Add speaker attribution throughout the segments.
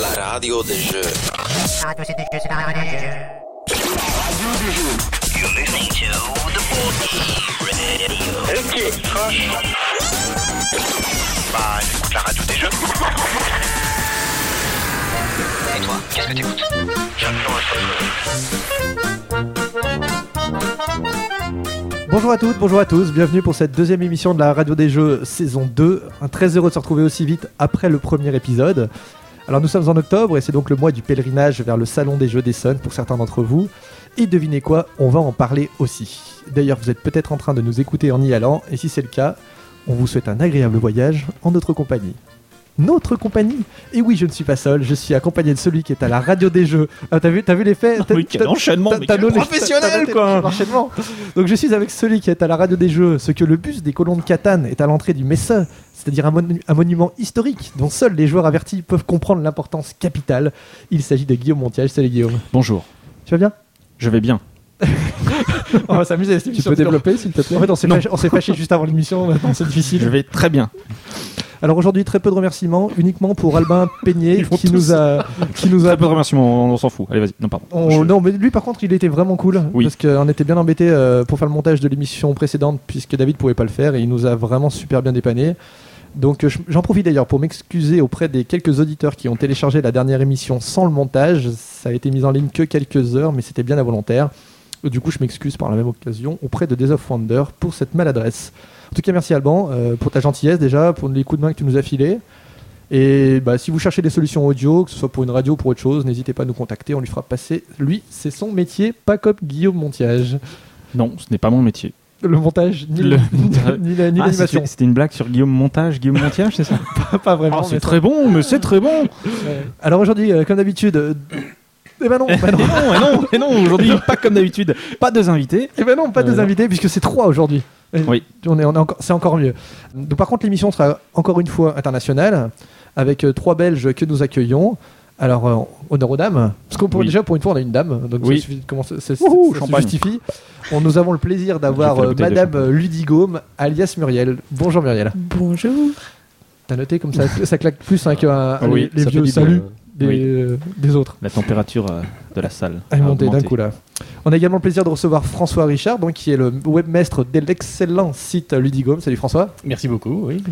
Speaker 1: Radio de jeu.
Speaker 2: Radio de jeu. Radio de jeu.
Speaker 3: You're listening to the 4D Radio.
Speaker 1: Ok,
Speaker 3: Bah, elle écoute la radio des jeux. Et toi, qu'est-ce que t'écoutes J'attends
Speaker 4: Bonjour à toutes, bonjour à tous, bienvenue pour cette deuxième émission de la Radio des Jeux saison 2. Un très heureux de se retrouver aussi vite après le premier épisode. Alors nous sommes en octobre et c'est donc le mois du pèlerinage vers le Salon des Jeux d'Essonne pour certains d'entre vous. Et devinez quoi, on va en parler aussi. D'ailleurs vous êtes peut-être en train de nous écouter en y allant et si c'est le cas, on vous souhaite un agréable voyage en notre compagnie. Notre compagnie Et oui, je ne suis pas seul, je suis accompagné de celui qui est à la radio des jeux. Ah, t'as vu, t'as vu l'effet T'as-
Speaker 5: Oui, quel
Speaker 4: t'as-
Speaker 5: enchaînement,
Speaker 4: T'as-
Speaker 5: mais
Speaker 4: t'as
Speaker 5: quel
Speaker 4: noté- t'as
Speaker 5: professionnel
Speaker 4: noté
Speaker 5: quoi
Speaker 4: l'enchaînement. Donc je suis avec celui qui est à la radio des jeux, ce que le bus des colons de Catane est à l'entrée du Messe, c'est-à-dire un, monu- un monument historique dont seuls les joueurs avertis peuvent comprendre l'importance capitale. Il s'agit de Guillaume Montiel. Salut Guillaume.
Speaker 5: Bonjour,
Speaker 4: Tu vas bien
Speaker 5: je vais bien.
Speaker 4: On va s'amuser cette
Speaker 6: Tu
Speaker 4: émission.
Speaker 6: peux développer, s'il te plaît
Speaker 4: En fait, on s'est
Speaker 5: Non.
Speaker 4: fâché- on s'est fâché juste avant l'émission, maintenant c'est
Speaker 5: Je
Speaker 4: difficile.
Speaker 5: vais très bien.
Speaker 4: Alors aujourd'hui, très peu de remerciements, uniquement pour Albin Peigné
Speaker 5: Ils vont
Speaker 4: qui
Speaker 5: tous.
Speaker 4: nous a. qui nous a
Speaker 5: Très peu de remerciements, on, on s'en fout. Allez, vas-y. Non, pardon.
Speaker 4: On-
Speaker 5: Je-
Speaker 4: Non, mais lui par contre, il était vraiment cool
Speaker 5: Oui.
Speaker 4: parce qu'on était bien embêté pour faire le montage de l'émission précédente puisque David pouvait pas le faire et il nous a vraiment super bien dépanné. Donc euh, je- j'en profite d'ailleurs pour m'excuser auprès des quelques auditeurs qui ont téléchargé la dernière émission sans le montage. Ça a été mis en ligne que quelques heures, mais c'était bien involontaire. Du coup, je m'excuse par la même occasion auprès de Days of Wonder pour cette maladresse. En tout cas, merci Alban euh, pour ta gentillesse déjà, pour les coups de main que tu nous as filés. Et bah, si vous cherchez des solutions audio, que ce soit pour une radio ou pour autre chose, n'hésitez pas à nous contacter, on lui fera passer. Lui, c'est son métier, pas comme Guillaume Montiage.
Speaker 5: Non, ce n'est pas mon métier.
Speaker 4: Le montage, ni
Speaker 5: Le-
Speaker 4: ni la- ni
Speaker 5: Ah,
Speaker 4: l'animation.
Speaker 5: c'était c'était une blague sur Guillaume Montage, Guillaume Montiage, c'est ça
Speaker 4: pas, pas vraiment.
Speaker 5: Ah, C'est
Speaker 4: mais
Speaker 5: très bon, mais c'est très bon
Speaker 4: ça- Alors aujourd'hui, euh, comme d'habitude. euh, Eh ben non, bah non,
Speaker 5: Et non, et Ah non, et non aujourd'hui, pas comme d'habitude. Pas deux invités.
Speaker 4: eh ben non, pas
Speaker 5: Euh,
Speaker 4: deux
Speaker 5: non.
Speaker 4: invités, puisque c'est trois aujourd'hui. Et
Speaker 5: Oui.
Speaker 4: On est, on est encore, c'est encore mieux. Donc, par contre, l'émission sera encore une fois internationale, avec euh, trois Belges que nous accueillons. Alors, euh, honneur aux dames, parce qu'on pourrait
Speaker 5: Oui.
Speaker 4: déjà pour une fois on a une dame, donc
Speaker 5: Oui.
Speaker 4: ça suffit de commencer. c'est-
Speaker 5: Wouhou,
Speaker 4: ça se
Speaker 5: champagne.
Speaker 4: justifie. On, nous avons le plaisir
Speaker 5: Je
Speaker 4: d'avoir
Speaker 5: fais la
Speaker 4: euh,
Speaker 5: bouteille de
Speaker 4: Madame
Speaker 5: champagne.
Speaker 4: Ludigome, alias Muriel. Bonjour Muriel.
Speaker 7: Bonjour.
Speaker 4: T'as noté comme ça, ça claque plus hein, qu'un
Speaker 5: Ah oui,
Speaker 6: ça
Speaker 4: les
Speaker 6: fait
Speaker 4: vieux
Speaker 6: du bien,
Speaker 4: saluts
Speaker 6: euh,
Speaker 4: des,
Speaker 5: oui.
Speaker 4: euh, des autres.
Speaker 5: La température euh, de la salle
Speaker 4: Elle Ah, est montée d'un
Speaker 5: augmenté.
Speaker 4: coup là. On a également le plaisir de recevoir François Richard, donc, qui est le webmestre de l'excellent site Ludigome. Salut François.
Speaker 6: Merci beaucoup, oui.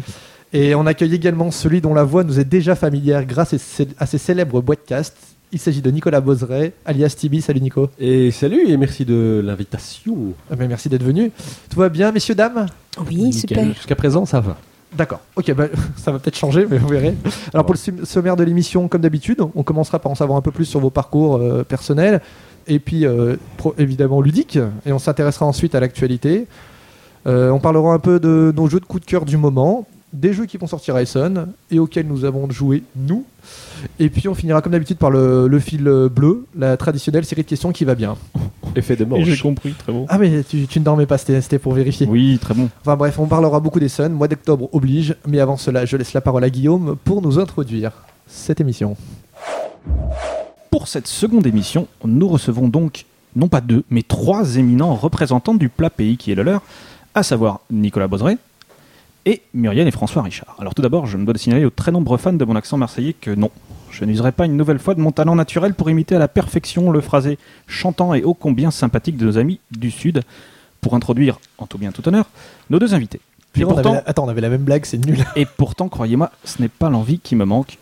Speaker 4: Et on accueille également celui dont la voix nous est déjà familière grâce à ses, à ses célèbres boîtecasts. Il s'agit de Nicolas Bozeret, alias Tibi. Salut Nico.
Speaker 6: Et salut et merci de l'invitation.
Speaker 4: Ah, mais merci d'être venu. Tout va bien, messieurs, dames
Speaker 7: Oui,
Speaker 6: Nickel.
Speaker 7: super.
Speaker 6: Jusqu'à présent, ça va.
Speaker 4: D'accord. Ok, bah, ça va peut-être changer, mais vous verrez. Alors pour le sum- sommaire de l'émission, comme d'habitude, on commencera par en savoir un peu plus sur vos parcours euh, personnels, et puis euh, pro- évidemment ludiques, et on s'intéressera ensuite à l'actualité. Euh, on parlera un peu de nos jeux de coup de cœur du moment, des jeux qui vont sortir à Essen, et auxquels nous avons joué, nous. Et puis on finira comme d'habitude par le, le fil euh, bleu, la traditionnelle série de questions qui va bien.
Speaker 6: Effet de
Speaker 5: Et J'ai
Speaker 6: manche.
Speaker 5: compris, très bon.
Speaker 4: Ah mais tu, tu ne dormais pas, c'était c'était pour vérifier.
Speaker 5: Oui, très bon.
Speaker 4: Enfin bref, on parlera beaucoup des Suns, mois d'octobre oblige, mais avant cela, je laisse la parole à Guillaume pour nous introduire cette émission.
Speaker 5: Pour cette seconde émission, nous recevons donc non pas deux, mais trois éminents représentants du plat pays qui est le leur, à savoir Nicolas Bozeret et Muriel et François Richard. Alors tout d'abord, je me dois de signaler aux très nombreux fans de mon accent marseillais que non, je n'userai pas une nouvelle fois de mon talent naturel pour imiter à la perfection le phrasé chantant et ô combien sympathique de nos amis du Sud, pour introduire, en tout bien tout honneur, nos deux invités. Et
Speaker 4: Puis on
Speaker 5: pourtant,
Speaker 4: avait la- Attends, on avait la même blague, c'est nul.
Speaker 5: et pourtant, croyez-moi, ce n'est pas l'envie qui me manque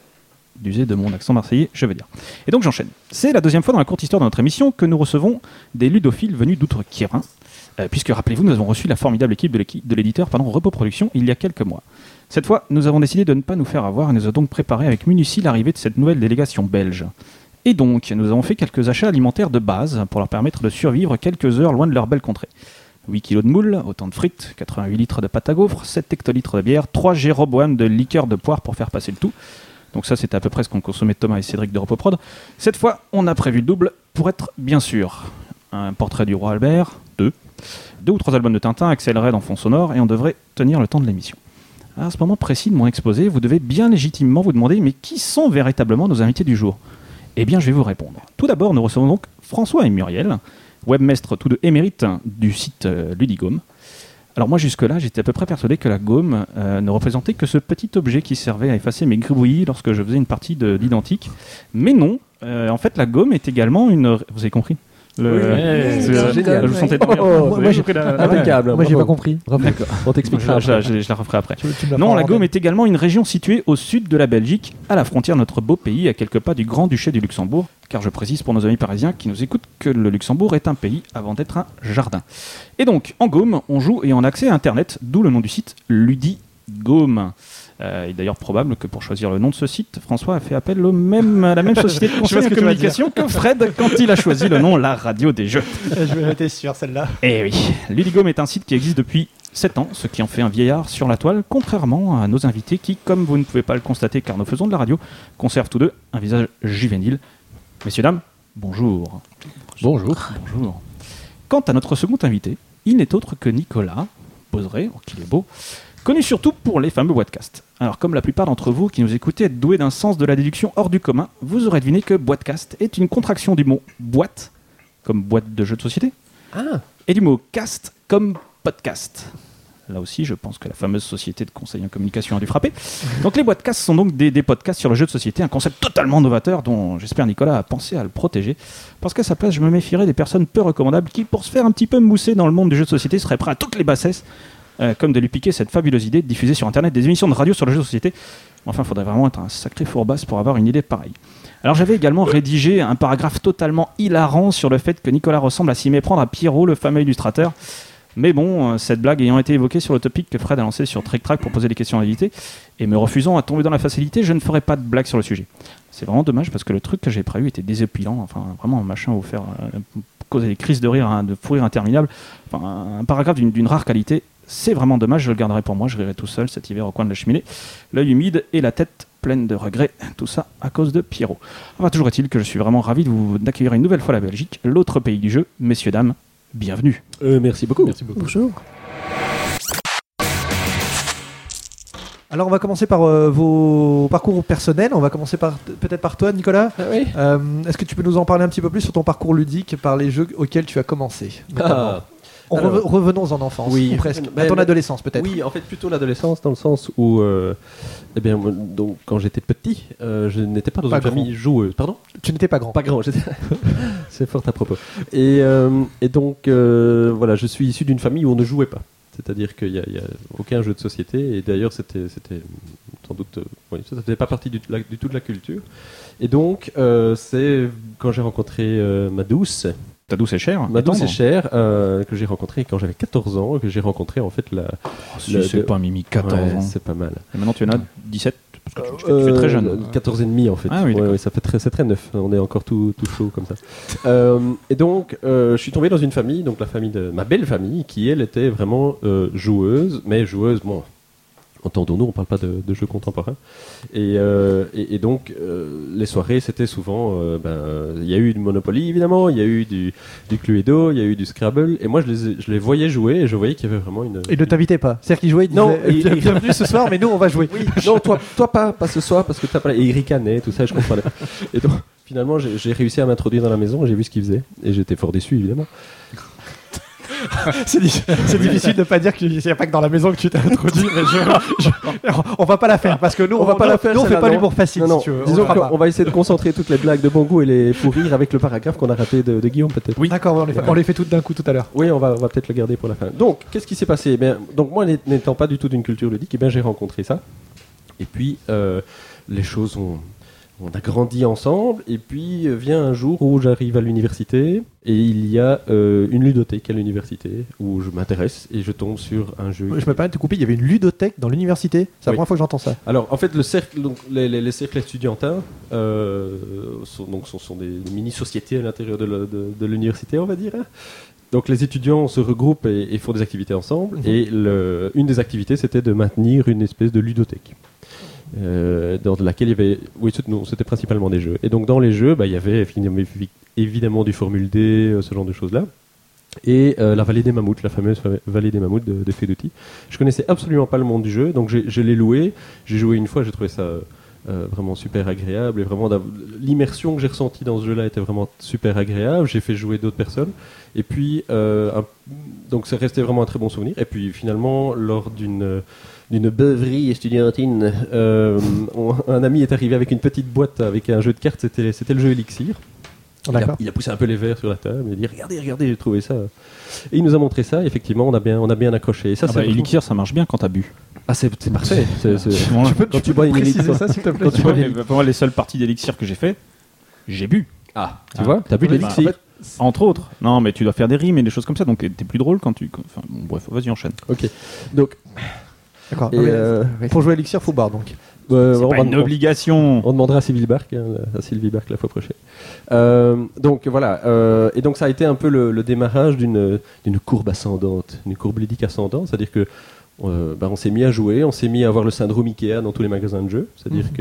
Speaker 5: d'user de mon accent marseillais, je veux dire. Et donc j'enchaîne. C'est la deuxième fois dans la courte histoire de notre émission que nous recevons des ludophiles venus d'outre-Quirin, euh, puisque rappelez-vous, nous avons reçu la formidable équipe de l'équi- de l'éditeur pardon, Repos Productions il y a quelques mois. Cette fois, nous avons décidé de ne pas nous faire avoir et nous avons donc préparé avec minutie l'arrivée de cette nouvelle délégation belge. Et donc, nous avons fait quelques achats alimentaires de base pour leur permettre de survivre quelques heures loin de leur belle contrée. 8 kg de moules, autant de frites, 88 litres de pâte à gaufres, 7 hectolitres de bière, 3 jéroboam de liqueur de poire pour faire passer le tout. Donc ça, c'était à peu près ce qu'on consommait Thomas et Cédric de Repoprod. Cette fois, on a prévu le double pour être bien sûr. Un portrait du roi Albert, deux. Deux ou trois albums de Tintin, Axel Red en fond sonore, et on devrait tenir le temps de l'émission. À ce moment précis de mon exposé, vous devez bien légitimement vous demander, mais qui sont véritablement nos invités du jour Eh bien, je vais vous répondre. Tout d'abord, nous recevons donc François et Muriel, webmestres tous deux émérites du site euh, Ludigome. Alors moi jusque-là, j'étais à peu près persuadé que la gomme euh, ne représentait que ce petit objet qui servait à effacer mes gribouillis lorsque je faisais une partie de- d'identique. Mais non, euh, en fait la gomme est également une... Vous avez compris Le-
Speaker 6: Oui, oui,
Speaker 5: C'est-
Speaker 6: oui,
Speaker 5: euh,
Speaker 6: génial.
Speaker 5: Je vous sentais
Speaker 6: Oh,
Speaker 5: tomber.
Speaker 6: oh,
Speaker 5: Vous
Speaker 6: moi,
Speaker 5: avez
Speaker 4: moi, j'ai- Ah,
Speaker 5: compris la-
Speaker 6: Impeccable.
Speaker 4: Moi, j'ai pas
Speaker 6: bravo.
Speaker 4: compris.
Speaker 5: D'accord.
Speaker 6: On
Speaker 5: Je,
Speaker 6: t'expliquera.
Speaker 5: je-
Speaker 6: après.
Speaker 5: je- je la referai après.
Speaker 4: Tu- tu me
Speaker 5: Non, la
Speaker 4: l'apprends en
Speaker 5: Gomme
Speaker 4: antenne.
Speaker 5: est également une région située au sud de la Belgique, à la frontière de notre beau pays, à quelques pas du Grand-Duché du Luxembourg, car je précise pour nos amis parisiens qui nous écoutent que le Luxembourg est un pays avant d'être un jardin. Et donc, en Gaume, on joue et on a accès à Internet, d'où le nom du site Ludi Gaume. Euh, il est d'ailleurs probable que pour choisir le nom de ce site, François a fait appel au même, à la même société de conseil
Speaker 4: ce
Speaker 5: en
Speaker 4: que tu vas
Speaker 5: communication que Fred quand il a choisi le nom La Radio des Jeux.
Speaker 4: Je vais noter sur celle-là.
Speaker 5: Eh oui, Ludigome est un site qui existe depuis 7 ans, ce qui en fait un vieillard sur la toile, contrairement à nos invités qui, comme vous ne pouvez pas le constater car nous faisons de la radio, conservent tous deux un visage juvénile. Messieurs, dames, bonjour.
Speaker 6: Bonjour.
Speaker 5: Bonjour. Quant à notre second invité, il n'est autre que Nicolas Boseré, oh, qu'il est beau, connu surtout pour les fameux podcasts. Alors, comme la plupart d'entre vous qui nous écoutez êtes doués d'un sens de la déduction hors du commun, vous aurez deviné que podcast est une contraction du mot boîte, comme boîte de jeu de société,
Speaker 6: Ah.
Speaker 5: et du mot cast comme podcast. Là aussi, je pense que la fameuse société de conseil en communication a dû frapper. Donc les podcasts sont donc des, des podcasts sur le jeu de société, un concept totalement novateur dont j'espère Nicolas a pensé à le protéger. Parce qu'à sa place, je me méfierais des personnes peu recommandables qui, pour se faire un petit peu mousser dans le monde du jeu de société, seraient prêts à toutes les bassesses, euh, comme de lui piquer cette fabuleuse idée de diffuser sur Internet des émissions de radio sur le jeu de société. Enfin, il faudrait vraiment être un sacré fourbasse pour avoir une idée pareille. Alors j'avais également rédigé un paragraphe totalement hilarant sur le fait que Nicolas ressemble à s'y méprendre à Pierrot, le fameux illustrateur. Mais bon, euh, cette blague ayant été évoquée sur le topic que Fred a lancé sur Trick Track pour poser des questions à l'édité, et me refusant à tomber dans la facilité, je ne ferai pas de blague sur le sujet. C'est vraiment dommage parce que le truc que j'ai prévu était désopilant, enfin vraiment un machin à vous faire euh, causer des crises de rire, hein, de fou rire interminable, enfin, un paragraphe d'une d'une rare qualité. C'est vraiment dommage, je le garderai pour moi, je rirai tout seul cet hiver au coin de la cheminée, l'œil humide et la tête pleine de regrets, tout ça à cause de Pierrot. Enfin, toujours est-il que je suis vraiment ravi de vous d'accueillir une nouvelle fois la Belgique, l'autre pays du jeu. Messieurs, dames, bienvenue.
Speaker 6: Euh, merci beaucoup. Merci beaucoup.
Speaker 1: Bonjour.
Speaker 4: Alors, on va commencer par euh, vos parcours personnels. On va commencer par peut-être par toi, Nicolas.
Speaker 6: Ah oui.
Speaker 4: Euh, Est-ce que tu peux nous en parler un petit peu plus sur ton parcours ludique par les jeux auxquels tu as commencé notamment On
Speaker 6: Ah, Alors-
Speaker 4: reve- revenons en enfance,
Speaker 6: Oui.
Speaker 4: ou presque.
Speaker 6: Ben,
Speaker 4: à ton
Speaker 6: ben,
Speaker 4: adolescence peut-être.
Speaker 6: Oui, en fait, plutôt l'adolescence, dans le sens où, euh, eh bien, moi, donc, quand j'étais petit, euh, je n'étais pas dans
Speaker 4: Pas
Speaker 6: une
Speaker 4: grand.
Speaker 6: famille joueuse. Pardon
Speaker 4: Tu n'étais pas grand.
Speaker 6: Pas grand, j'étais- c'est fort à propos. Et, euh, et donc, euh, voilà, je suis issu d'une famille où on ne jouait pas. C'est-à-dire qu'il n'y a, il y a aucun jeu de société, et d'ailleurs, c'était c'était sans doute. euh, oui, ça ne faisait pas partie du, la- du tout de la culture. Et donc, euh, c'est quand j'ai rencontré euh, ma douce,
Speaker 5: T'as d'où c'est cher
Speaker 6: ma douce
Speaker 5: Attends,
Speaker 6: et chère, euh, que j'ai rencontrée quand j'avais 14 ans, que j'ai rencontré en fait la.
Speaker 5: oh, si,
Speaker 6: le-
Speaker 5: c'est
Speaker 6: le-
Speaker 5: pas Mimi, 14
Speaker 6: Ouais,
Speaker 5: ans.
Speaker 6: C'est pas mal.
Speaker 5: Et maintenant, tu en as 17 parce que tu, tu- tu es très jeune.
Speaker 6: Euh, 14 et demi en fait.
Speaker 5: Ah oui,
Speaker 6: Ouais,
Speaker 5: d'accord.
Speaker 6: ouais, ça fait très, c'est très neuf. On est encore tout, tout chaud comme ça. Euh, et donc, euh, je suis tombé dans une famille, donc la famille de ma belle famille, qui elle était vraiment euh, joueuse, mais joueuse, bon, entendons-nous, on parle pas de, de jeux contemporains. Et, euh, et, et donc, euh, les soirées, c'était souvent, euh, ben, euh, il y a eu du Monopoly évidemment, il y a eu du, du Cluedo, il y a eu du Scrabble, et moi je les, ai- je les voyais jouer et je voyais qu'il y avait vraiment une.
Speaker 4: Il ne t'invitait pas. C'est-à-dire qu'il jouait, il
Speaker 6: Non,
Speaker 4: disait,
Speaker 6: il-
Speaker 4: Bien-
Speaker 6: il-
Speaker 4: bienvenue ce soir, mais nous on va jouer.
Speaker 6: Oui, non, toi, toi pas, pas ce soir, parce que t'as pas. Et il ricanait, tout ça, je comprenais. Et donc, finalement, j'ai j'ai réussi à m'introduire dans la maison, j'ai vu ce qu'il faisait, et j'étais fort déçu, évidemment.
Speaker 4: Ah, C'est di- c'est difficile de pas dire qu'il n'y a pas que dans la maison que tu t'es introduit, mais je- je- on va pas la faire parce que nous on, va pas la faire. Nous on fait
Speaker 6: celle-là,
Speaker 4: pas
Speaker 6: non.
Speaker 4: l'humour facile
Speaker 6: Non, non,
Speaker 4: si tu veux.
Speaker 6: disons
Speaker 4: le fera
Speaker 6: qu'on
Speaker 4: pas.
Speaker 6: on va essayer de concentrer toutes les blagues de bon goût et les pourrir avec le paragraphe qu'on a raté de, de Guillaume, peut-être.
Speaker 5: Oui.
Speaker 4: D'accord, on les fait, on les fait toutes d'un coup tout à l'heure.
Speaker 6: Oui, on va, on va peut-être le garder pour la fin. Donc, qu'est-ce qui s'est passé Eh bien, Donc, moi, n'é- n'étant pas du tout d'une culture ludique, eh bien, j'ai rencontré ça. Et puis, euh, les choses ont. On a grandi ensemble, et puis euh, vient un jour où j'arrive à l'université, et il y a euh, une ludothèque à l'université où je m'intéresse et je tombe sur un jeu.
Speaker 4: Je me permets de te couper, il y avait une ludothèque dans l'université. C'est la
Speaker 6: Oui.
Speaker 4: première fois que j'entends ça.
Speaker 6: Alors, en fait, le cercle, donc, les, les- les cercles estudiantins euh, sont, donc, sont, sont des mini-sociétés à l'intérieur de, la- de- de l'université, on va dire. hein. Donc, les étudiants se regroupent et, et font des activités ensemble.
Speaker 4: Mhm.
Speaker 6: Et le- une des activités, c'était de maintenir une espèce de ludothèque. euh, dans laquelle il y avait. Oui, c'est- non, c'était principalement des jeux. Et donc, dans les jeux, bah, il y avait évidemment- évidemment du Formule D, euh, ce genre de choses-là. Et euh, la vallée des mammouths, la fameuse fa- vallée des mammouths de, de Feduti. Je connaissais absolument pas le monde du jeu, donc j'ai- je l'ai loué. J'ai joué une fois, j'ai trouvé ça euh, euh, vraiment super agréable et vraiment d'av- l'immersion que j'ai ressentie dans ce jeu-là était vraiment super agréable. J'ai fait jouer d'autres personnes et puis euh, un- donc c'est resté vraiment un très bon souvenir. Et puis finalement lors d'une d'une beuverie estudiantine, euh, on- un ami est arrivé avec une petite boîte avec un jeu de cartes. C'était c'était le jeu Elixir. Il a,
Speaker 4: D'accord.
Speaker 6: il a poussé un peu les verres sur la table. Il a dit regardez regardez j'ai trouvé ça. Et il nous a montré ça. Effectivement on a bien on a bien accroché. Et ça
Speaker 5: Ah
Speaker 6: c'est
Speaker 5: bah, Elixir, ça marche bien quand t'as bu.
Speaker 6: ah, c'est c'est parfait. C'est- c'est-
Speaker 5: Bon, là,
Speaker 6: peux- quand tu bois une
Speaker 4: Préciser
Speaker 6: Elixir-
Speaker 4: ça, s'il te plaît.
Speaker 5: quand tu vois, mais, bah, pour moi, les seules parties d'Elixir que j'ai fait, j'ai bu.
Speaker 6: Ah, tu
Speaker 5: Ah.
Speaker 6: vois, t'as bu de
Speaker 5: Oui,
Speaker 6: l'Elixir.
Speaker 5: bah, Entre autres. Non, mais tu dois faire des rimes et des choses comme ça, donc t'es plus drôle quand tu. quand- Enfin, bon, bref, vas-y, enchaîne.
Speaker 6: Ok. Donc,
Speaker 4: D'accord.
Speaker 6: et,
Speaker 4: Non, mais
Speaker 6: euh,
Speaker 4: Pour jouer à Elixir, faut boire donc.
Speaker 6: euh,
Speaker 5: C'est
Speaker 6: on,
Speaker 5: pas
Speaker 6: va-
Speaker 5: une
Speaker 6: on-
Speaker 5: obligation.
Speaker 6: on demandera à Sylvie Barque, hein, à Sylvie Barque la fois prochaine. Euh, donc voilà. euh, et donc ça a été un peu le, le démarrage d'une d'une courbe ascendante, une courbe ludique ascendante, c'est-à-dire que euh, bah, on s'est mis à jouer, on s'est mis à avoir le syndrome Ikea dans tous les magasins de jeux, c'est-à-dire
Speaker 5: Mhm.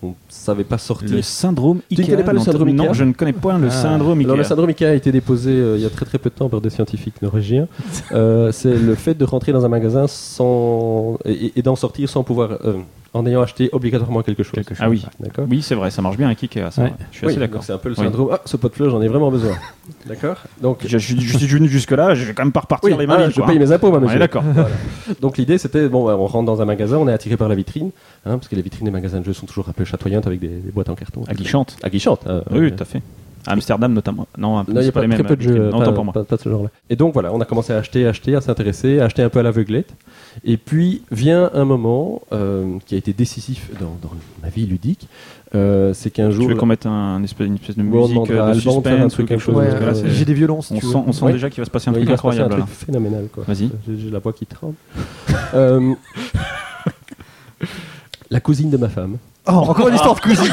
Speaker 6: qu'on ne savait pas sortir.
Speaker 5: Le syndrome Ikea.
Speaker 6: ne connais pas le
Speaker 5: non,
Speaker 6: syndrome
Speaker 5: Non,
Speaker 6: Ikea
Speaker 5: je ne connais pas le
Speaker 4: Ah.
Speaker 5: syndrome Ikea.
Speaker 6: Alors, le syndrome Ikea a été déposé euh, il y a très très peu de temps par des scientifiques norvégiens. Euh, c'est le fait de rentrer dans un magasin sans et, et d'en sortir sans pouvoir euh, en ayant acheté obligatoirement quelque chose.
Speaker 5: Quelque chose. Ah oui.
Speaker 6: D'accord.
Speaker 5: Oui, c'est vrai, ça marche bien avec Ikea. c'est
Speaker 4: Ouais.
Speaker 5: vrai. Je suis
Speaker 6: Oui,
Speaker 5: assez d'accord.
Speaker 6: donc C'est un peu le
Speaker 5: Oui.
Speaker 6: syndrome. Ah, ce pot de fleurs, j'en ai vraiment besoin. D'accord. Donc
Speaker 5: Je, je- je suis venu jusque-là, je vais quand même pas repartir
Speaker 6: oui,
Speaker 5: les mains
Speaker 6: ah,
Speaker 5: vides,
Speaker 6: je
Speaker 5: quoi,
Speaker 6: paye
Speaker 5: hein.
Speaker 6: mes impôts, moi,
Speaker 5: On est
Speaker 6: monsieur.
Speaker 5: d'accord.
Speaker 6: Donc l'idée c'était bon, ouais, on rentre dans un magasin, on est attiré par la vitrine, hein, parce que les vitrines des magasins de jeux sont toujours un peu chatoyantes avec des, des boîtes en carton.
Speaker 5: Ah, qui chante.
Speaker 6: Aguichantes. euh,
Speaker 5: Oui, tout à fait. À Amsterdam notamment. Non, un peu,
Speaker 6: Non, il n'y
Speaker 5: c'est
Speaker 6: a pas,
Speaker 5: les
Speaker 6: très
Speaker 5: mêmes,
Speaker 6: peu de
Speaker 5: vitrines.
Speaker 6: jeux,
Speaker 5: Non,
Speaker 6: pas,
Speaker 5: autant pour moi.
Speaker 6: pas- pas de ce genre-là. Et donc voilà, on a commencé à acheter, acheter, à s'intéresser, à acheter un peu à l'aveuglette. Et puis vient un moment euh, qui a été décisif dans, dans ma vie ludique, euh, c'est qu'un
Speaker 5: Tu
Speaker 6: jour...
Speaker 5: veux qu'on mette un, un espèce, une espèce de
Speaker 6: Bon, on
Speaker 5: musique
Speaker 6: demandera
Speaker 5: euh,
Speaker 6: à
Speaker 5: de
Speaker 6: Alban de faire un
Speaker 5: suspense
Speaker 6: truc,
Speaker 5: ou quelque
Speaker 6: quelque
Speaker 5: chose
Speaker 6: chose,
Speaker 5: parce
Speaker 4: Ouais,
Speaker 5: que là,
Speaker 4: euh,
Speaker 5: c'est-
Speaker 4: j'ai des violences.
Speaker 5: on
Speaker 4: tu veux.
Speaker 5: sent, on sent
Speaker 6: Ouais.
Speaker 5: déjà qu'il va se passer un
Speaker 6: Ouais,
Speaker 5: truc
Speaker 6: il va se passer un
Speaker 5: incroyable. là.
Speaker 6: truc phénoménal. quoi.
Speaker 5: Vas-y.
Speaker 6: J'ai j'ai la voix qui tremble. Euh, la cousine de ma femme.
Speaker 4: Oh, encore une histoire de cousine.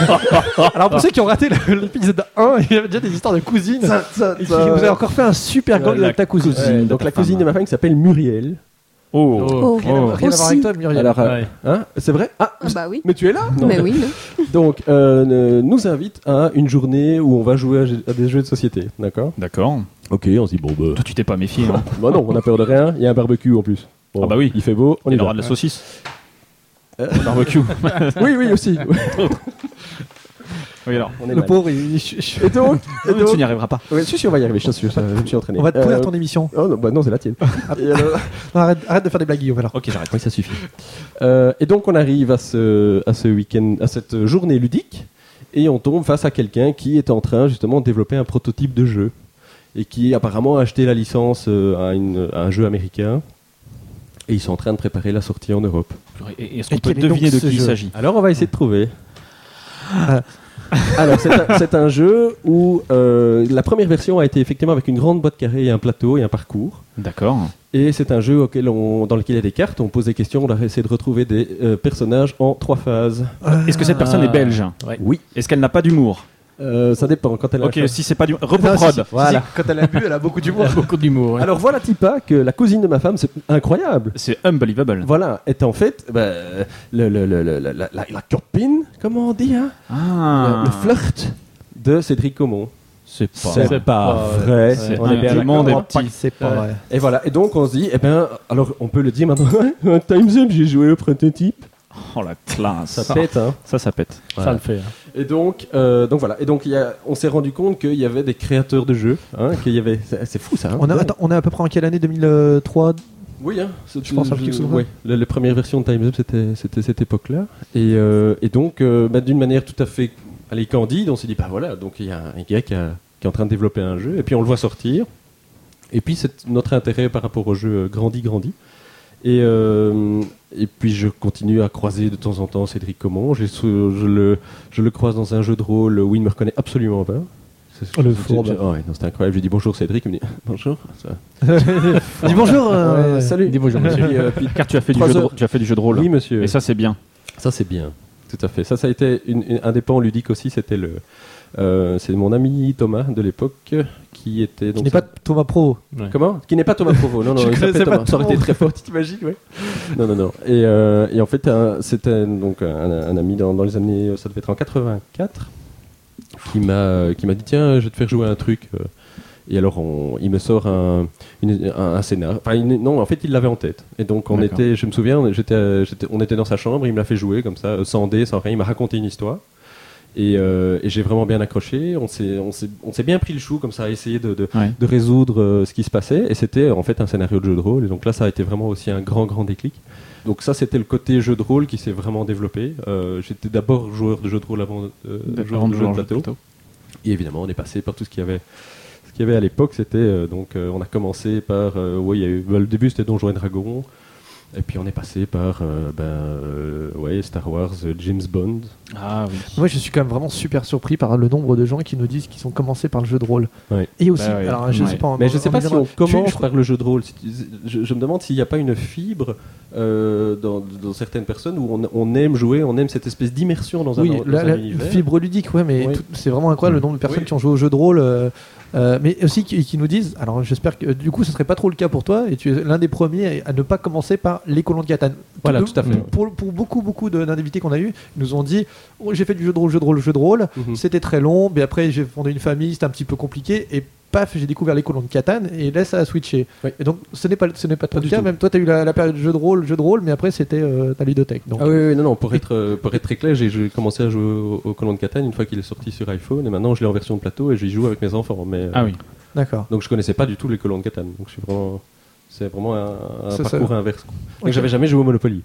Speaker 4: Alors pour ceux qui ont raté le- l'épisode 1, il y avait déjà des histoires de cousine. Et qui vous avez encore fait un super
Speaker 5: Euh,
Speaker 4: gang
Speaker 5: la
Speaker 4: avec ta cousine.
Speaker 5: cousine.
Speaker 6: Ouais,
Speaker 5: de
Speaker 6: donc
Speaker 5: ta
Speaker 6: la
Speaker 5: femme.
Speaker 6: Bah, cousine de ma femme qui s'appelle Muriel.
Speaker 5: Oh,
Speaker 4: Oh, Rien, à, rien à voir avec
Speaker 1: Aussi.
Speaker 4: toi, Muriel.
Speaker 6: Alors, euh,
Speaker 4: Ouais.
Speaker 6: hein, c'est vrai Ah,
Speaker 1: Ah bah oui.
Speaker 6: mais tu es là Non.
Speaker 1: Mais oui. non.
Speaker 6: Donc, euh, ne- nous invite à une journée où on va jouer à, jeu- à des jeux de société, d'accord
Speaker 5: D'accord.
Speaker 6: Ok, on se dit bon bah.
Speaker 5: Toi, tu t'es pas méfié. hein.
Speaker 6: Bah non, on a peur de rien, il y a un barbecue en plus. Bon,
Speaker 5: Ah bah oui.
Speaker 6: Il fait beau, on y
Speaker 5: Il
Speaker 6: va.
Speaker 5: aura de la saucisse. Barbecue.
Speaker 6: Oui, oui, aussi.
Speaker 5: Oui, alors.
Speaker 6: on est
Speaker 4: le
Speaker 6: mal.
Speaker 4: pauvre, il- il- il-
Speaker 6: Et donc, et
Speaker 5: Non, mais tu
Speaker 6: donc
Speaker 5: n'y arriveras pas.
Speaker 6: ouais, si, si, on va y arriver, je suis sûr, ça, je me suis entraîné.
Speaker 4: on va te pourrir
Speaker 6: Euh,
Speaker 4: ton Ah. émission.
Speaker 6: Oh non, bah non, c'est la tienne. Et alors-
Speaker 4: Non, arrête, arrête de faire des blagues, Guillaume. Alors.
Speaker 5: Ok, j'arrête.
Speaker 6: Oui, ça suffit. Euh, et donc on arrive à ce, à ce week-end, à cette journée ludique, et on tombe face à quelqu'un qui est en train justement de développer un prototype de jeu et qui apparemment a acheté la licence euh, à, une- à un jeu américain. Et ils sont en train de préparer la sortie en Europe.
Speaker 5: Et- et Est-ce
Speaker 4: Et
Speaker 5: qu'on peut
Speaker 4: quel est donc
Speaker 5: deviner de
Speaker 4: ce
Speaker 5: qui il
Speaker 4: jeu
Speaker 5: s'agit
Speaker 6: Alors on va essayer de trouver. Alors c'est un, c'est un jeu où euh, la première version a été effectivement avec une grande boîte carrée et un plateau et un parcours.
Speaker 5: D'accord.
Speaker 6: Et c'est un jeu auquel on, dans lequel il y a des cartes, on pose des questions, on doit essayer de retrouver des euh, personnages en trois phases.
Speaker 5: Est-ce que cette personne est belge
Speaker 6: Oui.
Speaker 5: Est-ce qu'elle n'a pas d'humour
Speaker 6: Euh, ça dépend quand elle a
Speaker 5: Ok,
Speaker 6: la chance.
Speaker 5: si c'est pas d'humour.
Speaker 4: Non, si, si,
Speaker 5: Repoprod.
Speaker 4: si, si, Quand elle a bu, elle a beaucoup d'humour.
Speaker 7: Beaucoup d'humour.
Speaker 6: Alors voilà Tipa que la cousine de ma femme, c'est incroyable.
Speaker 5: C'est unbelievable.
Speaker 6: Voilà, est en fait bah, le- le- le- le- la, la- la copine, comment on dit, hein
Speaker 5: Ah.
Speaker 6: le, le flirt de Cédric Comon.
Speaker 5: C'est
Speaker 6: C'est pas vrai.
Speaker 5: C'est
Speaker 6: On est bien
Speaker 5: un
Speaker 6: d'accord.
Speaker 5: monde est
Speaker 4: Oh,
Speaker 5: petit.
Speaker 4: C'est pas vrai.
Speaker 6: Et voilà, et donc on se dit, eh ben, alors on peut le dire maintenant, un Time's Up, j'ai joué au prototype.
Speaker 5: Oh la classe.
Speaker 6: Ça pète, hein.
Speaker 5: Ça, ça pète.
Speaker 7: Ça le fait. hein.
Speaker 6: Et donc, euh, donc voilà. Et donc, il y a- on s'est rendu compte qu'il y avait des créateurs de jeux, hein, qu'il y avait. C'est c'est fou ça. hein.
Speaker 4: On est
Speaker 6: Ouais.
Speaker 4: attends, on est à peu près en quelle année euh, 2003
Speaker 6: Oui, hein, c'est-
Speaker 4: Je pense à quelque chose comme
Speaker 6: ouais. La, la première version de Time's Up, c'était, c'était cette époque-là. Et, euh, et donc, euh, bah, d'une manière tout à fait, allez, candide, on s'est dit, bah voilà, donc il y a un gars qui, a- qui est en train de développer un jeu, et puis on le voit sortir. Et puis, c'est notre intérêt par rapport au jeu euh, grandit, grandit. Et, euh, et puis je continue à croiser de temps en temps Cédric Comon. J'ai sou- Je, le, je le croise dans un jeu de rôle où il ne me reconnaît absolument pas. C'est-
Speaker 4: Oh, le
Speaker 6: c'est-
Speaker 4: fourbe.
Speaker 6: c'est- ah ouais, non, c'était incroyable. Je lui dis bonjour Cédric. Il me dit bonjour. ça va
Speaker 4: Dis bonjour. euh,
Speaker 6: Ouais, salut.
Speaker 7: Dis bonjour, monsieur.
Speaker 6: Puis, euh, puis-
Speaker 5: Car tu as fait, du
Speaker 6: Trois
Speaker 5: jeu de,
Speaker 6: heures.
Speaker 5: rô- tu as fait du jeu de rôle.
Speaker 6: oui, monsieur.
Speaker 5: Et ça, c'est bien.
Speaker 6: Ça, c'est bien. Tout à fait. Ça, ça a été une, une- un des pans ludiques aussi. C'était le. euh, c'est mon ami Thomas de l'époque qui était.
Speaker 4: Qui
Speaker 6: Donc
Speaker 4: n'est pas Thomas Pro.
Speaker 6: Comment Qui n'est pas Thomas Provo. Non, non,
Speaker 4: Je
Speaker 6: il s'appelait
Speaker 4: connaissais pas
Speaker 6: Thomas. Ça aurait
Speaker 4: Thomas.
Speaker 6: été très fort, tu t'imagines, ouais. Non, non, non. Et, euh, et en fait, un- c'était donc un, un ami dans, dans les années. euh, Ça devait être en 84 qui m'a qui m'a dit tiens, je vais te faire jouer à un truc. euh, Et alors, on- il me sort un, une- un, un scénar. Enfin, une- non, en fait, il l'avait en tête. Et donc, on
Speaker 5: D'accord.
Speaker 6: était, je me souviens, on- j'étais, euh, j'étais- on était dans sa chambre, il me l'a fait jouer comme ça, euh, sans dé, sans rien. Il m'a raconté une histoire. Et, euh, et j'ai vraiment bien accroché. On s'est, on, s'est, on s'est bien pris le chou comme ça à essayer de, de,
Speaker 5: Ouais.
Speaker 6: de résoudre euh, ce qui se passait. Et c'était en fait un scénario de jeu de rôle. Et donc là, ça a été vraiment aussi un grand, grand déclic. Donc ça, c'était le côté jeu de rôle qui s'est vraiment développé. Euh, J'étais d'abord joueur de jeu de rôle avant, euh, joueur
Speaker 5: Avant
Speaker 6: de
Speaker 5: de
Speaker 6: jeu
Speaker 5: jouer
Speaker 6: de
Speaker 5: en jeu
Speaker 6: plateau.
Speaker 5: plutôt.
Speaker 6: Et évidemment, on est passé par tout ce qu'il y avait. Ce qu'il y avait à l'époque, c'était euh, donc euh, on a commencé par euh, ouais, il y a eu, bah, le début c'était Donjons et Dragons, et puis on est passé par euh, ben, euh, ouais, Star Wars, euh, James Bond.
Speaker 5: Ah oui.
Speaker 4: Moi, je suis quand même vraiment super surpris par le nombre de gens qui nous disent qu'ils ont commencé par le jeu de rôle.
Speaker 6: Ouais.
Speaker 4: Et aussi,
Speaker 5: Bah ouais.
Speaker 4: alors je sais
Speaker 5: Ouais.
Speaker 4: pas. en-
Speaker 6: Mais je sais
Speaker 4: en-
Speaker 6: pas
Speaker 4: en-
Speaker 6: si on
Speaker 4: tu-
Speaker 6: commence
Speaker 4: je-
Speaker 6: par le jeu de rôle. Si tu- Je, je me demande s'il n'y a pas une fibre euh, dans, dans certaines personnes où on, on aime jouer, on aime cette espèce d'immersion dans un,
Speaker 4: Oui,
Speaker 6: dans
Speaker 4: la,
Speaker 6: un
Speaker 4: la
Speaker 6: univers.
Speaker 4: fibre ludique, ouais, mais
Speaker 6: Oui.
Speaker 4: tout- c'est vraiment incroyable le nombre de personnes qui ont joué au jeu de rôle, euh, euh, mais aussi qui, qui nous disent. Alors, j'espère que euh, du coup, ce serait pas trop le cas pour toi, et tu es l'un des premiers à, à ne pas commencer par les colons de Catane.
Speaker 6: Voilà, tout à fait.
Speaker 4: Pour, pour beaucoup, beaucoup de- d'invités qu'on a eu, ils nous ont dit Oh, j'ai fait du jeu de rôle, jeu de rôle, jeu de rôle.
Speaker 6: Mhm.
Speaker 4: C'était très long, mais après j'ai fondé une famille, c'était un petit peu compliqué, et paf, j'ai découvert les colons de Catane, et là ça a switché.
Speaker 6: Oui.
Speaker 4: Et donc ce n'est pas, ce n'est pas ton
Speaker 6: Pas du
Speaker 4: cas,
Speaker 6: tout.
Speaker 4: même toi tu as eu la, la période jeu de rôle, jeu de rôle, mais après c'était euh, ta ludothèque. Donc,
Speaker 6: Ah oui, oui, non, non, pour être, euh, pour être très clair, j'ai- j'ai commencé à jouer au, au Colon de Catane une fois qu'il est sorti sur iPhone et maintenant je l'ai en version de plateau et j'y joue avec mes enfants. Mais, euh,
Speaker 5: Ah oui.
Speaker 4: D'accord.
Speaker 6: Donc je connaissais pas du tout les Colons de Catane. Donc je suis vraiment. C'est vraiment un, un
Speaker 4: Ça, ça-
Speaker 6: parcours inverse. quoi. Donc
Speaker 4: Ok.
Speaker 6: j'avais jamais joué au Monopoly.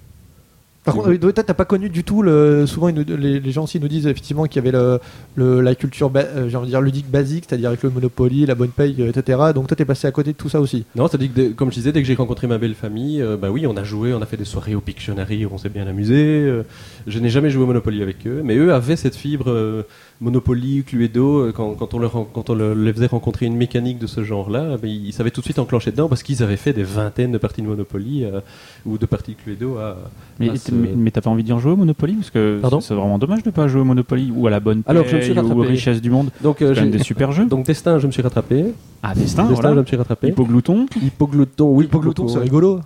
Speaker 4: Par contre, oui, toi, t'as pas connu du tout le. Souvent, ils nous- les, les gens aussi nous disent effectivement qu'il y avait le, le- la culture, ba- euh, j'ai envie de dire ludique basique, c'est-à-dire avec le Monopoly, la bonne paye, euh, etc. Donc toi, t'es passé à côté de tout ça aussi.
Speaker 6: Non, c'est-à-dire que dès- comme je disais, dès que j'ai rencontré ma belle famille, euh, bah oui, on a joué, on a fait des soirées au Pictionary, on s'est bien amusé. euh, je n'ai jamais joué au Monopoly avec eux, mais eux avaient cette fibre euh, Monopoly, Cluedo. euh, quand, quand on leur, ren- quand on leur- les faisait rencontrer une mécanique de ce genre-là, bah, ils savaient tout de suite enclencher dedans parce qu'ils avaient fait des vingtaines de parties de Monopoly euh, ou de parties de Cluedo à.
Speaker 5: Mais
Speaker 6: à
Speaker 5: et-
Speaker 6: ce-
Speaker 5: mais- mais t'as pas envie d'y rejouer au Monopoly Parce que
Speaker 6: Pardon
Speaker 5: c'est- c'est vraiment dommage de pas jouer au Monopoly ou à la bonne
Speaker 6: Alors, je me suis
Speaker 5: paye, ou aux
Speaker 6: rattrapé.
Speaker 5: richesses du monde.
Speaker 6: Donc, euh,
Speaker 5: C'est quand même
Speaker 6: j'ai-
Speaker 5: des super jeux.
Speaker 6: donc Destin, je me suis rattrapé.
Speaker 5: Ah, Destin,
Speaker 6: Destin, je
Speaker 5: voilà.
Speaker 6: me suis rattrapé.
Speaker 5: Hypoglouton.
Speaker 6: Hypoglouton, oui,
Speaker 4: Hypoglouton, c'est
Speaker 6: beaucoup,
Speaker 4: rigolo.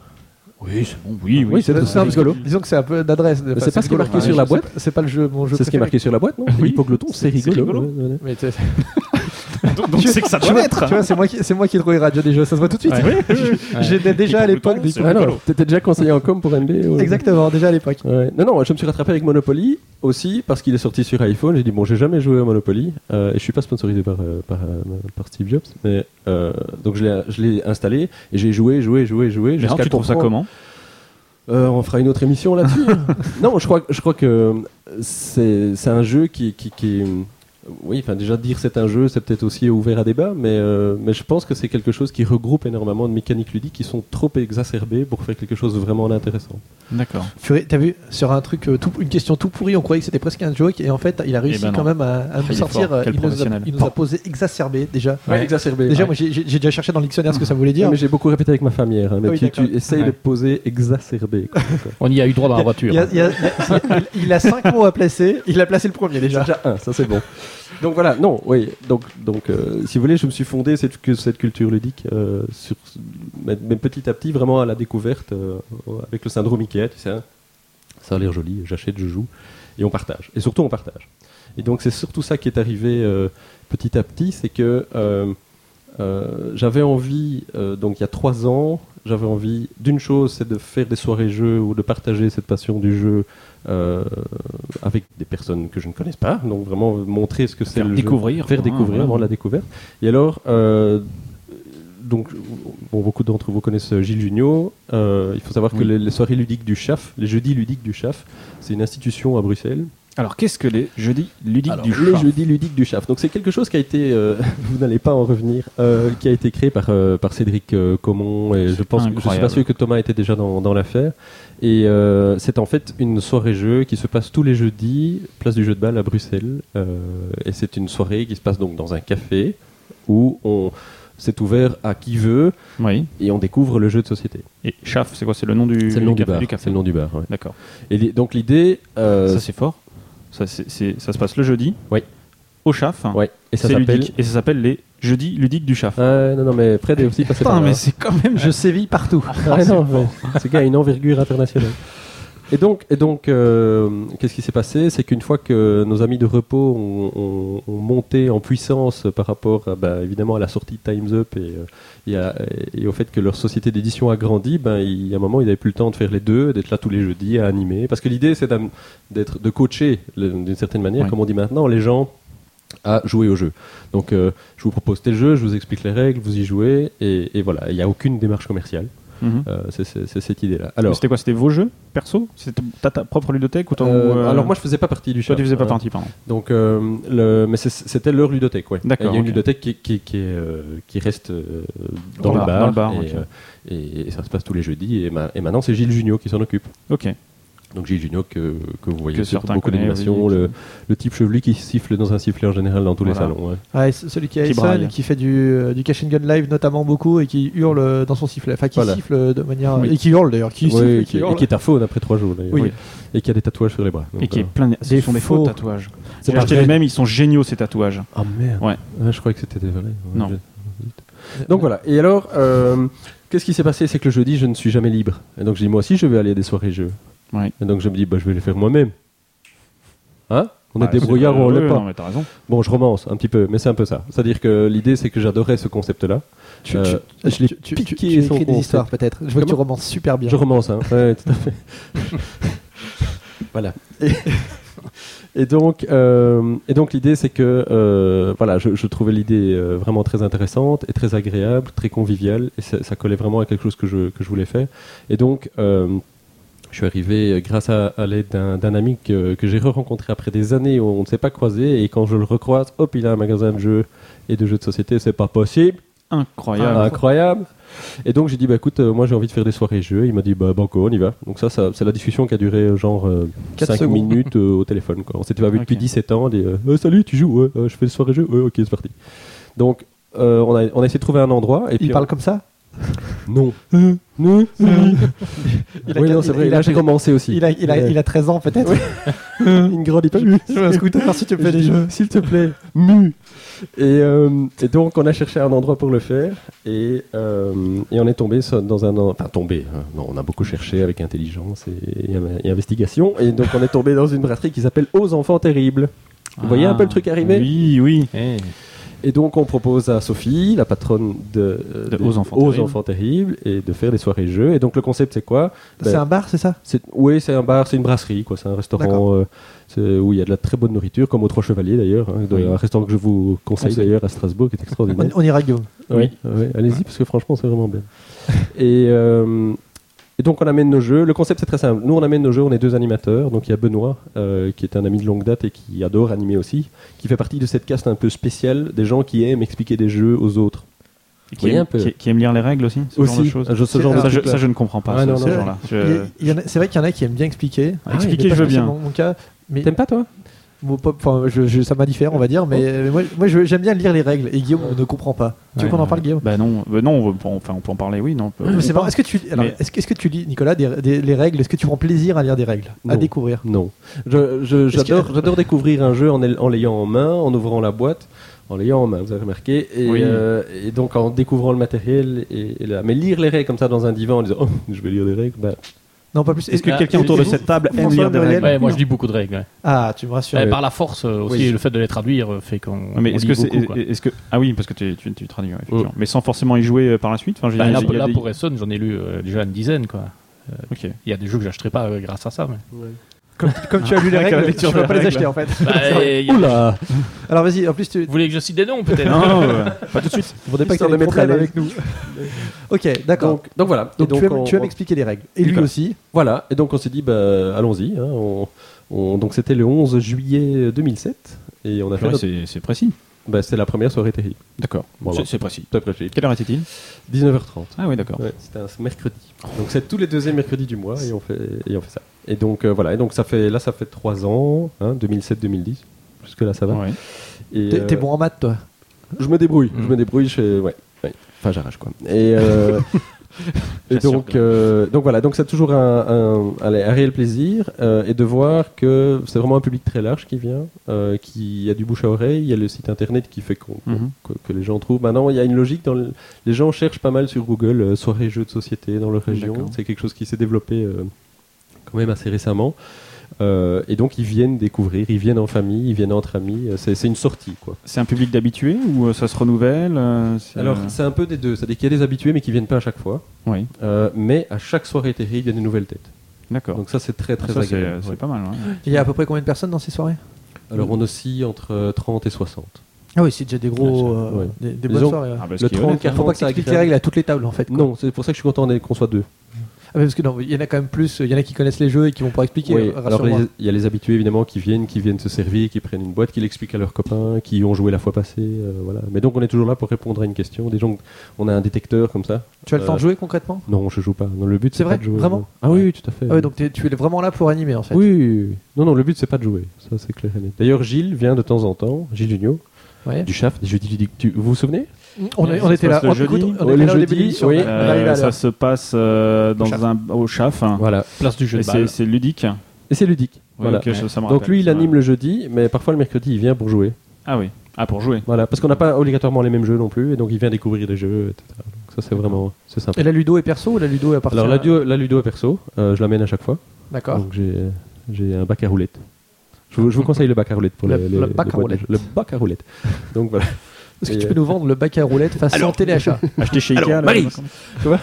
Speaker 5: Oui, c'est bon, oui,
Speaker 6: oui. c'est-
Speaker 4: Non,
Speaker 6: c'est
Speaker 4: parce que
Speaker 6: rigolo.
Speaker 4: Disons que c'est un peu d'adresse. Enfin,
Speaker 6: c'est pas ce qui est
Speaker 4: rigolo.
Speaker 6: marqué
Speaker 4: Ouais,
Speaker 6: sur la
Speaker 4: je sais
Speaker 6: boîte.
Speaker 4: pas- C'est pas le jeu, mon jeu.
Speaker 6: C'est ce qui est marqué sur la boîte, non
Speaker 5: Oui.
Speaker 6: Hypoglouton, c'est
Speaker 5: C'est- c'est
Speaker 6: rigolo.
Speaker 5: rigolo.
Speaker 6: Ouais, ouais.
Speaker 4: marqué.
Speaker 5: Donc, donc c'est que ça
Speaker 4: Tu
Speaker 5: doit
Speaker 4: vois,
Speaker 5: être.
Speaker 4: tu vois, c'est moi qui, c'est moi qui ai trouvé Radio des jeux. Ça se voit tout de suite.
Speaker 5: Ouais.
Speaker 4: J'étais déjà à l'époque.
Speaker 5: Hypoglouton,
Speaker 4: des-
Speaker 5: c'est
Speaker 6: Ah
Speaker 5: rigolo.
Speaker 6: non, t'étais déjà conseiller en com pour NB ouais.
Speaker 4: Exactement, déjà à l'époque.
Speaker 6: Ouais. Non, non, je me suis rattrapé avec Monopoly aussi parce qu'il est sorti sur iPhone. J'ai dit, bon, j'ai jamais joué à Monopoly euh, et je suis pas sponsorisé par, euh, par, euh, par Steve Jobs. Mais, euh, donc je l'ai- je l'ai installé et j'ai joué, joué, joué, joué.
Speaker 5: Mais alors,
Speaker 6: jusqu'à
Speaker 5: tu trouves ça
Speaker 6: comprendre-
Speaker 5: comment
Speaker 6: Euh, on fera une autre émission là-dessus. non, je crois, je crois que c'est c'est un jeu qui, qui, qui est- Oui, enfin déjà dire c'est un jeu, c'est peut-être aussi ouvert à débat, mais, euh, mais je pense que c'est quelque chose qui regroupe énormément de mécaniques ludiques qui sont trop exacerbées pour faire quelque chose de vraiment intéressant.
Speaker 5: D'accord.
Speaker 4: Furet, t'as vu sur un truc, euh, tout- une question tout pourrie, on croyait que c'était presque un joke, et en fait, il a réussi
Speaker 5: ben non.
Speaker 4: quand même à, à
Speaker 5: Il
Speaker 4: nous
Speaker 5: est
Speaker 4: sortir.
Speaker 5: fort,
Speaker 4: euh,
Speaker 5: quel
Speaker 4: il, nous a,
Speaker 5: professionnel.
Speaker 4: il nous a
Speaker 5: Bon.
Speaker 4: posé exacerbé déjà.
Speaker 6: exacerbé.
Speaker 4: Déjà, moi, j'ai j'ai- j'ai déjà cherché dans le dictionnaire ce que ça voulait dire.
Speaker 6: mais j'ai beaucoup répété avec ma famille hier, hein, mais
Speaker 4: Ah oui,
Speaker 6: tu, tu
Speaker 4: d'accord.
Speaker 6: essayes
Speaker 5: Ouais.
Speaker 6: de poser exacerbé. quoi.
Speaker 1: On y a eu droit dans la voiture.
Speaker 4: Il, y a, il y a- il y a- il a cinq mots à placer. Il a placé le premier déjà.
Speaker 6: déjà un, ça c'est bon. Donc voilà, non, oui. Donc, donc euh, si vous voulez, je me suis fondé cette, cu- cette culture ludique, euh, sur, mais, mais petit à petit, vraiment à la découverte, euh, avec le syndrome Ikea, tu sais. hein. Ça a l'air joli, j'achète, je joue, et on partage. Et surtout, on partage. Et donc c'est surtout ça qui est arrivé euh, petit à petit, c'est que euh, euh, j'avais envie, euh, donc il y a trois ans, j'avais envie d'une chose, c'est de faire des soirées jeux ou de partager cette passion du jeu euh, avec des personnes que je ne connaisse pas, donc vraiment montrer ce que c'est
Speaker 5: Faire
Speaker 6: le
Speaker 5: découvrir,
Speaker 6: jeu, faire
Speaker 5: quoi, hein,
Speaker 6: découvrir
Speaker 5: voilà.
Speaker 6: avant la découverte. Et alors, euh, donc bon, beaucoup d'entre vous connaissent Gilles Junio. Euh, il faut savoir que
Speaker 5: Oui.
Speaker 6: les, les soirées ludiques du CHAF, les jeudis ludiques du CHAF, c'est une institution à Bruxelles
Speaker 5: Alors, qu'est-ce que les jeudis ludiques du
Speaker 6: les
Speaker 5: chat
Speaker 6: jeudis ludiques du chaf. Donc c'est quelque chose qui a été, euh, vous n'allez pas en revenir, euh, qui a été créé par, euh, par Cédric euh, Comon et je pense, que- je suis pas
Speaker 5: Incroyable.
Speaker 6: sûr que Thomas était déjà dans, dans l'affaire. Et euh, c'est en fait une soirée jeu qui se passe tous les jeudis, place du jeu de balle à Bruxelles. Euh, et c'est une soirée qui se passe donc dans un café où on c'est ouvert à qui veut
Speaker 5: Oui.
Speaker 6: et on découvre le jeu de société.
Speaker 5: Et Chaf, c'est quoi C'est le nom du,
Speaker 6: C'est le nom du
Speaker 5: café-
Speaker 6: bar.
Speaker 5: café.
Speaker 6: C'est le nom du bar. ouais.
Speaker 5: D'accord.
Speaker 6: Et li- donc l'idée, euh,
Speaker 5: Ça, c'est fort. Ça, c'est- c'est- ça se passe le jeudi.
Speaker 6: Oui.
Speaker 5: Au Chaf.
Speaker 6: ouais. Et ça
Speaker 5: C'est
Speaker 6: s'appelle.
Speaker 5: ludique. Et ça s'appelle les jeudis ludiques du Chaf.
Speaker 6: Ah, non non mais Fred est aussi passé par
Speaker 5: Putain,
Speaker 6: là.
Speaker 5: mais c'est quand même.
Speaker 4: Je sévis partout.
Speaker 6: Ah, non, mais ce gars a une envergure internationale. Et donc, et donc euh, qu'est-ce qui s'est passé C'est qu'une fois que nos amis de repos ont, ont- ont monté en puissance par rapport à, bah, évidemment à la sortie de Time's Up et, euh, et, à- et au fait que leur société d'édition a grandi, ben, il, à un moment, ils n'avaient plus le temps de faire les deux, d'être là tous les jeudis à animer. Parce que l'idée, c'est d'am- d'être, de coacher le- d'une certaine manière,
Speaker 5: Oui.
Speaker 6: comme on dit maintenant, les gens à jouer au jeu. Donc, euh, je vous propose tel jeu, je vous explique les règles, vous y jouez, et, et voilà. Il n'y a aucune démarche commerciale.
Speaker 5: Mhm.
Speaker 6: Euh, c'est, c'est- c'est cette idée-là.
Speaker 5: Mais
Speaker 6: Alors,
Speaker 5: C'était quoi C'était vos jeux perso C'était ta, ta propre ludothèque ou ton-
Speaker 6: euh,
Speaker 5: ou, euh,
Speaker 6: alors moi, je faisais pas partie du chat.
Speaker 5: toi tu faisais pas
Speaker 6: Euh,
Speaker 5: partie, pardon.
Speaker 6: donc, euh, le, mais c'est- c'était leur ludothèque, ouais.
Speaker 5: D'accord,
Speaker 6: Il y a une
Speaker 5: ok.
Speaker 6: ludothèque qui, qui, qui est, euh, qui reste euh, dans,
Speaker 5: Dans
Speaker 6: le
Speaker 5: le-
Speaker 6: bar,
Speaker 5: dans le bar,
Speaker 6: et,
Speaker 5: ok.
Speaker 6: euh, et- et ça se passe tous les jeudis. Et, ma- et maintenant, c'est Gilles Junio qui s'en occupe.
Speaker 5: Ok.
Speaker 6: Donc Gilles Junio que, que vous voyez
Speaker 5: Que
Speaker 6: sur
Speaker 5: certains
Speaker 6: beaucoup
Speaker 5: connaissent,
Speaker 6: d'animations,
Speaker 5: oui.
Speaker 6: le, le type chevelu qui siffle dans un sifflet en général dans tous
Speaker 5: Voilà.
Speaker 6: les salons. hein. ouais.
Speaker 4: Ouais, c- celui qui est
Speaker 5: Qui braille.
Speaker 4: Tyson, qui fait du, euh, du cash and gun live notamment beaucoup et qui hurle euh, dans son sifflet. Enfin, qui
Speaker 6: Voilà.
Speaker 4: siffle euh, de manière.
Speaker 5: Oui.
Speaker 4: Et qui hurle d'ailleurs. Qui
Speaker 6: Ouais,
Speaker 4: siffle,
Speaker 6: et
Speaker 4: qui
Speaker 6: qui,
Speaker 4: hurle.
Speaker 6: et qui est à faune après trois jours d'ailleurs.
Speaker 4: Oui.
Speaker 6: Et qui a des tatouages sur les bras. Donc,
Speaker 5: Et qui est
Speaker 6: euh,
Speaker 5: plein de... Ce
Speaker 4: des
Speaker 5: sont des faux
Speaker 4: faux-
Speaker 5: tatouages.
Speaker 6: c'est
Speaker 5: J'ai
Speaker 6: pas
Speaker 5: acheté
Speaker 6: vrai.
Speaker 5: les mêmes, ils sont géniaux ces tatouages.
Speaker 6: Ah merde.
Speaker 5: Ouais.
Speaker 6: Ah, je croyais que c'était des vrais. Ouais,
Speaker 5: Non.
Speaker 6: je- Donc voilà. Et alors, euh, qu'est-ce qui s'est passé C'est que le jeudi, je ne suis jamais libre. Et donc, je dis, moi aussi, je vais aller à des soirées jeux.
Speaker 5: Ouais.
Speaker 6: Et donc, je me dis, bah, je vais les faire moi-même. Hein On
Speaker 5: Bah,
Speaker 6: est débrouillard
Speaker 5: c'est-
Speaker 6: ou on l'est
Speaker 5: oui,
Speaker 6: pas.
Speaker 5: Non, mais t'as raison.
Speaker 6: Bon, je romance un petit peu, mais c'est un peu ça. C'est-à-dire que l'idée, c'est que j'adorais ce concept-là.
Speaker 4: Tu,
Speaker 6: Euh,
Speaker 4: tu-
Speaker 6: je l'ai
Speaker 4: tu- tu-
Speaker 6: piqué
Speaker 4: tu- tu écris
Speaker 6: son
Speaker 4: des
Speaker 6: concept.
Speaker 4: histoires peut-être. Je vois que tu
Speaker 6: Comment
Speaker 4: romances super bien.
Speaker 6: Je romance, hein. Ouais, tout à fait. voilà. Et, et donc, euh, et donc l'idée, c'est que euh, voilà, je, je trouvais l'idée euh, vraiment très intéressante et très agréable, très conviviale, et ça, ça collait vraiment à quelque chose que je, que je voulais faire. Et donc, euh, je suis arrivé euh, grâce à, à l'aide d'un d'un ami que, que j'ai re-rencontré après des années où on ne s'est pas croisé, et quand je le recroise, hop, il a un magasin de jeux et de jeux de société, c'est pas possible.
Speaker 5: Incroyable.
Speaker 6: Ah, Incroyable. Et donc j'ai dit bah écoute euh, moi j'ai envie de faire des soirées jeux. Il m'a dit bah banco on y va. Donc ça, ça c'est la discussion qui a duré euh, genre
Speaker 4: Quatre
Speaker 6: 5
Speaker 4: secondes.
Speaker 6: minutes euh, au téléphone quoi. On s'était pas vu depuis
Speaker 5: Ok.
Speaker 6: 17 ans. On dit euh, Euh, salut tu joues ouais, euh, je fais des soirées jeux ouais ok c'est parti. Donc euh, on, a, on a essayé de trouver un endroit et puis
Speaker 4: Il parle comme ça
Speaker 6: non non
Speaker 4: Il a
Speaker 6: Oui, non,
Speaker 4: quatre-
Speaker 6: c'est
Speaker 4: il-
Speaker 6: vrai
Speaker 4: il
Speaker 6: il
Speaker 4: a-
Speaker 6: a j'ai commencé aussi
Speaker 4: Il a, il a, il a 13 ans peut-être.
Speaker 6: une grande hypothèse
Speaker 4: Je veux un scooter si tu
Speaker 6: Je
Speaker 4: fais des
Speaker 6: dis,
Speaker 4: jeux.
Speaker 6: S'il te plaît, Ah, mu. Et, euh, et donc, on a cherché un endroit pour le faire et, euh, et on est tombé sur- dans un. en- Enfin, tombé. hein. Non, on a beaucoup cherché avec intelligence et, et- et investigation. Et donc, on est tombé dans une brasserie qui s'appelle Aux Enfants Terribles. Vous voyez un peu le truc arriver
Speaker 5: ah.
Speaker 6: Eh,
Speaker 5: Oui, oui.
Speaker 6: Et donc, on propose à Sophie, la patronne de, euh,
Speaker 5: De
Speaker 6: des-
Speaker 5: Aux Enfants Terribles.
Speaker 6: Enfants Terribles, et de faire des soirées jeux. Et donc, le concept, c'est quoi
Speaker 4: C'est un bar, c'est ça
Speaker 6: c'est- Oui, c'est un bar, c'est une brasserie, quoi. C'est un restaurant
Speaker 4: D'accord.
Speaker 6: euh, c'est- où il y a de la très bonne nourriture, comme aux Trois Chevaliers d'ailleurs. hein, de-
Speaker 5: Oui.
Speaker 6: Un restaurant que je vous conseille
Speaker 5: Conseil.
Speaker 6: d'ailleurs à Strasbourg, qui est
Speaker 4: On,
Speaker 6: extraordinaire.
Speaker 4: on ira Guillaume.
Speaker 5: Oui.
Speaker 6: Ouais, Allez-y, parce que franchement, c'est vraiment bien. et, euh, et donc, on amène nos jeux. Le concept, c'est très simple. Nous, on amène nos jeux, on est deux animateurs. Donc, il y a Benoît, euh, qui est un ami de longue date et qui adore animer aussi, qui fait partie de cette caste un peu spéciale des gens qui aiment expliquer des jeux aux autres.
Speaker 5: Et Qui,
Speaker 6: voyez
Speaker 5: aime,
Speaker 6: un peu.
Speaker 5: qui- qui aime lire les règles aussi, ce genre de
Speaker 6: aussi,
Speaker 5: choses.
Speaker 6: euh, ce genre de
Speaker 5: ça, je,
Speaker 6: truc-là.
Speaker 5: ça, je ne comprends pas,
Speaker 6: Ah,
Speaker 5: ce,
Speaker 6: non,
Speaker 5: ce
Speaker 6: non.
Speaker 5: genre-là. Je-
Speaker 4: Il y a- il y en a- C'est vrai qu'il y en a qui aiment bien expliquer.
Speaker 5: Euh. Ah, expliquer,
Speaker 4: mais pas
Speaker 5: je veux bien.
Speaker 4: spécialement Mon cas, mais
Speaker 6: T'aimes pas, toi
Speaker 4: Mon pop- enfin, je- je- ça m'a diffère, on va dire, mais euh, moi, moi, je- j'aime bien lire les règles et Guillaume ne comprend pas. Tu veux
Speaker 5: Ouais,
Speaker 4: qu'on en
Speaker 5: ouais.
Speaker 4: parle, Guillaume
Speaker 5: Bah non, euh, non on, peut, enfin, on peut en parler, oui. Non, on peut-
Speaker 4: Ah, C'est marrant. Est-ce que tu, alors,
Speaker 5: Mais-
Speaker 4: est-ce, que- est-ce que tu lis, Nicolas, des- des- les règles Est-ce que tu prends plaisir à lire des règles, à
Speaker 6: Non.
Speaker 4: découvrir
Speaker 6: Non. Je- je-
Speaker 4: Est-ce
Speaker 6: J'adore
Speaker 4: que-
Speaker 6: j'adore découvrir un jeu en, el- en l'ayant en main, en ouvrant la boîte, en l'ayant en main, vous avez remarqué. Et,
Speaker 5: Oui.
Speaker 6: euh, et donc en découvrant le matériel. Et, et là. Mais lire les règles comme ça dans un divan en disant Oh, je vais lire les règles. bah,
Speaker 4: Non, pas plus.
Speaker 5: Est-ce que
Speaker 1: Ah,
Speaker 5: quelqu'un
Speaker 1: et-
Speaker 5: autour de
Speaker 1: et-
Speaker 5: cette table aime
Speaker 4: François
Speaker 5: lire des
Speaker 4: Gabriel
Speaker 5: règles
Speaker 1: Ouais, moi je lis beaucoup de règles. ouais.
Speaker 4: Ah, tu me rassures.
Speaker 1: Euh, par la force euh, aussi,
Speaker 6: Oui.
Speaker 1: le fait de les traduire euh, fait qu'on.
Speaker 5: Ouais, mais
Speaker 1: on
Speaker 5: est-ce
Speaker 1: lit
Speaker 5: que c'est
Speaker 1: beaucoup, quoi.
Speaker 5: est-ce que ah oui parce que tu, tu, tu traduis ouais, effectivement. mais sans forcément y jouer euh, par la suite enfin je veux
Speaker 1: Bah,
Speaker 5: dire,
Speaker 1: là,
Speaker 5: il y a
Speaker 1: là,
Speaker 5: des-
Speaker 1: pour Essonne, j'en ai lu euh, déjà une dizaine. quoi.
Speaker 5: ok
Speaker 1: Il y a des jeux que j'achèterai pas euh, grâce à ça. mais-
Speaker 4: Comme, comme tu as lu les
Speaker 5: Avec la
Speaker 4: Ah, règles, tu
Speaker 5: lecture
Speaker 4: ne vas
Speaker 5: des
Speaker 4: pas les
Speaker 5: règles.
Speaker 4: acheter en fait.
Speaker 1: Bah, et-
Speaker 6: Oula
Speaker 4: Alors vas-y, en plus tu
Speaker 1: Vous voulez que je cite des noms peut-être
Speaker 5: non, non, euh, pas tout de suite
Speaker 4: ne voudrais pas que tu
Speaker 6: Histoire de mettre à
Speaker 4: problème
Speaker 6: l'aise.
Speaker 4: avec nous. ok, d'accord.
Speaker 6: donc, donc voilà.
Speaker 4: Donc,
Speaker 6: Et donc,
Speaker 4: tu, aimes,
Speaker 6: on-
Speaker 4: tu aimes
Speaker 6: on-
Speaker 4: expliquer les règles. Et lui
Speaker 6: Nicolas.
Speaker 4: aussi.
Speaker 6: Voilà. Et donc on s'est dit bah, Allons-y. hein, on- on- donc c'était le 11 juillet 2007. Et on a fait.
Speaker 5: Ouais,
Speaker 6: notre-
Speaker 5: c'est c'est précis
Speaker 6: bah, C'était la première soirée terrible.
Speaker 5: d'accord
Speaker 6: Voilà.
Speaker 5: c'est c'est précis
Speaker 6: Tout après, j'ai-
Speaker 5: quelle heure était-il
Speaker 6: 19h30.
Speaker 5: ah oui d'accord
Speaker 6: Ouais, c'était un mercredi. Donc c'est tous les deuxièmes mercredis du mois et on fait, et on fait ça. Et donc euh, voilà, et donc ça fait là ça fait 3 ans, hein, 2007-2010. Jusque là ça va.
Speaker 5: Ouais.
Speaker 6: Et,
Speaker 4: T'es,
Speaker 6: euh,
Speaker 4: t'es bon en maths, toi.
Speaker 6: Je me débrouille,
Speaker 5: Mm.
Speaker 6: je me débrouille, je fais- ouais, ouais. Enfin j'arrache quoi. Et, euh, et
Speaker 1: J'assure
Speaker 6: donc
Speaker 1: bien.
Speaker 6: euh, donc voilà, donc c'est toujours un, un- allez, un réel plaisir euh, et de voir que c'est vraiment un public très large qui vient, euh, qui a du bouche à oreille, il y a le site internet qui fait qu'on qu'on-
Speaker 5: Mhm.
Speaker 6: que, que les gens trouvent. Maintenant, il y a une logique dans le- les gens cherchent pas mal sur Google euh, soirée jeux de société dans leur région.
Speaker 5: D'accord.
Speaker 6: C'est quelque chose qui s'est développé euh, quand même assez récemment. Euh, et donc ils viennent découvrir, ils viennent en famille, ils viennent entre amis. euh, C'est c'est une sortie, quoi.
Speaker 5: C'est un public d'habitués ou euh, ça se renouvelle euh, c'est,
Speaker 6: Alors
Speaker 5: euh,
Speaker 6: c'est un peu des deux. C'est-à-dire qu'il y a des habitués mais qui viennent pas à chaque fois.
Speaker 5: oui,
Speaker 6: Euh, mais à chaque soirée télé, il y a des nouvelles têtes.
Speaker 5: d'accord. Ah,
Speaker 6: Donc Ah, ça c'est euh, très très
Speaker 5: Ça, c'est
Speaker 6: agréable.
Speaker 5: c'est
Speaker 6: ouais.
Speaker 5: pas mal. hein. ouais.
Speaker 4: Il y a à peu près combien de personnes dans ces soirées
Speaker 6: Alors on oscille entre euh, 30 et 60.
Speaker 4: Ah oui, c'est déjà des gros. euh,
Speaker 6: Ouais.
Speaker 4: des, des
Speaker 6: Les
Speaker 4: bonnes
Speaker 6: gens-
Speaker 4: soirées. ouais.
Speaker 5: Ah, bah, ce
Speaker 6: Le
Speaker 5: qui est
Speaker 6: 30,
Speaker 5: honnête, hein.
Speaker 4: Faut pas
Speaker 6: 40,
Speaker 4: que tu
Speaker 6: c'est
Speaker 4: expliques les
Speaker 6: agréable.
Speaker 4: règles à toutes les tables en fait. quoi.
Speaker 6: Non, c'est pour ça que je suis content qu'on soit deux.
Speaker 4: Ah, mais parce que non, il y en a quand même plus, il y en a qui connaissent les jeux et qui vont pouvoir expliquer.
Speaker 6: Oui,
Speaker 4: rassure-moi.
Speaker 6: alors les- il y a les habitués évidemment qui viennent, qui viennent se servir, qui prennent une boîte, qui l'expliquent à leurs copains, qui y ont joué la fois passée, euh, voilà. Mais donc on est toujours là pour répondre à une question. Des gens, on a un détecteur comme ça.
Speaker 4: Tu as le temps de
Speaker 6: euh,
Speaker 4: jouer concrètement
Speaker 6: Non, je joue pas. Non, le but
Speaker 4: C'est
Speaker 6: pas
Speaker 4: vrai
Speaker 6: de jouer,
Speaker 4: Vraiment
Speaker 6: non. Ah oui, oui, tout à fait.
Speaker 4: Ah ouais, donc t'es- tu es vraiment là pour animer en fait.
Speaker 6: oui, oui, oui, oui. non, non, le but c'est pas de jouer. Ça c'est clair. et net. D'ailleurs, Gilles vient de temps en temps. Gilles Junio
Speaker 4: Ouais.
Speaker 6: du Shaft, des jeudis du Dic- tu- Vous vous souvenez
Speaker 4: On, est- on
Speaker 5: Ça se
Speaker 4: était là.
Speaker 5: passe le
Speaker 4: on- écoute,
Speaker 5: jeudi.
Speaker 4: on
Speaker 6: Ouais,
Speaker 4: était
Speaker 6: le
Speaker 4: là au début de
Speaker 6: jeudi,
Speaker 4: l'émission.
Speaker 6: oui.
Speaker 4: on arrive
Speaker 5: Euh,
Speaker 4: à
Speaker 5: ça
Speaker 4: l'heure.
Speaker 5: se passe euh, dans
Speaker 4: Chaf.
Speaker 5: un au chaf. hein.
Speaker 6: Voilà.
Speaker 1: Place du jeu
Speaker 5: Et
Speaker 1: de
Speaker 5: c'est
Speaker 1: balle.
Speaker 5: c'est ludique.
Speaker 6: Et c'est ludique.
Speaker 5: Oui,
Speaker 6: voilà.
Speaker 5: ok, ça- ça me
Speaker 6: Donc
Speaker 5: rappelle.
Speaker 6: lui, il
Speaker 5: Ouais.
Speaker 6: anime le jeudi, mais parfois le mercredi, il vient pour jouer.
Speaker 5: Ah oui. Ah pour jouer.
Speaker 6: Voilà, parce qu'on n'a pas obligatoirement les mêmes jeux non plus, et donc il vient découvrir des jeux, etc. Donc ça, c'est vraiment c'est sympa.
Speaker 4: Et la Ludo est perso ou la Ludo est partie
Speaker 6: Alors la, duo- la Ludo est perso, euh, je l'amène à chaque fois.
Speaker 4: D'accord.
Speaker 6: Donc j'ai, j'ai un bac à roulettes. Je vous, je vous conseille le bac à roulettes pour
Speaker 4: Le-
Speaker 6: les,
Speaker 4: le
Speaker 6: les-
Speaker 4: bac
Speaker 6: les
Speaker 4: à
Speaker 6: boîtes de
Speaker 4: roulettes.
Speaker 6: jeux. Le bac à roulettes. Donc voilà.
Speaker 4: Est-ce que
Speaker 6: Et,
Speaker 4: tu peux nous vendre le bac à roulettes façon
Speaker 3: Alors-
Speaker 4: téléachat
Speaker 5: Acheter chez
Speaker 3: Alors,
Speaker 5: Ikea. là,
Speaker 3: Maryse.
Speaker 5: d'accord.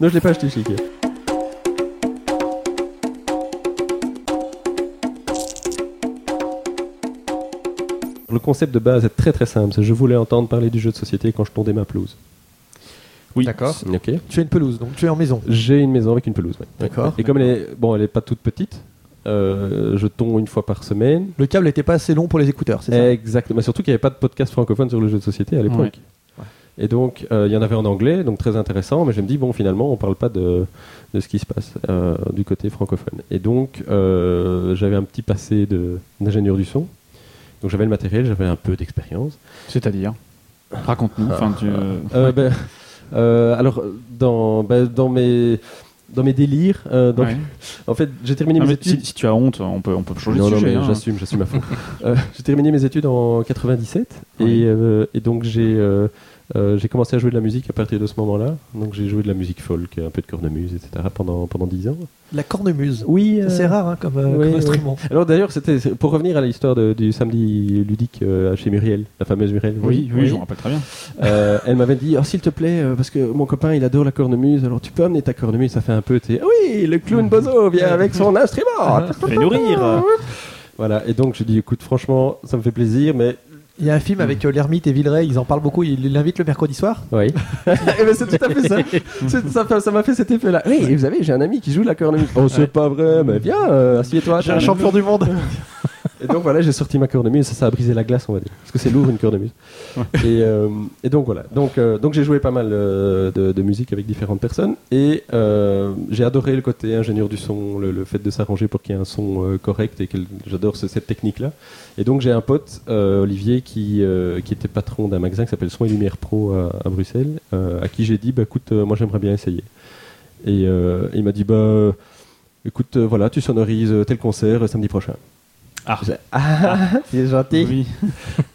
Speaker 6: Non, je l'ai pas acheté chez Ikea. Le concept de base est très très simple. C'est je voulais entendre parler du jeu de société quand je tondais ma pelouse.
Speaker 5: Oui.
Speaker 4: D'accord.
Speaker 6: Ok.
Speaker 4: Tu as une pelouse, donc tu es en maison.
Speaker 6: J'ai une maison avec une pelouse. ouais.
Speaker 4: D'accord.
Speaker 6: Et comme elle est, bon, elle est pas toute petite, euh, je tombe une fois par semaine.
Speaker 4: Le câble n'était pas assez long pour les écouteurs, c'est ça
Speaker 6: Exactement. Mais surtout qu'il n'y avait pas de podcast francophone sur le jeu de société à l'époque.
Speaker 5: Ouais.
Speaker 6: Et donc, euh, il y en avait en anglais, donc très intéressant, mais je me dis, bon, finalement, on parle pas de, de ce qui se passe euh, du côté francophone. Et donc, euh, j'avais un petit passé de- d'ingénieur du son. Donc, j'avais le matériel, j'avais un peu d'expérience.
Speaker 5: C'est-à-dire. Raconte-nous. Enfin, tu, euh,
Speaker 6: Euh, ben, euh, alors, dans, ben, dans, mes, dans mes délires, euh, dans-
Speaker 5: ouais.
Speaker 6: en fait, j'ai terminé
Speaker 5: Ah,
Speaker 6: mes
Speaker 5: mais
Speaker 6: études.
Speaker 5: si, si tu as honte, on peut, on peut changer
Speaker 6: non,
Speaker 5: de
Speaker 6: non,
Speaker 5: sujet.
Speaker 6: mais
Speaker 5: hein.
Speaker 6: j'assume, j'assume à fond. Euh, j'ai terminé mes études en 97
Speaker 5: Oui.
Speaker 6: et, euh, et donc j'ai euh, euh, j'ai commencé à jouer de la musique à partir de ce moment-là. Donc j'ai joué de la musique folk, un peu de cornemuse, etc. pendant, pendant 10 ans.
Speaker 4: La cornemuse.
Speaker 6: Oui,
Speaker 4: Ça, C'est rare hein, comme, euh,
Speaker 6: ouais,
Speaker 4: comme
Speaker 6: ouais.
Speaker 4: instrument.
Speaker 6: Alors d'ailleurs, c'était c'est- pour revenir à l'histoire de- du samedi ludique euh, chez Muriel, la fameuse Muriel.
Speaker 5: Oui, oui, je me rappelle très bien.
Speaker 6: Euh, elle m'avait dit, oh, s'il te plaît, euh, parce que mon copain il adore la cornemuse, alors tu peux amener ta cornemuse, ça fait un peu, tu sais, Ah oui, le clown Bozo vient avec son instrument.
Speaker 5: Fais-nous rire.
Speaker 6: Oh. voilà, et donc je dis, écoute, franchement, ça me fait plaisir, mais
Speaker 4: Il y a un film avec euh, l'ermite et Villeray, ils en parlent beaucoup, ils l'invitent le mercredi soir.
Speaker 6: Oui. Eh ben, c'est tout à fait ça. C'est- ça fait- ça m'a fait cet effet-là. Oui, et vous savez, j'ai un ami qui joue de la cornemuse. Oh, c'est pas vrai, mais viens, euh, assieds-toi.
Speaker 4: J'ai un champion du monde.
Speaker 6: Et donc voilà, j'ai sorti ma cornemuse. Ça, ça a brisé la glace, on va dire. Parce que c'est lourd, une cornemuse. Et, euh, et donc voilà. Donc, euh, donc j'ai joué pas mal euh, de, de musique avec différentes personnes. Et euh, j'ai adoré le côté ingénieur du son, le, le fait de s'arranger pour qu'il y ait un son euh, correct. Et que j'adore ce- cette technique-là. Et donc j'ai un pote, euh, Olivier, qui, euh, qui était patron d'un magasin qui s'appelle Soins et Lumière Pro à, à Bruxelles, euh, à qui j'ai dit, bah, écoute, euh, moi j'aimerais bien essayer. Et euh, il m'a dit, bah, euh, écoute, euh, voilà, tu sonorises euh, tel concert euh, samedi prochain.
Speaker 5: Ah.
Speaker 6: J'ai- Ah, c'est gentil.
Speaker 5: Oui.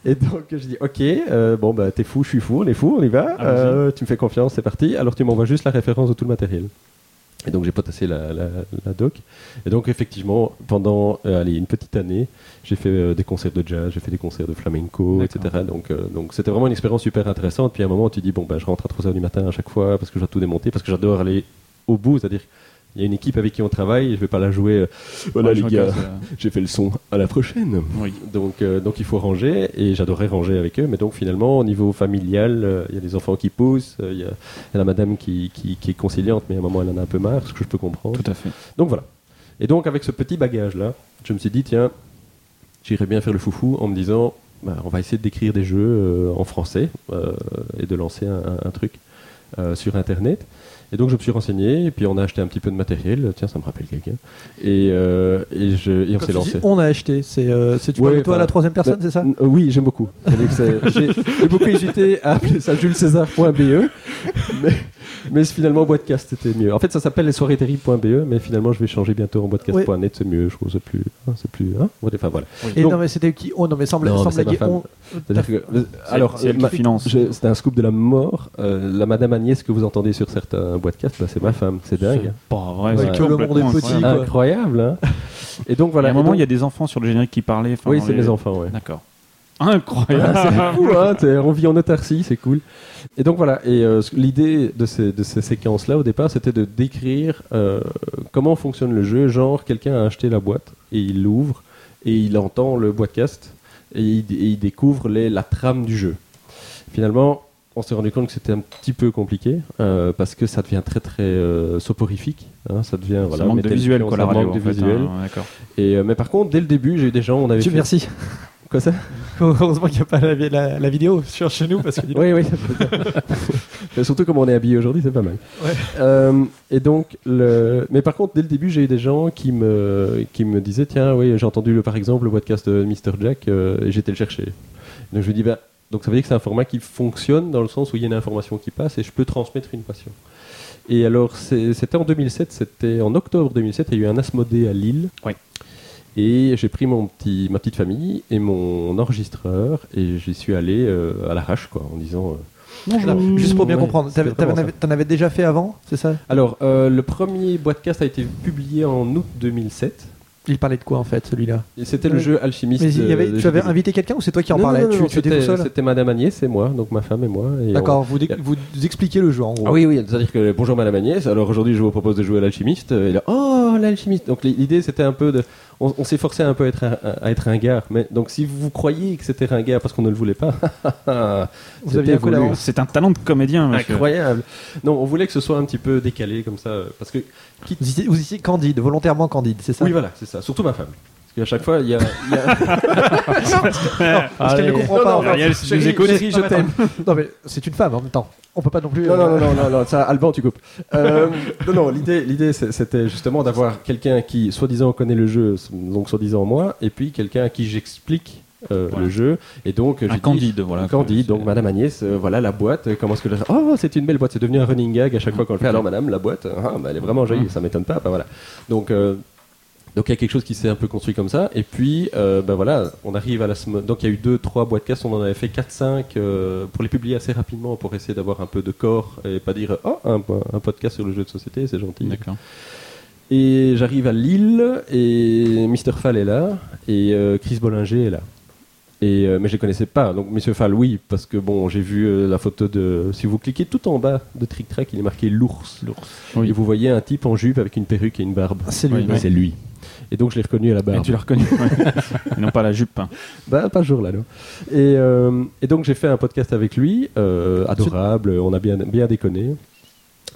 Speaker 6: Et donc je dis, ok, euh, bon, bah t'es fou, je suis fou, on est fou, on y va,
Speaker 5: Allons-y.
Speaker 6: Euh, tu me fais confiance, c'est parti. Alors tu m'envoies juste la référence de tout le matériel. Et donc j'ai potassé la, la, la doc. Et donc effectivement, pendant euh, allez, une petite année, j'ai fait euh, des concerts de jazz, j'ai fait des concerts de flamenco,
Speaker 5: D'accord.
Speaker 6: etc. Donc euh, donc c'était vraiment une expérience super intéressante. Puis à un moment, tu dis bon ben je rentre à 3 heures du matin à chaque fois parce que je dois tout démonter, parce que j'adore aller au bout, c'est-à-dire il y a une équipe avec qui on travaille, et je vais pas la jouer. euh, voilà
Speaker 5: Ouais, je
Speaker 6: les
Speaker 5: me
Speaker 6: gars,
Speaker 5: casse, euh,
Speaker 6: j'ai fait le son, à la prochaine.
Speaker 5: Oui.
Speaker 6: Donc, euh, donc il faut ranger et j'adorais ranger avec eux. Mais donc finalement, au niveau familial, euh, il y a des enfants qui poussent, euh, il y, a il y a la madame qui, qui, qui est conciliante, mais à un moment elle en a un peu marre, ce que je peux comprendre.
Speaker 5: Tout à fait.
Speaker 6: Donc voilà. Et donc avec ce petit bagage là, je me suis dit tiens, j'irais bien faire le foufou en me disant bah, on va essayer de décrire des jeux euh, en français euh, et de lancer un, un- un truc euh, sur internet. Et donc je me suis renseigné et puis on a acheté un petit peu de matériel. Tiens, ça me rappelle quelqu'un. Et, euh, et, je, et on
Speaker 4: Quand
Speaker 6: s'est
Speaker 4: tu
Speaker 6: lancé.
Speaker 4: dis on a acheté, c'est euh, c'est- tu
Speaker 6: Ouais,
Speaker 4: parles de toi à
Speaker 6: bah,
Speaker 4: la troisième personne,
Speaker 6: bah,
Speaker 4: c'est ça
Speaker 6: n- euh, Oui, j'aime beaucoup. C'est-à-dire que c'est- J'ai j'ai beaucoup hésité à appeler ça julescésar.be, mais mais finalement, Boîtecast c'était mieux. En fait, ça s'appelle les soirées terribles.be, mais finalement, je vais changer bientôt en boîtecast.net, c'est mieux, je trouve, c'est plus. hein, c'est plus hein enfin, voilà.
Speaker 4: Et
Speaker 6: Donc-
Speaker 4: non, mais c'était qui Oh non, mais semble,
Speaker 6: Non, mais
Speaker 4: semble
Speaker 6: c'est ma
Speaker 4: la-
Speaker 6: femme.
Speaker 4: on-
Speaker 6: C'est-à-dire que- le- alors,
Speaker 4: euh,
Speaker 5: c'est elle qui
Speaker 6: ma-
Speaker 5: finance.
Speaker 6: je- C'était un scoop de la mort. Euh, la Madame Agnès que vous entendez sur certains podcasts, bah, c'est ma femme. C'est dingue.
Speaker 5: Pas vrai.
Speaker 6: Ouais,
Speaker 5: c'est
Speaker 4: que le monde est
Speaker 5: complètement
Speaker 4: petit,
Speaker 5: incroyable.
Speaker 4: quoi.
Speaker 6: Incroyable. hein. et donc
Speaker 5: À
Speaker 6: voilà.
Speaker 5: un
Speaker 6: Et
Speaker 5: moment,
Speaker 6: donc-
Speaker 5: il y a des enfants sur le générique qui parlaient. enfin,
Speaker 6: Oui,
Speaker 5: dans
Speaker 6: c'est
Speaker 5: les-
Speaker 6: mes enfants. Ouais.
Speaker 5: D'accord. Incroyable.
Speaker 6: Fou, hein, t'es- on vit en autarcie, c'est cool. Et donc voilà, et euh, ce- l'idée de ces, de ces séquences-là au départ, c'était de décrire euh, comment fonctionne le jeu, genre quelqu'un a acheté la boîte et il l'ouvre et il entend le podcast et il, et il découvre les, la trame du jeu. Finalement, on s'est rendu compte que c'était un petit peu compliqué euh, parce que ça devient très très euh, soporifique. hein, ça devient voilà,
Speaker 5: ça manque
Speaker 6: mettez
Speaker 5: de
Speaker 6: le
Speaker 5: visuel,
Speaker 6: pion,
Speaker 5: quoi,
Speaker 6: ça
Speaker 5: la radio.
Speaker 6: manque de
Speaker 5: en fait,
Speaker 6: visuel.
Speaker 5: hein, D'accord.
Speaker 6: Et, euh, mais par contre, dès le début, j'ai eu des gens, on avait
Speaker 4: Dieu
Speaker 6: fait-
Speaker 4: merci.
Speaker 6: Quoi ça
Speaker 4: Heureusement qu'il n'y a pas la, la- la vidéo sur chez nous parce que dis donc,
Speaker 6: Oui, oui. ça peut- Mais Surtout comme on est habillé aujourd'hui, c'est pas mal. Euh, et donc, le... mais par contre, dès le début, j'ai eu des gens qui me qui me disaient tiens, oui, j'ai entendu le par exemple le podcast de Mr Jack euh, et j'étais le chercher. Donc je lui dis bah donc ça veut dire que c'est un format qui fonctionne dans le sens où il y a une information qui passe et je peux transmettre une passion. Et alors c'est- c'était en 2007, c'était en octobre 2007, il y a eu un Asmodée à Lille.
Speaker 5: Oui.
Speaker 6: Et j'ai pris mon petit, ma petite famille et mon enregistreur et j'y suis allé euh, à l'arrache quoi, en disant. euh,
Speaker 4: là, juste pour bien
Speaker 6: Ouais,
Speaker 4: comprendre,
Speaker 6: c'était
Speaker 4: t'avais-
Speaker 6: vraiment
Speaker 4: t'en avais, t'en avais déjà fait avant, c'est ça
Speaker 6: Alors euh, le premier boîtecast a été publié en août 2007.
Speaker 4: Il parlait de quoi en fait celui-là
Speaker 6: Et C'était le
Speaker 4: Ouais.
Speaker 6: jeu alchimiste.
Speaker 4: Mais il y avait-
Speaker 6: euh, de
Speaker 4: Tu avais
Speaker 6: GDB.
Speaker 4: invité quelqu'un ou c'est toi qui en
Speaker 6: Non,
Speaker 4: parlais
Speaker 6: non, non,
Speaker 4: Tu-
Speaker 6: non,
Speaker 4: tu étais
Speaker 6: c'était-
Speaker 4: tout seul
Speaker 6: C'était Madame Agnès et moi, donc ma femme et moi. et on-
Speaker 4: D'accord, vous, dé- vous expliquez le jeu en gros.
Speaker 6: Ah oui, oui, c'est-à-dire que bonjour Madame Agnès, alors aujourd'hui je vous propose de jouer à l'alchimiste. Et là, oh l'alchimiste Donc l- l'idée c'était un peu de. On, on s'est forcé un peu à être un, à être ringard, mais donc si vous croyez que c'était ringard parce qu'on ne le voulait pas,
Speaker 4: Vous
Speaker 6: c'était
Speaker 4: aviez un coup
Speaker 6: voulu.
Speaker 4: d'avance.
Speaker 5: C'est un talent de comédien, monsieur.
Speaker 6: Incroyable Non, on voulait que ce soit un petit peu décalé comme ça, euh, parce que. quitte-
Speaker 4: Vous étiez, vous étiez candide, volontairement candide, c'est ça
Speaker 6: Oui, voilà, c'est ça, surtout ma femme. Parce qu'à chaque fois, il y a. il y a-
Speaker 4: Parce qu'elle ne
Speaker 1: Allez.
Speaker 4: comprend
Speaker 6: Non,
Speaker 4: pas.
Speaker 6: non,
Speaker 4: enfin,
Speaker 5: Ariel, si tu
Speaker 4: chérie,
Speaker 5: nous écoutes,
Speaker 4: chérie, je t'aime. Non mais c'est une femme en même temps. On peut pas non plus.
Speaker 6: Non, non,
Speaker 4: euh,
Speaker 6: non, non, non, non, ça, Alban, tu coupes. Euh, non, non, l'idée, l'idée, c'est- c'était justement d'avoir quelqu'un qui, soi-disant, connaît le jeu, donc soi-disant moi, et puis quelqu'un à qui j'explique euh,
Speaker 5: Voilà.
Speaker 6: le jeu, et donc euh,
Speaker 5: Un
Speaker 6: j'ai
Speaker 5: candide,
Speaker 6: dit-
Speaker 5: voilà.
Speaker 6: un candide. Donc,
Speaker 5: C'est-
Speaker 6: Madame Agnès, euh, voilà la boîte. euh, Comment est-ce que le... Oh, c'est une belle boîte. C'est devenu un running gag à chaque fois qu'on le fait. Alors, Madame, la boîte, euh, ah, bah, elle est vraiment
Speaker 5: Mmh.
Speaker 6: jolie. Ça m'étonne pas. Bah, voilà. Donc, euh, donc il y a quelque chose qui s'est un peu construit comme ça. Et puis, euh, ben voilà, on arrive à la semaine. Donc il y a eu deux, trois podcasts. On en avait fait 4 cinq euh, pour les publier assez rapidement, pour essayer d'avoir un peu de corps et pas dire oh un, un podcast sur le jeu de société, c'est gentil.
Speaker 5: D'accord.
Speaker 6: Et j'arrive à Lille et Mr Fall est là et euh, Chris Bollinger est là. Et, euh, mais je les connaissais pas. Donc Monsieur Fall, oui, parce que bon, j'ai vu euh, la photo de. Si vous cliquez tout en bas de Trick Track, il est marqué l'ours.
Speaker 5: Oui. Ah,
Speaker 6: Et vous voyez un type en jupe avec une perruque et une barbe.
Speaker 4: C'est lui.
Speaker 5: Oui,
Speaker 6: C'est lui. Et donc je l'ai reconnu à la barbe.
Speaker 5: Et tu l'as reconnu. ouais. Et non pas la jupe. hein.
Speaker 6: Bah, pas ce jour-là, non. Et, euh, et donc, j'ai fait un podcast avec lui, euh, adorable, on a bien, bien déconné.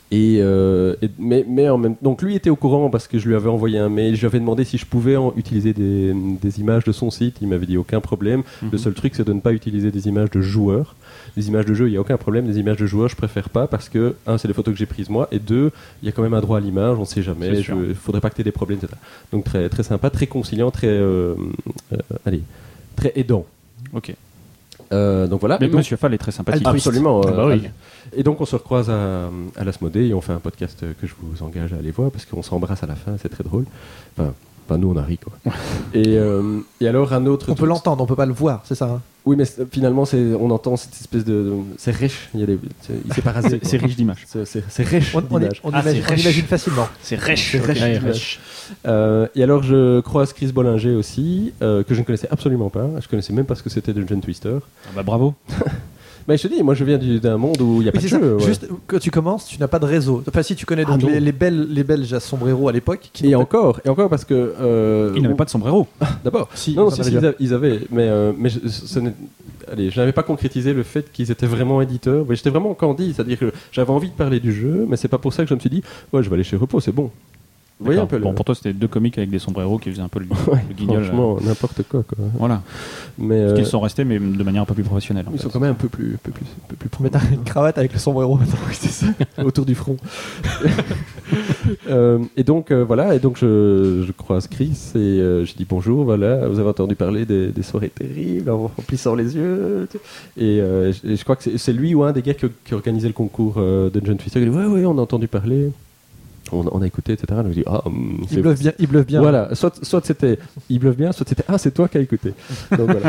Speaker 6: Et, euh, et- mais, mais en même donc lui était au courant parce que je lui avais envoyé un mail, je lui avais demandé si je pouvais en utiliser des, des images de son site, il m'avait dit aucun problème.
Speaker 5: Mhm.
Speaker 6: Le seul truc c'est de ne pas utiliser des images de joueurs, des images de jeux, il n'y a aucun problème, des images de joueurs je préfère pas parce que un c'est des photos que j'ai prises moi et deux il y a quand même un droit à l'image, on sait jamais, je,
Speaker 5: C'est sûr.
Speaker 6: faudrait pas que tu aies des problèmes etc. Donc très très sympa, très conciliant, très euh, euh, allez très aidant.
Speaker 5: Ok.
Speaker 6: Euh, donc voilà.
Speaker 5: Mais
Speaker 6: Et donc-
Speaker 5: Monsieur Fall est très sympathique.
Speaker 6: Absolument.
Speaker 1: Ah
Speaker 6: euh,
Speaker 1: bah oui.
Speaker 6: Et donc on se recroise à, à l'Asmodée et on fait un podcast euh, que je vous engage à aller voir parce qu'on s'embrasse à la fin, c'est très drôle. Enfin, enfin, nous on a ri quoi. et, euh, et alors un autre.
Speaker 4: On peut l'entendre, on peut pas le voir, c'est ça. hein
Speaker 6: Oui, mais c'est- finalement c'est, on entend cette espèce de. de- c'est riche. Il y a des. c'est- Il s'est pas rasé,
Speaker 5: C'est
Speaker 6: quoi.
Speaker 5: c'est riche d'images.
Speaker 6: C'est, c'est- c'est riche.
Speaker 4: On, on,
Speaker 6: d'images.
Speaker 4: on
Speaker 5: Ah,
Speaker 4: imagine,
Speaker 5: c'est
Speaker 4: on
Speaker 5: riche.
Speaker 4: imagine facilement.
Speaker 6: Ah,
Speaker 5: C'est riche.
Speaker 1: Ouais,
Speaker 6: ouais. Euh, et alors je croise Chris Bollinger aussi, euh, que je ne connaissais absolument pas. Je connaissais même pas ce que c'était de John Twister.
Speaker 5: Bah bravo.
Speaker 6: Mais je te dis, moi je viens du- d'un monde où il n'y a
Speaker 4: Oui,
Speaker 6: pas de
Speaker 4: c'est ça.
Speaker 6: jeu. ouais.
Speaker 4: Juste quand tu commences, tu n'as pas de réseau. Enfin, si tu connais donc
Speaker 6: Ah, non.
Speaker 4: les, les belles, les Belges à sombrero à l'époque. qui
Speaker 6: Et
Speaker 4: n'ont
Speaker 6: encore, et encore parce que euh,
Speaker 5: Il n'avait pas de sombrero.
Speaker 6: D'abord,
Speaker 4: Si,
Speaker 6: non,
Speaker 4: ils
Speaker 6: non,
Speaker 4: en
Speaker 6: si,
Speaker 4: avaient
Speaker 6: si, ils,
Speaker 4: déjà.
Speaker 6: a- ils avaient, mais, euh, mais je, ce- ce n'est- allez, je n'avais pas concrétisé le fait qu'ils étaient vraiment éditeurs. Mais j'étais vraiment candide, c'est-à-dire que j'avais envie de parler du jeu, mais c'est pas pour ça que je me suis dit, ouais, je vais aller chez Repos, c'est bon. Vous voyez un peu le-
Speaker 5: Bon, pour toi, c'était deux comiques avec des sombreros qui faisaient un peu le, le guignol. euh,
Speaker 6: Franchement, n'importe quoi. quoi.
Speaker 5: Voilà.
Speaker 6: Mais, euh,
Speaker 5: Parce qu'ils sont restés, mais de manière un peu plus professionnelle. en
Speaker 6: ils
Speaker 5: fait.
Speaker 6: sont quand même un peu plus, un peu plus, un peu plus
Speaker 4: Pour mettre une cravate avec le sombrero maintenant.
Speaker 6: Oui, c'est ça, autour du front. Euh, et donc, euh, voilà, et donc je, je croise Chris et euh, je dis bonjour, voilà, vous avez entendu parler des, des soirées terribles en remplissant les yeux. tu- Et, euh, je- et je crois que c'est- c'est lui ou un des gars qui, qui organisait le concours euh, de John Twister. Il dit Ouais, ouais, on a entendu parler, on, on a écouté, etc. Donc je dis Ah, hum,
Speaker 4: Il bluffe bien, il bluffe bien.
Speaker 6: voilà, soit, soit c'était il bluffe bien, soit c'était ah c'est toi qui as écouté. Donc voilà.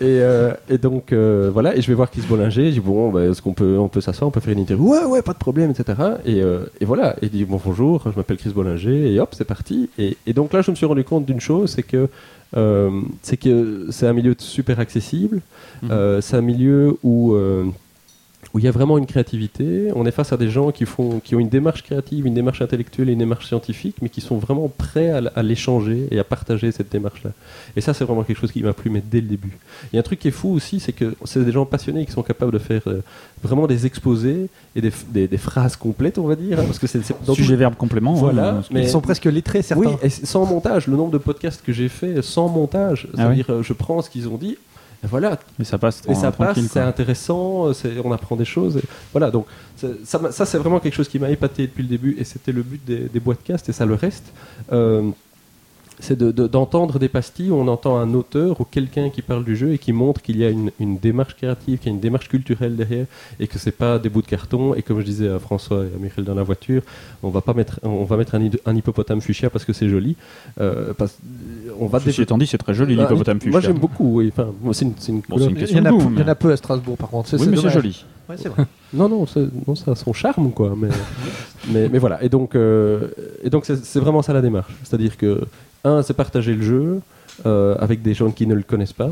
Speaker 6: et, euh, et donc euh, voilà, et je vais voir Chris Bollinger, je dis bon, bah, est-ce qu'on peut, on peut s'asseoir, on peut faire une interview Ouais, ouais, pas de problème, etc. Et, euh, et voilà, et il dit bon, bonjour, je m'appelle Chris Bollinger, et hop, c'est parti. Et, et donc là, je me suis rendu compte d'une chose, c'est que euh, c'est que c'est un milieu super accessible, Euh, c'est un milieu où. euh, où il y a vraiment une créativité. On est face à des gens qui, font, qui ont une démarche créative, une démarche intellectuelle et une démarche scientifique, mais qui sont vraiment prêts à, l- à l'échanger et à partager cette démarche-là. Et ça, c'est vraiment quelque chose qui m'a plu, mais dès le début. Il y a un truc qui est fou aussi, c'est que c'est des gens passionnés qui sont capables de faire euh, vraiment des exposés et des, f- des- des phrases complètes, on va dire, hein, parce que c'est c'est- dans
Speaker 5: Sujet, verbe, complément.
Speaker 6: Voilà,
Speaker 5: hein, parce que-
Speaker 6: mais-
Speaker 4: Ils sont presque lettrés certains.
Speaker 6: oui, et c'est sans montage, le nombre de podcasts que j'ai fait sans montage,
Speaker 5: Ah
Speaker 6: c'est-à-dire euh, je prends ce qu'ils ont dit, et voilà,
Speaker 5: mais ça passe.
Speaker 6: et ça passe,
Speaker 5: tranquille,
Speaker 6: c'est
Speaker 5: quoi.
Speaker 6: intéressant, c'est- on apprend des choses. et voilà, donc c'est- ça, m'a- ça, c'est vraiment quelque chose qui m'a épaté depuis le début, et c'était le but des, des boîtcasts, et ça le reste. Euh, c'est de- de- d'entendre des pastilles où on entend un auteur ou quelqu'un qui parle du jeu et qui montre qu'il y a une, une démarche créative, qu'il y a une démarche culturelle derrière et que c'est pas des bouts de carton. Et comme je disais à François et à Michel dans la voiture, on va pas mettre, on va mettre un, hy- un hippopotame fuchsia parce que c'est joli. Euh, parce- on va
Speaker 5: Ceci
Speaker 6: développer-
Speaker 5: étant dit, c'est très joli,
Speaker 6: Ah,
Speaker 5: l'hippopotame
Speaker 6: Moi
Speaker 5: fuchsia.
Speaker 6: j'aime beaucoup, oui. Enfin, moi, c'est une, c'est une
Speaker 5: Bon, c'est
Speaker 6: couleur-
Speaker 5: une
Speaker 4: Il y,
Speaker 5: question
Speaker 4: en
Speaker 5: de
Speaker 4: a,
Speaker 5: goût,
Speaker 4: peu- il y en
Speaker 5: mais-
Speaker 4: a peu à Strasbourg par contre.
Speaker 5: Oui, mais c'est
Speaker 4: dommage.
Speaker 5: joli.
Speaker 4: Ouais, c'est vrai.
Speaker 6: Non, non, c'est- non, ça a son charme, quoi. Mais, mais, mais voilà. Et donc, euh, et donc c'est, c'est vraiment ça la démarche. C'est-à-dire que, un, c'est partager le jeu euh, avec des gens qui ne le connaissent pas.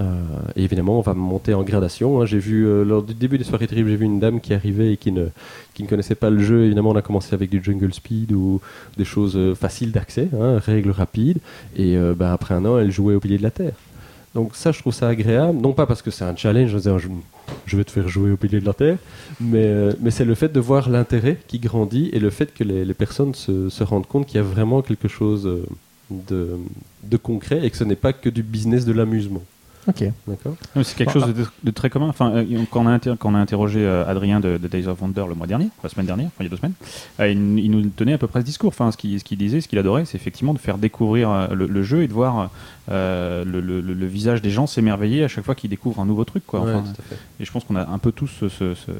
Speaker 6: Euh, et évidemment, on va monter en gradation. hein. J'ai vu, euh, lors du début des soirées terribles, j'ai vu une dame qui arrivait et qui ne, qui ne connaissait pas le jeu. Évidemment, on a commencé avec du jungle speed ou des choses euh, faciles d'accès, hein, règles rapides. Et euh, bah, après un an, elle jouait au pilier de la Terre. Donc ça, je trouve ça agréable. Non pas parce que c'est un challenge, je veux dire, je- je vais te faire jouer au pilier de la Terre, mais, euh, mais c'est le fait de voir l'intérêt qui grandit et le fait que les, les personnes se, se rendent compte qu'il y a vraiment quelque chose euh, de, de concret et que ce n'est pas que du business de l'amusement.
Speaker 4: Ok.
Speaker 6: D'accord
Speaker 5: Non, mais C'est quelque chose de, de très commun. Enfin, euh, quand, on a inter- quand on a interrogé euh, Adrien de, de Days of Wonder le mois dernier, la semaine dernière, enfin, il y a deux semaines, euh, il, n- il nous tenait à peu près ce discours. Enfin, ce qu'il ce qu'il disait, ce qu'il adorait, c'est effectivement de faire découvrir euh, le, le jeu et de voir euh, le, le- le- le visage des gens s'émerveiller à chaque fois qu'ils découvrent un nouveau truc. Quoi. Enfin,
Speaker 6: Ouais, tout à fait.
Speaker 5: et je pense qu'on a un peu tous ce- ce- ce-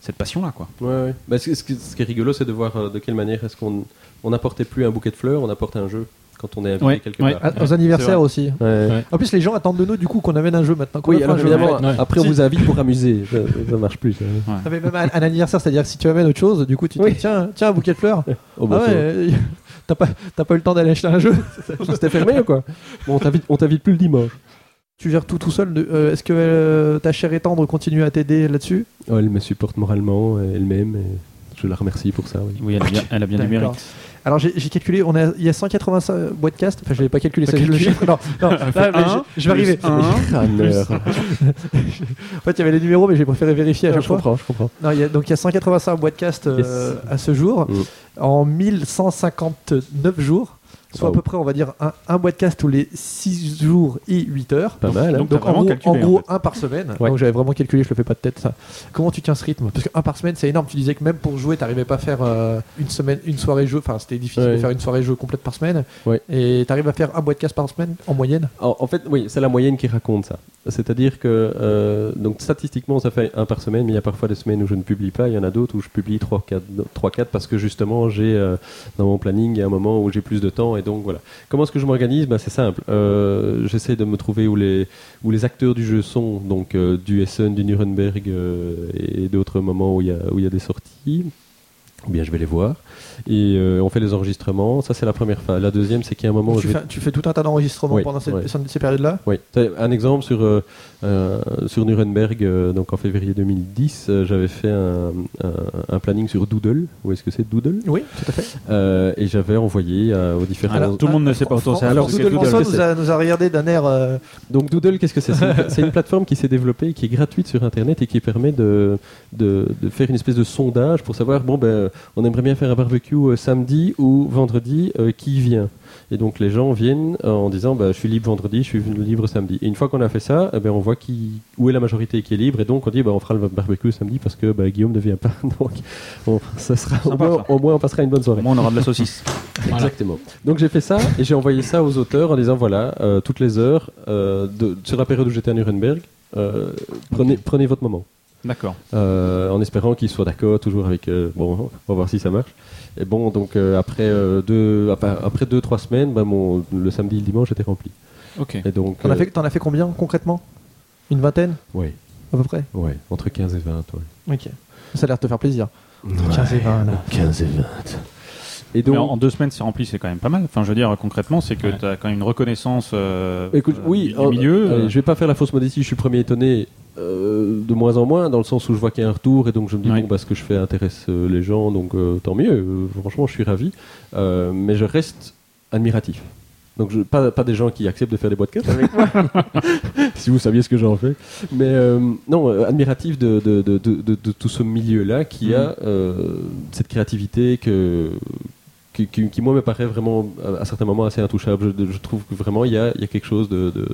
Speaker 5: cette passion-là. quoi.
Speaker 6: Ouais, ouais. Bah, ce, ce qui- ce qui est rigolo, c'est de voir euh, de quelle manière est-ce qu'on on n'apportait plus un bouquet de fleurs, on apporte un jeu quand on est invité
Speaker 5: Ouais,
Speaker 6: quelque
Speaker 5: ouais.
Speaker 6: part.
Speaker 4: Ah, Aux anniversaires aussi.
Speaker 6: Ouais.
Speaker 1: Ouais.
Speaker 4: En plus, les gens attendent de nous du coup qu'on amène un jeu maintenant. qu'on
Speaker 6: Oui,
Speaker 4: offre
Speaker 6: alors
Speaker 4: un jeu.
Speaker 6: évidemment,
Speaker 1: Ouais, ouais.
Speaker 6: après on
Speaker 4: Si.
Speaker 6: vous invite pour amuser. Ça, ça marche plus. hein. ça.
Speaker 4: Ah, mais même un, un anniversaire, c'est-à-dire que si tu amènes autre chose, du coup, tu te
Speaker 6: Oui.
Speaker 4: dis tiens, tiens, un bouquet de fleurs.
Speaker 6: Oh,
Speaker 4: ah
Speaker 6: bah,
Speaker 4: ouais,
Speaker 6: ça va.
Speaker 4: euh, t'as pas, t'as pas eu le temps d'aller acheter un jeu.
Speaker 6: C'était fermé ou quoi bon, on t'invite- On t'invite plus le dimanche.
Speaker 4: tu gères tout tout seul. de- euh, Est-ce que euh, ta chère et tendre continue à t'aider là-dessus
Speaker 6: Oh, elle me supporte moralement euh, elle-même. et Je la remercie pour ça. oui.
Speaker 5: Oui, elle a bien, elle a bien du
Speaker 4: D'accord.
Speaker 5: mérite.
Speaker 4: Alors j'ai j'ai calculé, on a, il y a 185 podcasts. Enfin, je l'ai pas calculé, ça, le chiffre. Non, non, non, mais
Speaker 5: un,
Speaker 4: je, je vais
Speaker 5: plus
Speaker 4: arriver.
Speaker 5: un.
Speaker 6: Crâneur.
Speaker 4: En fait, il y avait les numéros, mais j'ai préféré vérifier à
Speaker 6: Ah,
Speaker 4: chaque
Speaker 6: je
Speaker 4: fois.
Speaker 6: comprends, je comprends.
Speaker 4: Non, il y a- donc il y a 185 podcasts euh,
Speaker 6: Yes.
Speaker 4: à ce jour,
Speaker 6: Mm.
Speaker 4: en 1159 jours, soit à
Speaker 6: Wow.
Speaker 4: peu près, on va dire, un, un podcast tous les 6 jours et 8 heures.
Speaker 6: Pas mal. hein.
Speaker 4: Donc
Speaker 5: donc, T'as
Speaker 4: en
Speaker 5: vraiment
Speaker 4: gros,
Speaker 5: calculé,
Speaker 4: en gros,
Speaker 5: en
Speaker 4: un par semaine.
Speaker 6: Ouais.
Speaker 4: Donc j'avais vraiment calculé, je le fais pas de tête ça. Comment tu tiens ce rythme Parce qu'un par semaine c'est énorme. Tu disais que même pour jouer, t'arrivais pas à faire euh, une semaine, une soirée jeu. Enfin c'était difficile
Speaker 6: Ouais.
Speaker 4: de faire une soirée jeu complète par semaine.
Speaker 6: Ouais.
Speaker 4: Et t'arrives à faire un podcast par semaine en moyenne.
Speaker 6: En, en fait, oui, c'est la moyenne qui raconte ça. C'est-à-dire que, euh, donc statistiquement, ça fait un par semaine, mais il y a parfois des semaines où je ne publie pas, il y en a d'autres où je publie 3-4 parce que justement, j'ai euh, dans mon planning, il y a un moment où j'ai plus de temps, et donc voilà. Comment est-ce que je m'organise ben, C'est simple. Euh, J'essaie de me trouver où les, où les acteurs du jeu sont, donc euh, du Essen, du Nuremberg euh, et d'autres moments où il y, a- où il y a des sorties. Ou bien je vais les voir. Et euh, on fait les enregistrements. Ça, c'est la première phase. La deuxième, c'est qu'il y a un moment où je
Speaker 4: tu,
Speaker 6: vais
Speaker 4: fais, tu fais tout un tas d'enregistrements
Speaker 6: Oui,
Speaker 4: pendant cette-
Speaker 6: ouais.
Speaker 4: ces, périodes-là.
Speaker 6: oui, T'as un exemple sur, euh, euh, sur Nuremberg, euh, donc en février 2010, euh, j'avais fait un, un- un planning sur Doodle, ou est-ce que c'est Doodle
Speaker 4: Oui, tout à fait.
Speaker 6: Euh, Et j'avais envoyé euh, aux différents...
Speaker 5: Alors, tout le monde ne sait pas autour de ça.
Speaker 4: Alors,
Speaker 6: Parce que
Speaker 4: Doodle
Speaker 6: Doodle,
Speaker 4: François
Speaker 6: qu'est-ce que
Speaker 4: nous a, nous a regardé d'un air. euh,
Speaker 6: Donc Doodle, qu'est-ce que c'est C'est une- C'est une plateforme qui s'est développée, et qui est gratuite sur Internet et qui permet de, de, de faire une espèce de sondage pour savoir, bon ben, on aimerait bien faire un barbecue euh, samedi ou vendredi, euh, qui vient Et donc les gens viennent euh, en disant bah, je suis libre vendredi, je suis libre samedi. Et une fois qu'on a fait ça, eh ben, on voit qui, où est la majorité qui est libre et donc on dit bah, on fera le barbecue samedi parce que bah, Guillaume ne vient pas. Donc bon, ça sera, au,
Speaker 5: Sympa,
Speaker 6: moins,
Speaker 5: ça.
Speaker 6: au moins, on passera une bonne soirée.
Speaker 5: Moi, on aura de la saucisse.
Speaker 6: Exactement. Donc j'ai fait ça et j'ai envoyé ça aux auteurs en disant voilà, euh, toutes les heures, euh, de, sur la période où j'étais à Nuremberg, euh, prenez, prenez votre moment.
Speaker 5: D'accord.
Speaker 6: Euh, en espérant qu'ils soient d'accord, toujours avec. euh, bon, on va voir si ça marche. Et bon, donc euh, après, euh, deux, après, après deux, trois semaines, bah, mon, le samedi et le dimanche était rempli.
Speaker 5: Ok.
Speaker 6: Et donc.
Speaker 4: T'en
Speaker 6: euh,
Speaker 4: as, fait- t'en as fait combien concrètement Une vingtaine
Speaker 6: Ouais,
Speaker 4: à peu près
Speaker 6: ouais, entre 15 et 20, ouais.
Speaker 4: Ok. Ça a l'air de te faire plaisir. 15 et 20 là.
Speaker 6: 15 et 20. Et
Speaker 5: Mais
Speaker 6: donc.
Speaker 5: en, en deux semaines, c'est rempli, c'est quand même pas mal. Enfin, je veux dire, concrètement, c'est que
Speaker 1: Ouais.
Speaker 5: tu as quand même une reconnaissance euh,
Speaker 6: Écoute,
Speaker 5: euh,
Speaker 6: oui,
Speaker 5: du
Speaker 6: euh,
Speaker 5: milieu.
Speaker 6: allez, je vais pas faire la fausse modestie, je suis premier étonné euh, de moins en moins, dans le sens où je vois qu'il y a un retour et donc je me dis,
Speaker 5: Oui.
Speaker 6: bon, bah, ce que je fais intéresse euh, les gens, donc euh, tant mieux, euh, franchement, je suis ravi, Euh, mais je reste admiratif. Donc, je, pas, pas des gens qui acceptent de faire des boîtes de avec moi, si vous saviez ce que j'en fais. Mais euh, non, euh, admiratif de, de, de, de, de- de tout ce milieu-là qui
Speaker 5: Mm.
Speaker 6: a euh, cette créativité que, qui, qui- qui, moi me paraît vraiment à, à certains moments assez intouchable. Je, je trouve que vraiment il y a, il y a quelque chose de, de-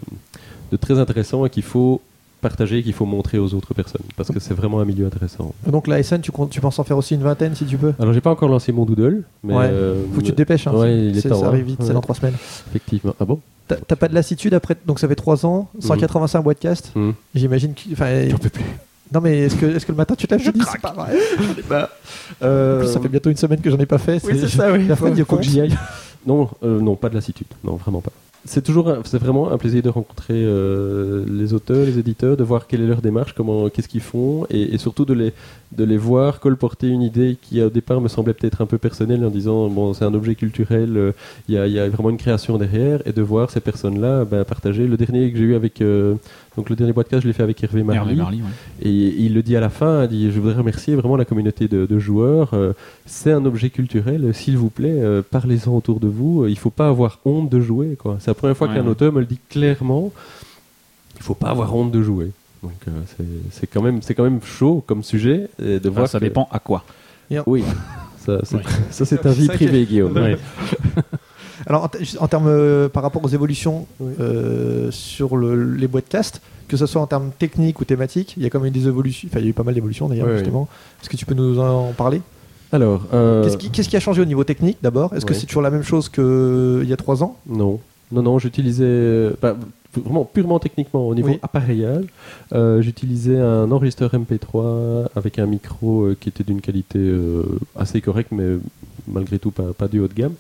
Speaker 6: de très intéressant et qu'il faut partager, qu'il faut montrer aux autres personnes parce que c'est vraiment un milieu intéressant.
Speaker 4: Donc la SN, tu, comptes- tu penses en faire aussi une vingtaine si tu peux
Speaker 6: Alors j'ai pas encore lancé mon doodle, mais
Speaker 4: Ouais.
Speaker 6: euh,
Speaker 4: Faut que tu te dépêches. Hein.
Speaker 6: Ouais, il est
Speaker 4: C'est-
Speaker 6: temps,
Speaker 4: ça
Speaker 6: hein.
Speaker 4: arrive vite, c'est
Speaker 6: Ouais.
Speaker 4: dans 3 semaines.
Speaker 6: effectivement. Ah bon
Speaker 4: T'as- T'as pas de lassitude après Donc ça fait 3 ans, 185 podcasts.
Speaker 6: Mhm.
Speaker 4: J'imagine que. enfin,
Speaker 6: J'en peux plus.
Speaker 4: Non mais est-ce que, est-ce que le matin tu te lèves Je dis, c'est pas vrai.
Speaker 6: Euh,
Speaker 4: En plus, ça fait bientôt une semaine que j'en ai pas fait.
Speaker 6: Oui, c'est ça, oui.
Speaker 4: La fois, il y a
Speaker 6: Faut que
Speaker 4: compte.
Speaker 6: j'y aille. Non, euh, non, pas de lassitude. Non, vraiment pas. C'est toujours, un- c'est vraiment un plaisir de rencontrer euh, les auteurs, les éditeurs, de voir quelle est leur démarche, comment, qu'est-ce qu'ils font, et, et surtout de les, de les voir colporter une idée qui au départ me semblait peut-être un peu personnelle en disant bon c'est un objet culturel, euh, il y, a, il y a vraiment une création derrière, et de voir ces personnes-là ben, partager. Le dernier que j'ai eu avec, euh, donc le dernier podcast, je l'ai fait avec Hervé
Speaker 5: Hervé
Speaker 6: Marly.
Speaker 5: Marly, ouais.
Speaker 6: Et il le dit à la fin, il dit, je voudrais remercier vraiment la communauté de, de joueurs. euh, c'est un objet culturel, euh, s'il vous plaît, euh, parlez-en autour de vous. euh, Il faut pas avoir honte de jouer. quoi. C'est la première fois
Speaker 5: Ouais,
Speaker 6: qu'un
Speaker 5: ouais.
Speaker 6: auteur me le dit clairement. Il faut pas avoir honte de jouer. Donc euh, c'est- c'est quand même c'est quand même chaud comme sujet et de
Speaker 5: Enfin,
Speaker 6: voir.
Speaker 5: Ah, ça
Speaker 6: que-
Speaker 5: dépend à quoi.
Speaker 6: Oui. Ça, c'est-
Speaker 1: Oui.
Speaker 6: ça, c'est ta vie
Speaker 4: Ça,
Speaker 6: privée, Guillaume.
Speaker 4: Alors en, te- juste en termes euh, par rapport aux évolutions euh, sur le- les podcasts, que ce soit en termes techniques ou thématiques, il y a quand même eu des évolutions. Enfin, il y a eu pas mal d'évolutions d'ailleurs
Speaker 6: Ouais, ouais.
Speaker 4: justement. Est-ce que tu peux nous en parler
Speaker 6: Alors, euh,
Speaker 4: Qu'est-ce qui, qu'est-ce qui a changé au niveau technique d'abord Est-ce que
Speaker 6: Ouais.
Speaker 4: c'est toujours la même chose qu'il y a 3 ans
Speaker 6: Non, non, non, j'utilisais euh, bah, p- vraiment purement techniquement au niveau
Speaker 4: Oui.
Speaker 6: appareillage. euh, j'utilisais un enregistreur MP3 avec un micro euh, qui était d'une qualité euh, assez correcte, mais malgré tout pas, pas du haut de gamme.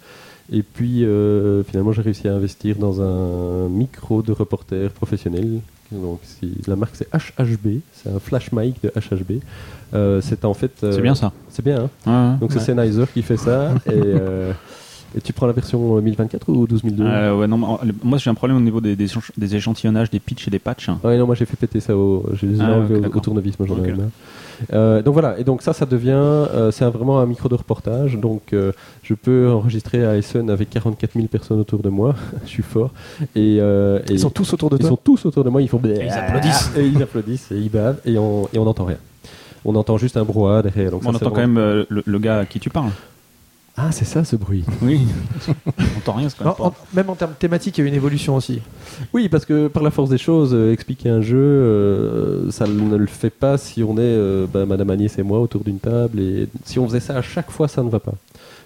Speaker 6: Et puis euh, finalement, j'ai réussi à investir dans un micro de reporter professionnel. Donc, si- la marque c'est HHB, c'est un flash mic de HHB. Euh, c'est en fait. euh,
Speaker 5: C'est bien ça.
Speaker 6: C'est bien. hein
Speaker 5: Ouais.
Speaker 6: donc c'est
Speaker 1: Ouais.
Speaker 6: Sennheiser qui fait ça. et, euh, et tu prends la version euh, 1024 ou 12002
Speaker 5: Euh, ouais, non, mais, euh, moi j'ai un problème au niveau des, des échantillon- des échantillonnages, des pitchs et des patchs.
Speaker 6: Ah ouais, non, moi j'ai fait péter ça au, j'ai les ai
Speaker 5: Ah,
Speaker 6: enlevés
Speaker 5: ok,
Speaker 6: au- au,
Speaker 5: d'accord.
Speaker 6: tournevis, moi j'en ai
Speaker 5: Ok.
Speaker 6: un là. Euh, donc voilà, et donc ça, ça devient, euh, c'est un- vraiment un micro de reportage. Donc euh, je peux enregistrer à Essen avec 44 000 personnes autour de moi. je suis fort. Et, euh, et-
Speaker 4: Ils sont tous autour de
Speaker 6: ils
Speaker 4: toi.
Speaker 6: sont tous autour de moi, ils font ah,
Speaker 1: ils applaudissent.
Speaker 6: et ils applaudissent, et ils bavent, et on et on n'entend rien. On entend juste un brouhaha derrière. Donc
Speaker 5: on
Speaker 6: ça, c'est
Speaker 5: entend quand
Speaker 6: vraiment-
Speaker 5: même euh, le, le gars à qui tu parles.
Speaker 6: Ah, c'est ça ce bruit.
Speaker 5: Oui. on entend rien, c'est quand même.
Speaker 6: Oh,
Speaker 4: Non, en- même en termes thématiques, il y a eu une évolution aussi.
Speaker 6: Oui, parce que par la force des choses, euh, expliquer un jeu, euh, ça ne le fait pas si on est euh, bah, Madame Agnès et moi autour d'une table. Et si on faisait ça à chaque fois, ça ne va pas.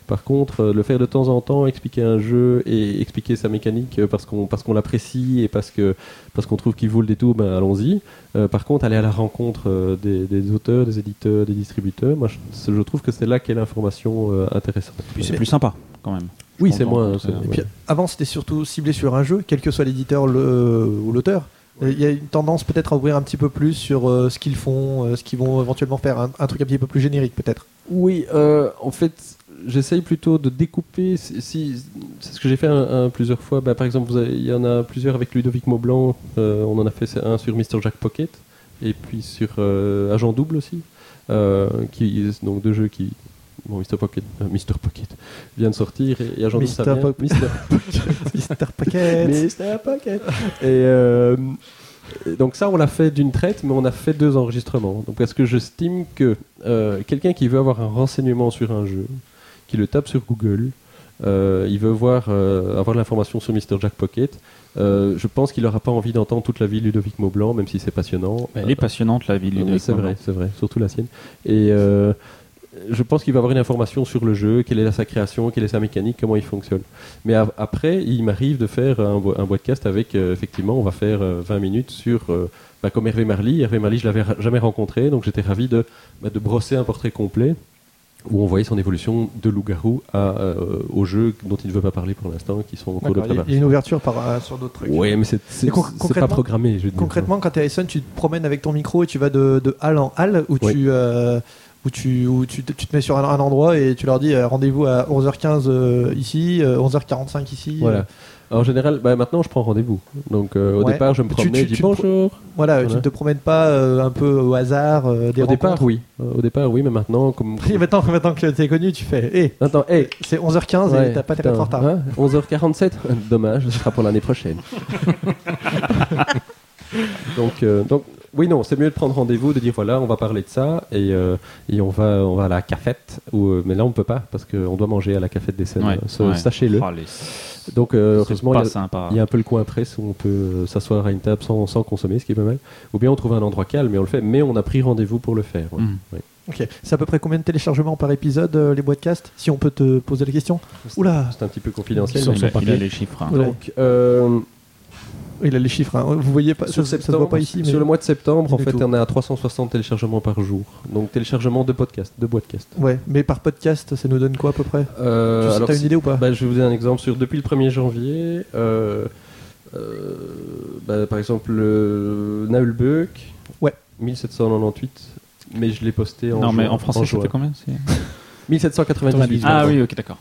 Speaker 6: Par contre, euh, le faire de temps en temps, expliquer un jeu et expliquer sa mécanique euh, parce qu'on parce qu'on l'apprécie et parce que parce qu'on trouve qu'il vaut le détour, ben allons-y. Euh, par contre, aller à la rencontre euh, des, des auteurs, des éditeurs, des distributeurs, moi je, je trouve que c'est là qu'est l'information euh, intéressante.
Speaker 5: Puis c'est plus sympa quand même.
Speaker 6: oui,
Speaker 5: je
Speaker 6: c'est
Speaker 5: pense
Speaker 6: moi.
Speaker 5: qu'on-
Speaker 6: c'est-
Speaker 5: Et
Speaker 4: Et
Speaker 6: ouais.
Speaker 4: puis avant, c'était surtout ciblé sur un jeu, quel que soit l'éditeur le- euh, ou l'auteur. Et Il y a une tendance peut-être à ouvrir un petit peu plus sur euh, ce qu'ils font, euh, ce qu'ils vont éventuellement faire, un, un truc un petit peu plus générique peut-être.
Speaker 6: Oui, euh, en fait, j'essaye plutôt de découper. Si, si- c'est ce que j'ai fait un- un plusieurs fois. Bah, par exemple, vous avez- il y en a plusieurs avec Ludovic Maublanc. euh, on en a fait un sur Mr. Jack Pocket et puis sur euh, Agent Double aussi. euh, qui, donc deux jeux qui. Bon, Mr. Pocket, euh, Mr. Pocket vient de sortir et, et Agent Double ça
Speaker 4: Mr.
Speaker 6: vient.
Speaker 4: Pocket.
Speaker 6: Mr.
Speaker 4: Mister Pocket
Speaker 6: Mr. Pocket. Et, euh, Et Donc ça, on l'a fait d'une traite, mais on a fait deux enregistrements. Donc parce que j'estime que euh, quelqu'un qui veut avoir un renseignement sur un jeu, qui le tape sur Google, euh, il veut voir, euh, avoir l'information sur Mr. Jack Pocket, euh, je pense qu'il n'aura pas envie d'entendre toute la vie Ludovic Maublanc, même si c'est passionnant.
Speaker 5: Elle est passionnante, la ville
Speaker 6: Euh,
Speaker 5: Ludovic
Speaker 6: c'est vrai,
Speaker 5: Maublanc.
Speaker 6: c'est vrai, surtout la sienne. Et euh, je pense qu'il va avoir une information sur le jeu, quelle est sa création, quelle est sa mécanique, comment il fonctionne. Mais a- après, il m'arrive de faire un, bo- un podcast avec, euh, effectivement, on va faire euh, 20 minutes sur, euh, bah, comme Hervé Marly. Hervé Marly, je l'avais ra- jamais rencontré, donc j'étais ravi de, bah, de brosser un portrait complet où on voyait son évolution de loup-garou à, euh, aux jeux dont il ne veut pas parler pour l'instant, qui sont en cours de
Speaker 4: D'accord, Il y a- il y
Speaker 6: préparation.
Speaker 4: a une ouverture par, euh, sur d'autres trucs.
Speaker 6: Oui, mais c'est c'est-
Speaker 4: Et con-
Speaker 6: c'est
Speaker 4: concrètement-
Speaker 6: pas programmé. Je veux dire.
Speaker 4: Concrètement, quand t'es à Essen, tu te promènes avec ton micro et tu vas de, de halle en halle où,
Speaker 6: Oui.
Speaker 4: tu, euh, où, tu, où tu, te- tu te mets sur un, un endroit et tu leur dis euh, rendez-vous à 11h15 euh, ici, euh, 11h45 ici.
Speaker 6: Voilà. En général, bah, maintenant je prends rendez-vous. Donc euh, au
Speaker 4: euh. Ouais.
Speaker 6: départ, je me
Speaker 4: Tu-
Speaker 6: promenais,
Speaker 4: tu-
Speaker 6: je dis
Speaker 4: tu te pro-
Speaker 6: bonjour.
Speaker 4: Voilà, tu ne
Speaker 6: Voilà.
Speaker 4: te promènes pas euh, un peu au hasard euh, des
Speaker 6: Au départ,
Speaker 4: rencontres.
Speaker 6: oui. Euh, Au départ, oui, mais maintenant, comme.
Speaker 4: Et maintenant, maintenant que t'es connu, tu fais hé,
Speaker 6: Attends, hey,
Speaker 4: c'est 11h15
Speaker 6: ouais,
Speaker 4: et t'as pas t'es
Speaker 6: putain,
Speaker 4: pas en retard.
Speaker 6: hein, 11h47 Dommage, ce sera pour l'année prochaine. donc, euh, donc, oui, non, c'est mieux de prendre rendez-vous, de dire voilà, on va parler de ça et, euh, et on, va, on va à la cafette. Ou, euh, mais là, on peut pas parce qu'on doit manger à la cafette des scènes.
Speaker 5: Ouais,
Speaker 6: hein, ça,
Speaker 5: ouais.
Speaker 6: Sachez-le.
Speaker 5: Oh, les-
Speaker 6: Donc, euh,
Speaker 5: C'est
Speaker 6: heureusement, il y
Speaker 5: pas
Speaker 6: a-
Speaker 5: sympa.
Speaker 6: Il y a un peu le coin presse où on peut euh, s'asseoir à une table sans, sans consommer, ce qui est pas mal. Ou bien on trouve un endroit calme et on le fait, mais on a pris rendez-vous pour le faire. ouais.
Speaker 5: Mm.
Speaker 6: Ouais.
Speaker 4: Ok. C'est à peu près combien de téléchargements par épisode euh, les podcasts Si on peut te poser la question. Oula,
Speaker 6: C'est un petit peu confidentiel.
Speaker 5: Il,
Speaker 1: Sur
Speaker 5: a-
Speaker 1: son
Speaker 5: il
Speaker 1: papier.
Speaker 5: a les chiffres. hein.
Speaker 6: mais- Donc, euh,
Speaker 4: il a les chiffres. hein. Vous voyez pas, ça,
Speaker 6: sur,
Speaker 4: ça se
Speaker 6: septembre-
Speaker 4: voit pas ici. Mais...
Speaker 6: sur le mois de septembre, en
Speaker 4: Dis-nous
Speaker 6: fait,
Speaker 4: tout.
Speaker 6: on est à 360 téléchargements par jour. Donc téléchargements de podcasts, de podcasts.
Speaker 4: Ouais, mais par podcast, ça nous donne quoi à peu près
Speaker 6: Euh,
Speaker 4: Tu sais,
Speaker 6: alors,
Speaker 4: T'as une
Speaker 6: si-
Speaker 4: idée ou pas
Speaker 6: bah, Je vais vous donner un exemple sur depuis le 1er janvier. euh, euh, bah, par exemple, euh, Naül Beuk,
Speaker 4: Ouais.
Speaker 6: 1798, mais je l'ai posté en
Speaker 5: Non, mais
Speaker 6: juin-
Speaker 5: en français, ça
Speaker 6: juin.
Speaker 5: fait combien c'est-
Speaker 6: 1798.
Speaker 5: Ah
Speaker 6: pardon.
Speaker 5: oui, ok, d'accord.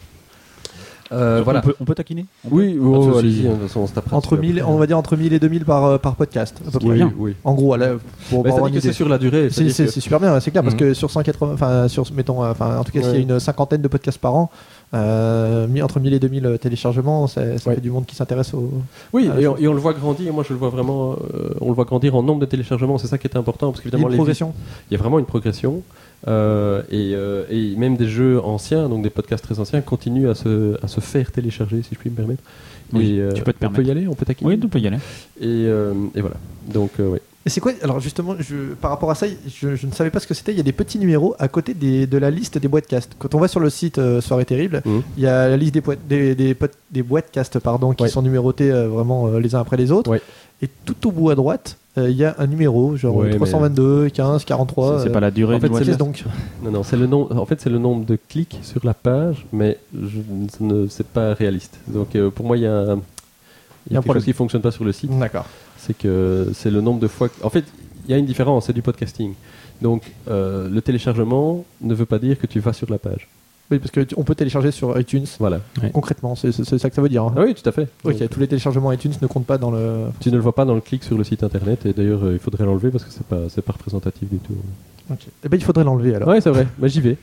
Speaker 6: Euh, voilà.
Speaker 5: On peut, on peut taquiner On
Speaker 6: Oui,
Speaker 5: Pas de
Speaker 6: oh,
Speaker 5: souci.
Speaker 6: allez-y, hein, de toute façon, on se tapera
Speaker 4: entre
Speaker 6: dessus
Speaker 4: 1000,
Speaker 6: après. euh.
Speaker 4: on va dire entre 1000 et 2000 par, euh, par podcast. à peu près.
Speaker 5: bien.
Speaker 6: Oui,
Speaker 4: En gros, là, pour
Speaker 6: Bah,
Speaker 4: avoir
Speaker 6: c'est-à-dire
Speaker 4: une
Speaker 6: que c'est
Speaker 4: idée.
Speaker 6: sur la durée.
Speaker 4: C'est
Speaker 6: c'est-à-dire
Speaker 4: c'est-
Speaker 6: que-
Speaker 4: c'est super bien, c'est clair, parce
Speaker 1: Mhm.
Speaker 4: que sur 180, enfin, sur, mettons, euh, enfin, en tout cas, s'il y a
Speaker 6: Ouais.
Speaker 4: une cinquantaine de podcasts par an, euh, mi- entre 1000 et 2000 téléchargements, ça, ça
Speaker 6: Ouais.
Speaker 4: fait du monde qui s'intéresse au.
Speaker 6: Oui,
Speaker 4: Ah,
Speaker 6: et
Speaker 4: je-
Speaker 6: on, et on le voit grandir. Moi, je le vois vraiment. euh, on le voit grandir en nombre de téléchargements. C'est ça qui est important, parce
Speaker 4: Il y a
Speaker 6: qu'évidemment,
Speaker 4: une
Speaker 6: les-
Speaker 4: progression.
Speaker 6: il y a vraiment une progression. euh, et, euh, et même des jeux anciens, donc des podcasts très anciens, continuent à se, à se faire télécharger, si je puis me permettre.
Speaker 5: Oui,
Speaker 6: Et, euh,
Speaker 5: tu peux te
Speaker 6: On peut
Speaker 5: permettre.
Speaker 6: y aller, on peut taquiner.
Speaker 5: Oui, on peut y aller.
Speaker 6: Et, euh, et voilà. Donc, euh, oui.
Speaker 4: Et c'est quoi Alors justement, je, par rapport à ça, je, je ne savais pas ce que c'était. Il y a des petits numéros à côté des- de la liste des boîtecasts. Quand on va sur le site euh, Soirée Terrible,
Speaker 6: Mhm.
Speaker 4: il y a la liste des, boîtes- des, des, pod- des boîtecasts pardon, qui
Speaker 6: Ouais.
Speaker 4: sont numérotés euh, vraiment euh, les uns après les autres.
Speaker 6: Ouais.
Speaker 4: Et tout au bout à droite, euh, il y a un numéro, genre
Speaker 6: Ouais, mais-
Speaker 4: 322, 15, 43.
Speaker 5: C'est- c'est pas la durée
Speaker 6: en fait,
Speaker 5: du
Speaker 6: c'est
Speaker 5: podcast.
Speaker 4: Qu'est-ce euh, donc
Speaker 6: Non, non, c'est le nombre. En fait, c'est le nombre de clics sur la page, mais je, ça ne- c'est pas réaliste. Donc, euh, pour moi, il y a, un- il y a quelque
Speaker 4: problème.
Speaker 6: chose qui fonctionne pas sur le site.
Speaker 4: D'accord.
Speaker 6: C'est que c'est le nombre de fois. que- En fait, il y a une différence. C'est du podcasting. Donc, euh, le téléchargement ne veut pas dire que tu vas sur la page.
Speaker 4: Oui, parce que tu- on peut télécharger sur iTunes.
Speaker 6: Voilà.
Speaker 4: Concrètement, c'est c'est- c'est ça que ça veut dire. hein.
Speaker 6: Ah oui, tout à fait.
Speaker 4: Ok,
Speaker 6: Donc,
Speaker 4: tous les téléchargements iTunes ne comptent pas dans le.
Speaker 6: tu ne le vois pas dans le clic sur le site internet. Et d'ailleurs, euh, il faudrait l'enlever parce que c'est pas, c'est pas représentatif du tout.
Speaker 4: Ok. Eh ben, il faudrait l'enlever alors.
Speaker 6: Ouais, c'est vrai. Bah, j'y vais.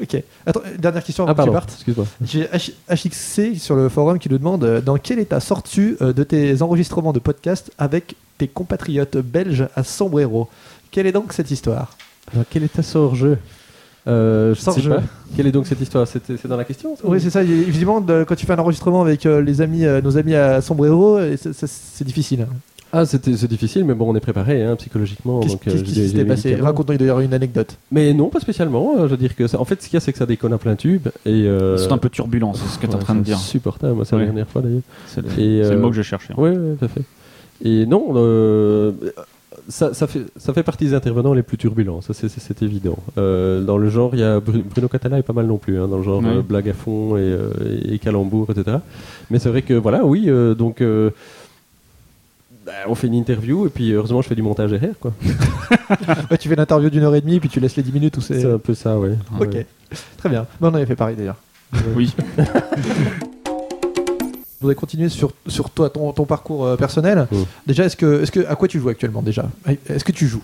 Speaker 4: Ok. Attends, euh, dernière question
Speaker 6: Ah
Speaker 4: avant que tu
Speaker 6: pardon.
Speaker 4: partes.
Speaker 6: Excuse-moi.
Speaker 4: J'ai H- HXC sur le forum qui nous demande euh, dans quel état sors-tu euh, de tes enregistrements de podcast avec tes compatriotes belges à Sombrero Quelle est donc cette histoire
Speaker 6: Dans quel état sort jeu euh, je
Speaker 4: Sort
Speaker 6: sais
Speaker 4: jeu.
Speaker 6: pas. Quelle est donc cette histoire C'était- C'est dans la question ça
Speaker 4: Oui, c'est ça. Évidemment, quand tu fais un enregistrement avec euh, les amis, euh, nos amis à Sombrero, euh, et c'est- c'est c'est difficile.
Speaker 6: Ah, c'était c'est difficile, mais bon, on est préparé hein, psychologiquement.
Speaker 4: Qu'est-ce
Speaker 6: donc, euh,
Speaker 4: qu'est-ce qui
Speaker 6: j'ai- j'ai
Speaker 4: s'était
Speaker 6: mis
Speaker 4: passé
Speaker 6: médicaments.
Speaker 4: Raconte-nous d'ailleurs une anecdote.
Speaker 6: Mais non, pas spécialement. euh, je veux dire que, ça- en fait, ce qu'il y a, c'est que ça déconne à plein tube. Et euh,
Speaker 5: Ils sont un peu turbulents, c'est ce que tu es en
Speaker 6: ouais,
Speaker 5: train de
Speaker 6: c'est
Speaker 5: dire.
Speaker 6: Insupportable, moi, c'est
Speaker 5: Ouais.
Speaker 6: la dernière fois d'ailleurs.
Speaker 5: C'est le,
Speaker 6: Et,
Speaker 5: c'est le
Speaker 6: euh,
Speaker 5: mot que je cherchais. hein.
Speaker 6: Oui, oui, tout à fait. Et non, euh, ça, ça fait, ça fait partie des intervenants les plus turbulents, ça c'est- c'est c'est évident. Euh, dans le genre, il y a Bru- Bruno Catala est pas mal non plus, hein, dans le genre
Speaker 5: Ouais.
Speaker 6: euh, blague à fond et, euh, et calembour, etc. Mais c'est vrai que voilà, oui, euh, donc euh, bah, on fait une interview et puis heureusement je fais du montage derrière, quoi.
Speaker 4: Ouais, tu fais l'interview d'une heure et demie, puis tu laisses les 10 minutes où c'est.
Speaker 6: C'est un peu Ah. ça, ouais.
Speaker 4: Ok.
Speaker 6: Ouais.
Speaker 4: Très bien. Bon, on avait fait pareil d'ailleurs.
Speaker 5: Oui.
Speaker 4: Je voudrais continuer sur, sur toi, ton, ton parcours euh, personnel.
Speaker 6: Mm.
Speaker 4: Déjà, est-ce que, est-ce que, à quoi tu joues actuellement déjà Est-ce que tu joues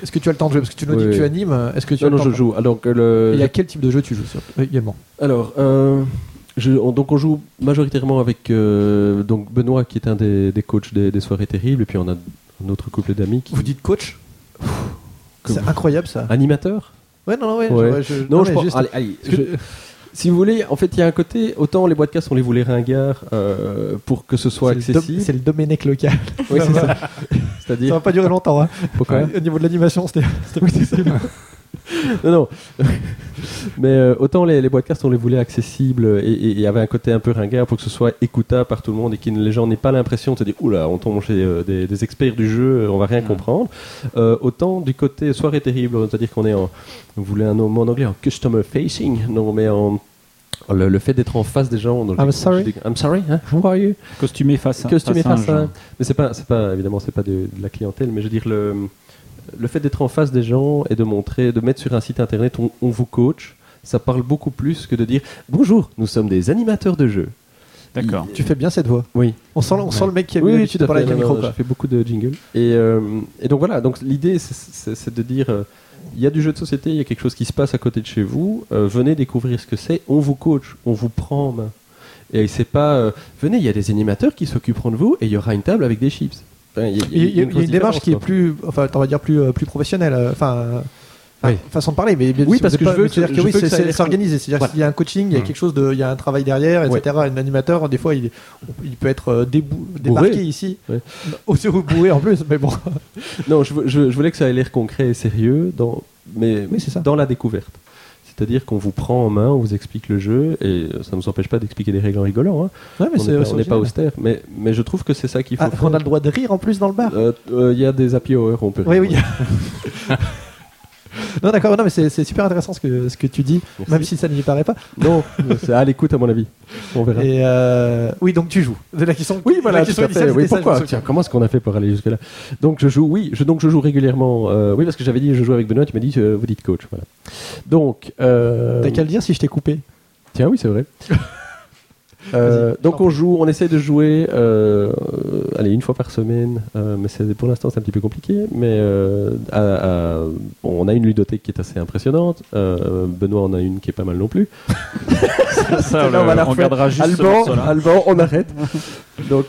Speaker 4: Est-ce que tu as le temps de jouer Parce que tu nous dis
Speaker 6: Oui.
Speaker 4: que tu animes. euh, Est-ce que tu as
Speaker 6: Non,
Speaker 4: le
Speaker 6: non,
Speaker 4: temps
Speaker 6: je
Speaker 4: de-
Speaker 6: joue. euh, Alors que le...
Speaker 4: Et il y a quel type de jeu tu joues surtout, euh, également
Speaker 6: Alors, euh, je- on- donc on joue majoritairement avec euh, donc Benoît qui est un des, des coachs des, des soirées terribles, et puis on a notre couple d'amis qui.
Speaker 4: Vous dites coach C'est incroyable ça.
Speaker 6: Animateur
Speaker 4: Ouais, non, non, ouais.
Speaker 6: Ouais.
Speaker 4: j'aurais- je-
Speaker 6: Non, je
Speaker 4: mais
Speaker 6: pense-
Speaker 4: juste-
Speaker 6: allez, allez,
Speaker 4: Parce que-
Speaker 6: je- Si vous voulez, en fait, il y a un côté, autant les boîtes de casse, on les voulait ringards euh, pour que ce soit
Speaker 4: c'est le dom-
Speaker 6: accessible.
Speaker 4: C'est le Domenech local.
Speaker 6: Oui, c'est ça.
Speaker 4: Ça
Speaker 6: C'est-à-dire.
Speaker 4: va pas durer longtemps. hein.
Speaker 6: Pourquoi
Speaker 4: Au niveau de l'animation, c'était c'était pas possible.
Speaker 6: Non, non. Mais euh, autant les, les podcasts, on les voulait accessibles et- et il y avait un côté un peu ringard pour que ce soit écoutable par tout le monde et que les gens n'aient pas l'impression de se dire Oula, on tombe chez euh, des, des experts du jeu, euh, on va rien comprendre. Euh, autant du côté soirée terrible, c'est-à-dire qu'on est en. Vous voulez un nom en anglais En customer facing Non, mais en. Le, le fait d'être en face des gens. dans le-
Speaker 4: I'm sorry.
Speaker 6: I'm sorry, hein, how are you
Speaker 5: Costumé face hein. à
Speaker 6: costumé
Speaker 5: à un
Speaker 6: face hein. à-
Speaker 5: genre.
Speaker 6: Mais c'est pas, c'est pas, évidemment, c'est pas de, de la clientèle, mais je veux dire, le, le fait d'être en face des gens et de montrer, de mettre sur un site internet, on, on vous coach, ça parle beaucoup plus que de dire bonjour, nous sommes des animateurs de jeux.
Speaker 5: D'accord.
Speaker 4: Tu fais bien cette voix.
Speaker 6: Oui,
Speaker 4: On sent, on sent le mec qui a mis l'habitude de parler avec un micro. quoi.
Speaker 6: J'ai fait beaucoup de jingles. Et, euh, et donc voilà, donc l'idée, c'est- c'est c'est de dire euh, il y a du jeu de société, il y a quelque chose qui se passe à côté de chez vous, euh, venez découvrir ce que c'est, on vous coach, on vous prend en main. Et c'est pas euh, venez, il y a des animateurs qui s'occuperont de vous et il y aura une table avec des chips. Enfin, il y a- il
Speaker 4: Il y a- il y a
Speaker 6: grosse
Speaker 4: une
Speaker 6: différence,
Speaker 4: démarche qui est
Speaker 6: quoi.
Speaker 4: plus, enfin, on va dire plus, euh, plus professionnelle. euh, Enfin, euh,
Speaker 6: Oui.
Speaker 4: enfin, façon de parler, mais bien
Speaker 6: Oui,
Speaker 4: sûr,
Speaker 6: parce
Speaker 4: c'est
Speaker 6: que
Speaker 4: pas-
Speaker 6: je veux
Speaker 4: mais
Speaker 6: que-
Speaker 4: c'est-à-dire
Speaker 6: je
Speaker 4: oui,
Speaker 6: veux que
Speaker 4: c'est
Speaker 6: ça ait
Speaker 4: c'est-
Speaker 6: l'air-
Speaker 4: c'est organisé. C'est-à-dire
Speaker 6: Voilà. Mm.
Speaker 4: qu'il y a un coaching, il y a quelque chose de, il y a un travail derrière, etc. Un animateur, des fois, il, il peut être euh, débou- débarqué ici,
Speaker 6: Ouais.
Speaker 4: aussi boué en plus, mais bon.
Speaker 6: Non, je, veux- je- je voulais que ça ait l'air concret et sérieux dans, mais,
Speaker 4: Oui, c'est ça.
Speaker 6: dans la découverte. C'est-à-dire qu'on vous prend en main, on vous explique le jeu, et euh, ça ne nous empêche pas d'expliquer des règles en rigolant. hein.
Speaker 4: Ouais, mais
Speaker 6: on
Speaker 4: c'est-
Speaker 6: n'est pas-
Speaker 4: c'est
Speaker 6: on n'est pas,
Speaker 4: original.
Speaker 6: austère, mais, mais je trouve que c'est ça qu'il faut
Speaker 4: Ah,
Speaker 6: faire.
Speaker 4: on a le droit de rire en plus dans le bar.
Speaker 6: Euh, euh, Il y a des happy hour, on peut.
Speaker 4: Oui, oui. non, d'accord, non, mais c'est c'est super intéressant ce que, ce que tu dis,
Speaker 6: Merci.
Speaker 4: même si ça n'y paraît pas.
Speaker 6: Non, c'est à l'écoute, à mon avis. On verra.
Speaker 4: Et euh, oui, donc tu joues. C'est la question.
Speaker 6: Oui, voilà,
Speaker 4: la
Speaker 6: tout
Speaker 4: question
Speaker 6: à fait.
Speaker 4: initiale,
Speaker 6: Oui,
Speaker 4: c'était ça,
Speaker 6: pourquoi
Speaker 4: je me
Speaker 6: Tiens,
Speaker 4: souviens.
Speaker 6: comment est-ce qu'on a fait pour aller jusque-là Donc, je joue, oui, je, donc je joue régulièrement. euh, oui, parce que j'avais dit, je joue avec Benoît, tu m'as dit, euh, vous dites coach. Voilà. Donc. euh,
Speaker 4: T'as qu'à le dire si je t'ai coupé.
Speaker 6: Tiens, oui, c'est vrai. Euh,
Speaker 4: Vas-y,
Speaker 6: donc
Speaker 4: t'en
Speaker 6: on joue, on essaie de jouer, euh, euh, allez une fois par semaine, euh, mais c'est pour l'instant c'est un petit peu compliqué. Mais euh, à- à- bon, on a une ludothèque qui est assez impressionnante. euh, Benoît en a une qui est pas mal non plus.
Speaker 5: Ça,
Speaker 6: Là, on va la
Speaker 5: on
Speaker 6: refaire.
Speaker 5: gardera juste ce
Speaker 6: Alban,
Speaker 5: morceau-là.
Speaker 6: Alban, on arrête. donc,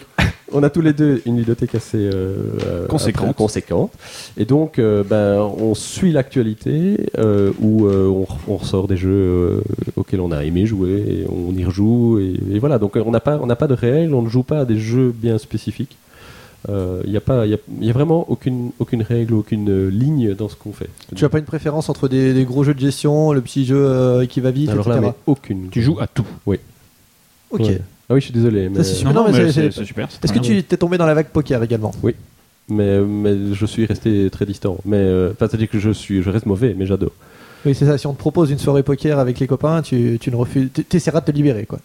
Speaker 6: on a tous les deux une bibliothèque assez euh, euh,
Speaker 5: Conséquente.
Speaker 6: après- conséquente. Et donc, euh, ben, on suit l'actualité euh, où euh, on, on ressort des jeux euh, auxquels on a aimé jouer, et on y rejoue. Et, et voilà, donc euh, on n'a pas, on n'a pas de règles, on ne joue pas à des jeux bien spécifiques. Euh, Il n'y a, pas- il y a, il y a vraiment aucune, aucune règle, aucune euh, ligne dans ce qu'on fait.
Speaker 4: Tu as pas une préférence entre des, des gros jeux de gestion, le petit jeu euh, qui va vite,
Speaker 6: Alors là,
Speaker 4: etc.
Speaker 6: mais aucune.
Speaker 5: Tu joues à tout.
Speaker 4: Ok.
Speaker 6: Ouais. Ah oui, je suis désolé. Mais...
Speaker 4: c'est sûr.
Speaker 5: Non,
Speaker 4: Mais non,
Speaker 5: non,
Speaker 4: mais c'est-
Speaker 5: mais c'est
Speaker 4: c'est-
Speaker 5: c'est super. c'est
Speaker 4: Est-ce que
Speaker 5: très bien.
Speaker 4: tu t'es tombé dans la vague poker également
Speaker 6: mais, mais je suis resté très distant. Mais euh, enfin, c'est-à-dire que je suis, je reste mauvais, mais j'adore.
Speaker 4: Oui, c'est ça. Si on te propose une soirée poker avec les copains, tu, tu ne refuses, tu- t'essaieras de te libérer, quoi.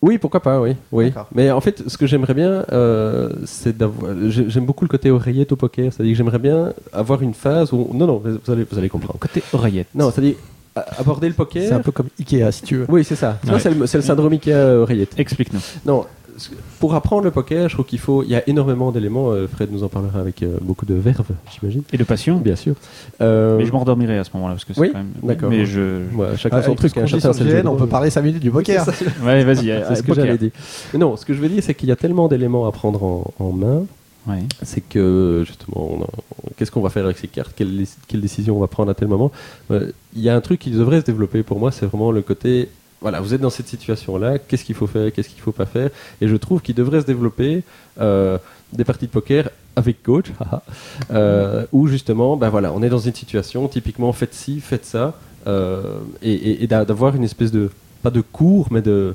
Speaker 6: Oui, pourquoi pas, oui, oui.
Speaker 4: D'accord.
Speaker 6: Mais en fait, ce que j'aimerais bien, euh, c'est d'avoir. j'ai- J'aime beaucoup le côté oreillette au poker. C'est-à-dire que j'aimerais bien avoir une phase où. Non, non, vous allez, vous allez comprendre.
Speaker 5: Côté oreillette.
Speaker 6: Non, c'est-à-dire a- aborder le poker.
Speaker 4: C'est un peu comme Ikea, si tu veux.
Speaker 6: Oui, c'est ça. Tu vois,
Speaker 5: Ouais.
Speaker 6: C'est le, c'est le syndrome Ikea oreillette.
Speaker 5: Explique-nous.
Speaker 6: Non, ce- pour apprendre le poker, je trouve qu'il faut. Il y a énormément d'éléments. euh, Fred nous en parlera avec euh, beaucoup de verve, j'imagine.
Speaker 5: Et de passion.
Speaker 6: Bien sûr. Euh,
Speaker 5: Mais je m'endormirai à ce moment-là parce que c'est
Speaker 6: oui,
Speaker 5: quand même.
Speaker 6: d'accord.
Speaker 5: Mais je.
Speaker 6: ouais, chacun
Speaker 4: Ah,
Speaker 6: son
Speaker 4: avec
Speaker 6: truc.
Speaker 4: ce qu'on
Speaker 6: hein,
Speaker 4: dit
Speaker 6: chacun
Speaker 4: sur
Speaker 6: ses jeux de
Speaker 4: GN, on
Speaker 6: rôle.
Speaker 4: peut parler 5 minutes du poker.
Speaker 5: Ouais, vas-y. euh,
Speaker 6: C'est ce que j'avais dit. Mais Euh, non, ce que je veux dire, c'est qu'il y a tellement d'éléments à prendre en, en main,
Speaker 5: Ouais.
Speaker 6: c'est que justement, on a- qu'est-ce qu'on va faire avec ces cartes quelle, déc- quelle décision on va prendre à tel moment Euh, Il y a un truc qui devrait se développer pour moi, c'est vraiment le côté. Voilà, vous êtes dans cette situation-là, qu'est-ce qu'il faut faire, qu'est-ce qu'il faut pas faire, et je trouve qu'il devrait se développer euh, des parties de poker avec coach, haha, euh, où justement, ben voilà, on est dans une situation typiquement faites ci, faites ça, euh, et, et- et d'a- d'avoir une espèce de pas de cours, mais de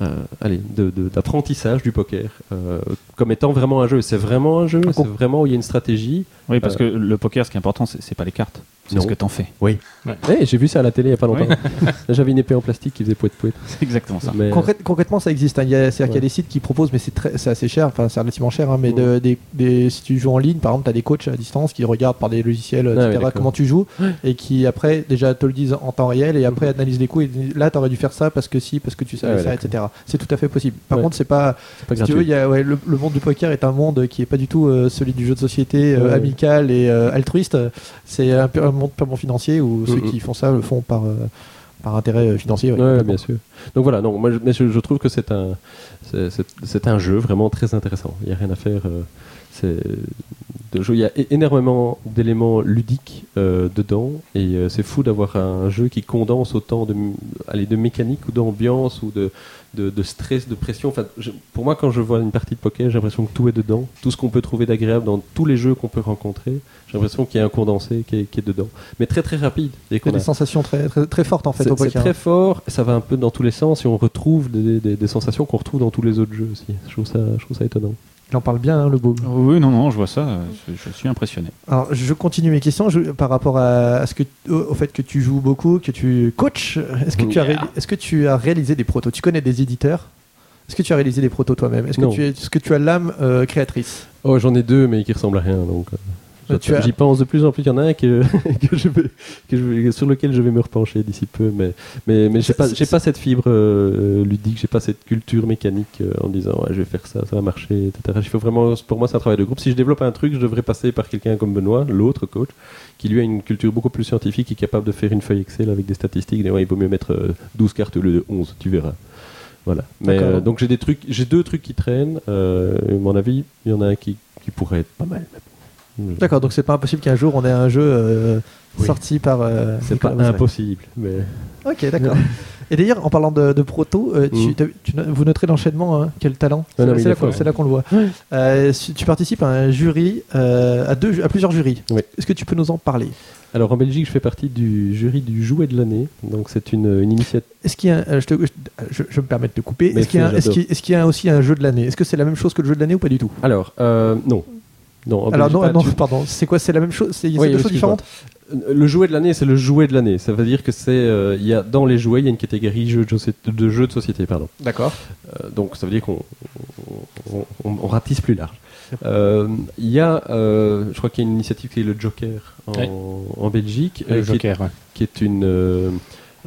Speaker 6: euh, allez, de- de- d'apprentissage du poker euh, comme étant vraiment un jeu. C'est vraiment un jeu,
Speaker 4: Un
Speaker 6: c'est
Speaker 4: cours.
Speaker 6: vraiment où il y a une stratégie.
Speaker 5: Oui, parce
Speaker 6: Euh,
Speaker 5: que le poker, ce qui est important, c'est c'est pas les cartes. C'est
Speaker 6: Non.
Speaker 5: ce que t'en fais.
Speaker 6: Eh, j'ai vu ça à la télé il y a pas longtemps. J'avais une épée en plastique qui faisait poète poète.
Speaker 5: C'est exactement ça.
Speaker 6: Mais
Speaker 4: Concrète- concrètement, ça existe. hein. Il y a- C'est-à-dire
Speaker 6: Euh,
Speaker 4: qu'il y a
Speaker 6: Ouais.
Speaker 4: des sites qui proposent, mais c'est très- c'est assez cher, enfin c'est relativement cher, hein, mais de- des, des- si tu joues en ligne, par exemple, tu as des coachs à distance qui regardent par des logiciels,
Speaker 6: Ah ouais,
Speaker 4: etc.,
Speaker 6: d'accord.
Speaker 4: comment tu joues, et qui après déjà te le disent en temps réel, et après analysent les coups, et disent, là, tu aurais dû faire ça parce que si, parce que tu savais
Speaker 6: Ah ouais,
Speaker 4: ça, etc. C'est tout à fait possible. Par
Speaker 6: Ouais.
Speaker 4: contre, c'est pas...
Speaker 6: c'est pas
Speaker 4: Si tu
Speaker 6: gratuit.
Speaker 4: veux, il y a- ouais, le, le monde du poker est un monde qui est pas du tout euh, celui du jeu de société euh,
Speaker 6: Ouais.
Speaker 4: amical et euh, altruiste. C'est un, pur- un monde purement financier où
Speaker 6: Mm,
Speaker 4: ceux
Speaker 6: mm.
Speaker 4: qui font ça le font par, euh, par intérêt euh, financier. ouais,
Speaker 6: Ouais,
Speaker 4: complètement.
Speaker 6: bien sûr. Donc voilà, non, moi, je, mais je, je trouve que c'est un, c'est- c'est c'est un jeu vraiment très intéressant. Il n'y a rien à faire. euh, C'est de jeu. Il y a é- énormément d'éléments ludiques euh, dedans et euh, c'est fou d'avoir un jeu qui condense autant de, m- allez, de mécanique ou d'ambiance ou de, de, de stress, de pression. Enfin, je- pour moi, quand je vois une partie de poker, j'ai l'impression que tout est dedans. Tout ce qu'on peut trouver d'agréable dans tous les jeux qu'on peut rencontrer, j'ai l'impression qu'il y a un condensé qui est, qui est dedans. Mais très très rapide. dès
Speaker 4: Il y
Speaker 6: qu'on
Speaker 4: a des
Speaker 6: a-
Speaker 4: sensations très, très, très fortes en fait au
Speaker 6: c'est c'est
Speaker 4: poker.
Speaker 6: très fort, ça va un peu dans tous les sens et on retrouve des, des- des sensations qu'on retrouve dans tous les autres jeux aussi. Je trouve ça, je trouve ça étonnant.
Speaker 4: Il en parle bien, hein, le beau.
Speaker 5: Oui, non, non, je vois ça. euh, Je, je suis impressionné.
Speaker 4: Alors, je continue mes questions je- par rapport à, à ce que, au, au fait que tu joues beaucoup, que tu coaches. Est-ce que, tu as ré- est-ce que tu as réalisé des protos Tu connais des éditeurs Est-ce que tu as réalisé des protos toi-même Est-ce que,
Speaker 6: Non.
Speaker 4: tu es- est-ce que tu as l'âme euh, créatrice
Speaker 6: Oh, j'en ai deux, mais qui ressemblent à rien. Donc, euh,
Speaker 4: Euh, tu as-
Speaker 6: j'y pense de plus en plus. Il y en a un que, que je vais, que je vais- sur lequel je vais me repencher d'ici peu, mais mais mais j'ai
Speaker 4: C'est-
Speaker 6: pas,
Speaker 4: c'est-
Speaker 6: j'ai pas cette fibre euh, ludique, j'ai pas cette culture mécanique euh, en disant ouais, je vais faire ça, ça va marcher, etc. Il faut vraiment, pour moi, c'est un travail de groupe. Si je développe un truc, je devrais passer par quelqu'un comme Benoît, l'autre coach, qui lui a une culture beaucoup plus scientifique, qui est capable de faire une feuille Excel avec des statistiques. Et ouais, il vaut mieux mettre euh, 12 cartes au lieu de 11, tu verras. Voilà. Mais
Speaker 4: D'accord.
Speaker 6: euh, donc j'ai des trucs, j'ai deux trucs qui traînent. euh, et à mon avis, il y en a un qui, qui pourrait être pas mal. mais bon.
Speaker 4: D'accord, donc c'est pas impossible qu'un jour on ait un jeu euh,
Speaker 6: Oui.
Speaker 4: sorti par. euh,
Speaker 6: C'est pas
Speaker 4: Nicolas Bosseret.
Speaker 6: impossible, mais
Speaker 4: Ok, d'accord. Et d'ailleurs, en parlant de, de proto, euh, tu-
Speaker 6: Mm.
Speaker 4: t'as- tu no- vous noterez l'enchaînement, hein, quel talent.
Speaker 6: Ah non, mais
Speaker 4: c'est
Speaker 6: il
Speaker 4: là,
Speaker 6: est fort,
Speaker 4: qu'on- c'est là qu'on le voit. Euh, si tu participes à un jury, euh, à, deux, ju- à plusieurs jurys.
Speaker 6: Oui.
Speaker 4: Est-ce que tu peux nous en parler
Speaker 6: alors en Belgique, je fais partie du jury du jouet de l'année. Donc c'est une, une initiative.
Speaker 4: Est-ce qu'il y a, un- euh, je, te- je- je- je me permets de te couper,
Speaker 6: Mais
Speaker 4: est-ce qu'il y, a un-
Speaker 6: fais,
Speaker 4: est-ce
Speaker 6: j'adore.
Speaker 4: qu'il- est-ce qu'il y a aussi un jeu de l'année Est-ce que c'est la même chose que le jeu de l'année ou pas du tout
Speaker 6: Alors euh, non, non. en
Speaker 4: Alors
Speaker 6: Belgique,
Speaker 4: non,
Speaker 6: pas-
Speaker 4: non,
Speaker 6: tu-
Speaker 4: pardon, c'est quoi C'est la même chose C'est c'est
Speaker 6: Oui,
Speaker 4: deux choses
Speaker 6: excuse-moi.
Speaker 4: différentes
Speaker 6: Le jouet de l'année, c'est le jouet de l'année. Ça veut dire que c'est, euh, il y a dans les jouets, il y a une catégorie jeux de, soci- de jeux de société, pardon.
Speaker 4: D'accord.
Speaker 6: Euh, donc ça veut dire qu'on on, on- on ratisse plus large. Euh, Il y a, euh, je crois qu'il y a une initiative qui est le Joker en,
Speaker 1: Ouais.
Speaker 6: en Belgique,
Speaker 1: Le
Speaker 6: euh, qui, est,
Speaker 1: Joker, ouais.
Speaker 6: qui est une, euh,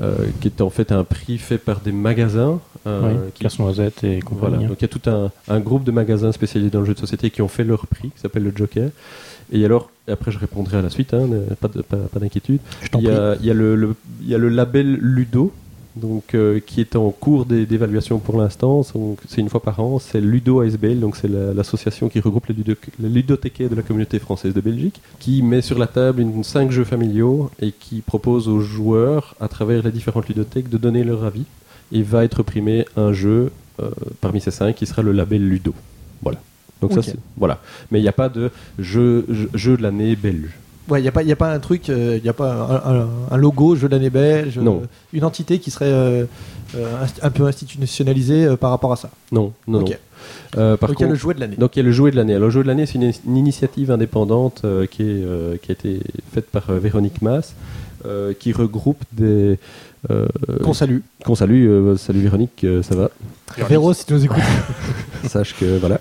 Speaker 6: euh, qui est en fait un prix fait par des magasins. euh,
Speaker 1: Oui,
Speaker 6: qui-
Speaker 1: Casse-noisette et
Speaker 6: voilà.
Speaker 1: compagnie. hein.
Speaker 6: Donc il y a tout un, un groupe de magasins spécialisés dans le jeu de société qui ont fait leur prix, qui s'appelle le Joker. Et alors, et après je répondrai à la suite, hein, ne- pas de- pas- pas d'inquiétude.
Speaker 4: Je t'en
Speaker 6: Il y,
Speaker 4: prie.
Speaker 6: a, il y a le, le- il y a le label Ludo, donc, euh, qui est en cours d'é- d'évaluation pour l'instant. Donc, C'est une fois par an. C'est Ludo ASBL, donc c'est la- l'association qui regroupe les, ludo- les ludothécaires de la communauté française de Belgique, qui met sur la table une, cinq jeux familiaux et qui propose aux joueurs, à travers les différentes ludothèques, de donner leur avis. Et va être primé un jeu euh, parmi ces cinq qui sera le label Ludo. Voilà. Donc
Speaker 4: Ok.
Speaker 6: ça, c'est- voilà. Mais il n'y a pas de jeu, jeu, jeu de l'année belge.
Speaker 4: Ouais, il n'y a, pas- y a pas un truc, il n'y a pas un, un- un logo jeu de l'année belge,
Speaker 6: Non.
Speaker 4: euh, une entité qui serait euh, euh, inst- un peu institutionnalisée euh, par rapport à ça.
Speaker 6: Non, non,
Speaker 4: Ok.
Speaker 6: non. Euh, par
Speaker 4: Donc il y a
Speaker 6: contre-
Speaker 4: le jouet de l'année.
Speaker 6: Donc il y a le jouet de l'année. Alors le jouet de l'année, c'est une, une initiative indépendante euh, qui, est, euh, qui a été faite par euh, Véronique Mass, euh, qui regroupe des... euh,
Speaker 4: Qu'on salue.
Speaker 6: qu'on salue, euh, salut Véronique, euh, ça va
Speaker 4: Véro, si tu nous écoutes.
Speaker 6: Sache que voilà.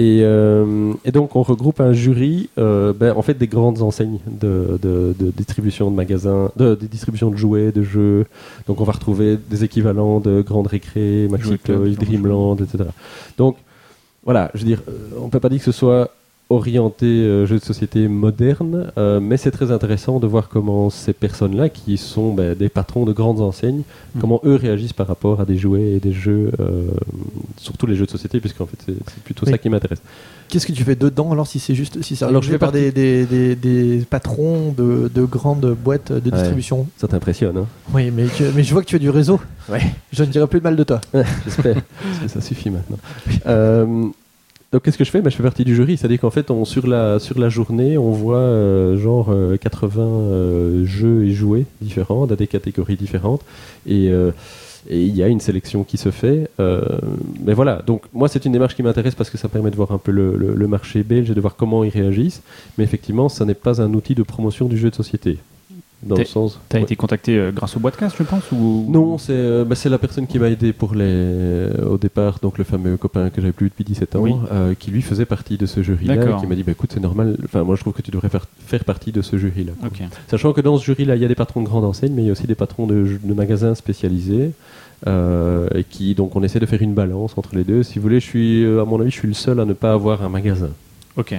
Speaker 6: Et, euh, et donc on regroupe un jury, euh, ben, en fait des grandes enseignes de, de- de distribution de magasins, de, de distribution de jouets, de jeux. Donc on va retrouver des équivalents de Grande Récré, Maxi
Speaker 5: Jouet Club,
Speaker 6: Toys,
Speaker 5: ce genre de
Speaker 6: Dreamland, etc. Donc voilà, je veux dire, euh, on peut pas dire que ce soit orienté euh, jeu de société moderne, euh, mais c'est très intéressant de voir comment ces personnes-là, qui sont ben, des patrons de grandes enseignes,
Speaker 4: Mm.
Speaker 6: comment eux réagissent par rapport à des jouets et des jeux, euh, surtout les jeux de société, puisqu'en fait c'est c'est plutôt
Speaker 4: Oui.
Speaker 6: ça qui m'intéresse.
Speaker 4: Qu'est-ce que tu fais dedans alors si c'est juste si c'est
Speaker 6: Alors, je
Speaker 4: organisé
Speaker 6: fais
Speaker 4: par des, des, des, des patrons de, de grandes boîtes de
Speaker 6: Ouais.
Speaker 4: distribution
Speaker 6: Ça t'impressionne, hein
Speaker 4: Oui, mais, que- mais je vois que tu as du réseau.
Speaker 6: Ouais.
Speaker 4: Je ne dirai plus de mal de toi.
Speaker 6: J'espère. Parce que ça suffit maintenant. Euh, donc, qu'est-ce que je fais Ben, Je fais partie du jury. C'est-à-dire qu'en fait, on, sur, la, sur la journée, on voit euh, genre euh, 80 euh, jeux et jouets différents, dans des catégories différentes. Et. euh, et il y a une sélection qui se fait. euh, mais voilà, donc moi c'est une démarche qui m'intéresse parce que ça permet de voir un peu le, le- le marché belge et de voir comment ils réagissent. Mais effectivement, ça n'est pas un outil de promotion du jeu de société. Dans le
Speaker 5: T'es-
Speaker 6: sens.
Speaker 5: T'as
Speaker 6: Ouais.
Speaker 5: été contacté euh, grâce au Boîtecast, je pense ou...
Speaker 6: Non, c'est euh, bah, c'est la personne qui m'a aidé pour les au départ, donc le fameux copain que j'avais plus depuis 17 ans,
Speaker 5: Oui.
Speaker 6: euh, qui lui faisait partie de ce jury-là,
Speaker 5: D'accord.
Speaker 6: et qui m'a dit bah, écoute, c'est normal, enfin, moi je trouve que tu devrais faire, faire partie de ce jury-là.
Speaker 5: Ok.
Speaker 6: Sachant que dans ce jury-là, il y a des patrons de grandes enseignes, mais il y a aussi des patrons de, de magasins spécialisés. euh, et qui donc on essaie de faire une balance entre les deux. Si vous voulez, je suis euh, à mon avis, je suis le seul à ne pas avoir un magasin.
Speaker 5: Ok.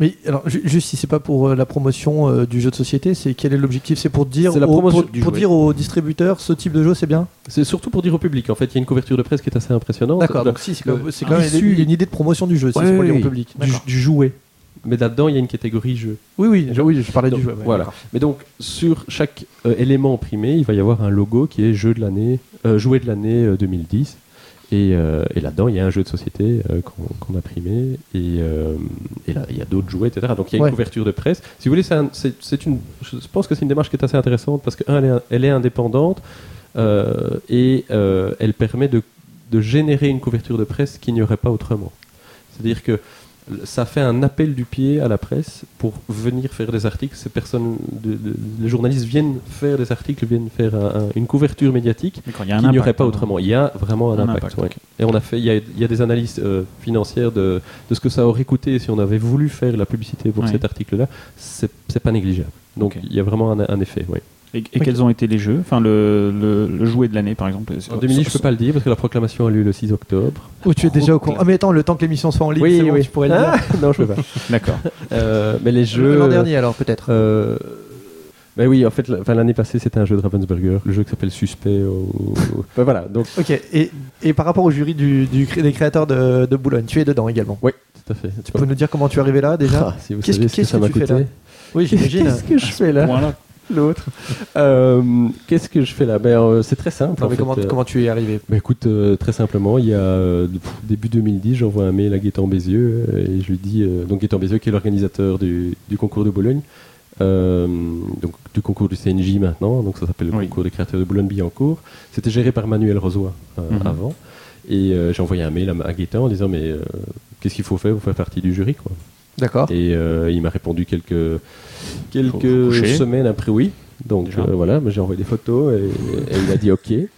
Speaker 4: Mais alors, ju- juste si c'est pas pour euh, la promotion euh, du jeu de société, c'est quel est l'objectif C'est pour dire,
Speaker 6: C'est la
Speaker 4: aux-
Speaker 6: promotion
Speaker 4: pour,
Speaker 6: du
Speaker 4: pour
Speaker 6: jouet.
Speaker 4: dire aux distributeurs ce type de jeu c'est bien
Speaker 6: C'est surtout pour dire au public, en fait, il y a une couverture de presse qui est assez impressionnante.
Speaker 4: D'accord,
Speaker 6: Le-
Speaker 4: donc si, c'est
Speaker 6: le-
Speaker 4: quand- c'est quand même
Speaker 6: l'issue-
Speaker 4: une idée de promotion du jeu, si
Speaker 6: Ouais,
Speaker 4: c'est pour
Speaker 6: oui,
Speaker 4: dire au
Speaker 6: oui.
Speaker 4: public.
Speaker 6: du,
Speaker 4: D'accord.
Speaker 6: du jouet. Mais là-dedans, il y a une catégorie jeu.
Speaker 4: Oui, oui, je, oui, je parlais
Speaker 6: Donc,
Speaker 4: du jeu. ouais,
Speaker 6: voilà.
Speaker 4: d'accord.
Speaker 6: Mais donc, sur chaque euh, élément imprimé, il va y avoir un logo qui est jeu de l'année, euh, jouet de l'année euh, 2010. Et, euh, et là-dedans, il y a un jeu de société euh, qu'on qu'on a imprimé. Et, euh, et là, il y a d'autres jouets, etc. Donc, il y a
Speaker 4: Ouais.
Speaker 6: une couverture de presse. Si vous voulez, c'est un- c'est c'est une, je pense que c'est une démarche qui est assez intéressante parce que, un, elle est, elle est indépendante euh, et euh, elle permet de, de générer une couverture de presse qu'il n'y aurait pas autrement. C'est-à-dire que ça fait un appel du pied à la presse pour venir faire des articles. Ces personnes, de- de- les journalistes viennent faire des articles, viennent faire un- un- une couverture médiatique
Speaker 5: Mais quand il y a un
Speaker 6: qu'il n'y
Speaker 5: impact,
Speaker 6: aurait pas
Speaker 5: hein.
Speaker 6: autrement. Il y a vraiment un,
Speaker 5: Un
Speaker 6: impact.
Speaker 5: impact,
Speaker 6: ouais.
Speaker 5: ok.
Speaker 6: Et on a fait, il y a, il y a des analyses euh, financières de, de ce que ça aurait coûté si on avait voulu faire la publicité pour
Speaker 5: Ouais.
Speaker 6: cet article-là. C'est c'est pas négligeable. Donc
Speaker 5: Ok.
Speaker 6: il y a vraiment un, un effet. oui.
Speaker 5: Et, et quels ont été les jeux Enfin, le, le, le jouet de l'année, par exemple.
Speaker 4: Oh,
Speaker 6: En 2010, je peux pas le dire parce que la proclamation a lieu le 6 octobre.
Speaker 4: Ou tu es déjà au courant. Ah, mais attends, le temps que l'émission soit en ligne, c'est bon, tu pourrais le dire.
Speaker 6: Ah, non, je peux pas.
Speaker 5: D'accord.
Speaker 6: Euh, mais les jeux.
Speaker 4: L'an dernier, alors, peut-être.
Speaker 6: Euh, Ben oui, en fait, la- enfin, l'année passée, c'était un jeu de Ravensburger, le jeu qui s'appelle Suspect. au- Ben voilà, donc,
Speaker 4: Ok, et, et par rapport au jury du, du cré- des créateurs de, de Boulogne, tu es dedans également.
Speaker 6: tout à fait.
Speaker 4: Tu peux nous dire comment tu es arrivé là déjà
Speaker 6: Ah, si vous
Speaker 4: Qu'est-ce-
Speaker 6: saviez ce que
Speaker 4: qu'est-ce
Speaker 6: ça
Speaker 4: que
Speaker 6: m'a
Speaker 4: tu fais
Speaker 6: coûté.
Speaker 4: là Oui, j'imagine.
Speaker 6: Qu'est-ce que je fais là
Speaker 5: Voilà.
Speaker 6: L'autre. Euh, Qu'est-ce que je fais là Ben, euh, c'est très simple.
Speaker 4: Non,
Speaker 6: en
Speaker 4: mais
Speaker 6: fait.
Speaker 4: comment,
Speaker 6: Euh,
Speaker 4: comment tu es arrivé
Speaker 6: Bah écoute, euh, très simplement, il y a euh, pff, début 2010, j'envoie un mail à Gaëtan Bézieux euh, et je lui dis, euh, donc Gaëtan Bézieux qui est l'organisateur du, du concours de Bologne, euh, donc du concours du CNJ maintenant, donc ça s'appelle le
Speaker 5: Oui.
Speaker 6: concours des créateurs de Boulogne-Billancourt. C'était géré par Manuel Rosoy euh,
Speaker 5: Mhm.
Speaker 6: avant. Et euh, j'ai envoyé un mail à, à Gaëtan en disant, mais euh, qu'est-ce qu'il faut faire pour faire partie du jury quoi.
Speaker 4: D'accord.
Speaker 6: Et euh, il m'a répondu quelques,
Speaker 5: Faut
Speaker 6: quelques
Speaker 5: coucher.
Speaker 6: semaines après, oui. Donc
Speaker 5: Déjà.
Speaker 6: euh, voilà, mais j'ai envoyé des photos et, et il a dit OK. Et,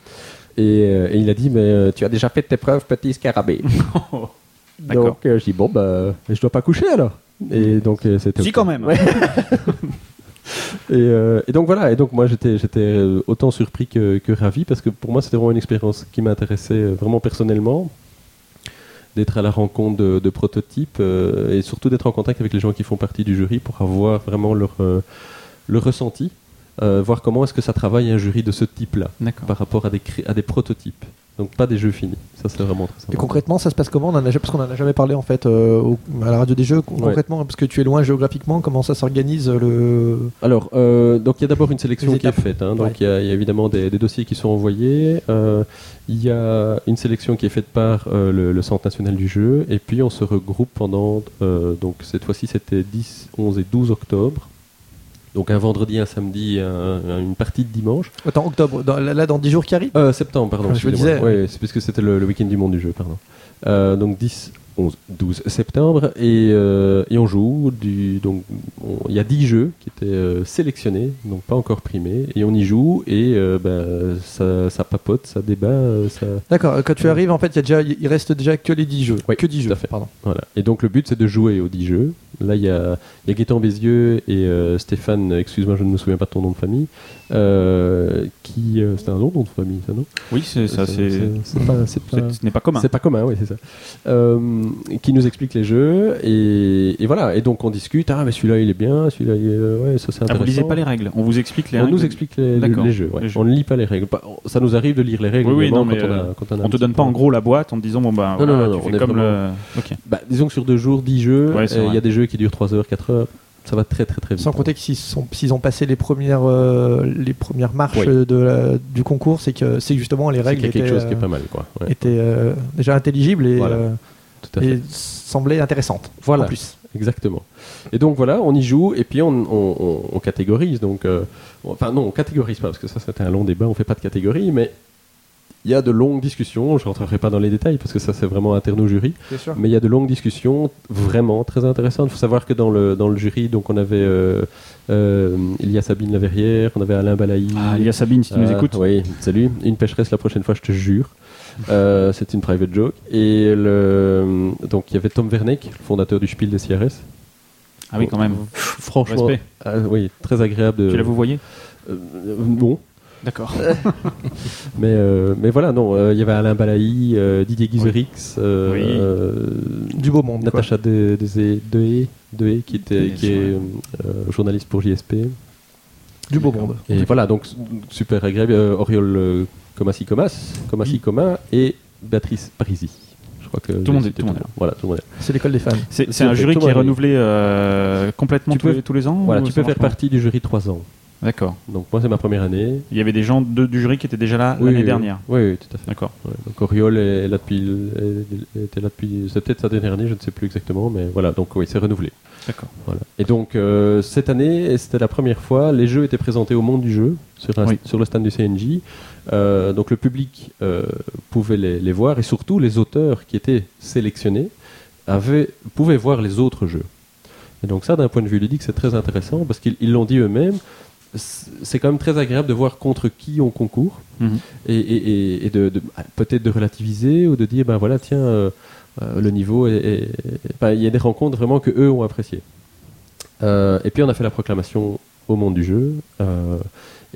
Speaker 6: euh, et il a dit, mais euh, tu as déjà fait tes preuves, petit scarabée.
Speaker 5: D'accord.
Speaker 6: donc euh, je dis, bon, bah, je dois pas coucher alors. Et donc euh, c'était.
Speaker 5: Si,
Speaker 6: OK.
Speaker 5: quand même.
Speaker 6: Ouais. Et, euh, et donc voilà, et donc moi j'étais j'étais euh, autant surpris que, que ravi parce que pour moi c'était vraiment une expérience qui m'intéressait euh, vraiment personnellement d'être à la rencontre de, de prototypes euh, et surtout d'être en contact avec les gens qui font partie du jury pour avoir vraiment leur, euh, leur ressenti, euh, voir comment est-ce que ça travaille un jury de ce type-là
Speaker 5: D'accord.
Speaker 6: par rapport à des, cré- à des prototypes. Donc pas des jeux finis, ça c'est vraiment très
Speaker 4: Et
Speaker 6: sympa.
Speaker 4: concrètement, ça se passe comment On en a- Parce qu'on n'en a jamais parlé en fait euh, au- à la radio des jeux. Con-
Speaker 6: Ouais.
Speaker 4: Concrètement, parce que tu es loin géographiquement, comment ça s'organise euh, le.
Speaker 6: Alors, euh, donc il y a d'abord une sélection
Speaker 4: Les
Speaker 6: qui est
Speaker 4: étapes.
Speaker 6: faite. hein. donc
Speaker 4: Ouais.
Speaker 6: il y a- il y, a évidemment des, des dossiers qui sont envoyés. Euh, Il y a une sélection qui est faite par euh, le, le Centre national du jeu. Et puis on se regroupe pendant, euh, donc cette fois-ci c'était 10, 11 et 12 octobre. Donc un vendredi, un samedi, un- une partie de dimanche.
Speaker 4: Attends, octobre, dans- là, là, dans 10 jours qui arrive
Speaker 6: Euh, septembre, pardon.
Speaker 4: Ah, je me
Speaker 6: excusez-moi.
Speaker 4: disais.
Speaker 6: Ouais, c'est parce que c'était le, le week-end du monde du jeu, pardon. Euh, donc 10, 11, 12 septembre. Et, euh, et on joue. Du, donc on- Il y a 10 jeux qui étaient euh, sélectionnés, donc pas encore primés. Et on y joue. Et euh, ben, ça, ça papote, ça débat. euh, Ça...
Speaker 4: D'accord, euh, quand tu
Speaker 6: Ouais.
Speaker 4: arrives, en fait, il y a déjà, il reste déjà que les 10 jeux.
Speaker 6: Oui,
Speaker 4: que 10
Speaker 6: tout
Speaker 4: jeux,
Speaker 6: à fait.
Speaker 4: pardon.
Speaker 6: Voilà. Et donc le but, c'est de jouer aux 10 jeux. Là, il y a, il y a Gaëtan Bézieux et euh, Stéphane, excuse-moi, je ne me souviens pas de ton nom de famille. euh, qui, euh, c'est un nom, nom de famille, ça, non
Speaker 5: Oui, c'est ça. C'est.
Speaker 6: c'est pas- c'est pas-
Speaker 5: c'est- Ce n'est pas commun.
Speaker 6: C'est pas commun, oui, c'est ça. Euh, qui nous explique les jeux et, et voilà. Et donc on discute. Ah, mais celui-là il est bien, celui-là il est- ouais, ça c'est
Speaker 5: Ah,
Speaker 6: intéressant.
Speaker 5: vous lisez pas les règles. On vous explique les
Speaker 6: on
Speaker 5: règles.
Speaker 6: nous explique les, les-
Speaker 5: D'accord.
Speaker 6: les jeux. ouais.
Speaker 5: Les jeux.
Speaker 6: On ne lit pas les règles. Pas- on- Ça nous arrive de lire les règles.
Speaker 5: Oui, oui,
Speaker 6: évidemment,
Speaker 5: non, mais,
Speaker 6: quand on a-
Speaker 5: euh,
Speaker 6: quand on a un
Speaker 5: On te
Speaker 6: petit
Speaker 5: donne pas
Speaker 6: peu-
Speaker 5: en gros la boîte en te disant bon ben
Speaker 6: Non, non,
Speaker 5: voilà,
Speaker 6: non,
Speaker 5: tu
Speaker 6: on
Speaker 5: fais
Speaker 6: est
Speaker 5: comme
Speaker 6: vraiment-
Speaker 5: le. Ok.
Speaker 6: Bah, disons que sur deux jours, dix jeux, euh,
Speaker 5: Ouais,
Speaker 6: il
Speaker 5: c'est
Speaker 6: y a
Speaker 5: vrai.
Speaker 6: des jeux qui durent 3 heures, 4 heures. Ça va très très très vite.
Speaker 4: Sans compter que s'ils sont- s'ils ont passé les premières, euh, les premières marches
Speaker 6: Oui.
Speaker 4: euh, de la- du concours, c'est que c'est justement les
Speaker 6: C'est
Speaker 4: règles
Speaker 6: qu'il y a quelque
Speaker 4: étaient,
Speaker 6: chose qui est
Speaker 4: euh,
Speaker 6: pas mal, quoi. Ouais,
Speaker 4: étaient, euh, déjà intelligibles et,
Speaker 6: Voilà,
Speaker 4: euh,
Speaker 6: tout à fait.
Speaker 4: et semblaient intéressantes.
Speaker 6: Voilà.
Speaker 4: En plus.
Speaker 6: Exactement. Et donc voilà, on y joue et puis on, on- on- on catégorise. Donc, euh, on- enfin non, on catégorise pas parce que ça c'était un long débat. On fait pas de catégorie, mais il y a de longues discussions. Je rentrerai pas dans les détails parce que ça c'est vraiment interne au jury. Mais il y a de longues discussions vraiment très intéressantes. Il faut savoir que dans le dans le jury, donc on avait euh, euh, il y a Sabine Laverrière, on avait Alain Balaï.
Speaker 5: Ah, il y a Sabine si tu nous
Speaker 6: Ah,
Speaker 5: écoutes.
Speaker 6: Oui, salut. Une pêcheresse la prochaine fois, je te jure. Euh, c'est une private joke. Et le... donc il y avait Tom Verneck, le fondateur du Spiel des CRS.
Speaker 5: Ah
Speaker 6: Euh,
Speaker 5: oui quand même.
Speaker 6: Franchement,
Speaker 5: Respect.
Speaker 6: ah oui, très agréable. de-
Speaker 5: Tu la vous voyez
Speaker 6: Euh, euh, non.
Speaker 5: D'accord.
Speaker 6: Mais, euh, mais voilà, non, euh, il y avait Alain Balaï, euh, Didier Guizerix, euh,
Speaker 5: Oui.
Speaker 6: euh,
Speaker 4: Du beau monde. quoi.
Speaker 6: Natacha De- Dezé- Dehé, Dehé, qui, était,
Speaker 5: Bien
Speaker 6: qui
Speaker 5: sûr,
Speaker 6: est euh, journaliste pour JSP.
Speaker 4: Du beau monde.
Speaker 6: Et voilà, donc s- super agréable. euh, Oriol euh, Comassi Comas, Comassi Coma et Béatrice Parisi. Je crois que
Speaker 5: le monde est-
Speaker 6: c'était
Speaker 5: tout le monde est là.
Speaker 6: Voilà, tout le monde est là.
Speaker 4: C'est l'école des fans.
Speaker 5: C'est
Speaker 6: Tu
Speaker 5: c'est un
Speaker 6: peux-
Speaker 5: jury
Speaker 6: tout
Speaker 5: qui est
Speaker 6: va aller.
Speaker 5: renouvelé euh, complètement
Speaker 6: Tu
Speaker 5: tous,
Speaker 6: peux-
Speaker 5: les, tous les ans
Speaker 6: Voilà,
Speaker 5: ou
Speaker 6: tu
Speaker 5: ça
Speaker 6: peux
Speaker 5: marche
Speaker 6: faire
Speaker 5: pas
Speaker 6: partie du jury 3 ans.
Speaker 5: D'accord.
Speaker 6: Donc moi, c'est ma première année.
Speaker 5: Il y avait des gens de- du jury qui étaient déjà là
Speaker 6: Oui,
Speaker 5: l'année
Speaker 6: oui,
Speaker 5: dernière.
Speaker 6: Oui, oui, tout à fait.
Speaker 5: D'accord.
Speaker 6: Ouais, donc Oriol est là depuis, le- est- était là depuis, c'est peut-être sa dernière année, je ne sais plus exactement, mais voilà, donc oui, c'est renouvelé.
Speaker 5: D'accord.
Speaker 6: Voilà. Et donc euh, cette année, et c'était la première fois, les jeux étaient présentés au monde du jeu sur, un-
Speaker 5: Oui.
Speaker 6: sur le stand du CNJ. Euh, donc le public euh, pouvait les, les voir et surtout les auteurs qui étaient sélectionnés avaient, pouvaient voir les autres jeux. Et donc ça, d'un point de vue ludique, c'est très intéressant parce qu'ils ils l'ont dit eux-mêmes. c- C'est quand même très agréable de voir contre qui on concourt
Speaker 5: Mhm.
Speaker 6: et, et- et- et de, de- ah, peut-être de relativiser ou de dire ben voilà tiens euh, euh, le niveau est- est- est- ben, il y a des rencontres vraiment que eux ont appréciées. Euh, et puis on a fait la proclamation au monde du jeu euh,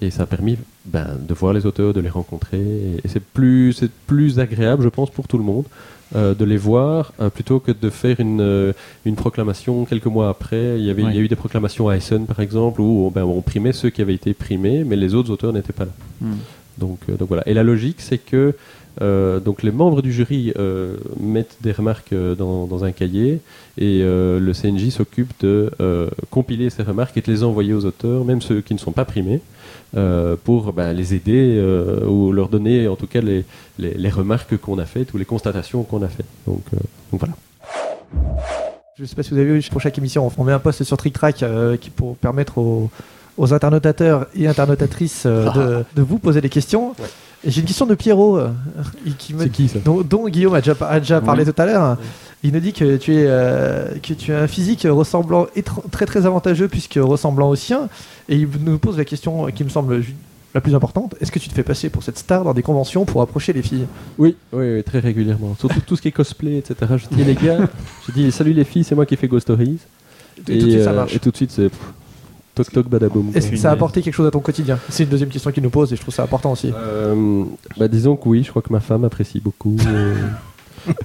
Speaker 6: et ça a permis ben, de voir les auteurs, de les rencontrer et, et c'est plus c'est plus agréable je pense pour tout le monde euh, de les voir euh, plutôt que de faire une euh, une proclamation quelques mois après. Il y avait
Speaker 5: Ouais.
Speaker 6: il y a eu des proclamations à Essen par exemple où ben, on primait ceux qui avaient été primés mais les autres auteurs n'étaient pas là.
Speaker 5: Hmm.
Speaker 6: Donc, euh, donc voilà. Et la logique, c'est que euh, donc les membres du jury euh, mettent des remarques euh, dans, dans un cahier et euh, le CNJ s'occupe de euh, compiler ces remarques et de les envoyer aux auteurs, même ceux qui ne sont pas primés, euh, pour ben, les aider euh, ou leur donner en tout cas les, les, les remarques qu'on a faites ou les constatations qu'on a faites. Donc, euh, donc voilà.
Speaker 4: Je sais pas si vous avez vu, pour chaque émission, on met un post sur Trick Track euh, qui pour permettre aux, aux internautateurs et internautatrices euh, de, de vous poser des questions. Et J'ai une question de Pierrot, euh, et qui me-
Speaker 6: C'est qui ça
Speaker 4: dont, dont Guillaume a déjà, par- a déjà
Speaker 5: Oui.
Speaker 4: parlé tout à l'heure. Il nous dit que tu es euh, que tu as un physique ressemblant et tr- très très avantageux puisque ressemblant au sien. Et il nous pose la question euh, qui me semble ju- la plus importante est-ce que tu te fais passer pour cette star dans des conventions pour approcher les filles
Speaker 6: Oui, oui, oui, très régulièrement. Surtout tout ce qui est cosplay, etc. Je dis les gars, je dis salut les filles, c'est moi qui ai fait Ghost Stories.
Speaker 4: Et, tout de suite ça
Speaker 6: euh,
Speaker 4: marche.
Speaker 6: Et tout de suite, c'est pff, toc toc badaboum.
Speaker 4: Est-ce que ça a
Speaker 5: Punaise.
Speaker 4: apporté quelque chose à ton quotidien C'est une deuxième question qu'il nous pose et je trouve ça important aussi.
Speaker 6: Euh, bah, disons que oui, je crois que ma femme apprécie beaucoup. euh,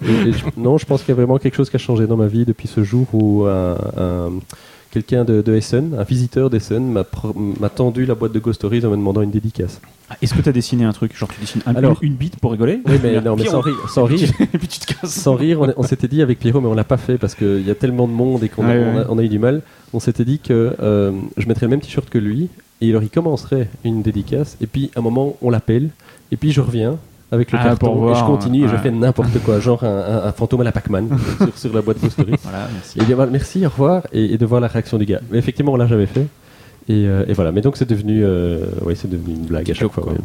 Speaker 6: et- et je- non, je pense qu'il y a vraiment quelque chose qui a changé dans ma vie depuis ce jour où un- un- quelqu'un de, de Essen, un visiteur d'Essen, m'a pro- m'a tendu la boîte de Ghost Stories en me demandant une dédicace.
Speaker 5: Ah, Est-ce que tu as dessiné un truc Genre, tu dessines un-
Speaker 6: Alors-
Speaker 5: une, une bite pour rigoler
Speaker 6: Oui, mais,
Speaker 5: Pierrot.
Speaker 6: non, mais sans rire, sans rire,
Speaker 5: Et puis tu te casses.
Speaker 6: sans rire, on, a- on s'était dit avec Pierrot, mais on l'a pas fait parce qu'il y a tellement de monde et qu'on a-
Speaker 5: Ouais,
Speaker 6: on a,
Speaker 5: ouais.
Speaker 6: on a eu du mal. On s'était dit que euh, je mettrais le même t-shirt que lui et alors il commencerait une dédicace et puis à un moment on l'appelle et puis je reviens avec le
Speaker 5: Ah,
Speaker 6: carton
Speaker 5: pour
Speaker 6: et
Speaker 5: voir,
Speaker 6: je continue et
Speaker 5: ouais.
Speaker 6: je fais n'importe quoi, genre un, un- un fantôme à la Pac-Man sur, sur la boîte de story.
Speaker 5: Voilà, merci.
Speaker 6: Et bien voilà, merci, au revoir et, et de voir la réaction du gars. Mais effectivement on l'a jamais fait. Et, euh, et voilà, mais donc c'est devenu, euh, ouais, c'est devenu une blague à chaque fois. ouais.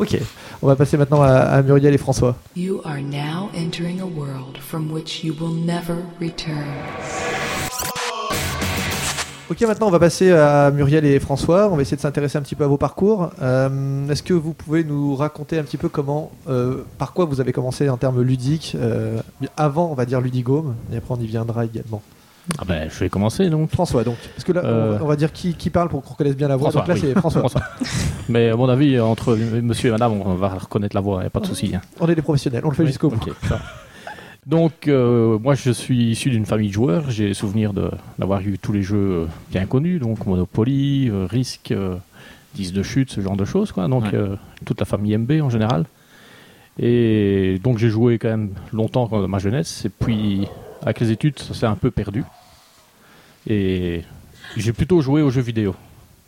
Speaker 4: Ok, on va passer maintenant à, à Muriel et François.
Speaker 7: You are now entering a world from which you will never return.
Speaker 4: Ok, maintenant on va passer à Muriel et François. On va essayer de s'intéresser un petit peu à vos parcours. Euh, Est-ce que vous pouvez nous raconter un petit peu comment, euh, par quoi vous avez commencé en termes ludiques euh, Avant, on va dire ludigome, et après on y viendra également.
Speaker 1: Ah ben, je vais commencer donc.
Speaker 4: François, donc, parce que là, on-
Speaker 1: Euh.
Speaker 4: on va dire qui, qui parle pour qu'on reconnaisse bien la voix.
Speaker 1: François,
Speaker 4: donc là,
Speaker 1: oui.
Speaker 4: c'est François.
Speaker 1: François. Mais à mon avis, entre monsieur et madame, on va reconnaître la voix, y a pas de souci. hein.
Speaker 4: On est des professionnels, on le fait
Speaker 1: Oui,
Speaker 4: jusqu'au bout.
Speaker 1: ok, ça va. Donc, euh, moi, je suis issu d'une famille de joueurs. J'ai souvenir de- d'avoir eu tous les jeux euh, bien connus, donc Monopoly, euh, Risk, euh, 10 de chute, ce genre de choses. Quoi. Donc,
Speaker 5: Ouais.
Speaker 1: euh, toute la famille MB en général. Et donc, j'ai joué quand même longtemps dans ma jeunesse. Et puis, avec les études, ça s'est un peu perdu. Et j'ai plutôt joué aux jeux vidéo.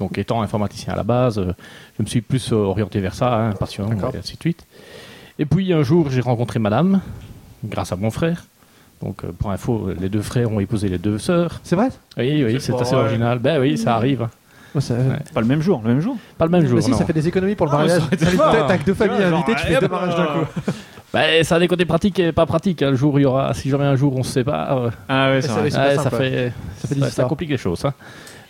Speaker 1: Donc, étant informaticien à la base, euh, je me suis plus euh, orienté vers ça, hein, passion,
Speaker 4: D'accord.
Speaker 1: et ainsi de suite. Et puis un jour, j'ai rencontré madame, grâce à mon frère. Donc, euh, pour info, les deux frères ont épousé les deux sœurs.
Speaker 4: C'est vrai
Speaker 1: Oui, oui,
Speaker 4: C'est
Speaker 1: c'est
Speaker 4: pas
Speaker 1: assez
Speaker 4: vrai.
Speaker 1: original. Ben oui, ça arrive. hein.
Speaker 4: Moi, ça-
Speaker 5: Pas le même jour, le même jour
Speaker 1: Pas le même
Speaker 4: Bah
Speaker 1: jour. Ah,
Speaker 4: si,
Speaker 1: non.
Speaker 4: ça fait des économies pour le mariage. T'as t'as que deux familles invitées, tu fais deux mariages d'un coup.
Speaker 1: Ben, ça a des côtés pratiques et pas pratiques. hein. Le jour, où il y aura, si jamais un jour on se sépare, euh,
Speaker 5: Ah ouais,
Speaker 4: c'est
Speaker 5: c'est
Speaker 4: vrai.
Speaker 5: vrai.
Speaker 4: pas
Speaker 1: ouais, ça,
Speaker 4: simple,
Speaker 1: fait,
Speaker 4: Ça fait des
Speaker 1: ouais, ça
Speaker 4: histoires.
Speaker 1: complique les choses. hein.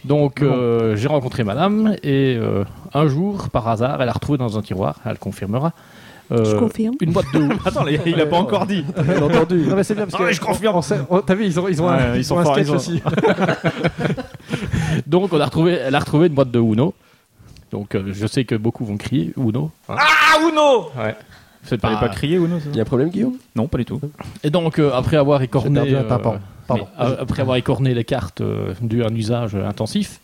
Speaker 1: Donc, euh, j'ai rencontré madame et euh, un jour, par hasard, elle a retrouvé dans un tiroir, elle confirmera. euh,
Speaker 8: Je confirme.
Speaker 1: Une boîte de ouf.
Speaker 5: Attends, les gars, il a pas encore dit.
Speaker 4: Bien entendu. Non mais c'est bien parce que
Speaker 5: Ouais, je confirme.
Speaker 4: on sait- on- T'as vu, ils ont, ils ont un,
Speaker 5: Ouais, ils
Speaker 4: ils
Speaker 5: sont
Speaker 4: ont un
Speaker 5: forts,
Speaker 4: sketch
Speaker 5: ils ont-
Speaker 4: aussi.
Speaker 1: Donc on a retrouvé, elle a retrouvé une boîte de Uno. Donc euh, je sais que beaucoup vont crier Uno.
Speaker 5: Ah, Uno
Speaker 1: Ouais. C'est
Speaker 5: Fallait
Speaker 1: pas,
Speaker 5: pas crier Uno, c'est
Speaker 6: Il
Speaker 5: ça
Speaker 6: y a un problème, Guillaume
Speaker 5: Non, pas du tout.
Speaker 1: Et donc euh, après avoir
Speaker 4: J'ai
Speaker 1: écorné,
Speaker 4: perdu un
Speaker 1: euh,
Speaker 4: tympan. Pardon.
Speaker 1: mais, euh, après avoir écorné les cartes euh, dues à un usage euh, intensif,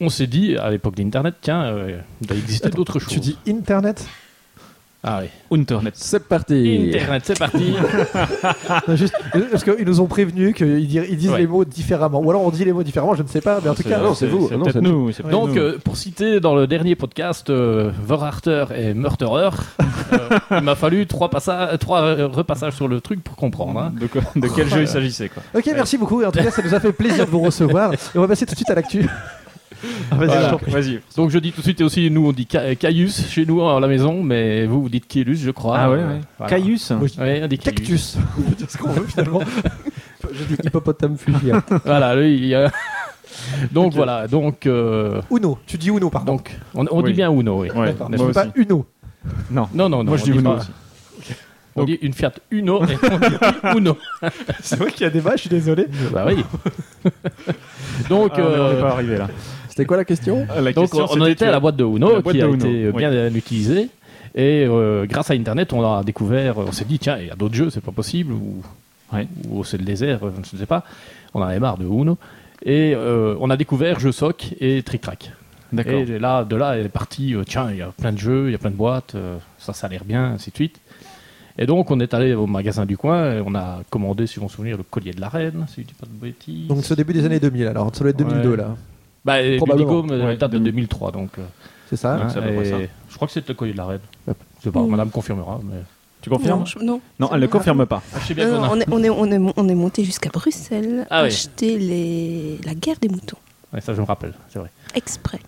Speaker 1: on s'est dit à l'époque d'Internet, tiens, euh, il doit exister d'autres choses.
Speaker 4: Tu dis Internet
Speaker 1: ah oui.
Speaker 5: Internet.
Speaker 6: C'est parti
Speaker 1: Internet, c'est parti.
Speaker 4: Non, juste, euh, Parce qu'ils nous ont prévenu qu'ils dir- ils disent
Speaker 1: Ouais.
Speaker 4: les mots différemment. Ou alors on dit les mots différemment, je ne sais pas, mais en tout
Speaker 6: c'est-
Speaker 4: cas.
Speaker 6: non, c'est vous. Non,
Speaker 5: peut-être
Speaker 6: c'est-
Speaker 5: nous. c'est peut-être
Speaker 1: Donc,
Speaker 5: nous.
Speaker 1: euh, pour citer dans le dernier podcast euh, Verharter et Murderer, euh, il m'a fallu trois, passa- trois euh, repassages sur le truc pour comprendre. hein.
Speaker 5: bah, de, quoi- de quel jeu il s'agissait quoi
Speaker 4: Ok, merci beaucoup. En tout cas, ça nous a fait plaisir de vous recevoir. Et on va passer tout de suite à l'actu. Ah, vas-y, je
Speaker 5: Voilà.
Speaker 4: t'en prie.
Speaker 5: Vas-y.
Speaker 1: Donc, je dis tout de suite et aussi, nous on dit Ca- euh, Caius chez nous à la maison, mais vous vous dites Caillus, je crois.
Speaker 5: Ah ouais,
Speaker 1: Euh,
Speaker 5: ouais.
Speaker 1: voilà.
Speaker 5: Caius.
Speaker 4: Oui.
Speaker 1: Ouais, on dit Caius.
Speaker 4: Cactus. On peut dire ce qu'on veut finalement.
Speaker 6: Je dis hippopotame fugia.
Speaker 1: Voilà, lui, il y a- Donc voilà, donc, euh,
Speaker 4: Uno. Tu dis Uno, pardon.
Speaker 1: donc on, on
Speaker 5: Oui.
Speaker 1: dit bien Uno, oui.
Speaker 5: Ouais,
Speaker 4: D'accord.
Speaker 5: moi
Speaker 4: Je dis
Speaker 5: aussi.
Speaker 4: pas Uno.
Speaker 5: Non.
Speaker 1: Non, non, non.
Speaker 5: Moi, je
Speaker 1: on
Speaker 5: dis
Speaker 1: dit
Speaker 5: Uno
Speaker 1: pas-
Speaker 5: aussi.
Speaker 1: On
Speaker 5: Donc-
Speaker 1: dit une Fiat Uno et on dit Uno.
Speaker 4: C'est vrai qu'il y a des vaches, je suis désolé.
Speaker 1: Bah oui. donc,
Speaker 5: Ah, on est- on
Speaker 1: euh,
Speaker 5: n'est pas arrivé là.
Speaker 6: C'était quoi la question
Speaker 5: La
Speaker 1: Donc
Speaker 5: question,
Speaker 1: on en
Speaker 5: c'était
Speaker 1: était
Speaker 5: que-
Speaker 1: à la boîte de Uno
Speaker 5: la boîte
Speaker 1: qui
Speaker 5: de
Speaker 1: a
Speaker 5: Uno,
Speaker 1: été euh,
Speaker 5: oui.
Speaker 1: bien utilisée et euh, grâce à Internet on a découvert, on s'est dit tiens il y a d'autres jeux c'est pas possible ou,
Speaker 5: Ouais.
Speaker 1: ou c'est le désert, euh, je ne sais pas, on en avait marre de Uno et euh, on a découvert Jeux Soc et Trick Track.
Speaker 5: D'accord.
Speaker 1: Et de là, de là, elle est partie, euh, tiens, il y a plein de jeux, il y a plein de boîtes, euh, ça, ça a l'air bien, ainsi de suite. Et donc, on est allé au magasin du coin et on a commandé, si vous vous souvenez, le collier de la reine, si je dis pas de bêtises.
Speaker 4: Donc, ce début des années 2000, alors. Ça doit être 2002,
Speaker 1: Ouais.
Speaker 4: là.
Speaker 1: bah, et
Speaker 4: probablement.
Speaker 1: Ludicom, euh,
Speaker 5: Ouais,
Speaker 1: date de
Speaker 5: 2000.
Speaker 1: 2003, donc. euh,
Speaker 4: C'est ça
Speaker 1: Hein,
Speaker 5: c'est à peu près
Speaker 1: et
Speaker 5: ça.
Speaker 1: Je crois que c'est le collier de la reine. Je sais pas,
Speaker 8: Mm.
Speaker 1: madame confirmera. Mais...
Speaker 5: Tu confirmes
Speaker 8: Non, je- non.
Speaker 5: Non, elle ne confirme pas.
Speaker 1: Ah, Je sais bien
Speaker 8: Non, non, on est, on est, on est, mon- on est monté jusqu'à Bruxelles
Speaker 1: Ah oui.
Speaker 8: acheter les, la guerre des moutons.
Speaker 1: ça, je me rappelle, c'est vrai.
Speaker 8: Exprès.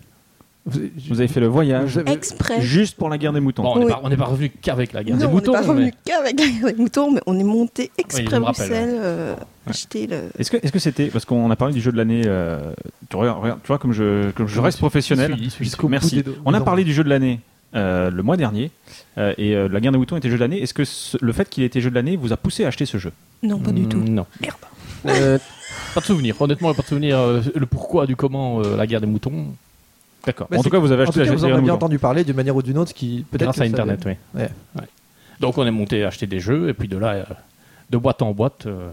Speaker 4: Vous-
Speaker 5: Vous avez fait le voyage
Speaker 4: vous avez-
Speaker 8: Exprès.
Speaker 5: Euh, juste pour la guerre des moutons.
Speaker 1: Bon, on n'est
Speaker 8: Oui.
Speaker 1: pas- on n'est pas, revenu qu'avec la guerre
Speaker 8: Non,
Speaker 1: des moutons.
Speaker 8: on n'est pas revenu
Speaker 1: mais-
Speaker 8: qu'avec la guerre des moutons, mais on est monté
Speaker 1: Oui,
Speaker 8: exprès
Speaker 1: je me rappelle,
Speaker 8: Bruxelles euh, acheter le.
Speaker 5: Est-ce que est-ce que c'était parce qu'on a parlé du jeu de l'année euh, tu, regardes- regarde, tu vois comme je comme je reste professionnel
Speaker 1: Suis- suis-
Speaker 4: Jusqu'au bout
Speaker 5: merci
Speaker 4: des dos-
Speaker 5: on a
Speaker 4: des
Speaker 5: parlé du jeu de l'année euh, le mois dernier euh, et euh, la guerre des moutons était jeu de l'année est-ce que ce- le fait qu'il ait été jeu de l'année vous a poussé à acheter ce jeu
Speaker 8: Non, pas du
Speaker 1: Mm,
Speaker 8: tout.
Speaker 1: Non,
Speaker 8: Merde.
Speaker 1: pas de souvenir. Honnêtement, pas de souvenir. euh, le pourquoi du comment euh, la guerre des moutons.
Speaker 5: d'accord
Speaker 4: Bah,
Speaker 5: en tout
Speaker 4: c'est-
Speaker 5: cas vous avez
Speaker 4: En tout
Speaker 5: acheté
Speaker 4: cas,
Speaker 5: la
Speaker 4: vous en
Speaker 5: guerre
Speaker 4: avez
Speaker 5: des
Speaker 4: bien
Speaker 5: moutons
Speaker 4: entendu parler d'une manière ou d'une autre qui peut-être
Speaker 1: Grâce
Speaker 4: que
Speaker 1: à
Speaker 4: ça-
Speaker 1: Internet, oui.
Speaker 4: Ouais.
Speaker 1: Ouais. Donc on est monté acheter des jeux et puis de là, euh, de boîte en boîte, euh,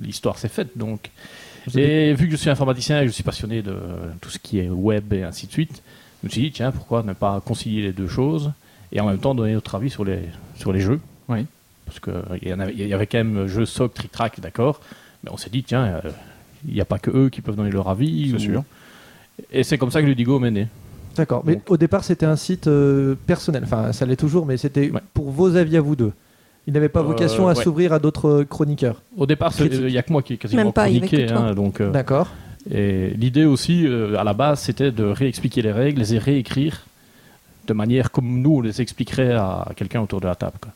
Speaker 1: l'histoire s'est faite. Donc. Et vu que je suis informaticien et que je suis passionné de tout ce qui est web et ainsi de suite, je me suis dit, tiens, pourquoi ne pas concilier les deux choses et en même temps donner notre avis sur les, sur les jeux
Speaker 5: Oui.
Speaker 1: Parce qu'il y, en avait- il y avait quand même euh, jeu SOC, Trick Track, d'accord, mais on s'est dit, tiens, euh, il n'y a pas que eux qui peuvent donner leur avis.
Speaker 5: C'est sûr.
Speaker 1: Et c'est comme ça que Ludigo est né.
Speaker 4: D'accord. Mais au départ, c'était un site euh, personnel. Enfin, ça l'est toujours, mais c'était
Speaker 1: Ouais.
Speaker 4: pour vos avis à vous deux. Il n'avait pas
Speaker 1: Euh,
Speaker 4: vocation à
Speaker 1: ouais.
Speaker 4: s'ouvrir à d'autres euh, chroniqueurs.
Speaker 1: Au départ, c'est-
Speaker 4: Critique.
Speaker 1: il n'y a que moi qui ai quasiment
Speaker 8: Même pas, il y avait
Speaker 1: chroniqué,
Speaker 8: que toi.
Speaker 1: hein, donc, euh,
Speaker 4: D'accord.
Speaker 1: Et l'idée aussi, euh, à la base, c'était de réexpliquer les règles, les réécrire de manière comme nous, on les expliquerait à quelqu'un autour de la table. quoi.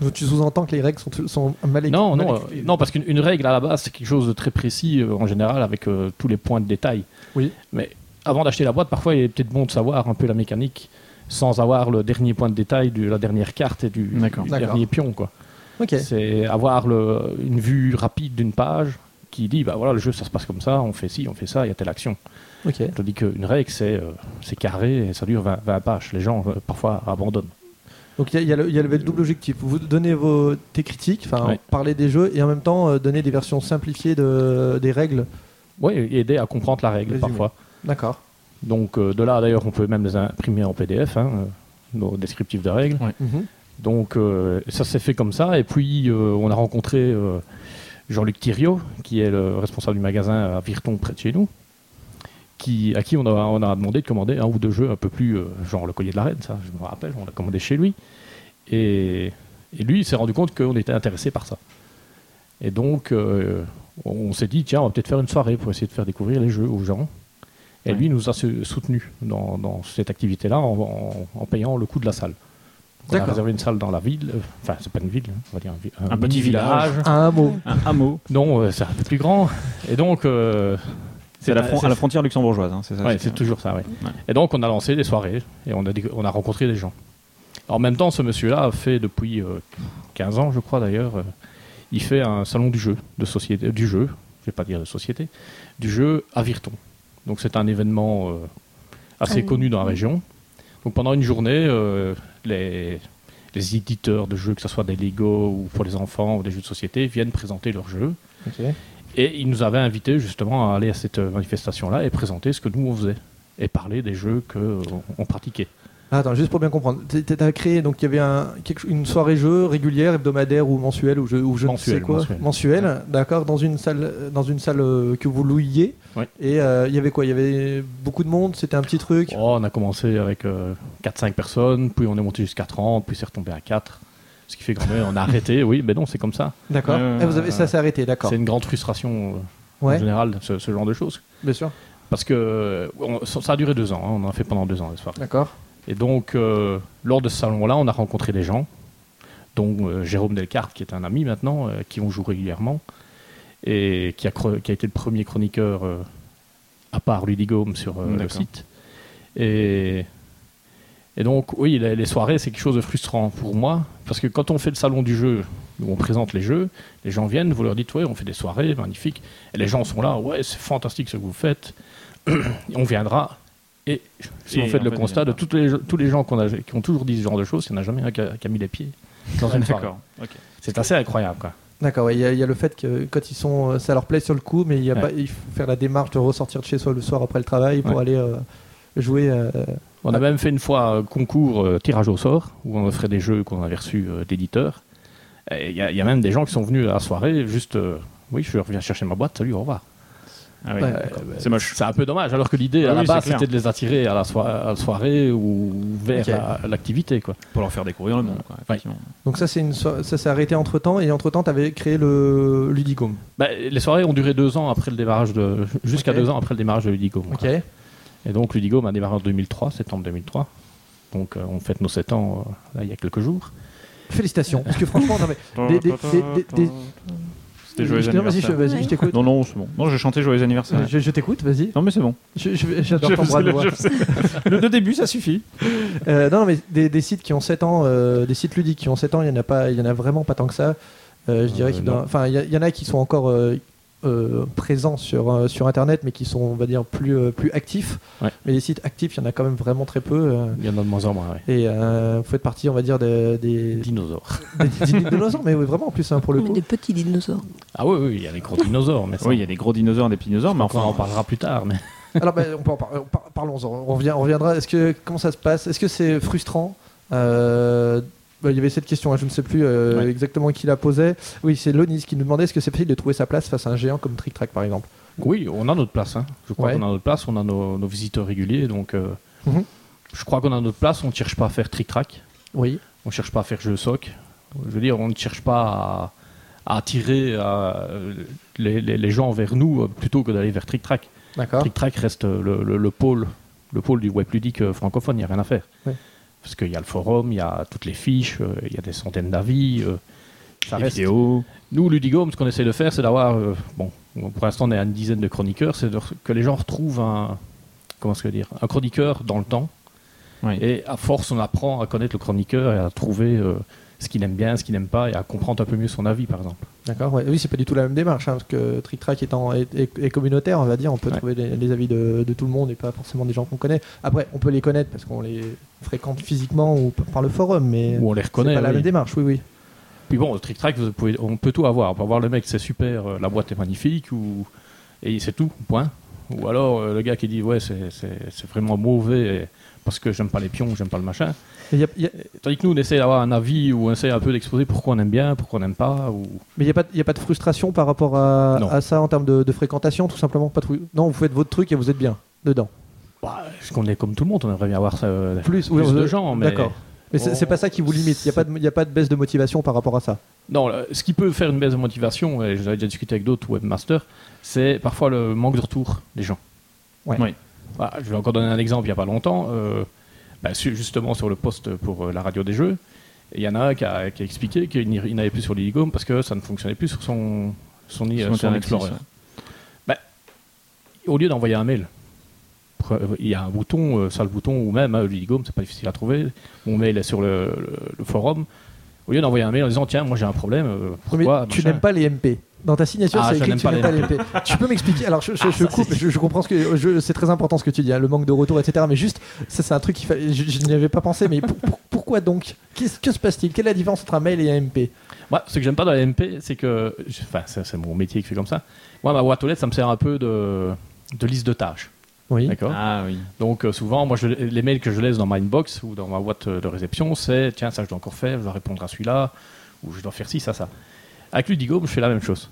Speaker 4: Donc, tu sous-entends que les règles sont, sont mal écrites.
Speaker 1: Non,
Speaker 4: mal
Speaker 1: non,
Speaker 4: écrites.
Speaker 1: euh, non, parce qu'une une règle, à la base, c'est quelque chose de très précis, euh, en général, avec euh, tous les points de détail.
Speaker 4: Oui.
Speaker 1: Mais avant d'acheter la boîte, parfois, il est peut-être bon de savoir un peu la mécanique sans avoir le dernier point de détail de la dernière carte et du,
Speaker 5: D'accord.
Speaker 1: du
Speaker 4: D'accord.
Speaker 1: dernier pion. Quoi.
Speaker 4: Ok.
Speaker 1: euh, C'est avoir le- une vue rapide d'une page qui dit, bah voilà, le jeu, ça se passe comme ça, on fait ci, on fait ça, il y a telle action.
Speaker 4: Ok.
Speaker 1: Tandis qu'une règle, c'est euh, c'est carré et ça dure 20, 20 pages. Les gens, euh, parfois, abandonnent.
Speaker 4: Donc il y, a- il y a le- il y a le double objectif. Vous donnez vos tes critiques, enfin
Speaker 1: Euh. Ouais.
Speaker 4: parler des jeux et en même temps euh, donner des versions simplifiées de, des règles.
Speaker 1: Oui, aider à comprendre la règle,
Speaker 4: Résumé.
Speaker 1: parfois.
Speaker 4: D'accord.
Speaker 1: Donc, euh, de là, d'ailleurs, on peut même les imprimer en PDF, hein, euh, nos descriptifs de règles.
Speaker 4: Mhm.
Speaker 1: Donc, euh, ça s'est fait comme ça. Et puis, euh, on a rencontré euh, Jean-Luc Thiriot, qui est le responsable du magasin à Virton, près de chez nous, qui, à qui on a, on a demandé de commander un ou deux jeux un peu plus, euh, genre le collier de la reine, ça, je me rappelle, on l'a commandé chez lui. Et, et lui, il s'est rendu compte qu'on était intéressé par ça. Et donc, euh, on, on s'est dit, tiens, on va peut-être faire une soirée pour essayer de faire découvrir les jeux aux gens. Et
Speaker 5: Ouais.
Speaker 1: lui nous a sou- soutenus dans, dans cette activité-là en- en- en payant le coût de la salle. On a
Speaker 4: D'accord.
Speaker 1: réservé une salle dans la ville. euh, Enfin, c'est pas une ville, hein, on va dire un, vi-
Speaker 5: Un petit village.
Speaker 1: village.
Speaker 4: Un mot.
Speaker 5: un hameau
Speaker 1: Non, euh, c'est un peu plus grand. Et donc, euh,
Speaker 5: c'est à la, fron-
Speaker 1: c'est-
Speaker 5: à la frontière luxembourgeoise hein, c'est ça
Speaker 1: ouais, c'est toujours ça. ouais.
Speaker 5: Ouais.
Speaker 1: Et donc, on a lancé des soirées et on a, déc- on a rencontré des gens. En même temps, ce monsieur-là a fait depuis euh, 15 ans, je crois d'ailleurs, euh, il fait un salon du jeu, de société, du jeu, je vais pas dire de société, du jeu à Virton. Donc, c'est un événement euh, assez
Speaker 8: Ah oui.
Speaker 1: connu dans la région. Donc pendant une journée, euh, les, les éditeurs de jeux, que ce soit des Lego ou pour les enfants ou des jeux de société, viennent présenter leurs jeux.
Speaker 4: Ok.
Speaker 1: Et ils nous avaient invités justement à aller à cette euh, manifestation-là et présenter ce que nous on faisait et parler des jeux qu'on on pratiquait.
Speaker 4: Ah, Attends, juste pour bien comprendre, tu as créé, donc il y avait un- quelque cho- une soirée jeu régulière, hebdomadaire ou mensuelle, ou je, ou je
Speaker 1: Mensuelle,
Speaker 4: ne sais quoi,
Speaker 1: mensuelle.
Speaker 4: d'accord, dans une salle, dans une salle euh, que vous louiez.
Speaker 1: Ouais.
Speaker 4: Et euh, il y avait quoi Il y avait beaucoup de monde, c'était un petit truc.
Speaker 1: Oh, on a commencé avec euh, 4-5 personnes, puis on est monté jusqu'à 30, puis c'est retombé à 4. Ce qui fait qu'on on a arrêté, oui, mais non, c'est comme ça.
Speaker 4: D'accord.
Speaker 5: Euh,
Speaker 4: Ah, vous avez, ça s'est arrêté, d'accord.
Speaker 1: C'est une grande frustration euh, en
Speaker 4: Ouais,
Speaker 1: général, ce, ce genre de choses.
Speaker 4: bien sûr.
Speaker 1: Parce que euh, on- ça ça a duré deux ans, hein, on en a fait pendant deux ans les soirées.
Speaker 4: D'accord.
Speaker 1: Et donc, euh, lors de ce salon-là, on a rencontré des gens, dont euh, Jérôme Delcarte, qui est un ami maintenant, euh, qui on joue régulièrement, et qui a, cre- qui a été le premier chroniqueur, euh, à part Ludigome, sur euh, le
Speaker 5: D'accord.
Speaker 1: site. Et, et donc, oui, les, les soirées, c'est quelque chose de frustrant pour moi, parce que quand on fait le salon du jeu, où on présente les jeux, les gens viennent, vous leur dites, ouais, on fait des soirées magnifiques, et les gens sont là, ouais, c'est fantastique ce que vous faites, on viendra. Et si
Speaker 5: Et
Speaker 1: on fait
Speaker 5: en
Speaker 1: le
Speaker 5: fait, ils
Speaker 1: constat de
Speaker 5: viennent pas.
Speaker 1: toutes les, tous les gens qu'on a- qui ont toujours dit ce genre de choses, il n'y en a jamais un qui a, qui a mis les pieds dans une soirée.
Speaker 5: D'accord. ok.
Speaker 1: C'est assez incroyable, quoi.
Speaker 4: D'accord, ouais, il y, a- il y a le fait que quand ils sont, euh, ça leur plaît sur le coup, mais il y a
Speaker 1: Ouais.
Speaker 4: pas, il faut faire la démarche de ressortir de chez soi le soir après le travail pour
Speaker 1: Ouais.
Speaker 4: aller euh, jouer. euh,
Speaker 1: On a même fait une fois un concours euh, tirage au sort, où on offrait des jeux qu'on avait reçus euh, d'éditeurs. Et Il y, a- il y a même des gens qui sont venus à la soirée, juste, euh, oui, je reviens chercher ma boîte, salut, au revoir.
Speaker 5: Ah oui.
Speaker 4: Ouais.
Speaker 5: C'est moche.
Speaker 1: C'est un peu dommage, alors que l'idée
Speaker 5: Ah
Speaker 1: à la
Speaker 5: oui,
Speaker 1: base
Speaker 5: c'est clair.
Speaker 1: c'était de les attirer à la, soi- à la soirée ou vers
Speaker 4: Ok.
Speaker 1: la- l'activité, quoi.
Speaker 5: Pour leur faire découvrir le monde. Quoi, effectivement.
Speaker 4: Donc ça, c'est une, so- ça s'est arrêté entre temps, et entre temps, t'avais créé le Ludicom.
Speaker 1: Bah, les soirées ont duré deux ans après le démarrage de. jusqu'à
Speaker 4: Ok.
Speaker 1: deux ans après le démarrage de Ludigome. quoi.
Speaker 4: Ok.
Speaker 1: Et donc Ludigome a démarré en 2003, septembre 2003. Donc euh, on fête nos 7 ans euh, là, il y a quelques jours.
Speaker 4: Félicitations, parce que franchement, non, mais Des- des- des- des- des-
Speaker 5: C'était joyeux
Speaker 4: Non, vas-y, je,
Speaker 5: anniversaire.
Speaker 4: vas-y, je t'écoute.
Speaker 5: Non, non, c'est bon. Non, j'ai chanté joyeux anniversaire.
Speaker 4: Je, je t'écoute, vas-y.
Speaker 5: Non, mais c'est bon.
Speaker 4: Je- je- J'adore
Speaker 5: Je
Speaker 4: ton
Speaker 5: faisais
Speaker 4: bras de
Speaker 5: le-
Speaker 4: voix.
Speaker 5: je faisais- le de début, ça suffit.
Speaker 4: Euh, non, non, mais des, des sites qui ont 7 ans, euh, des sites ludiques qui ont 7 ans, il y en a pas, il y en a vraiment pas tant que ça. Euh, je dirais
Speaker 1: Euh,
Speaker 4: qu'il
Speaker 1: non.
Speaker 4: doit- enfin, il y, a- il y en a qui sont encore euh, euh, présents sur euh, sur internet, mais qui sont, on va dire, plus euh, plus actifs.
Speaker 1: Ouais.
Speaker 4: Mais des sites actifs, il y en a quand même vraiment très peu. euh,
Speaker 1: Il y en a de moins en moins, ouais.
Speaker 4: et euh, vous faites partie, on va dire, des des,
Speaker 1: Dinosaures.
Speaker 4: des- des dinosaures, mais oui, vraiment en plus hein, pour le
Speaker 8: Mais
Speaker 4: coup.
Speaker 8: des petits dinosaures.
Speaker 1: Ah oui, oui, il y a les gros dinosaures, mais ça,
Speaker 5: Oui, il y a des gros dinosaures, des petits dinosaures, mais
Speaker 1: on
Speaker 5: enfin,
Speaker 1: en parlera plus tard. Mais...
Speaker 4: Alors, bah, on peut en par- on par- parlons-en. On, revient- on reviendra. Est-ce que comment ça se passe Est-ce que c'est frustrant Euh, bah, Il y avait cette question. hein, je ne sais plus euh,
Speaker 1: Ouais.
Speaker 4: exactement qui la posait. Oui, c'est Lonis qui nous demandait est-ce que c'est possible de trouver sa place face à un géant comme Trick Track, par exemple.
Speaker 1: Oui, on a notre place. hein. Je crois
Speaker 4: Ouais.
Speaker 1: qu'on a notre place, on a nos, nos visiteurs réguliers, donc euh,
Speaker 4: Mhm.
Speaker 1: je crois qu'on a notre place. On ne cherche pas à faire trick-track,
Speaker 4: Oui.
Speaker 1: on ne cherche pas à faire jeu soc. Je veux dire, on ne cherche pas à, à attirer euh, les, les- les gens vers nous euh, plutôt que d'aller vers trick-track.
Speaker 4: D'accord.
Speaker 1: Trick-Track reste euh, le, le- le pôle, le pôle du web ludique euh, francophone, il n'y a rien à faire.
Speaker 4: Ouais.
Speaker 1: Parce qu'il y a le forum, il y a toutes les fiches, euh, il y a des centaines d'avis. euh, ça
Speaker 5: des
Speaker 1: reste.
Speaker 5: vidéos.
Speaker 1: Nous, Ludigome, ce qu'on essaie de faire, c'est d'avoir. euh, bon, pour l'instant, on est à une dizaine de chroniqueurs, c'est de re- que les gens retrouvent un. Comment est-ce que dire Un chroniqueur dans le temps.
Speaker 5: Oui.
Speaker 1: Et à force, on apprend à connaître le chroniqueur et à trouver euh, ce qu'il aime bien, ce qu'il n'aime pas, et à comprendre un peu mieux son avis, par exemple.
Speaker 4: D'accord. ouais. Oui, c'est pas du tout la même démarche hein, parce que Trick Track est, en- est- est- est communautaire, on va dire. On peut
Speaker 1: Ouais.
Speaker 4: trouver les, les avis de, de tout le monde et pas forcément des gens qu'on connaît. Après, on peut les connaître parce qu'on les fréquente physiquement ou par par le forum, mais
Speaker 1: Ou on les
Speaker 4: c'est
Speaker 1: reconnaît.
Speaker 4: pas la
Speaker 1: oui.
Speaker 4: même démarche. Oui, oui.
Speaker 1: Puis bon, au Trick Track, vous pouvez- on peut tout avoir. On peut avoir le mec, c'est super, euh, la boîte est magnifique, ou et c'est tout, point. Ou alors euh, le gars qui dit ouais, c'est- c'est c'est vraiment mauvais et- parce que j'aime pas les pions, j'aime pas le machin.
Speaker 4: Il y a- il y a-
Speaker 1: Tandis que nous, on essaie d'avoir un avis ou on essaie un peu d'exposer pourquoi on aime bien, pourquoi on n'aime pas. Ou...
Speaker 4: Mais il n'y a, pas de frustration par rapport à,
Speaker 1: Non.
Speaker 4: à ça en termes de, de fréquentation, tout simplement pas de fru- Non, vous faites votre truc et vous êtes bien dedans.
Speaker 1: Bah, parce qu'on est comme tout le monde, on aimerait bien avoir ça, euh,
Speaker 4: Plus,
Speaker 1: plus
Speaker 4: oui, on-
Speaker 1: de gens. Mais...
Speaker 4: D'accord. Mais c'est c'est pas ça qui vous limite, il n'y a, pas de- y a pas de baisse de motivation par rapport à ça.
Speaker 1: Non, là, ce qui peut faire une baisse de motivation, et j'avais déjà discuté avec d'autres webmasters, c'est parfois le manque de retour des gens.
Speaker 4: Ouais.
Speaker 5: Oui.
Speaker 1: Voilà, je vais encore donner un exemple il n'y a pas longtemps. euh, bah, su- justement, sur le poste pour euh, la radio des jeux, il y en a un qui a, qui a expliqué qu'il n'y- il n'avait plus sur l'Iligome parce que ça ne fonctionnait plus sur son, son, i-
Speaker 5: Sur
Speaker 1: son
Speaker 5: Internet,
Speaker 1: Explorer.
Speaker 5: c'est ça.
Speaker 1: Au lieu d'envoyer un mail, pre- euh, il y a un bouton, euh, ça le bouton, ou même hein, l'Iligome, c'est pas difficile à trouver. Mon mail est sur le, le- le forum. Au lieu d'envoyer un mail en disant tiens, moi j'ai un problème, euh,
Speaker 4: Oui, mais
Speaker 1: pourquoi
Speaker 4: tu
Speaker 1: machin.
Speaker 4: n'aimes pas les MP. Dans ta signature,
Speaker 1: Ah,
Speaker 4: c'est
Speaker 1: je
Speaker 4: écrit
Speaker 1: n'aime
Speaker 4: que tu
Speaker 1: pas
Speaker 4: n'aimes pas les MP. tu peux m'expliquer Alors, je,
Speaker 1: Ah,
Speaker 4: je, je coupe, je, je comprends ce que je- c'est très important ce que tu dis, hein, le manque de retour, etc. Mais juste, ça, c'est un truc qu'il fallait. Je, je n'y avais pas pensé, mais pour- pour- pourquoi donc Qu'est-ce que se passe-t-il Quelle est la différence entre un mail et un MP
Speaker 1: Moi, ce que j'aime pas dans la MP, c'est que. je- Enfin, c'est c'est mon métier qui fait comme ça. Moi, ma boîte aux lettres, ça me sert un peu de, de liste de tâches.
Speaker 4: Oui.
Speaker 1: D'accord
Speaker 5: Ah oui.
Speaker 1: Donc, euh, souvent, moi, je- les mails que je laisse dans ma inbox ou dans ma boîte euh, de réception, c'est tiens, ça, je dois encore faire, je dois répondre à celui-là, ou je dois faire ci, ça, ça. Avec Ludigo, je fais la même chose.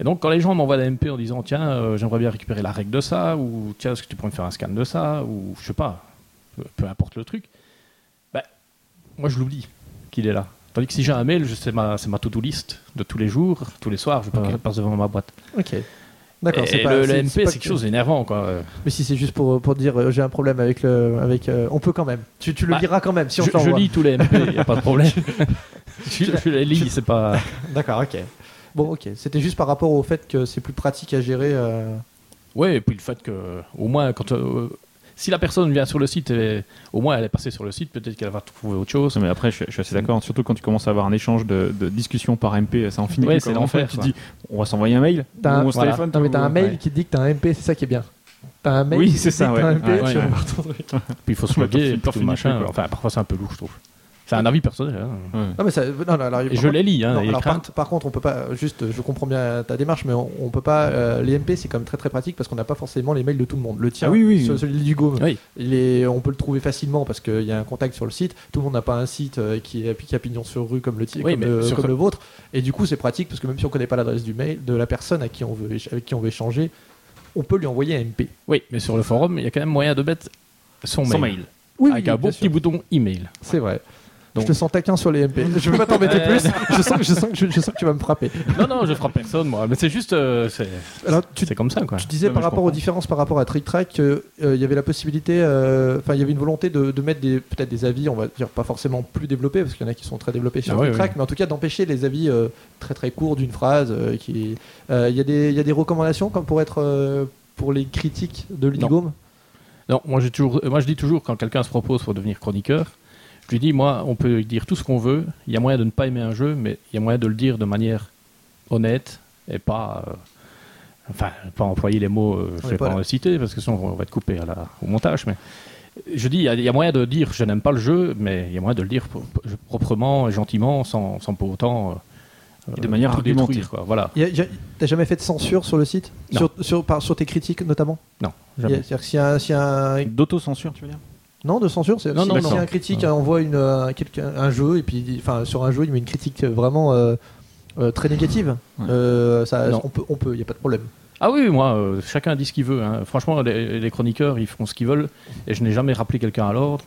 Speaker 1: Et donc, quand les gens m'envoient la MP en disant tiens, euh, j'aimerais bien récupérer la règle de ça, ou tiens, est-ce que tu pourrais me faire un scan de ça, ou je sais pas, peu- peu importe le truc, bah, moi, je l'oublie qu'il est là. Tandis que si j'ai un mail, je- c'est ma, c'est ma to-do list de tous les jours, tous les soirs, je pa- passe devant ma boîte.
Speaker 4: Ok. D'accord.
Speaker 1: Et le, le MP, c'est quelque chose d'énervant, quoi. Euh,
Speaker 4: Mais si c'est juste pour, pour dire euh, j'ai un problème avec le. Avec, euh, on peut quand même. Tu, tu le
Speaker 1: Bah,
Speaker 4: liras quand même si on
Speaker 1: je,
Speaker 4: te l'envoie.
Speaker 1: je lis tous les MP, il n'y a pas de problème. je, je les lis, c'est pas.
Speaker 4: D'accord, ok. Bon, ok. C'était juste par rapport au fait que c'est plus pratique à gérer. euh,
Speaker 1: Ouais, et puis le fait que, au moins, quand. euh, si la personne vient sur le site, et, au moins elle est passée sur le site, peut-être qu'elle va trouver autre chose.
Speaker 5: Non, mais après, je, je suis assez d'accord, surtout quand tu commences à avoir un échange de, de discussion par MP, ça en finit
Speaker 1: Ouais,
Speaker 5: plus,
Speaker 1: c'est
Speaker 5: quoi. En fait,
Speaker 1: l'enfer,
Speaker 5: Tu te
Speaker 1: ça.
Speaker 5: dis, on va s'envoyer un mail, ou
Speaker 4: T'as un,
Speaker 5: on se
Speaker 4: voilà.
Speaker 5: téléphone.
Speaker 4: Non, mais t'as
Speaker 5: ou-
Speaker 4: un mail
Speaker 5: Ouais.
Speaker 4: qui dit que t'as un MP, c'est ça qui est bien. T'as un mail
Speaker 5: Oui,
Speaker 4: qui
Speaker 5: c'est
Speaker 4: dit
Speaker 5: ça,
Speaker 4: que
Speaker 5: ouais.
Speaker 4: t'as un MP,
Speaker 5: Ouais,
Speaker 4: tu
Speaker 5: ouais.
Speaker 4: vas voir.
Speaker 1: Puis il faut se
Speaker 5: Ouais, t'en
Speaker 1: loguer,
Speaker 5: finis-
Speaker 1: puis
Speaker 5: t'en
Speaker 1: tout le
Speaker 5: finis
Speaker 1: machin.
Speaker 5: plus, quoi.
Speaker 1: Enfin, parfois c'est un peu lourd, je trouve. C'est un avis personnel. hein.
Speaker 4: Non, mais ça, non, non, alors,
Speaker 1: Et
Speaker 4: par
Speaker 1: je
Speaker 4: contre-
Speaker 1: les lis, hein,
Speaker 4: non,
Speaker 1: les
Speaker 4: alors, par,
Speaker 1: craintes.
Speaker 4: par contre, on peut pas. Juste, je comprends bien ta démarche, mais on, on peut pas. euh, les MP, c'est quand même très très pratique parce qu'on n'a pas forcément les mails de tout le monde. Le tien,
Speaker 5: Ah oui, oui.
Speaker 4: ce- celui du Gaume,
Speaker 1: Oui.
Speaker 4: il est- on peut le trouver facilement parce qu'il y a un contact sur le site. Tout le monde n'a pas un site euh, qui est qui a pignon sur rue comme le tien,
Speaker 1: Oui,
Speaker 4: comme,
Speaker 1: mais
Speaker 4: le,
Speaker 1: sur-
Speaker 4: comme le vôtre. Et du coup, c'est pratique parce que même si on connaît pas l'adresse du mail de la personne à qui on veut éch- avec qui on veut échanger, on peut lui envoyer un MP.
Speaker 1: Oui, mais sur le forum, il y a quand même moyen de mettre son mail.
Speaker 5: Son mail.
Speaker 4: Oui,
Speaker 1: avec un beau petit bouton email.
Speaker 4: C'est vrai.
Speaker 1: Donc-
Speaker 4: Je te sens taquin sur les Euh. MP. Je veux pas t'embêter plus. Je sens, que- je, sens que, je- je sens que tu vas me frapper.
Speaker 1: non, non, je frappe personne, moi. Mais c'est juste. euh, c'est
Speaker 4: Alors, tu,
Speaker 1: c'est comme ça, quoi.
Speaker 4: tu disais
Speaker 5: Non, mais
Speaker 4: par
Speaker 5: je
Speaker 4: rapport aux
Speaker 5: comprends.
Speaker 4: différences par rapport à Trick Track, euh, euh, il y avait la possibilité, euh, enfin il y avait une volonté de, de mettre des- peut-être des avis, on va dire pas forcément plus développés, parce qu'il y en a qui sont très développés sur
Speaker 1: Ah
Speaker 4: Trick
Speaker 1: oui,
Speaker 4: Track, mais en tout cas d'empêcher les avis euh, très très courts d'une phrase. euh, qui, euh, il y a des, il y a des recommandations comme pour être euh, pour les critiques de Ludigome.
Speaker 1: Non, moi, j'ai toujours, moi je dis toujours, quand quelqu'un se propose pour devenir chroniqueur, je lui dis, moi, on peut dire tout ce qu'on veut, il y a moyen de ne pas aimer un jeu, mais il y a moyen de le dire de manière honnête et pas... euh, enfin, pas employer les mots, euh, je
Speaker 4: On
Speaker 1: ne
Speaker 4: est
Speaker 1: vais
Speaker 4: pas
Speaker 1: pas
Speaker 4: là.
Speaker 1: en citer, parce que sinon on va être coupé à la- au montage, mais... Je dis, il y a- il y, a moyen de dire je n'aime pas le jeu, mais il y a moyen de le dire pro- proprement et gentiment, sans, sans pour autant. euh,
Speaker 5: Et de manière
Speaker 1: tout détruire,
Speaker 5: argumentée.
Speaker 1: quoi. Voilà.
Speaker 4: Il y a- il y a- T'as jamais fait de censure sur le site,
Speaker 1: Non.
Speaker 4: sur, sur, par- sur tes critiques notamment.
Speaker 1: Non,
Speaker 4: Il y a-
Speaker 1: jamais.
Speaker 4: C'est-à-dire que s'il y a un- s'il y a un
Speaker 5: D'autocensure, tu veux dire
Speaker 4: Non, de censure, c'est
Speaker 1: Non,
Speaker 4: si, si
Speaker 1: non, non.
Speaker 4: un critique euh, envoie une, euh, quelqu'un- un jeu et puis il dit- enfin sur un jeu il met une critique euh, vraiment euh, euh, très négative,
Speaker 5: Ouais.
Speaker 4: euh, ça,
Speaker 1: Non.
Speaker 4: on peut, on peut, il y a pas de problème.
Speaker 1: Ah oui, moi, euh, chacun dit ce qu'il veut. hein. Franchement, les, les chroniqueurs, ils font ce qu'ils veulent. Et je n'ai jamais rappelé quelqu'un à l'ordre.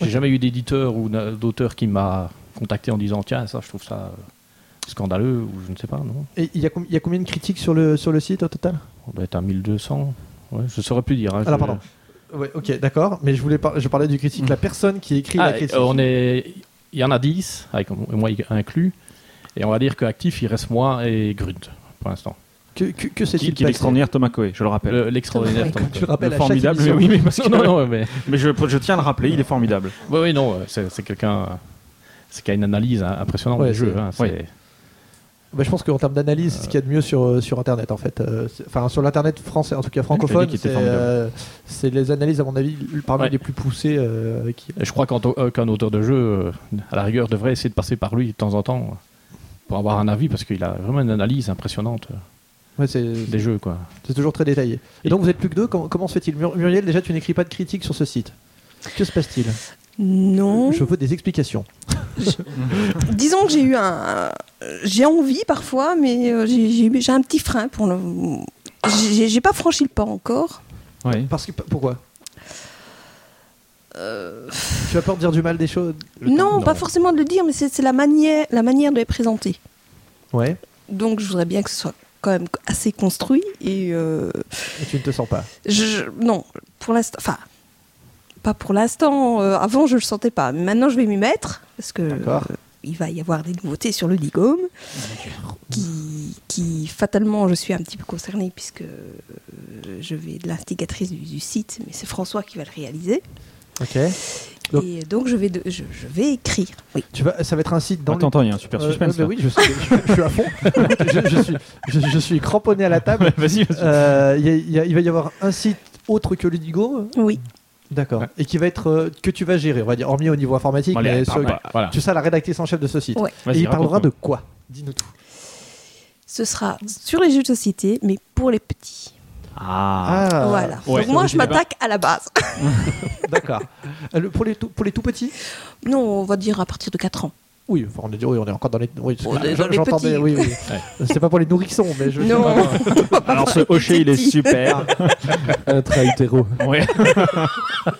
Speaker 1: J'ai jamais eu d'éditeur ou na- d'auteur qui m'a contacté en disant Tiens, ça, je trouve ça euh, scandaleux, ou je ne sais pas, non
Speaker 4: Et il y, a com- il y a combien de critiques sur le sur le site au total
Speaker 1: On doit être à 1200. Ouais, je ne saurais plus dire. hein,
Speaker 4: Alors
Speaker 1: je-
Speaker 4: Ah pardon. Ouais, ok, d'accord, mais je voulais par- je parlais du critique, la personne qui écrit
Speaker 1: Mm. Ah,
Speaker 4: la critique.
Speaker 1: euh, on est... Il y en a 10, avec moi inclus. Et on va dire qu'actif, il reste moi et Grunt, pour l'instant.
Speaker 4: Que, que, que
Speaker 5: Qui,
Speaker 4: s'est-il
Speaker 5: qui est
Speaker 4: passé
Speaker 5: l'extraordinaire Thomas Coe, je le rappelle.
Speaker 1: Le- L'extraordinaire.
Speaker 4: Comme tu le
Speaker 1: Tom
Speaker 4: rappelles
Speaker 5: Le
Speaker 4: à chaque
Speaker 5: formidable, mais
Speaker 4: émission.
Speaker 5: oui, mais parce que-
Speaker 1: Cook. Non, non, mais.
Speaker 5: Mais je, je tiens à le rappeler, il est formidable.
Speaker 1: Oui, oui, non, euh, c'est c'est quelqu'un euh, c'est qui a une analyse hein, impressionnante
Speaker 4: Ouais,
Speaker 1: du jeu.
Speaker 4: c'est-
Speaker 1: hein, c'est-
Speaker 5: ouais.
Speaker 4: Bah, je pense qu'en termes d'analyse, c'est ce qu'il y a de mieux sur, euh, sur Internet, en fait. Euh, c'est- Enfin, sur l'Internet français, en tout cas francophone,
Speaker 5: qui était
Speaker 4: c'est
Speaker 5: formidable.
Speaker 4: euh, c'est les analyses, à mon avis, l- parmi
Speaker 1: Ouais.
Speaker 4: les plus poussées. euh, qui...
Speaker 1: Et Je crois qu'en to- euh, qu'un auteur de jeu, euh, à la rigueur, devrait essayer de passer par lui de temps en temps euh, pour avoir un avis, parce qu'il a vraiment une analyse impressionnante euh,
Speaker 4: Ouais, c'est
Speaker 1: des jeux. Quoi.
Speaker 4: c'est toujours très détaillé. Et
Speaker 1: Et-
Speaker 4: donc, vous êtes plus que deux, com- comment se fait-il Mur- Muriel, déjà, tu n'écris pas de critique sur ce site. Que se passe-t-il
Speaker 8: Non.
Speaker 4: Je veux des explications.
Speaker 8: Disons que j'ai eu un. euh, J'ai envie parfois, mais euh, j'ai- j'ai j'ai un petit frein pour le. J'ai j'ai pas franchi le pas encore.
Speaker 5: Ouais.
Speaker 4: Parce que, pourquoi Tu as peur de dire du mal des choses
Speaker 8: Euh. Non, pas forcément de le dire, mais c'est c'est la manière, la manière de les présenter.
Speaker 4: Ouais,
Speaker 8: Donc je voudrais bien que ce soit quand même assez construit et euh,
Speaker 4: et tu ne te sens pas.
Speaker 8: je, je- non pour l'instant, enfin pas pour l'instant. euh, avant je le sentais pas, mais maintenant je vais m'y mettre parce que
Speaker 4: D'accord.
Speaker 8: euh, il va y avoir des nouveautés sur le Digome qui, qui fatalement je suis un petit peu concernée puisque euh, je vais être l'instigatrice du, du site, mais c'est François qui va le réaliser.
Speaker 4: Ok. Donc-
Speaker 8: Et donc, je vais, de- je, je vais écrire. Oui.
Speaker 4: Tu vas, ça va être un site dans
Speaker 5: Attends,
Speaker 4: le...
Speaker 5: attends, il y a un super
Speaker 4: Euh,
Speaker 5: suspense.
Speaker 4: euh,
Speaker 5: là.
Speaker 4: oui, je, sais, je- je suis à fond. je, je suis, je, je suis cramponné à la table.
Speaker 5: Vas-y, vas-y.
Speaker 4: Euh, il y a- il y a- il va y avoir un site autre que Ludigo, euh,
Speaker 8: Oui.
Speaker 4: d'accord, et qui va être euh, que tu vas gérer, on va dire, hormis au niveau informatique,
Speaker 5: Bon, allez,
Speaker 4: mais
Speaker 5: par-
Speaker 4: sur-
Speaker 5: bah, voilà.
Speaker 4: tu seras la rédactrice en chef de ce site.
Speaker 8: Ouais.
Speaker 5: Vas-y,
Speaker 4: Et il parlera de
Speaker 5: raconte-nous.
Speaker 4: quoi Dis-nous tout.
Speaker 8: Ce sera sur les jeux de société, mais pour les petits.
Speaker 5: Ah.
Speaker 8: voilà.
Speaker 5: ouais.
Speaker 8: Donc, moi, je m'attaque à la base.
Speaker 4: D'accord. Euh, le- Pour les, tout, pour les tout petits
Speaker 8: non, on va dire à partir de 4 ans.
Speaker 4: Oui, enfin, on, est, oui, on est encore dans les. Oui,
Speaker 8: On est
Speaker 4: je-
Speaker 8: dans les
Speaker 4: j'entendais,
Speaker 8: petits.
Speaker 4: oui, oui. C'est pas pour les nourrissons, mais je.
Speaker 8: Non.
Speaker 5: Alors ce hocher, il est super.
Speaker 6: Intra-utéro.
Speaker 5: Ouais.
Speaker 8: Non,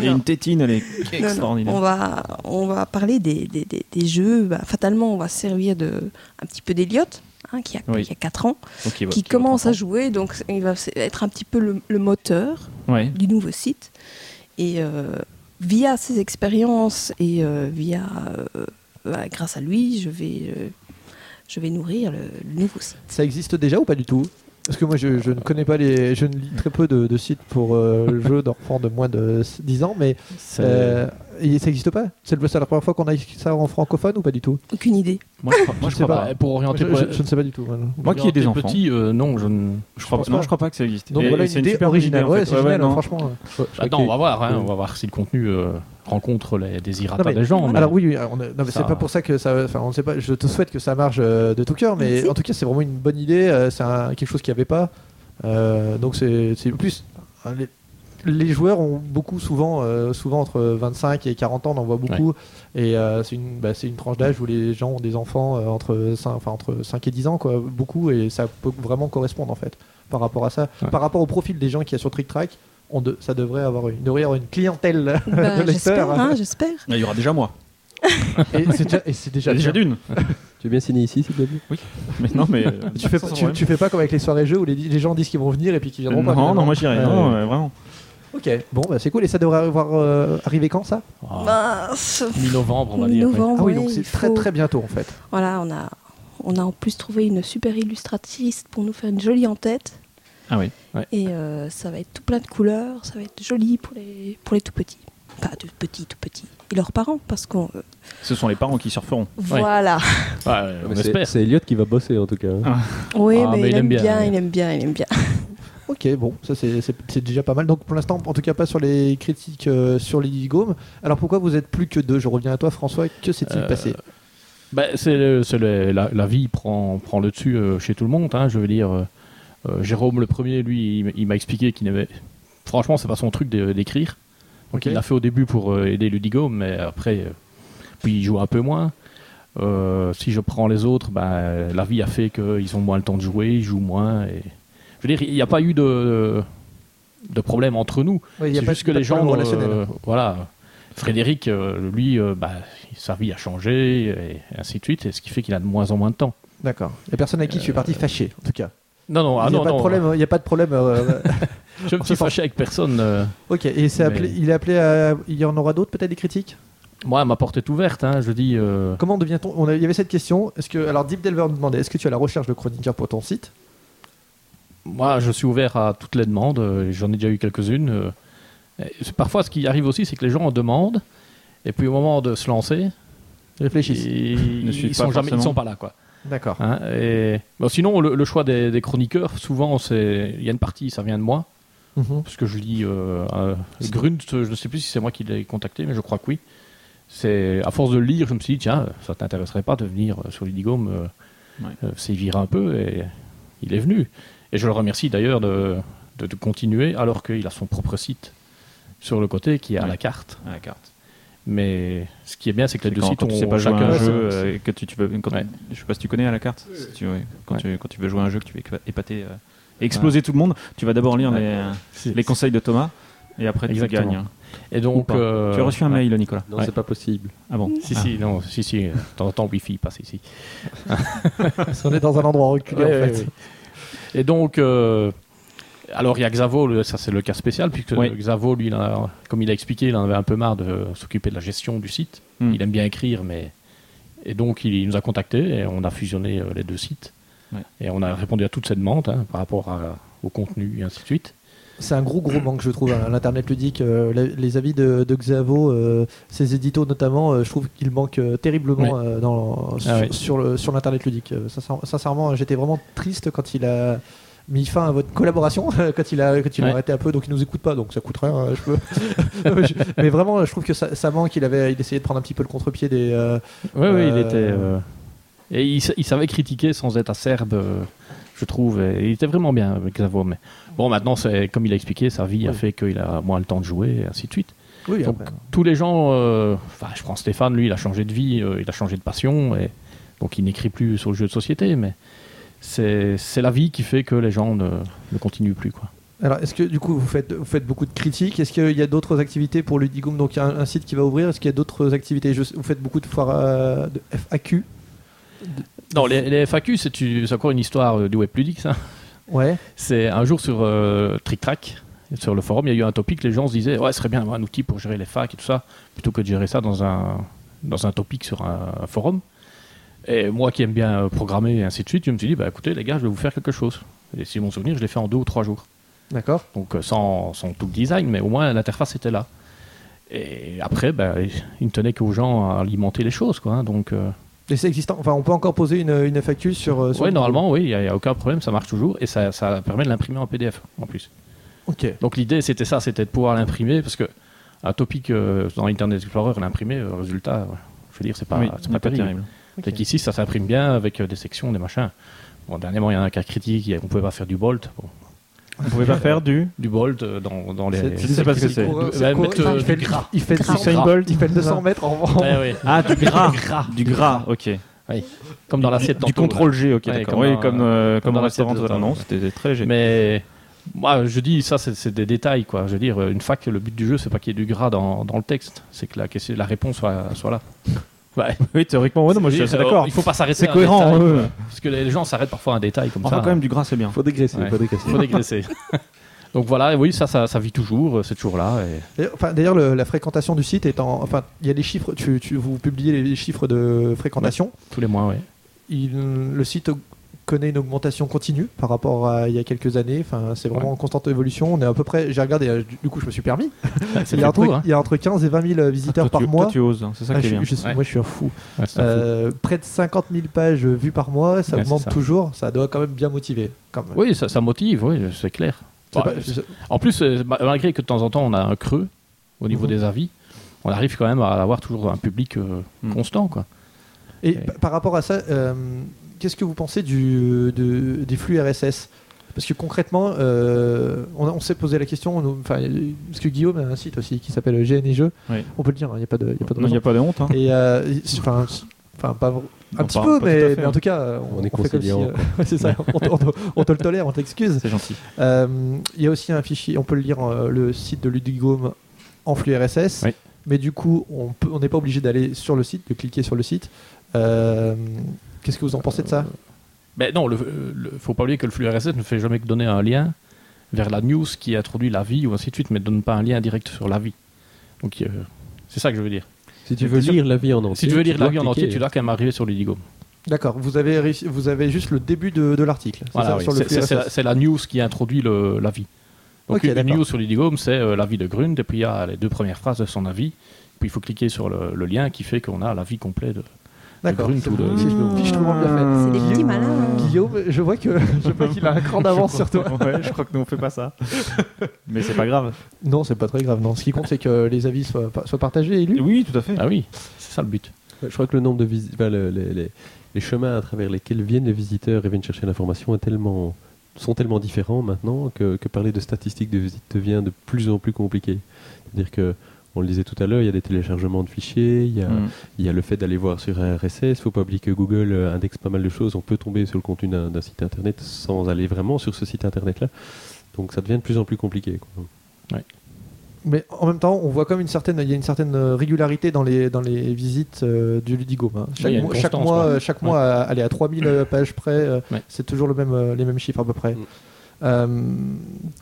Speaker 5: Il y a
Speaker 8: non.
Speaker 5: une tétine, elle est
Speaker 8: Non, non.
Speaker 5: extraordinaire.
Speaker 8: On va, on va parler des, des- des- des jeux. Bah, fatalement, on va se servir de un petit peu d'Eliott, hein, qui, a-
Speaker 5: Oui.
Speaker 8: qui a 4 ans,
Speaker 5: Donc, il va-
Speaker 8: qui
Speaker 5: il va
Speaker 8: commence à
Speaker 5: comprendre.
Speaker 8: jouer. Donc, il va être un petit peu le, le moteur
Speaker 5: Ouais.
Speaker 8: du nouveau site. Et euh, via ses expériences et euh, via, euh, bah, grâce à lui, je vais, euh, je vais nourrir le, le nouveau site.
Speaker 4: Ça existe déjà ou pas du tout Parce que moi, je, je ne connais pas les. Je ne lis très peu de, de sites pour euh, jeux d'enfants de moins de 10 ans, mais
Speaker 5: Ça-
Speaker 4: euh, et ça n'existe pas C'est le- c'est la première fois qu'on a ça en francophone ou pas du tout
Speaker 8: Aucune idée.
Speaker 5: Moi, je crois, moi, je
Speaker 4: sais
Speaker 5: crois
Speaker 4: pas.
Speaker 5: pas.
Speaker 1: Ouais, Pour orienter
Speaker 4: je,
Speaker 1: pour-
Speaker 4: je- je ne sais pas du tout. voilà.
Speaker 5: Moi qui ai des
Speaker 1: orienter
Speaker 5: enfants.
Speaker 1: petits, euh, non, je ne.
Speaker 5: Je crois
Speaker 4: pense
Speaker 5: pas- non,
Speaker 4: pas.
Speaker 5: je crois pas que ça existe.
Speaker 4: Donc
Speaker 5: Et-
Speaker 4: voilà
Speaker 5: et
Speaker 4: une idée originale.
Speaker 5: en fait.
Speaker 4: ouais, c'est génial,
Speaker 5: non.
Speaker 4: franchement.
Speaker 1: Attends, on va voir, hein,
Speaker 4: euh,
Speaker 1: on va voir si le contenu euh, rencontre les désirata
Speaker 4: Non, mais-
Speaker 1: des gens. mais-
Speaker 4: Alors oui, oui, alors, on a- non, mais
Speaker 1: Ça-
Speaker 4: c'est pas pour ça que ça. Enfin, on sait pas. Je te souhaite que ça marche euh, de tout cœur, mais
Speaker 8: Merci.
Speaker 4: en tout cas, c'est vraiment une bonne idée. euh, c'est un- quelque chose qu'il n'y avait pas. Euh, donc c'est c'est- en plus hein, les, les joueurs ont beaucoup souvent, euh, souvent entre 25 et 40 ans, on en voit beaucoup. Et euh, c'est une, bah, c'est une tranche d'âge où les gens ont des enfants euh, entre 5, enfin entre 5 et 10 ans, quoi, beaucoup, et ça peut vraiment correspondre en fait par rapport à ça,
Speaker 1: Ouais.
Speaker 4: par rapport au profil des gens qui y a sur Trick Track. On de- ça devrait avoir une, devrait y avoir une clientèle
Speaker 8: Bah,
Speaker 4: de
Speaker 8: j'espère,
Speaker 4: lecteurs.
Speaker 8: hein, j'espère.
Speaker 5: Il y aura déjà moi.
Speaker 4: Et c'est déjà, et c'est
Speaker 5: Il y
Speaker 4: déjà,
Speaker 5: a déjà
Speaker 4: bien.
Speaker 5: d'une.
Speaker 6: Tu veux bien signer ici, s'il te plaît
Speaker 5: Mais non, mais. euh,
Speaker 4: Tu fais, pas- tu, tu fais pas comme avec les soirées jeux où les, les gens disent qu'ils vont venir et puis qu'ils viendront
Speaker 5: Non,
Speaker 4: pas. finalement.
Speaker 5: non, moi j'irai.
Speaker 4: Ouais,
Speaker 5: Non,
Speaker 4: ouais.
Speaker 5: euh, vraiment.
Speaker 4: Ok, bon, bah, c'est cool. Et ça devrait avoir, euh, arriver quand ça
Speaker 1: Ah,
Speaker 8: Bah, ce-
Speaker 1: Mi-novembre, on va dire. oui.
Speaker 8: novembre,
Speaker 4: Ah oui,
Speaker 8: ouais,
Speaker 4: donc c'est
Speaker 8: il
Speaker 4: très
Speaker 8: faut-
Speaker 4: très bientôt en fait.
Speaker 8: Voilà, on a, on a en plus trouvé une super illustratrice pour nous faire une jolie en-tête.
Speaker 5: Ah oui.
Speaker 8: Et euh, ça va être tout plein de couleurs, ça va être joli pour les, pour les tout petits. Pas tout petits, tout petits. Et leurs parents, parce qu'on. euh,
Speaker 5: Ce sont les parents qui surferont.
Speaker 8: Voilà.
Speaker 1: Ah, euh, on
Speaker 6: Mais c'est-
Speaker 1: espère.
Speaker 6: C'est Elliot qui va bosser, en tout cas. hein.
Speaker 5: Ah.
Speaker 8: Oui,
Speaker 1: Ah,
Speaker 8: mais, il, aime bien,
Speaker 1: ouais.
Speaker 8: il aime bien, il aime bien.
Speaker 4: Ok, bon, ça c'est- c'est c'est déjà pas mal. Donc pour l'instant, en tout cas pas sur les critiques euh, sur les Gaume. Alors pourquoi vous êtes plus que deux Je reviens à toi, François. Que s'est-il
Speaker 1: Euh,
Speaker 4: passé
Speaker 1: Bah, c'est le- c'est le- la, la vie prend, prend le dessus euh, chez tout le monde. hein, je veux dire, euh, euh, Jérôme le premier, lui, il, m- il m'a expliqué qu'il n'avait. Franchement, c'est pas son truc d'é- d'écrire. Donc
Speaker 4: Ok.
Speaker 1: il l'a fait au début pour euh, aider Ludigo, mais après, euh, puis il joue un peu moins. Euh, si je prends les autres, bah, la vie a fait qu'ils ont moins le temps de jouer, ils jouent moins. Et... Je veux dire, il n'y a pas eu de, de problème entre nous.
Speaker 4: Ouais, y a
Speaker 1: C'est
Speaker 4: pas-
Speaker 1: juste que
Speaker 4: pas
Speaker 1: les
Speaker 4: de problème
Speaker 1: gens,
Speaker 4: relationnel.
Speaker 1: euh, voilà, Frédéric, euh, lui, euh, bah, sa vie a changé et ainsi de suite, et ce qui fait qu'il a de moins en moins de temps.
Speaker 4: D'accord. La personne à qui tu es parti fâché, en tout cas.
Speaker 1: Non, non, euh, ah,
Speaker 4: il n'y a,
Speaker 1: non,
Speaker 4: pas de
Speaker 1: non,
Speaker 4: problème, il y a pas de problème. euh,
Speaker 1: Je me suis fâché avec personne. euh.
Speaker 4: ok, et c'est appelé,
Speaker 1: Mais-
Speaker 4: il est appelé à. Il y en aura d'autres peut-être des critiques
Speaker 1: Moi, ma porte est ouverte. hein, je dis, euh,
Speaker 4: Comment devient-on on a- Il y avait cette question. Est-ce que alors Deep Delver nous demandait est-ce que tu as la recherche de chroniqueurs pour ton site
Speaker 1: moi, je suis ouvert à toutes les demandes. euh, J'en ai déjà eu quelques-unes. euh. Et c'est- Parfois, ce qui arrive aussi, c'est que les gens en demandent, et puis au moment de se lancer,
Speaker 4: Réfléchis.
Speaker 1: ils,
Speaker 5: Ne
Speaker 1: ils,
Speaker 5: suivent pas
Speaker 1: sont jamais, ils
Speaker 5: forcément.
Speaker 1: sont pas là, quoi.
Speaker 4: D'accord.
Speaker 1: Hein, et... bon, sinon, le, le choix des, des chroniqueurs, souvent, c'est il y a une partie, ça vient de moi.
Speaker 4: Mhm.
Speaker 1: parce que je lis euh, euh, Grunt, je ne sais plus si c'est moi qui l'ai contacté, mais je crois que oui. C'est à force de le lire, je me suis dit tiens, ça t'intéresserait pas de venir euh, sur Lidigome, euh,
Speaker 5: Ouais.
Speaker 1: euh, sévir un peu et il est venu. Et je le remercie d'ailleurs de, de- de continuer alors qu'il a son propre site sur le côté qui est à
Speaker 5: Ouais.
Speaker 1: la carte.
Speaker 5: À la carte.
Speaker 1: Mais ce qui est bien, c'est que les deux
Speaker 5: Quand,
Speaker 1: sites
Speaker 5: quand tu
Speaker 1: ont
Speaker 5: sais pas jouer à
Speaker 1: chacun
Speaker 5: un
Speaker 4: Ouais, c'est-
Speaker 5: jeu euh, et que tu, tu veux. Quand,
Speaker 1: Ouais.
Speaker 5: Je sais pas si tu connais à la carte. Si tu, ouais. quand,
Speaker 1: Ouais.
Speaker 5: tu, quand tu veux jouer à un jeu que tu veux épa- épater euh, et exploser tout le monde, tu vas d'abord lire
Speaker 1: Ouais.
Speaker 5: les,
Speaker 1: C'est-
Speaker 5: les conseils de Thomas et après
Speaker 1: Exactement.
Speaker 5: tu gagnes. hein.
Speaker 1: Et
Speaker 5: Ou
Speaker 1: donc,
Speaker 5: pas.
Speaker 1: euh,
Speaker 5: tu as reçu un
Speaker 1: ouais.
Speaker 5: mail, Nicolas.
Speaker 6: Non,
Speaker 5: Ouais.
Speaker 6: c'est pas possible.
Speaker 5: Ah bon
Speaker 1: Si,
Speaker 5: Ah.
Speaker 1: si, non, si, si, euh, de temps en temps, Wi-Fi passe ici.
Speaker 4: Parce qu'on est dans un endroit reculé
Speaker 1: Ouais,
Speaker 4: en
Speaker 1: ouais,
Speaker 4: fait.
Speaker 1: ouais. Et donc, euh, alors il y a Xavo, le- ça c'est le cas spécial, puisque
Speaker 5: Oui.
Speaker 1: Xavo, lui, il en a- comme il a expliqué, il en avait un peu marre de s'occuper de la gestion du site.
Speaker 5: Hmm.
Speaker 1: Il aime bien écrire, mais. Et donc, il nous a contactés et on a fusionné euh, les deux sites.
Speaker 5: Ouais.
Speaker 1: Et on a répondu à toutes ces demandes hein, par rapport à- au contenu et ainsi de suite.
Speaker 4: C'est un gros gros manque, je trouve, à l'internet ludique. Euh, les, les avis de, de Xavo, euh, ses éditos notamment, euh, je trouve qu'ils manquent euh, terriblement euh, dans, sur,
Speaker 1: Ah oui.
Speaker 4: sur le- sur l'internet ludique. Euh, sincère- sincèrement, j'étais vraiment triste quand il a mis fin à votre collaboration, quand il a, quand il a
Speaker 1: Ouais.
Speaker 4: arrêté un peu, donc il nous écoute pas, donc ça coûte rien. hein, je peux- Non, mais je- mais vraiment, je trouve que ça, ça manque. Il avait, il essayait de prendre un petit peu le contre-pied des. euh,
Speaker 1: Oui, oui, il
Speaker 4: Euh,
Speaker 1: était. euh, et il, sa- il savait critiquer sans être acerbe, euh, je trouve. Et il était vraiment bien avec Xavo. Mais bon, maintenant, c'est comme il a expliqué, sa vie a
Speaker 4: Oui.
Speaker 1: fait qu'il a moins le temps de jouer, et ainsi de suite.
Speaker 4: oui,
Speaker 1: Donc,
Speaker 4: après.
Speaker 1: tous les gens. euh, Enfin, je prends Stéphane, lui, il a changé de vie, euh, il a changé de passion. Et, donc, il n'écrit plus sur le jeu de société. Mais c'est c'est la vie qui fait que les gens ne, ne continuent plus. Quoi.
Speaker 4: Alors, est-ce que du coup, vous faites, vous faites beaucoup de critiques Est-ce qu'il y a d'autres activités pour Ludigum Donc, il y a un, un site qui va ouvrir. Est-ce qu'il y a d'autres activités Je sais- Vous faites beaucoup de foires euh, de FAQ
Speaker 1: Non, les, les FAQ, c'est tu- c'est encore une histoire euh, du web ludique, ça.
Speaker 4: Ouais.
Speaker 1: C'est un jour sur euh, Trick Track, sur le forum, il y a eu un topic, les gens se disaient Ouais, ce serait bien d'avoir un outil pour gérer les facs et tout ça, plutôt que de gérer ça dans un, dans un topic sur un, un forum. Et moi qui aime bien euh, programmer et ainsi de suite, je me suis dit Bah écoutez, les gars, je vais vous faire quelque chose. Et si mon souvenir, je l'ai fait en deux ou trois jours.
Speaker 4: D'accord.
Speaker 1: Donc euh, sans, sans tout le design, mais au moins l'interface était là. Et après, ben, il ne tenait qu'aux gens à alimenter les choses, quoi. hein. donc. euh,
Speaker 4: Et c'est existant. Enfin, on peut encore poser une, une FAQ sur. euh, sur
Speaker 1: oui,
Speaker 4: Ludigum.
Speaker 1: normalement, oui, il n'y a, y a aucun problème, ça marche toujours et ça, ça permet de l'imprimer en PDF en plus.
Speaker 4: Ok.
Speaker 1: Donc l'idée, c'était ça, c'était de pouvoir l'imprimer parce que un topic euh, dans Internet Explorer, l'imprimer, euh, résultat, ouais, je veux dire, c'est pas,
Speaker 5: Ah. Oui,
Speaker 1: c'est pas terrible.
Speaker 4: Ok.
Speaker 1: Fait qu'ici, ça s'imprime bien avec euh, des sections, des machins. Bon, dernièrement, il y en a un cas critique, on ne pouvait pas faire du Bolt. Bon,
Speaker 5: On pouvait pas faire du.
Speaker 1: du Bolt euh, dans, dans les.
Speaker 4: C'est-
Speaker 5: Je sais pas ce que c'est.
Speaker 4: coureur,
Speaker 1: Bah,
Speaker 4: coureur,
Speaker 1: mettre, euh,
Speaker 4: il fait,
Speaker 1: du
Speaker 4: le-
Speaker 1: gras.
Speaker 4: il fait, le
Speaker 1: Gras.
Speaker 4: 100
Speaker 1: Gras.
Speaker 4: mètres, il fait le 200 mètres en vent.
Speaker 1: Ouais, ouais.
Speaker 5: Ah, du gras. Du gras, ok.
Speaker 1: Comme dans l'assiette
Speaker 5: Du
Speaker 1: tantôt,
Speaker 5: contrôle G, ok,
Speaker 1: Ouais,
Speaker 5: d'accord.
Speaker 1: comme
Speaker 5: Oui,
Speaker 1: dans-
Speaker 5: comme, euh, comme
Speaker 1: dans
Speaker 5: au restaurant
Speaker 1: l'assiette de
Speaker 5: tout à l'heure.
Speaker 1: temps.
Speaker 5: Non, c'était très léger.
Speaker 1: Mais moi, je dis ça, c'est c'est des détails, quoi. Je veux dire, une fac, le but du jeu, c'est pas qu'il y ait du gras dans, dans le texte, c'est que la, question, la réponse soit, soit là. Ouais.
Speaker 5: Oui, théoriquement, ouais, non, moi je suis
Speaker 1: Je
Speaker 5: assez
Speaker 1: veux dire,
Speaker 5: d'accord.
Speaker 1: Il faut pas s'arrêter.
Speaker 5: C'est
Speaker 1: à un
Speaker 5: cohérent,
Speaker 1: détail,
Speaker 5: ouais,
Speaker 1: quoi.
Speaker 5: ouais.
Speaker 1: Parce que les gens s'arrêtent parfois à un détail comme
Speaker 5: Enfin,
Speaker 1: ça.
Speaker 5: quand même, du gras, c'est bien.
Speaker 6: Faut dégraisser,
Speaker 1: Ouais.
Speaker 6: faut dégraisser.
Speaker 1: faut dégraisser. Donc voilà, et oui, ça, ça, ça vit toujours, euh, c'est toujours là. et-
Speaker 4: Et, Enfin, D'ailleurs, le- la fréquentation du site est en. Enfin, il y a des chiffres. Tu, tu, vous publiez les chiffres de fréquentation.
Speaker 1: tous les mois, oui.
Speaker 4: Il- le site aug- connaît une augmentation continue par rapport à il y a quelques années. Enfin, c'est vraiment en constante évolution. On est à peu près. J'ai regardé. euh, Du du coup, je me suis permis.
Speaker 1: C'est
Speaker 4: Il y, a
Speaker 1: fait
Speaker 4: entre,
Speaker 1: court, hein.
Speaker 4: il y a entre 15 et 20 000
Speaker 5: Ah,
Speaker 4: visiteurs par
Speaker 5: toi, tu-
Speaker 4: mois.
Speaker 5: toi, tu oses, hein, c'est ça
Speaker 4: Ah,
Speaker 5: qui
Speaker 4: je suis-
Speaker 5: est bien.
Speaker 4: je suis-
Speaker 1: Ouais.
Speaker 4: Moi, je suis un fou.
Speaker 1: Ouais, c'est un fou.
Speaker 4: Euh, près de 50 000 pages vues par mois, ça
Speaker 1: Ouais,
Speaker 4: augmente
Speaker 1: c'est ça.
Speaker 4: toujours. Ça doit quand même bien motiver. Quand même.
Speaker 1: Oui, ça, ça motive, oui, c'est clair.
Speaker 4: C'est
Speaker 1: Bah,
Speaker 4: pas-
Speaker 1: c'est- En plus, euh, ma- malgré que de temps en temps on a un creux au niveau
Speaker 4: Mhm.
Speaker 1: des avis, on arrive quand même à avoir toujours un public euh,
Speaker 5: Mhm.
Speaker 1: constant, quoi.
Speaker 4: Et
Speaker 1: Ouais.
Speaker 4: pa- par rapport à ça, euh, qu'est-ce que vous pensez du, de- des flux RSS Parce que concrètement, euh, on, a- on s'est posé la question, nous- enfin, euh, parce que Guillaume a un site aussi qui s'appelle GN et Jeux.
Speaker 5: Oui.
Speaker 4: On peut le dire, il n'y a pas de, y a pas de
Speaker 5: Non, il
Speaker 4: raison.
Speaker 5: n'y a pas de honte. hein.
Speaker 4: Et, euh, y- enfin, s- enfin, pas vr- un
Speaker 5: Non,
Speaker 4: petit
Speaker 5: pas-
Speaker 4: peu,
Speaker 5: pas tout à
Speaker 4: mais,
Speaker 5: fait,
Speaker 4: mais
Speaker 5: hein.
Speaker 4: en tout cas, euh,
Speaker 6: On est
Speaker 4: fait comme si,
Speaker 6: conciliant,
Speaker 4: euh, ouais, c'est ça, on, te- on te- on te le tolère, on t'excuse.
Speaker 5: C'est gentil.
Speaker 4: Euh, Il y a aussi un fichier, on peut le lire euh, le site de Ludigome en flux RSS,
Speaker 1: Oui.
Speaker 4: mais du coup, on peut- on n'est pas obligé d'aller sur le site, de cliquer sur le site. Euh, Qu'est-ce que vous en pensez de ça
Speaker 1: Mais non, le, euh, le- faut pas oublier que le flux RSS ne fait jamais que donner un lien vers la news qui introduit l'avis ou ainsi de suite, mais ne donne pas un lien direct sur l'avis. Donc euh, c'est ça que je veux dire.
Speaker 6: Si tu veux lire la vie en entier.
Speaker 1: Si tu veux lire
Speaker 6: dois
Speaker 1: l'avis en
Speaker 6: cliquer.
Speaker 1: entier, tu dois quand même arriver sur l'Idigo.
Speaker 4: D'accord, vous avez réussi- vous avez juste le début de, de l'article. c'est
Speaker 1: Voilà,
Speaker 4: ça,
Speaker 1: oui.
Speaker 4: sur le
Speaker 1: C'est-
Speaker 4: flux
Speaker 1: c'est- c'est la-
Speaker 4: RSS.
Speaker 1: c'est la, news qui introduit le- l'avis. Donc
Speaker 4: Ok,
Speaker 1: une- une
Speaker 4: d'accord.
Speaker 1: news sur l'Idigo, c'est euh, l'avis de Grund, et puis il y a les deux premières phrases de son avis, puis il faut cliquer sur le, le lien qui fait qu'on a l'avis complet de,
Speaker 4: D'accord.
Speaker 1: Grunt
Speaker 4: c'est
Speaker 1: ou de-
Speaker 4: bon,
Speaker 1: Mmh.
Speaker 4: fiche- fiche trouve bien
Speaker 8: C'est des petits malins. hein.
Speaker 4: fait. Guillaume, je vois que je vois qu'il a un cran d'avance sur toi.
Speaker 5: Ouais, je crois que nous on fait pas ça. Mais c'est pas grave.
Speaker 4: Non, c'est pas très grave. Non, ce qui compte, c'est que les avis soient, pa- soient partagés et lus.
Speaker 5: Oui, tout à fait.
Speaker 1: Ah oui, c'est ça le but.
Speaker 6: Je crois que le nombre de visites, les, les- les chemins à travers lesquels viennent les visiteurs et viennent chercher l'information est tellement sont tellement différents maintenant que, que parler de statistiques de visite devient de plus en plus compliqué. C'est-à-dire que on le disait tout à l'heure, il y a des téléchargements de fichiers, il y a,
Speaker 5: Mm.
Speaker 6: il y a le fait d'aller voir sur RSS. Faut pas oublier que Google euh, indexe pas mal de choses. On peut tomber sur le contenu d'un d'un site internet sans aller vraiment sur ce site internet-là. Donc ça devient de plus en plus compliqué. quoi.
Speaker 4: Mais en même temps, on voit comme une certaine, il y a une certaine euh, régularité dans les, dans les visites euh, du Ludigome. hein. Chaque,
Speaker 1: il y a une
Speaker 4: mois, chaque
Speaker 1: constance,
Speaker 4: mois,
Speaker 1: quoi.
Speaker 4: euh, chaque mois, à- aller à 3000 euh, pages près, euh,
Speaker 1: Ouais.
Speaker 4: c'est toujours le même, euh, les mêmes chiffres à peu près.
Speaker 6: Mm.
Speaker 4: Euh,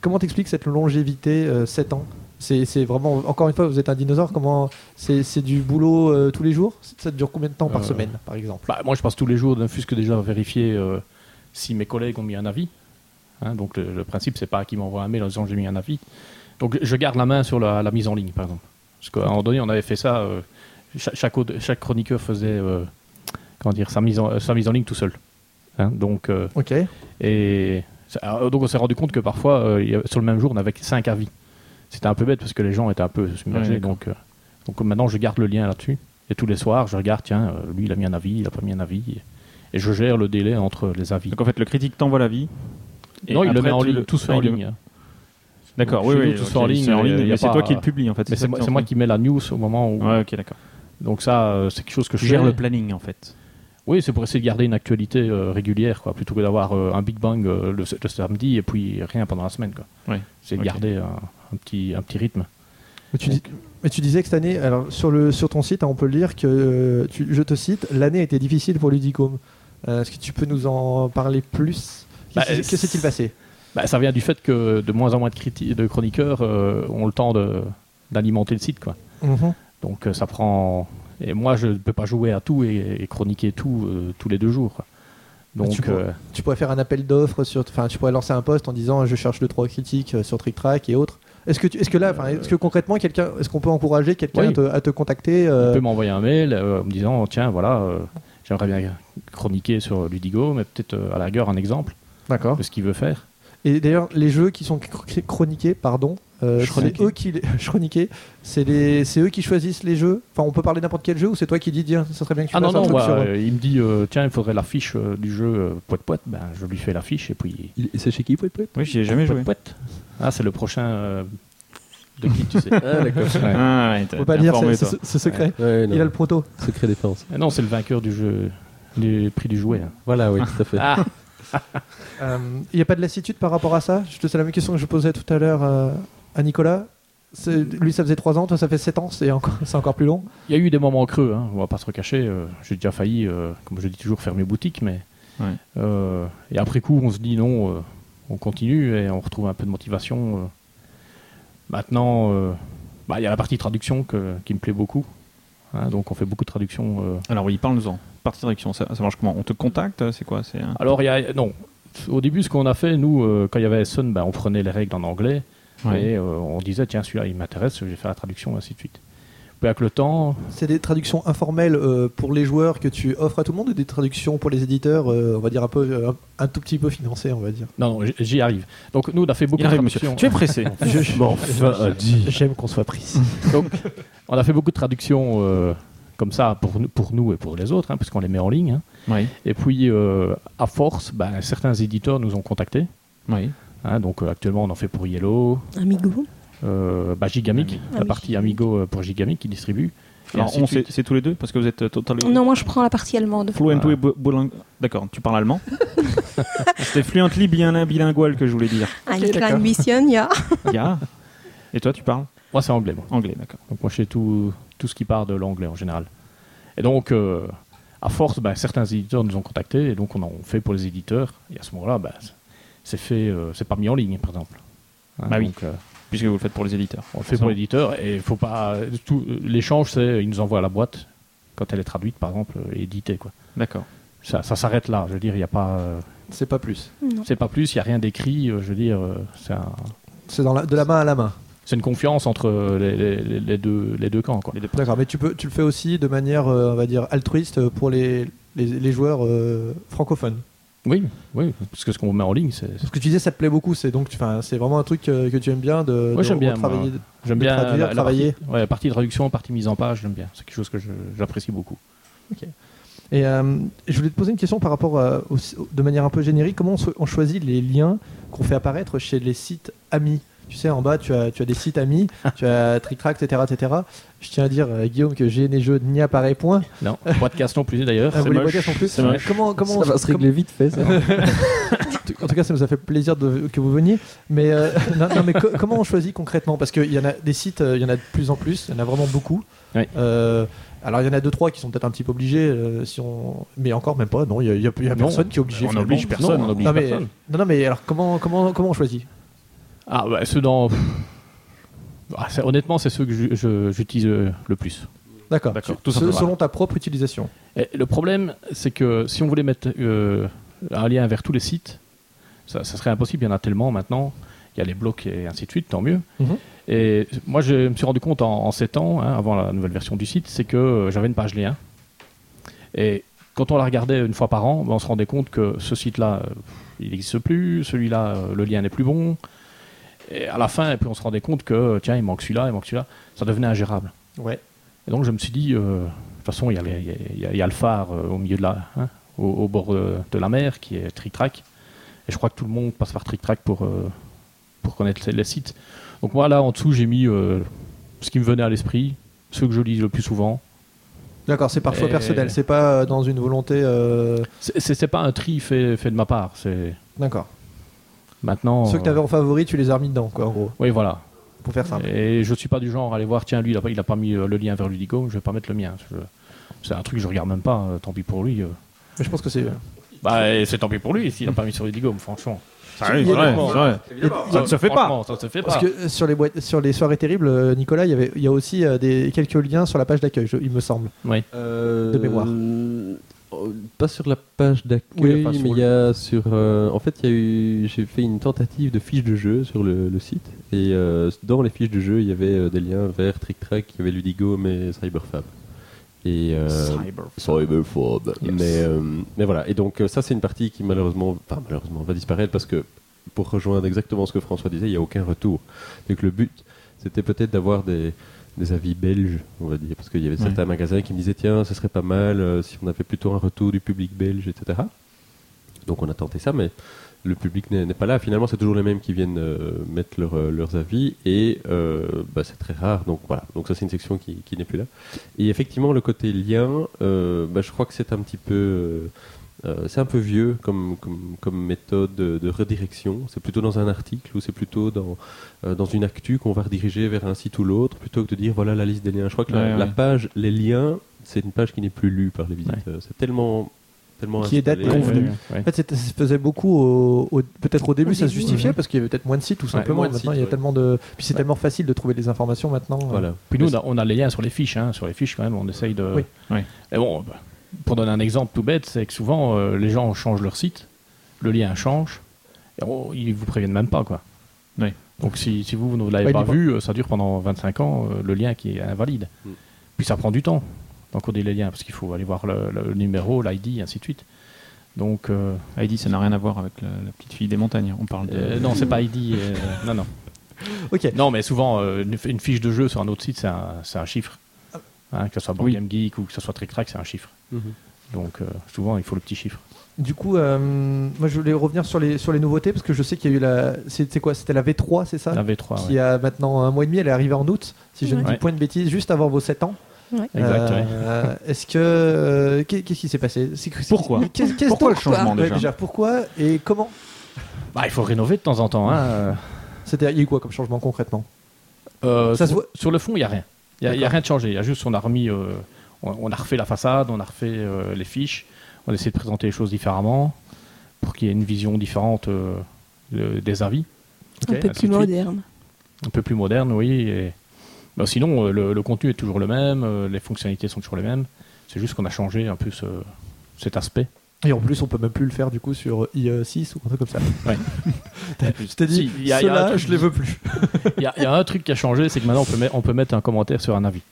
Speaker 4: comment t'expliques cette longévité, euh, 7 ans C'est c'est vraiment, encore une fois, vous êtes un dinosaure. Comment C'est c'est du boulot euh, tous les jours Ça dure combien de temps par
Speaker 1: Euh,
Speaker 4: semaine, par exemple
Speaker 1: Bah, moi, je passe tous les jours, ne fût-ce que déjà vérifier euh, si mes collègues ont mis un avis. Hein, donc le, le principe, c'est pas qu'il m'envoie un mail en disant j'ai mis un avis. Donc je garde la main sur la, la mise en ligne, par exemple. Parce qu'à un moment donné, on avait fait ça. euh, cha- chaque, aude- chaque chroniqueur faisait euh, comment dire, sa, mise en, sa mise en ligne tout seul. Hein, donc, euh,
Speaker 4: Ok.
Speaker 1: et, ça- alors, donc on s'est rendu compte que parfois, euh, il y avait- sur le même jour, on avait 5 avis. C'était un peu bête parce que les gens étaient un peu submergés.
Speaker 5: Ouais, d'accord.
Speaker 1: donc, euh, donc maintenant, je garde le lien là-dessus. Et tous les soirs, je regarde, tiens, euh, lui, il a mis un avis, il a pas mis un avis. Et je gère le délai entre les avis.
Speaker 5: Donc en fait, le critique t'envoie l'avis. et
Speaker 1: non, il le
Speaker 5: après,
Speaker 1: met en
Speaker 5: tu
Speaker 1: ligne, tout se fait
Speaker 5: il
Speaker 1: en
Speaker 5: le-
Speaker 1: ligne. hein.
Speaker 5: D'accord, oui,
Speaker 1: Chez
Speaker 5: oui.
Speaker 1: nous, tout
Speaker 5: ok,
Speaker 1: se fait en ligne,
Speaker 5: c'est en
Speaker 1: il y a-
Speaker 5: ligne,
Speaker 1: il y a
Speaker 5: mais c'est
Speaker 1: pas-
Speaker 5: toi qui le publie en fait.
Speaker 1: Mais
Speaker 5: ça
Speaker 1: c'est
Speaker 5: que
Speaker 1: moi,
Speaker 5: t'es en
Speaker 1: c'est moi
Speaker 5: train
Speaker 1: qui mets la news au moment où.
Speaker 5: de- Ouais, ok, d'accord.
Speaker 1: Donc ça, euh, c'est quelque chose que
Speaker 5: Tu
Speaker 1: je
Speaker 5: gères
Speaker 1: fais.
Speaker 5: le planning en fait.
Speaker 1: Oui, c'est pour essayer de garder une actualité euh, régulière, quoi, plutôt que d'avoir euh, un Big Bang euh, le, le samedi et puis rien pendant la semaine. Quoi.
Speaker 5: Oui,
Speaker 1: C'est de
Speaker 5: ok.
Speaker 1: garder un, un petit, un petit rythme.
Speaker 4: Mais tu, dis- mais tu disais que cette année, alors sur, le, sur ton site, hein, on peut le lire que, euh, tu- je te cite, l'année a été difficile pour Ludicom. Euh, Est-ce que tu peux nous en parler plus
Speaker 1: Bah,
Speaker 4: Qu'est-ce-
Speaker 1: euh,
Speaker 4: Que s'est-il passé
Speaker 1: Bah, ça vient du fait que de moins en moins de, criti- de chroniqueurs euh, ont le temps de- d'alimenter le site. Quoi.
Speaker 4: Mhm.
Speaker 1: Donc euh, ça prend. Et moi, je ne peux pas jouer à tout et, et chroniquer tout euh, tous les deux jours. quoi.
Speaker 4: Bah, tu
Speaker 1: Donc,
Speaker 4: pourrais-
Speaker 1: euh,
Speaker 4: Tu pourrais faire un appel d'offres, sur- enfin tu pourrais lancer un post en disant je cherche deux trois critiques euh, sur TrickTrack et autres. Est-ce que, tu- est-ce que là, enfin, est-ce que concrètement, quelqu'un, est-ce qu'on peut encourager quelqu'un
Speaker 1: Oui.
Speaker 4: à, te, à te contacter euh,
Speaker 1: On peut m'envoyer un mail euh, en me disant tiens voilà euh, j'aimerais bien chroniquer sur Ludigo mais peut-être euh, à la rigueur un exemple
Speaker 4: D'accord.
Speaker 1: de ce qu'il veut faire.
Speaker 4: Et d'ailleurs, les jeux qui sont chr- chroniqués, pardon, euh, c'est
Speaker 5: Chroniqués.
Speaker 4: eux qui les- chroniqués, c'est les, c'est eux qui choisissent les jeux. Enfin, on peut parler n'importe quel jeu ou c'est toi qui dis tiens, ça serait bien que tu
Speaker 1: Ah non
Speaker 4: fasses un truc
Speaker 1: non ouais,
Speaker 4: sur-
Speaker 1: euh, il me dit euh, tiens il faudrait l'affiche euh, du jeu euh, poète poète ben je lui fais l'affiche et puis
Speaker 6: Il- C'est chez qui, Pouet Pouet
Speaker 5: Oui, j'y ai jamais joué.
Speaker 1: poète poète. Ah c'est le prochain euh, de qui tu sais.
Speaker 6: Ah, d'accord.
Speaker 1: Ouais.
Speaker 5: Ah, ouais,
Speaker 4: On
Speaker 5: t'as-
Speaker 4: peut pas
Speaker 5: t'es
Speaker 4: dire
Speaker 5: informé,
Speaker 4: c'est- c'est
Speaker 5: toi.
Speaker 4: c'est secret.
Speaker 6: Ouais, non.
Speaker 4: Il a le proto.
Speaker 6: Secret défense.
Speaker 1: Ah non c'est le vainqueur du jeu du prix du jouet. hein.
Speaker 6: Voilà, oui, tout à fait.
Speaker 1: Ah
Speaker 4: Il n'y Euh, a pas de lassitude par rapport à ça Je te c'est la même question que je posais tout à l'heure euh, à Nicolas. C'est- Lui, ça faisait 3 ans, toi, ça fait 7 ans, c'est encore, c'est encore plus long.
Speaker 1: il y a eu des moments creux hein, on va pas se le cacher euh, j'ai déjà failli euh, comme je dis toujours fermer boutique mais
Speaker 5: Ouais.
Speaker 1: Euh, et après coup, on se dit non, euh, on continue et on retrouve un peu de motivation. euh. Maintenant, euh, bah, il y a la partie traduction que- qui me plaît beaucoup. hein, donc, on fait beaucoup de traductions. euh.
Speaker 5: Alors oui, parle-nous-en. Partie direction, ça, ça marche comment On te contacte C'est quoi C'est euh, un-
Speaker 1: Alors, il y a, non, au début, ce qu'on a fait, nous, euh, quand il y avait Sun, bah, on prenait les règles en anglais
Speaker 5: Ouais.
Speaker 1: et euh, on disait tiens, celui-là, il m'intéresse, je vais faire la traduction, ainsi de suite. Puis, avec le temps,
Speaker 4: C'est des traductions informelles euh, pour les joueurs que tu offres à tout le monde ou des traductions pour les éditeurs, euh, on va dire un peu, euh, un tout petit peu financées, on va dire.
Speaker 1: non, non, j- j'y arrive. Donc, nous, on a fait beaucoup
Speaker 5: Il arrive,
Speaker 1: de
Speaker 5: monsieur.
Speaker 1: traductions. Ah.
Speaker 5: Tu es pressé.
Speaker 6: Bon, enfin, un dit.
Speaker 4: J'aime qu'on soit pris.
Speaker 1: On a fait beaucoup de traductions euh, comme ça pour, nous- pour nous et pour les autres, hein, puisqu'on les met en ligne. hein.
Speaker 5: oui.
Speaker 1: Et puis, euh, à force, ben, certains éditeurs nous ont contactés.
Speaker 5: Oui.
Speaker 1: Hein, donc, euh, actuellement, on en fait pour Yellow,
Speaker 8: Amigo.
Speaker 1: euh, bah, Gigamic,
Speaker 5: Amigo.
Speaker 1: la
Speaker 8: Ah oui.
Speaker 1: partie Amigo euh, pour Gigamic qui distribue. Et
Speaker 5: Alors
Speaker 1: ainsi
Speaker 5: on,
Speaker 1: de suite.
Speaker 5: c'est c'est tous les deux parce que vous êtes euh, totalement
Speaker 8: Non, moi je prends la partie allemande.
Speaker 5: fluent
Speaker 1: Voilà.
Speaker 5: et bu- biling- D'accord, tu parles allemand. C'était fluently bien bilingual que je voulais dire.
Speaker 8: Ein klein bisschen, ja.
Speaker 5: Ya. Et toi, tu parles
Speaker 1: Moi, c'est anglais. moi.
Speaker 5: anglais, d'accord.
Speaker 1: Donc, moi, je sais tout, tout ce qui part de l'anglais en général. Et donc, euh, à force, ben, certains éditeurs nous ont contactés. Et donc, on en fait pour les éditeurs. Et à ce moment-là, ben, c'est- c'est fait, euh, c'est pas mis en ligne, par exemple. Hein,
Speaker 5: Bah oui.
Speaker 1: donc, euh,
Speaker 5: Puisque vous le faites pour les éditeurs.
Speaker 1: On le fait pour l'éditeur et il faut pas. tout- L'échange, c'est il nous envoie la boîte quand elle est traduite, par exemple, euh, et éditée. Quoi.
Speaker 5: D'accord.
Speaker 1: Ça, ça s'arrête là. Je veux dire, il y a pas. euh,
Speaker 4: C'est pas plus.
Speaker 8: Non.
Speaker 1: c'est pas plus. Il y a rien d'écrit. euh, je veux dire, euh, c'est un-
Speaker 4: C'est dans la- de la main à la main.
Speaker 1: c'est une confiance entre euh, les, les- les deux les deux camps. Quoi.
Speaker 4: D'accord, mais tu, peux, tu le fais aussi de manière, euh, on va dire, altruiste euh, pour les, les, les joueurs euh, francophones.
Speaker 1: Oui, oui. Parce que ce qu'on met en ligne, c'est. c'est-
Speaker 4: Parce que tu disais, ça te plaît beaucoup, c'est donc, tu- 'fin, c'est vraiment un truc euh, que tu aimes bien de,
Speaker 1: Ouais,
Speaker 4: de
Speaker 1: j'aime bien,
Speaker 4: retravailler.
Speaker 1: moi. J'aime
Speaker 4: de
Speaker 1: bien
Speaker 4: traduire,
Speaker 1: la- la
Speaker 4: travailler.
Speaker 1: partie- ouais, la partie traduction, partie mise en page. J'aime bien. C'est quelque chose que je- j'apprécie beaucoup.
Speaker 4: Et euh, je voulais te poser une question par rapport à- au- de manière un peu générique. Comment on, so- on choisit les liens qu'on fait apparaître chez les sites amis Tu sais, en bas, tu as, tu as des sites amis, tu as TrickTrack, etc., etc. Je tiens à dire, euh, Guillaume, que GN et jeux n'y apparaît point.
Speaker 1: Non. podcast non plus d'ailleurs.
Speaker 4: Ah, vous les
Speaker 5: moche,
Speaker 4: voyez en plus.
Speaker 5: c'est moche.
Speaker 4: Comment, comment on-
Speaker 6: ça va se régler vite fait, ça.
Speaker 4: tout- En tout cas, ça nous a fait plaisir de, que vous veniez. Mais, euh, non, non, mais co- comment on choisit concrètement Parce qu'il y en a des sites, euh, il y en a de plus en plus, il y en a vraiment beaucoup.
Speaker 1: Oui.
Speaker 4: Euh, alors, il y en a deux, trois qui sont peut-être un petit peu obligés, euh, si on... mais encore même pas. Non, il n'y a, il y a
Speaker 1: Non.
Speaker 4: personne qui est obligé.
Speaker 5: On
Speaker 4: finalement.
Speaker 5: oblige personne,
Speaker 1: non,
Speaker 5: on oblige
Speaker 4: Non mais,
Speaker 5: personne.
Speaker 4: non, non, mais alors comment, comment, comment on choisit
Speaker 1: Ah, bah, ceux dans. pff. Ah, c'est- honnêtement, c'est ceux que je- je- j'utilise euh, le plus.
Speaker 4: D'accord.
Speaker 5: D'accord,
Speaker 4: Tu-
Speaker 5: tout
Speaker 4: se-
Speaker 5: simplement.
Speaker 4: Selon ta propre utilisation.
Speaker 1: Eh, Et le problème, c'est que si on voulait mettre euh, un lien vers tous les sites, ça, ça serait impossible. Il y en a tellement maintenant. Il y a les blocs et ainsi de suite, tant mieux.
Speaker 4: Mhm.
Speaker 1: Et moi, je me suis rendu compte en, en 7 ans, hein, avant la nouvelle version du site, c'est que euh, j'avais une page lien. Et quand on la regardait une fois par an, ben, on se rendait compte que ce site-là, euh, il n'existe plus. Celui-là, euh, le lien n'est plus bon. Et à la fin, et puis on se rendait compte que, tiens, il manque celui-là, il manque celui-là. Ça devenait ingérable.
Speaker 4: Ouais.
Speaker 1: Et donc je me suis dit, euh, de toute façon, il y, a les- il y a- il y a- il y a le phare euh, au milieu de la, hein, au, au bord euh, de, la mer qui est Trick-Track. Et je crois que tout le monde passe par Trick-Track pour, euh, pour connaître les, les sites. Donc moi, là, en dessous, j'ai mis euh, ce qui me venait à l'esprit, ceux que je lis le plus souvent.
Speaker 4: D'accord, c'est par choix
Speaker 1: Et-
Speaker 4: personnel, c'est pas euh, dans une volonté. euh,
Speaker 1: C'est- C'est c'est pas un tri fait, fait de ma part. C'est
Speaker 4: D'accord.
Speaker 1: maintenant. euh,
Speaker 4: Ceux que
Speaker 5: euh.
Speaker 4: Ah t'avais en favori, tu les as remis dedans, quoi, en gros,
Speaker 1: Oui, voilà.
Speaker 4: pour faire simple.
Speaker 1: Et je suis pas du genre à aller voir, tiens, lui, il a pas, il a pas mis euh, le lien vers Ludigo, je vais pas mettre le mien. Je- C'est un truc que je regarde même pas, euh, tant pis pour lui. euh.
Speaker 4: Mais je pense que c'est. euh,
Speaker 1: Bah, et c'est tant pis pour lui s'il n'a pas mis sur Ludigo, franchement.
Speaker 5: c'est
Speaker 4: Il y a
Speaker 5: vrai,
Speaker 4: des-
Speaker 5: c'est vrai. Ça ne se fait pas.
Speaker 1: Franchement, Ça se fait pas.
Speaker 4: Parce que euh, sur les, boîtes, sur les soirées terribles, euh, Nicolas, il y, avait, il y a aussi euh, des, quelques liens sur la page d'accueil, je- il me semble.
Speaker 1: Oui.
Speaker 6: Euh,
Speaker 4: De mémoire.
Speaker 6: euh, Pas sur la page
Speaker 4: Oui,
Speaker 6: d'accueil,
Speaker 4: enfin, sur
Speaker 6: mais il
Speaker 4: le-
Speaker 6: y a sur. euh, en fait, il y a eu. J'ai fait une tentative de fiche de jeu sur le, le site. Et euh, dans les fiches de jeu, il y avait euh, des liens vers Trick Track, il y avait Ludigo, mais Cyberfab. Et. euh, Cyberphobe.
Speaker 1: Yes.
Speaker 6: Mais, euh, mais voilà. Et donc, euh, ça, c'est une partie qui, malheureusement, enfin, malheureusement, va disparaître parce que, pour rejoindre exactement ce que François disait, il n'y a aucun retour. Donc, le but, c'était peut-être d'avoir des, des avis belges, on va dire, parce qu'il y avait
Speaker 5: Ouais.
Speaker 6: certains magasins qui me disaient, tiens, ce serait pas mal euh, si on avait plutôt un retour du public belge, etc. Donc, on a tenté ça, mais le public n'est n'est pas là. Finalement, c'est toujours les mêmes qui viennent euh, mettre leur, euh, leurs avis et euh, bah, c'est très rare. Donc voilà, donc ça c'est une section qui, qui n'est plus là. Et effectivement, le côté lien, euh, bah, je crois que c'est un petit peu, euh, euh, c'est un peu vieux comme, comme, comme méthode de, de redirection. C'est plutôt dans un article ou c'est plutôt dans, euh, dans une actu qu'on va rediriger vers un site ou l'autre plutôt que de dire voilà la liste des liens. Je crois que la,
Speaker 5: Ouais, ouais.
Speaker 6: la page, les liens, c'est une page qui n'est plus lue par les visiteurs. C'est tellement, tellement
Speaker 4: Qui est datée.
Speaker 6: installé.
Speaker 4: Convenu. En fait, c'était- ça se faisait beaucoup au, au- peut-être au début,
Speaker 8: Au
Speaker 4: ça se
Speaker 8: début,
Speaker 4: justifiait
Speaker 1: ouais.
Speaker 4: parce qu'il y avait peut-être moins de sites tout simplement.
Speaker 6: moins de
Speaker 4: maintenant,
Speaker 6: sites,
Speaker 4: il y a
Speaker 6: ouais.
Speaker 4: tellement de. Puis c'est tellement facile de trouver les informations maintenant. euh.
Speaker 6: Voilà.
Speaker 1: Puis nous, on a, on a les liens sur les fiches. hein. Sur les fiches, quand même, on essaye de.
Speaker 4: Oui.
Speaker 5: Oui.
Speaker 1: Et bon, bah, pour donner un exemple tout bête, c'est que souvent, euh, les gens changent leur site, le lien change, et oh, ils vous préviennent même pas, quoi.
Speaker 5: Oui.
Speaker 1: Donc si, si vous, vous ne l'avez
Speaker 4: Ouais,
Speaker 1: pas
Speaker 4: il est
Speaker 1: vu, euh, ça dure pendant 25 ans, euh, le lien qui est invalide.
Speaker 6: Mm.
Speaker 1: Puis ça prend du temps d'encoder les liens, parce qu'il faut aller voir le, le numéro, l'ID, ainsi de suite. Donc, euh,
Speaker 5: Heidi, ça n'a rien à voir avec la, la petite fille des montagnes. On parle de.
Speaker 1: euh, non, c'est pas ID. euh, non, non.
Speaker 4: Ok.
Speaker 1: Non, mais souvent, euh, une, une fiche de jeu sur un autre site, c'est un, c'est un chiffre.
Speaker 4: Ah.
Speaker 1: Hein, que ce soit Board
Speaker 5: Oui.
Speaker 1: Game Geek ou que ce soit Trick Track, c'est un chiffre.
Speaker 6: Mhm.
Speaker 4: Mm-hmm.
Speaker 1: Donc, euh, souvent, il faut le petit chiffre.
Speaker 4: Du coup, euh, moi je voulais revenir sur les, sur les nouveautés parce que je sais qu'il y a eu la. C'était quoi C'était la V3, c'est ça
Speaker 1: La V3,
Speaker 4: Qui
Speaker 1: ouais.
Speaker 4: a maintenant un mois et demi, elle est arrivée en août, si je ne
Speaker 8: Ouais.
Speaker 4: dis point de bêtises, juste avant vos 7 ans.
Speaker 1: Exact, ouais.
Speaker 4: Euh, Est-ce que. euh, qu'est- Qu'est-ce qui s'est passé C'est- c'est-
Speaker 5: Pourquoi
Speaker 4: qu'est-ce- qu'est-ce
Speaker 5: Pourquoi le
Speaker 4: donc
Speaker 5: changement
Speaker 4: Ouais,
Speaker 5: déjà
Speaker 4: déjà, Pourquoi et comment
Speaker 1: Bah, il faut rénover de temps en temps. hein, euh.
Speaker 4: C'était il y a eu quoi comme changement concrètement
Speaker 1: Euh,
Speaker 4: Ça se
Speaker 1: sur,
Speaker 4: voit-
Speaker 1: sur le fond, il n'y a rien. Il n'y a,
Speaker 4: D'accord.
Speaker 1: rien de changé. Il y a juste, on a remis, euh, on, on a refait la façade, on a refait euh, les fiches, on essaie de présenter les choses différemment pour qu'il y ait une vision différente euh, le- des avis.
Speaker 4: Ah,
Speaker 8: Un
Speaker 1: Ok,
Speaker 8: peu plus
Speaker 1: ainsi de suite.
Speaker 8: moderne.
Speaker 1: un peu plus moderne, oui. Et... bah, sinon, euh, le, le contenu est toujours le même, euh, les fonctionnalités sont toujours les mêmes. C'est juste qu'on a changé un peu ce, cet aspect.
Speaker 4: Et en plus, on peut même plus le faire du coup sur IE6 ou un truc comme ça.
Speaker 1: Ouais.
Speaker 4: je t'ai dit,
Speaker 1: Si, il y a- il y a un
Speaker 4: ceux-là,
Speaker 1: truc-
Speaker 4: je les veux plus.
Speaker 1: Il y, a- il y a un truc qui a changé, c'est que maintenant on peut, met- on peut mettre un commentaire sur un avis.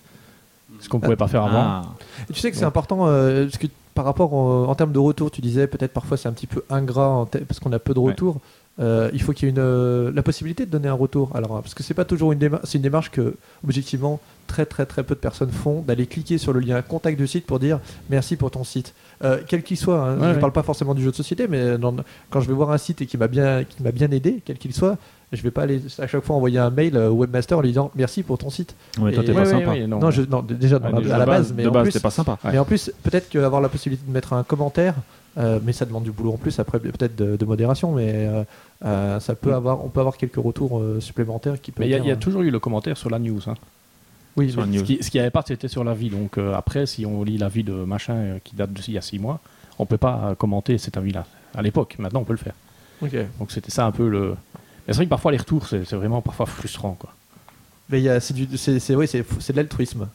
Speaker 1: Ce qu'on ne pouvait pas faire avant.
Speaker 5: Ah.
Speaker 4: Et tu sais que c'est
Speaker 1: Ouais.
Speaker 4: important, euh, parce que par rapport en, en termes de retour, tu disais peut-être parfois c'est un petit peu ingrat en te- parce qu'on a peu de
Speaker 1: Ouais.
Speaker 4: retours. Euh, il faut qu'il y ait une, euh, la possibilité de donner un retour. Alors, hein, parce que c'est pas toujours une démarche, c'est une démarche que objectivement très très très peu de personnes font, d'aller cliquer sur le lien contact du site pour dire merci pour ton site, Euh, quel qu'il soit. hein,
Speaker 1: Ouais,
Speaker 4: je
Speaker 1: ouais.
Speaker 4: parle pas forcément du jeu de société, mais euh, dans- quand je vais voir un site et qui m'a bien qui m'a bien aidé, quel qu'il soit, je vais pas aller à chaque fois envoyer un mail euh, au webmaster en lui disant merci pour ton site.
Speaker 5: Ouais, toi,
Speaker 4: Et-
Speaker 5: t'es pas
Speaker 4: Ouais,
Speaker 5: sympa.
Speaker 1: oui, non.
Speaker 4: Non, je- non, d- déjà dans
Speaker 1: Ouais,
Speaker 4: la-
Speaker 1: déjà,
Speaker 4: à la base, mais
Speaker 5: Ah, de
Speaker 4: en
Speaker 5: base,
Speaker 4: plus-
Speaker 5: t'es pas sympa.
Speaker 1: Ouais.
Speaker 4: mais en plus, peut-être qu'avoir la possibilité de mettre un commentaire, euh, mais ça demande du boulot en plus, après peut-être de, de modération, mais euh, euh, ça peut avoir, on peut avoir quelques retours euh, supplémentaires qui peuvent.
Speaker 1: Mais il y a- il y, a
Speaker 4: dire,
Speaker 1: toujours eu le commentaire sur la news. hein.
Speaker 4: euh, Oui,
Speaker 5: sur
Speaker 4: mais-
Speaker 5: le news.
Speaker 1: Ce qui ce qui n'y avait pas, c'était sur l'avis. Donc euh, après, si on lit l'avis de machin euh, qui date d'il y a six mois, on ne peut pas euh, commenter cet avis-là. À l'époque, maintenant on peut le faire.
Speaker 4: ok.
Speaker 1: Donc c'était ça un peu le. Mais c'est vrai que parfois les retours, c'est c'est vraiment parfois frustrant. Quoi.
Speaker 4: Mais il y a- c'est du- c'est c'est- oui, c'est c'est de l'altruisme.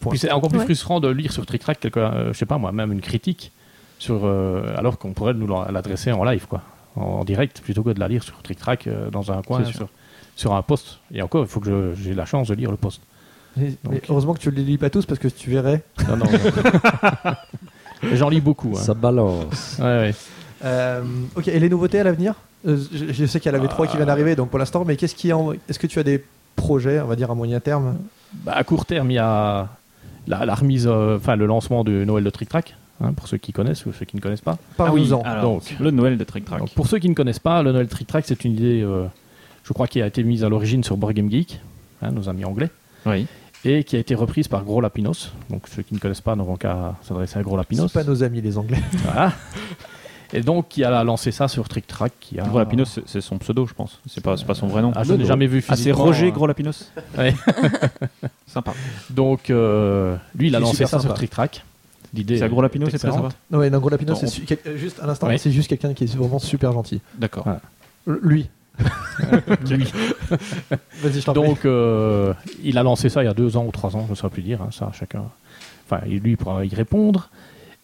Speaker 4: Point.
Speaker 1: Puis c'est encore plus
Speaker 8: Ouais.
Speaker 1: frustrant de lire sur TrickTrack, quelque, euh, je sais pas moi, même une critique, sur, euh, alors qu'on pourrait nous la- l'adresser en live. Quoi. en direct plutôt que de la lire sur Trick Track euh, dans un coin,
Speaker 4: C'est sûr.
Speaker 1: sur, sur un poste. Et encore, il faut que je- j'ai la chance de lire le poste.
Speaker 4: Mais- mais
Speaker 1: Donc.
Speaker 4: heureusement que tu ne les lis pas tous parce que tu verrais.
Speaker 1: Non, non, non. J'en lis beaucoup. hein.
Speaker 9: Ça balance.
Speaker 1: Ouais, ouais.
Speaker 4: Euh, ok, et les nouveautés à l'avenir Euh, je, je sais qu'il y en avait trois
Speaker 1: Euh.
Speaker 4: qui viennent d'arriver donc pour l'instant, mais qu'est-ce qui est en- Est-ce que tu as des projets, on va dire à moyen terme
Speaker 1: Bah, à court terme, il y a la, la remise, euh, enfin le lancement de Noël de Trick Track, hein, pour ceux qui connaissent ou ceux qui ne connaissent pas.
Speaker 4: Par
Speaker 5: Ah oui,
Speaker 4: ans.
Speaker 5: alors,
Speaker 1: Donc.
Speaker 5: le Noël de Trick Track.
Speaker 1: Donc, pour ceux qui ne connaissent pas, le Noël Trick Track, c'est une idée, euh, je crois, qui a été mise à l'origine sur Board Game Geek, hein, nos amis anglais,
Speaker 5: Oui.
Speaker 1: et qui a été reprise par Gros Lapinos. Donc ceux qui ne connaissent pas n'auront qu'à s'adresser à Gros Lapinos.
Speaker 4: C'est pas nos amis les Anglais.
Speaker 1: Voilà. Et donc, qui a lancé ça sur Trick Track. Qui a...
Speaker 5: Gros Lapinos, c'est- c'est son pseudo, je pense. C'est pas, c'est pas son vrai nom.
Speaker 1: Ah, je n'ai jamais vu
Speaker 5: Ah, c'est
Speaker 1: physiquement,
Speaker 5: Roger
Speaker 1: hein.
Speaker 5: Gros Lapinos
Speaker 1: Ouais.
Speaker 5: Sympa.
Speaker 1: Donc, euh, lui, il a
Speaker 4: Il est
Speaker 1: lancé
Speaker 4: super
Speaker 1: ça sur
Speaker 4: sympa.
Speaker 1: Trick Track. L'idée
Speaker 5: C'est à Gros Lapinos, c'est très
Speaker 1: excellente.
Speaker 5: sympa.
Speaker 4: Non mais non, Gros Lapino,
Speaker 5: Attends,
Speaker 4: c'est
Speaker 5: on-
Speaker 4: su- quel- euh, juste à l'instant,
Speaker 1: Oui.
Speaker 4: c'est juste quelqu'un qui est vraiment super gentil.
Speaker 5: D'accord.
Speaker 4: L- lui.
Speaker 5: Lui.
Speaker 4: Vas-y, je t'en prie.
Speaker 1: Donc, euh, il a lancé ça il y a deux ans ou trois ans, je ne saurais plus dire, hein, ça, chacun. Enfin, il- lui pourra y répondre.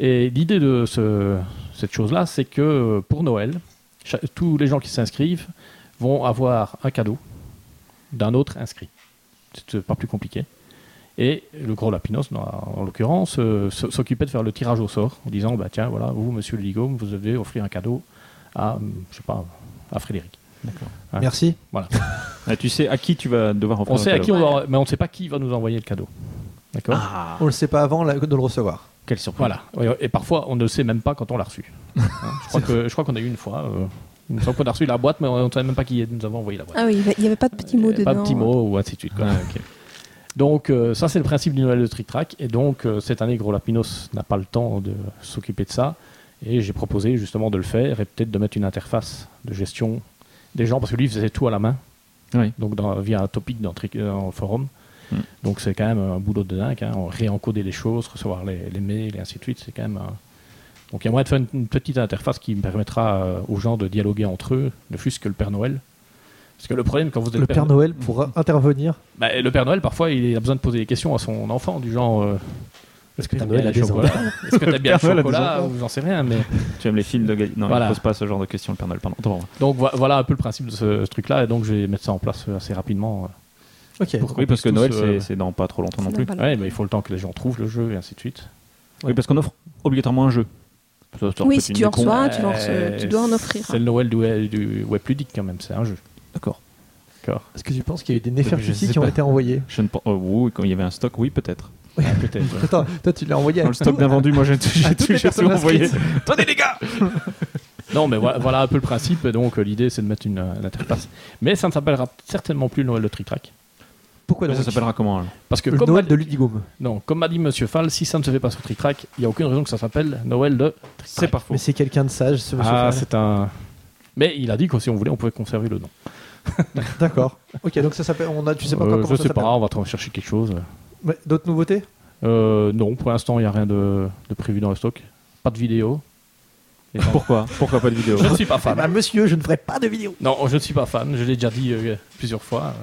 Speaker 1: Et l'idée de ce- cette chose-là, c'est que euh, pour Noël, cha- tous les gens qui s'inscrivent vont avoir un cadeau d'un autre inscrit. C'est euh, pas plus compliqué. Et le gros Lapinos, dans- en l'occurrence, euh, s- s'occupait de faire le tirage au sort en disant bah, tiens, voilà, vous, monsieur Ligome, vous devez offrir un cadeau à, hum, je sais pas, à Frédéric.
Speaker 4: Merci.
Speaker 5: Ah, tu sais à qui tu vas devoir offrir
Speaker 1: On
Speaker 5: le
Speaker 1: sait à
Speaker 5: cadeau.
Speaker 1: qui on va, mais on ne sait pas qui va nous envoyer le cadeau. D'accord
Speaker 5: Ah,
Speaker 4: On le sait pas avant la- de le recevoir.
Speaker 5: quelle surprise.
Speaker 1: Voilà. Oui, Et parfois, on ne sait même pas quand on l'a reçu. Hein, je crois que- je crois qu'on a eu une fois. Euh, il me semble qu'on a reçu la boîte, mais on ne savait même pas qui nous avait envoyé la boîte.
Speaker 8: Ah oui, il n'y avait pas de petits mots
Speaker 1: Et
Speaker 8: dedans.
Speaker 1: Euh, pas de petits mots ou ainsi de suite. quoi.
Speaker 5: Ah,
Speaker 1: Donc, euh, ça, c'est le principe du Noël de Trick Track. Et donc, euh, cette année, Gros Lapinos n'a pas le temps de s'occuper de ça. Et j'ai proposé justement de le faire et peut-être de mettre une interface de gestion des gens, parce que lui, il faisait tout à la main.
Speaker 5: Oui.
Speaker 1: Donc, dans- via un topic dans, Trick- euh, dans le forum.
Speaker 5: Mm.
Speaker 1: Donc, c'est quand même un boulot de dingue. Hein. On réencoder les choses, recevoir les, les mails et ainsi de suite. C'est quand même. un- Donc, il y a moyen de faire une, une petite interface qui permettra euh, aux gens de dialoguer entre eux, ne fût-ce que le Père Noël. Parce que le problème, quand vous êtes
Speaker 4: Le Père Noël pourra intervenir.
Speaker 1: bah, le Père Noël, parfois, il a besoin de poser des questions à son enfant, du genre euh, Est-ce que
Speaker 9: Père
Speaker 1: t'aimes bien
Speaker 9: Noël a
Speaker 1: le
Speaker 9: des
Speaker 1: chocolat Est-ce que t'aimes bien le
Speaker 5: Père Noël a des
Speaker 1: chocolat
Speaker 5: enfants.
Speaker 1: Ou J'en sais rien. Mais...
Speaker 5: Tu aimes les films de Gali- Non,
Speaker 1: Voilà.
Speaker 5: il ne pose pas ce genre de questions, le Père Noël. Pardon. Attends, on va-
Speaker 1: Donc vo- voilà un peu le principe de ce, ce truc-là, et donc je vais mettre ça en place euh, assez rapidement. euh,
Speaker 4: Ok.
Speaker 1: pour qu'on
Speaker 5: Oui, parce
Speaker 1: puisse
Speaker 5: que Noël,
Speaker 1: tous, euh,
Speaker 5: c'est- c'est dans pas trop longtemps non
Speaker 8: C'est
Speaker 5: plus.
Speaker 8: dans pas
Speaker 1: ouais, mais il faut le temps que les gens trouvent le jeu et ainsi de suite.
Speaker 5: Oui, parce qu'on offre obligatoirement un jeu. Ça, ça,
Speaker 8: Oui,
Speaker 5: peut-être
Speaker 8: si
Speaker 5: une
Speaker 8: tu en
Speaker 5: con.
Speaker 8: reçois, tu, en reçois-
Speaker 1: Euh,
Speaker 8: tu dois en offrir.
Speaker 1: C'est le Noël du, web- du web ludique quand même, c'est un jeu.
Speaker 5: D'accord.
Speaker 1: D'accord.
Speaker 4: Est-ce que tu penses qu'il y a eu des
Speaker 5: Je
Speaker 4: Nefertiti
Speaker 5: sais
Speaker 4: qui ont
Speaker 5: pas.
Speaker 4: été envoyés
Speaker 5: Je ne pense. oh, oui, quand il y avait un stock, oui, peut-être.
Speaker 1: Peut-être. ouais.
Speaker 4: Attends, toi tu l'as envoyé à
Speaker 5: Dans le stock
Speaker 4: tout- à-
Speaker 5: d'invendus, moi, j'ai tout, j'ai
Speaker 4: toutes
Speaker 5: tout-
Speaker 4: les
Speaker 5: j'ai tout
Speaker 4: personnes
Speaker 5: envoyé.
Speaker 4: inscrites.
Speaker 5: Attendez, les gars
Speaker 1: Non, mais voilà, voilà un peu le principe. et Donc, euh, l'idée, c'est de mettre une, euh, une interface. Mais ça ne s'appellera certainement plus le Noël de Trick Track.
Speaker 4: Pourquoi
Speaker 5: Mais
Speaker 4: donc
Speaker 5: Ça s'appellera comment alors
Speaker 1: Parce que,
Speaker 4: Le
Speaker 1: comme
Speaker 4: Noël
Speaker 1: a-
Speaker 4: de Ludigome.
Speaker 1: non, comme m'a dit Monsieur Fall, si ça ne se fait pas sur Trick Track, il n'y a aucune raison que ça s'appelle Noël de Trick
Speaker 5: C'est
Speaker 1: Track.
Speaker 5: pas faux.
Speaker 4: Mais c'est quelqu'un de sage, ce monsieur.
Speaker 1: Ah,
Speaker 4: Fall.
Speaker 1: c'est un. Mais il a dit que si on voulait, on pouvait conserver le nom.
Speaker 4: D'accord. Ok, donc ça s'appelle. On a, tu sais pas encore
Speaker 1: Euh,
Speaker 4: comment
Speaker 1: je
Speaker 4: ça
Speaker 1: sais
Speaker 4: s'appelle.
Speaker 1: pas, on va t- chercher quelque chose.
Speaker 4: Ouais, D'autres nouveautés
Speaker 1: Euh, non, pour l'instant, il n'y a rien de, de prévu dans le stock. Pas de vidéo. Et pas-
Speaker 5: Pourquoi Pourquoi pas de vidéo
Speaker 1: je ne suis pas fan.
Speaker 4: Bah, monsieur, je ne ferai pas de vidéo.
Speaker 1: Non, je ne suis pas fan. Je l'ai déjà dit euh, plusieurs fois.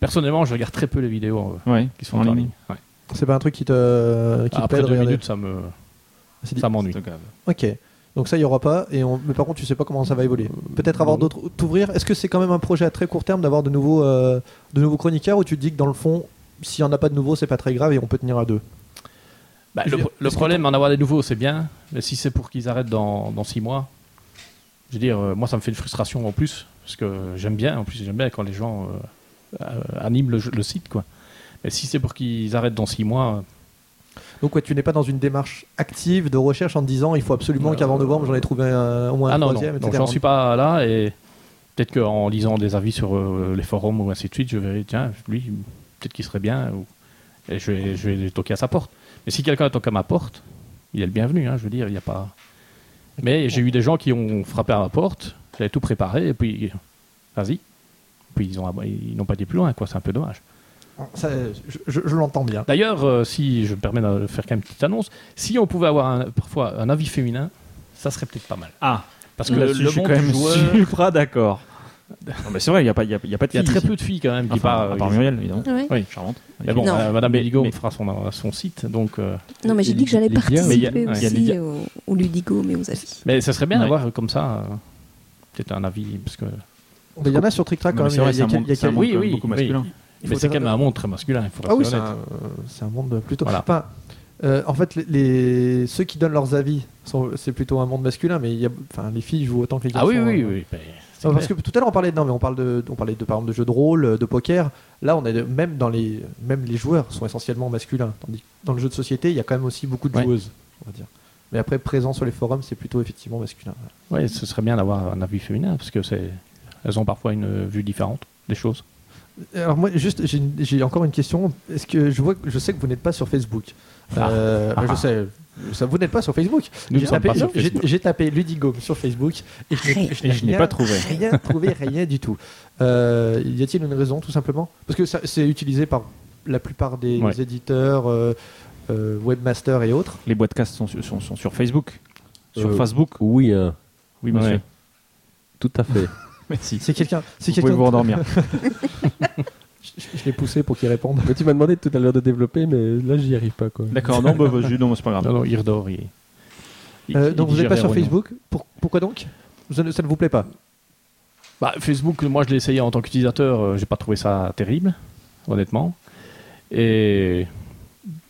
Speaker 1: Personnellement, je regarde très peu les vidéos euh,
Speaker 5: Oui,
Speaker 1: qui sont en ligne. Ouais.
Speaker 4: C'est pas un truc qui te. Qui te
Speaker 1: Après
Speaker 4: plaît de
Speaker 1: deux
Speaker 4: regarder
Speaker 1: minutes, ça me,
Speaker 4: C'est dit.
Speaker 1: ça m'ennuie.
Speaker 4: Ok. Donc ça, il y aura pas. Et on... Mais par contre, tu sais pas comment ça va évoluer. Peut-être avoir
Speaker 1: non.
Speaker 4: d'autres. T'ouvrir. Est-ce que c'est quand même un projet à très court terme d'avoir de nouveaux, euh, de nouveaux chroniqueurs ou tu te dis que dans le fond, s'il y en a pas de nouveaux, c'est pas très grave et on peut tenir à deux
Speaker 1: Bah,
Speaker 4: Je
Speaker 1: le,
Speaker 4: veux dire,
Speaker 1: le
Speaker 4: est-ce que
Speaker 1: problème, en avoir des nouveaux, c'est bien, mais si c'est pour qu'ils arrêtent dans, dans six mois, je veux dire, euh, moi, ça me fait une frustration en plus, parce que j'aime bien, en plus, j'aime bien quand les gens euh, euh, animent le, jeu- le site, quoi. Mais si c'est pour qu'ils arrêtent dans six mois,
Speaker 4: Donc ouais, tu n'es pas dans une démarche active de recherche en te disant il faut absolument
Speaker 1: Euh,
Speaker 4: qu'avant novembre, j'en ai trouvé un- au moins un
Speaker 1: ah non, non,
Speaker 4: troisième,
Speaker 1: donc
Speaker 4: etc.
Speaker 1: j'en suis pas là, et peut-être qu'en lisant des avis sur euh, les forums ou ainsi de suite, je verrai, tiens, lui, peut-être qu'il serait bien, ou... et je vais, je vais toquer à sa porte. Mais si quelqu'un toque à ma porte, il est le bienvenu, hein, je veux dire, il n'y a pas. Mais j'ai eu des gens qui ont frappé à ma porte, j'avais tout préparé, et puis, vas-y. Puis ils ont ab- ils n'ont pas été plus loin, quoi, c'est un peu dommage.
Speaker 4: Ça, je je- je l'entends bien.
Speaker 1: D'ailleurs, euh, si je me permets de faire quand même une petite annonce, si on pouvait avoir un- parfois un avis féminin, ça serait peut-être pas mal.
Speaker 5: Ah,
Speaker 1: Parce que
Speaker 5: le,
Speaker 1: le,
Speaker 5: je suis
Speaker 1: monde
Speaker 5: quand même
Speaker 1: du joueur-
Speaker 5: supra d'accord. Non, mais c'est vrai, il n'y a, pas- il y a, il y a pas de
Speaker 1: il y a
Speaker 5: filles
Speaker 1: très
Speaker 5: ici.
Speaker 1: peu de filles quand même qui
Speaker 5: Enfin,
Speaker 1: parlent. euh,
Speaker 5: à part Muriel, évidemment.
Speaker 8: Ouais.
Speaker 1: Oui.
Speaker 5: Charmante.
Speaker 1: Mais bon,
Speaker 8: Non.
Speaker 1: euh, Madame
Speaker 5: Mais-
Speaker 1: Belligo
Speaker 5: mais-
Speaker 1: fera son, son site, donc. euh,
Speaker 8: Non, mais j'ai dit que j'allais
Speaker 9: Lydia, mais
Speaker 5: il y a-
Speaker 8: participer
Speaker 5: ouais, il y a
Speaker 8: aussi
Speaker 5: Lydia.
Speaker 8: au, au Ludigo, mais aux avis.
Speaker 1: mais ça serait bien
Speaker 5: Ouais.
Speaker 1: d'avoir euh, comme ça euh, peut-être un avis parce que
Speaker 4: Mais Il y en a sur Trick Track quand
Speaker 5: Non, mais
Speaker 4: même.
Speaker 5: c'est vrai,
Speaker 4: il y a- il y
Speaker 5: c'est un
Speaker 4: a-
Speaker 5: monde-
Speaker 4: il y a
Speaker 5: c'est un
Speaker 4: quel-
Speaker 5: monde
Speaker 1: Oui,
Speaker 5: quand même
Speaker 1: oui,
Speaker 5: beaucoup
Speaker 1: oui.
Speaker 5: masculin.
Speaker 4: il
Speaker 1: mais
Speaker 4: faut
Speaker 1: c'est
Speaker 4: dire-
Speaker 1: quand même un monde très masculin. il faut
Speaker 4: Ah oui,
Speaker 1: rester
Speaker 4: c'est
Speaker 1: honnête.
Speaker 4: un, euh, c'est un monde plutôt.
Speaker 1: Voilà.
Speaker 4: enfin, euh, en fait, les, les- ceux qui donnent leurs avis, sont- c'est plutôt un monde masculin, mais il y a, enfin, les filles jouent autant que les
Speaker 1: Ah
Speaker 4: garçons.
Speaker 1: oui, oui,
Speaker 4: euh,
Speaker 1: oui. ben, c'est
Speaker 4: Ah, parce
Speaker 1: clair.
Speaker 4: que tout à l'heure on parlait de, non, mais on parle de on parlait de par exemple de jeux de rôle, de poker. Là, on est de- même dans les même les joueurs sont essentiellement masculins, tandis que dans le jeu de société, il y a quand même aussi beaucoup de
Speaker 1: Ouais.
Speaker 4: joueuses, on va dire. Mais après présent sur les forums, c'est plutôt effectivement masculin.
Speaker 1: Ouais, ce serait bien d'avoir un avis féminin parce que c'est elles ont parfois une euh, vue différente des choses.
Speaker 4: Alors moi juste j'ai une- j'ai encore une question. Est-ce que je vois que- je sais que vous n'êtes pas sur Facebook. Euh,
Speaker 1: Ah.
Speaker 4: je sais ça vous n'êtes pas sur Facebook.
Speaker 1: Nous
Speaker 4: J'ai
Speaker 1: ne sommes
Speaker 4: tapé,
Speaker 1: pas sur
Speaker 4: j'ai-
Speaker 1: Facebook.
Speaker 4: j'ai tapé Ludigome sur Facebook et je n'ai-
Speaker 5: Et je n'ai
Speaker 4: rien-
Speaker 5: pas trouvé.
Speaker 4: Rien trouvé, rien du tout. Euh, y a-t-il une raison, tout simplement Parce que ça- c'est utilisé par la plupart des
Speaker 1: Ouais.
Speaker 4: éditeurs, euh, euh, webmasters et autres.
Speaker 5: Les podcasts sont, sur- sont, sont sur Facebook. Sur
Speaker 6: Euh,
Speaker 5: Facebook.
Speaker 6: Oui, hein,
Speaker 5: Oui, monsieur.
Speaker 1: Ouais.
Speaker 6: tout à fait.
Speaker 5: Merci.
Speaker 4: C'est quelqu'un. C'est
Speaker 5: Vous
Speaker 4: quelqu'un.
Speaker 5: pouvez vous endormir.
Speaker 4: Je, je l'ai poussé pour qu'il réponde.
Speaker 6: Mais tu m'as demandé tout à l'heure de développer, mais là, j'y arrive pas. Quoi.
Speaker 5: D'accord, non, bah, vas-y, non, c'est pas grave.
Speaker 1: Non, non, il redort. il- il-
Speaker 4: Euh,
Speaker 1: il
Speaker 4: donc vous n'êtes
Speaker 1: digère
Speaker 4: pas
Speaker 1: les
Speaker 4: sur
Speaker 1: réunions.
Speaker 4: Facebook Pour- Pourquoi donc ça ne, ça ne vous plaît pas
Speaker 1: Bah, Facebook, moi je l'ai essayé en tant qu'utilisateur, euh, j'ai pas trouvé ça terrible, honnêtement. Et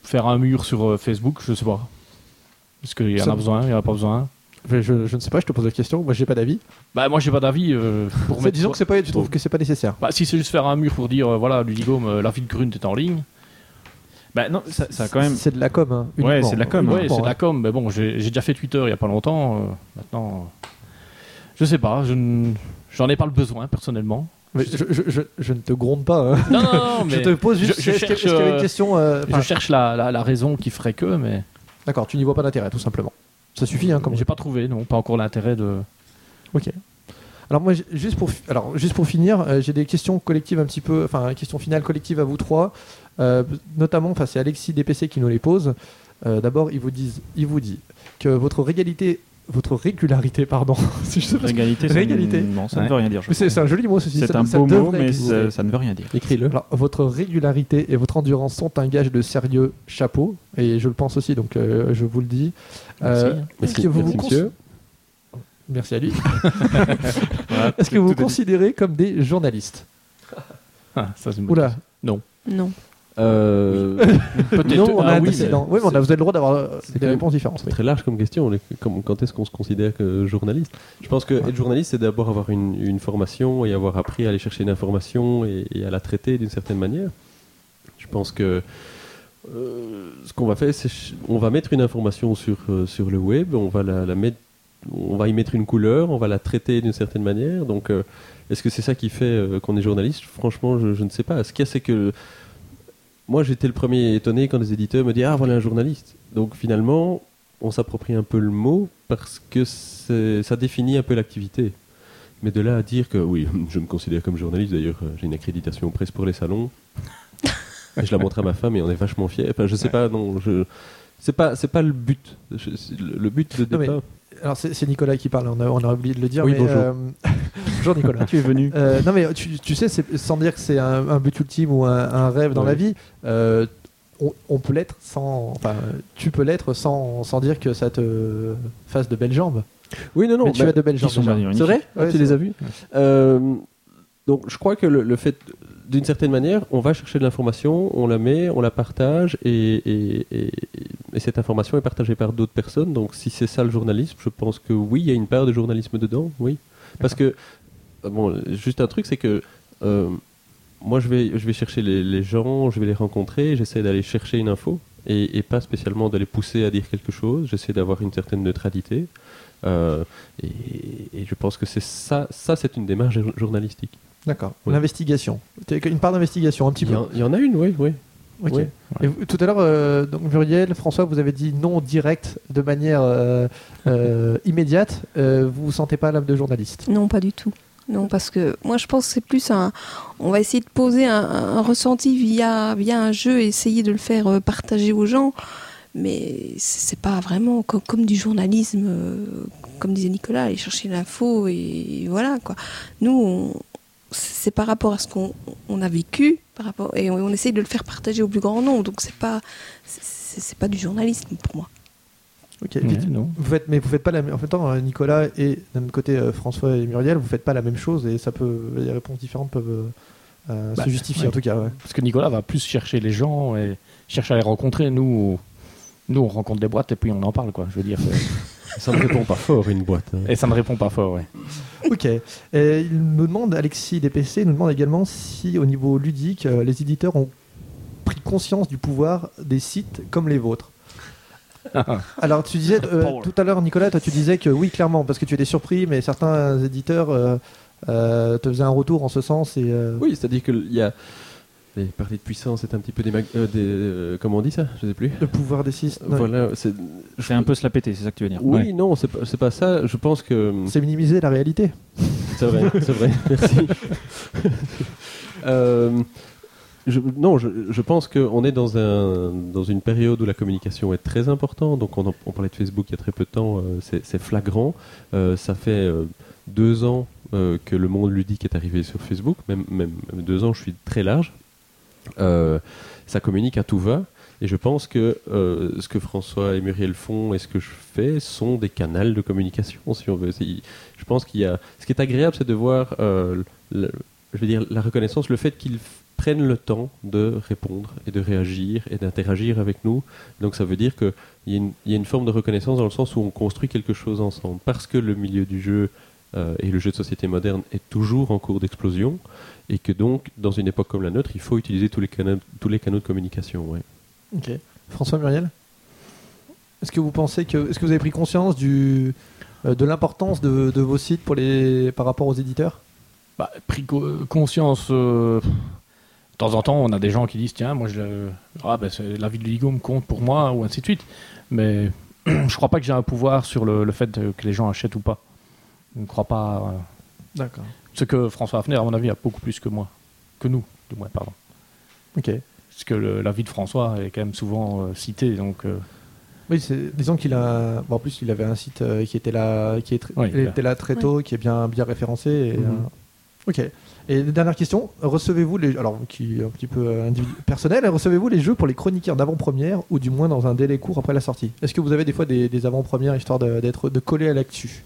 Speaker 1: faire un mur sur euh, Facebook, je sais pas. Est-ce qu'il y en
Speaker 4: Ça-
Speaker 1: a besoin, il y en a pas besoin
Speaker 4: je, je- je ne sais pas, je te pose la question. Moi, j'ai pas d'avis.
Speaker 1: Bah, moi j'ai pas d'avis. euh, pour
Speaker 4: Mais
Speaker 1: mettre-
Speaker 4: disons que c'est pas, tu trouves
Speaker 1: Bon.
Speaker 4: que c'est pas nécessaire.
Speaker 1: Bah, si c'est juste faire un mur pour dire, euh, voilà, Ludigome, euh, la ville Grune est en ligne.
Speaker 5: Bah, non, ça, ça a quand même.
Speaker 4: C'est de la com. hein,
Speaker 5: Ouais,
Speaker 4: uniquement.
Speaker 5: c'est de la com,
Speaker 4: Uniquement,
Speaker 1: ouais, c'est de
Speaker 4: hein.
Speaker 1: la com, mais bon, j'ai j'ai déjà fait Twitter il y a pas longtemps. euh, maintenant, euh, je sais pas, je n- j'en ai pas le besoin personnellement.
Speaker 4: Mais je, je- je- je ne te gronde pas. hein.
Speaker 1: Non, non, non, mais
Speaker 4: je te pose juste.
Speaker 1: je- je
Speaker 4: est-ce que-
Speaker 1: cherche,
Speaker 4: est-ce qu'il y avait une
Speaker 1: euh,
Speaker 4: question euh,
Speaker 1: je
Speaker 4: enfin,
Speaker 1: cherche la, la- la raison qui ferait que, mais.
Speaker 4: D'accord, tu n'y vois pas d'intérêt, tout simplement. Ça suffit, hein, comme
Speaker 1: J'ai pas trouvé, non, pas encore l'intérêt de.
Speaker 4: Alors moi, j- juste pour, fi- alors, juste pour finir, euh, j'ai des questions collectives un petit peu, enfin, une question finale collective à vous trois, Euh, notamment, enfin, c'est Alexis DPC qui nous les pose. Euh, D'abord, il vous disent, il vous dit que votre régalité, votre régularité, pardon, c'est juste parce que-
Speaker 5: Régalité, ça,
Speaker 4: Régalité.
Speaker 5: Non, ça ne
Speaker 1: Ouais.
Speaker 5: veut rien dire. je
Speaker 4: mais c'est c'est un joli mot ceci.
Speaker 5: C'est
Speaker 4: ça-
Speaker 5: un
Speaker 4: ça
Speaker 5: beau mot,
Speaker 4: devrait
Speaker 5: mais
Speaker 4: exister.
Speaker 5: ça, ça ne veut rien dire.
Speaker 6: Écris-le.
Speaker 4: Alors, votre régularité et votre endurance sont un gage de sérieux chapeau, et je le pense aussi, donc euh, je vous le dis. Euh,
Speaker 1: Merci.
Speaker 4: Est-ce que vous vous cons-
Speaker 6: monsieur.
Speaker 4: Merci à lui. Est-ce que vous vous considérez comme des journalistes
Speaker 1: Ah, ça, c'est une bonne
Speaker 4: Oula,
Speaker 8: Non.
Speaker 6: Euh,
Speaker 1: question. Peut-être.
Speaker 4: non, on a
Speaker 1: Ah
Speaker 4: un
Speaker 1: oui,
Speaker 4: précédent. Oui, mais on a- vous avez le droit d'avoir euh,
Speaker 6: c'est
Speaker 4: des
Speaker 6: quand même-
Speaker 4: réponses différentes.
Speaker 6: C'est très large comme question. on est- comme- quand est-ce qu'on se considère que journaliste Je pense que être journaliste, c'est d'abord avoir une, une formation et avoir appris à aller chercher une information et, et à la traiter d'une certaine manière. Je pense que euh, ce qu'on va faire, c'est ch- on va mettre une information sur, euh, sur le web, on va la, la mettre, on va y mettre une couleur, on va la traiter d'une certaine manière. Donc, euh, est-ce que c'est ça qui fait euh, qu'on est journaliste Franchement, je, je ne sais pas. Ce qu'il y a, c'est que moi, j'étais le premier étonné quand les éditeurs me disaient Ah, voilà un journaliste. Donc, finalement, on s'approprie un peu le mot parce que c'est- ça définit un peu l'activité. Mais de là à dire que oui, je me considère comme journaliste, d'ailleurs euh, j'ai une accréditation presse pour les salons. Et je la montre à ma femme et on est vachement fiers. Enfin, je sais pas, non, je... c'est pas, c'est pas le but. Je- c'est le le but de
Speaker 4: Non, mais-
Speaker 6: départ.
Speaker 4: Alors c'est c'est Nicolas qui parle, on a, on a oublié de le dire.
Speaker 6: Oui,
Speaker 4: mais,
Speaker 6: bonjour.
Speaker 4: euh, bonjour Nicolas.
Speaker 5: Tu es venu.
Speaker 4: Euh, non mais tu, tu sais, c'est- sans dire que c'est un, un but ultime ou un, un rêve dans
Speaker 6: Ouais.
Speaker 4: la vie, euh, on, on peut l'être sans... Enfin, tu peux l'être sans, sans dire que ça te fasse de belles jambes.
Speaker 6: Oui, non, non.
Speaker 4: mais tu
Speaker 6: bah-
Speaker 4: as de belles
Speaker 5: Ils
Speaker 4: jambes.
Speaker 5: sont
Speaker 4: déjà.
Speaker 5: bien
Speaker 6: C'est vrai Ah,
Speaker 4: Ouais,
Speaker 6: Tu
Speaker 4: c'est
Speaker 6: les
Speaker 4: vrai.
Speaker 6: as vus Euh, Donc je crois que le, le fait, d'une certaine manière, on va chercher de l'information, on la met, on la partage, et, et- et- et cette information est partagée par d'autres personnes. Donc si c'est ça le journalisme, je pense que oui, il y a une part de journalisme dedans, oui. Parce que, euh, bon, juste un truc, c'est que... euh, moi, je vais, je vais chercher les, les gens, je vais les rencontrer, j'essaie d'aller chercher une info et, et pas spécialement d'aller pousser à dire quelque chose. J'essaie d'avoir une certaine neutralité. Euh, et, et je pense que c'est ça, ça c'est une démarche jour- journalistique.
Speaker 4: D'accord.
Speaker 6: Ouais.
Speaker 4: L'investigation. T'as Une part d'investigation, un petit
Speaker 6: Il y,
Speaker 4: peu.
Speaker 6: en, il y en a une, oui, oui.
Speaker 4: Ok.
Speaker 6: Ouais.
Speaker 4: Et vous- tout à l'heure, euh, donc Muriel, François, vous avez dit non direct de manière euh, euh, immédiate. Euh, vous vous sentez pas l'âme de journaliste
Speaker 8: Non, pas du tout. Non, parce que moi je pense que c'est plus un. On va essayer de poser un, un ressenti via, via un jeu et essayer de le faire euh, partager aux gens. Mais c'est pas vraiment co- comme, du journalisme, euh, comme disait Nicolas, aller chercher l'info et voilà quoi. Nous, on- c'est par rapport à ce qu'on on a vécu par rapport, et on, on essaye de le faire partager au plus grand nombre. Donc c'est pas, c'est- c'est c'est pas du journalisme pour moi.
Speaker 4: Ok,
Speaker 1: Ouais,
Speaker 4: vite.
Speaker 1: non.
Speaker 4: Vous faites, mais vous faites pas la même. En même temps, euh, Nicolas et d'un côté euh, François et Muriel, vous faites pas la même chose et ça peut. Les réponses différentes peuvent euh, euh,
Speaker 1: Bah,
Speaker 4: se justifier
Speaker 1: ouais.
Speaker 4: en tout cas. ouais.
Speaker 1: Parce que Nicolas va plus chercher les gens et cherche à les rencontrer. Nous, nous, on rencontre des boîtes et puis on en parle, quoi. Je veux dire. euh,
Speaker 6: Ça ne répond pas fort, une boîte. hein.
Speaker 1: et ça me répond pas fort, ouais.
Speaker 4: Ok. Et il nous demande, Alexis DPC nous demande également si, au niveau ludique, euh, les éditeurs ont pris conscience du pouvoir des sites comme les vôtres. Alors, tu disais euh,
Speaker 5: Power.
Speaker 4: tout à l'heure, Nicolas, toi, tu disais que oui, clairement, parce que tu étais surpris, mais certains éditeurs euh, euh, te faisaient un retour en ce sens. Et, euh,
Speaker 6: Oui, c'est-à-dire qu'il y a. Les parties de puissance, c'est un petit peu des. mag- euh, des euh, comment on dit ça Je sais plus.
Speaker 4: Le pouvoir des sites. non,
Speaker 6: Euh, Voilà, c'est.
Speaker 5: Je fais un peu se la péter, c'est ça que tu veux dire.
Speaker 6: Oui,
Speaker 5: Ouais.
Speaker 6: non, c'est pas, c'est pas ça. Je pense que. hum,
Speaker 4: C'est minimiser la réalité.
Speaker 6: C'est vrai, c'est vrai. Merci. Euh, je- non, je, je pense qu'on est dans, un, dans une période où la communication est très importante. Donc, on, en- on parlait de Facebook il y a très peu de temps, euh, c'est c'est flagrant. Euh, ça fait euh, deux ans euh, que le monde ludique est arrivé sur Facebook, même, même deux ans, je suis très large. Euh, ça communique à tout va. Et je pense que euh, ce que François et Muriel font et ce que je fais sont des canaux de communication, si on veut. C'est- je pense qu'il y a. Ce qui est agréable, c'est de voir, euh, le- je veux dire, la reconnaissance, le fait qu'ils f- prennent le temps de répondre et de réagir et d'interagir avec nous. Donc ça veut dire qu'il y, a une- il y a une forme de reconnaissance dans le sens où on construit quelque chose ensemble. Parce que le milieu du jeu euh, et le jeu de société moderne est toujours en cours d'explosion et que donc, dans une époque comme la nôtre, il faut utiliser tous les canaux, tous les canaux de communication. ouais.
Speaker 4: Ok. François Muriel Est-ce que vous pensez que. Est-ce que vous avez pris conscience du, euh, de l'importance de, de vos sites pour les, par rapport aux éditeurs
Speaker 1: Bah, pris co- conscience. euh, de temps en temps, on a des gens qui disent Tiens, moi, je, ah, ben, c'est- la vie de Ligo me compte pour moi, ou ainsi de suite. Mais je crois pas que j'ai un pouvoir sur le, le fait de- que les gens achètent ou pas. Je ne crois pas. euh,
Speaker 4: D'accord.
Speaker 1: ce que François Hafner, à mon avis, a beaucoup plus que moi. Que nous, du moins, pardon.
Speaker 4: Ok.
Speaker 1: Parce que le- la vie de François est quand même souvent euh, citée, donc. euh,
Speaker 4: Oui, c'est- disons qu'il a. bon, en plus, il avait un site euh, qui était là, qui est tr-
Speaker 1: Oui,
Speaker 4: il était là très
Speaker 8: Ouais.
Speaker 4: tôt, qui est bien, bien référencé. et,
Speaker 1: Mhm.
Speaker 4: euh, Ok. Et dernière question recevez-vous les. Alors, qui est un petit peu euh, individu- personnel, recevez-vous les jeux pour les chroniqueurs d'avant-première ou du moins dans un délai court après la sortie Est-ce que vous avez des fois des, des avant-premières histoire de, d'être, de coller à l'actu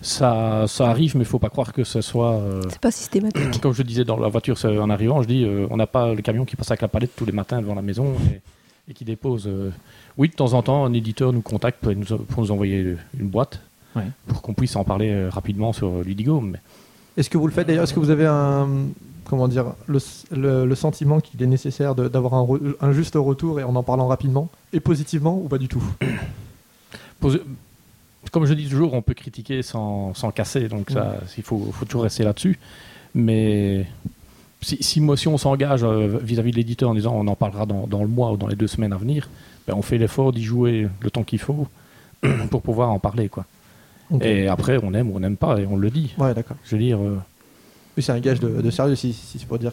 Speaker 1: Ça, ça arrive, mais il faut pas croire que ce soit. euh,
Speaker 8: C'est pas systématique.
Speaker 1: comme je disais dans la voiture ça, en arrivant, je dis euh, on n'a pas le camion qui passe avec la palette tous les matins devant la maison et, et qui dépose. euh. Oui, de temps en temps, un éditeur nous contacte pour nous, pour nous envoyer une boîte
Speaker 5: Ouais.
Speaker 1: pour qu'on puisse en parler euh, rapidement sur Ludigo. Mais
Speaker 4: Est-ce que vous le faites d'ailleurs Est-ce que vous avez un comment dire le, le- le sentiment qu'il est nécessaire de- d'avoir un, re- un juste retour et en en parlant rapidement et positivement ou pas du tout
Speaker 1: Poser- Comme je dis toujours, on peut critiquer sans, sans casser, donc
Speaker 4: Mm.
Speaker 1: ça, il faut, faut toujours rester là-dessus. Mais si, si Motion s'engage euh, vis-à-vis de l'éditeur en disant on en parlera dans, dans le mois ou dans les deux semaines à venir, ben, on fait l'effort d'y jouer le temps qu'il faut pour pouvoir en parler. Quoi.
Speaker 4: Ok.
Speaker 1: Et après, on aime ou on n'aime pas, et on le dit.
Speaker 4: Ouais, d'accord.
Speaker 1: Je veux dire, euh,
Speaker 4: Oui, c'est un gage de, de sérieux si, si c'est pour dire.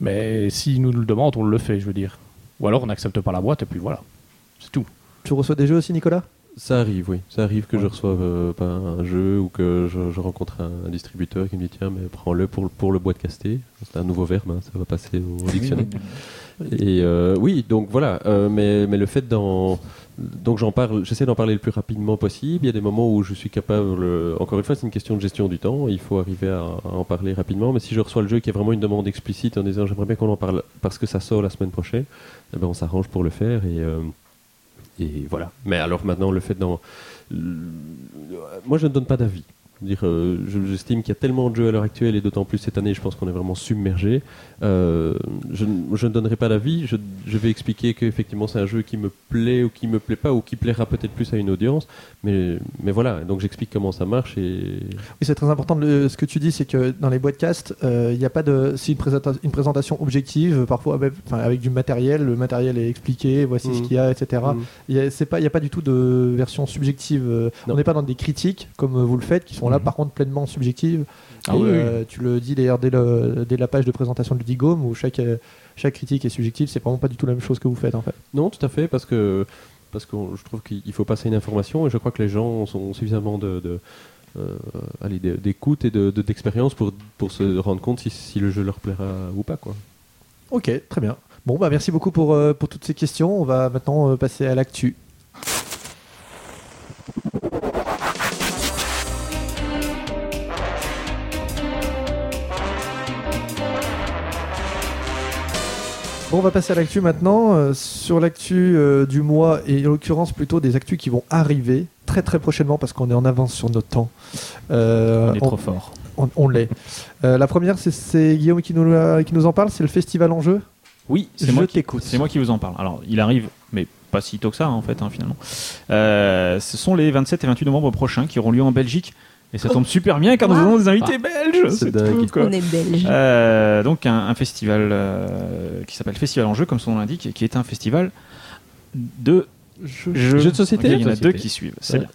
Speaker 1: mais s'il nous le demande, on le fait, je veux dire. Ou alors on n'accepte pas la boîte, et puis voilà. C'est tout.
Speaker 4: Tu reçois des jeux aussi, Nicolas
Speaker 6: Ça arrive, oui. Ça arrive que je reçoive euh, pas un jeu ou que je, je rencontre un, un distributeur qui me dit tiens, mais prends-le pour, le- pour le bois de casté. C'est un nouveau verbe, hein, ça va passer au dictionnaire. Et euh, oui, donc voilà. euh, mais, mais le fait d'en. Donc j'en parle, j'essaie d'en parler le plus rapidement possible. Il y a des moments où je suis capable. euh, Encore une fois, c'est une question de gestion du temps. Il faut arriver à, à en parler rapidement. Mais si je reçois le jeu qui est vraiment une demande explicite en disant j'aimerais bien qu'on en parle parce que ça sort la semaine prochaine, eh ben, on s'arrange pour le faire et. euh, et voilà. Mais alors maintenant, le fait d'en. le- Moi, je ne donne pas d'avis. Dire, euh, je- j'estime qu'il y a tellement de jeux à l'heure actuelle et d'autant plus cette année, je pense qu'on est vraiment submergé. Euh, je, ne- je ne donnerai pas d'avis. Je, je vais expliquer qu'effectivement, c'est un jeu qui me plaît ou qui me plaît pas ou qui plaira peut-être plus à une audience. Mais, mais voilà. Donc, j'explique comment ça marche et.
Speaker 4: Et c'est très important, de- ce que tu dis, c'est que dans les podcasts, euh, il n'y a pas de. C'est une, présenta- une présentation objective, euh, parfois avec, enfin, avec du matériel, le matériel est expliqué, voici
Speaker 1: Mmh.
Speaker 6: Mhm.
Speaker 4: ce qu'il y a, etc.
Speaker 6: Mm.
Speaker 4: Il n'y a, pas du tout de version subjective. euh,
Speaker 6: Non.
Speaker 4: On n'est pas dans des critiques, comme vous le faites, qui sont là,
Speaker 1: Mhm.
Speaker 4: par contre, pleinement subjectives.
Speaker 1: Ah
Speaker 4: Et,
Speaker 1: oui, oui.
Speaker 4: euh, tu le dis d'ailleurs dès, le- dès la page de présentation du Digome, où chaque, euh, chaque critique est subjective, c'est vraiment pas du tout la même chose que vous faites, hein. en fait.
Speaker 6: Non, tout à fait, parce que parce que je trouve qu'il faut passer une information et je crois que les gens sont suffisamment de, de, euh, allez, de- d'écoute et de, de- d'expérience pour, pour se rendre compte si, si le jeu leur plaira ou pas. Quoi.
Speaker 4: Ok, très bien. Bon, bah merci beaucoup pour, euh, pour toutes ces questions. On va maintenant euh, passer à l'actu. Bon, on va passer à l'actu maintenant. Euh, sur l'actu euh, du mois, et en l'occurrence plutôt des actus qui vont arriver très très prochainement parce qu'on est en avance sur notre temps. Euh,
Speaker 5: On est trop fort.
Speaker 4: on- on l'est. Euh, la première, c'est- c'est Guillaume qui nous, l'a- qui nous en parle, c'est le festival en jeu.
Speaker 5: Oui,
Speaker 4: Je
Speaker 5: c'est moi, qui-
Speaker 4: t'écoute.
Speaker 5: c'est moi qui vous en parle. Alors, il arrive, mais pas si tôt que ça, hein, en fait, hein, finalement. Euh, ce sont les 27 et 28 novembre prochains qui auront lieu en Belgique. Et ça tombe super bien car nous
Speaker 8: Wow.
Speaker 5: avons des invités belges.
Speaker 6: Ah, C'est
Speaker 5: tout,
Speaker 6: dingue.
Speaker 5: quoi.
Speaker 8: On est belge.
Speaker 1: Ah.
Speaker 5: Euh, donc un, un festival euh, qui s'appelle Festival en jeu, comme son nom l'indique, et qui est un festival de jeux,
Speaker 6: Jeux de société
Speaker 5: Ok, Il y en a
Speaker 6: Société.
Speaker 5: deux qui suivent,
Speaker 6: Ouais.
Speaker 5: c'est bien.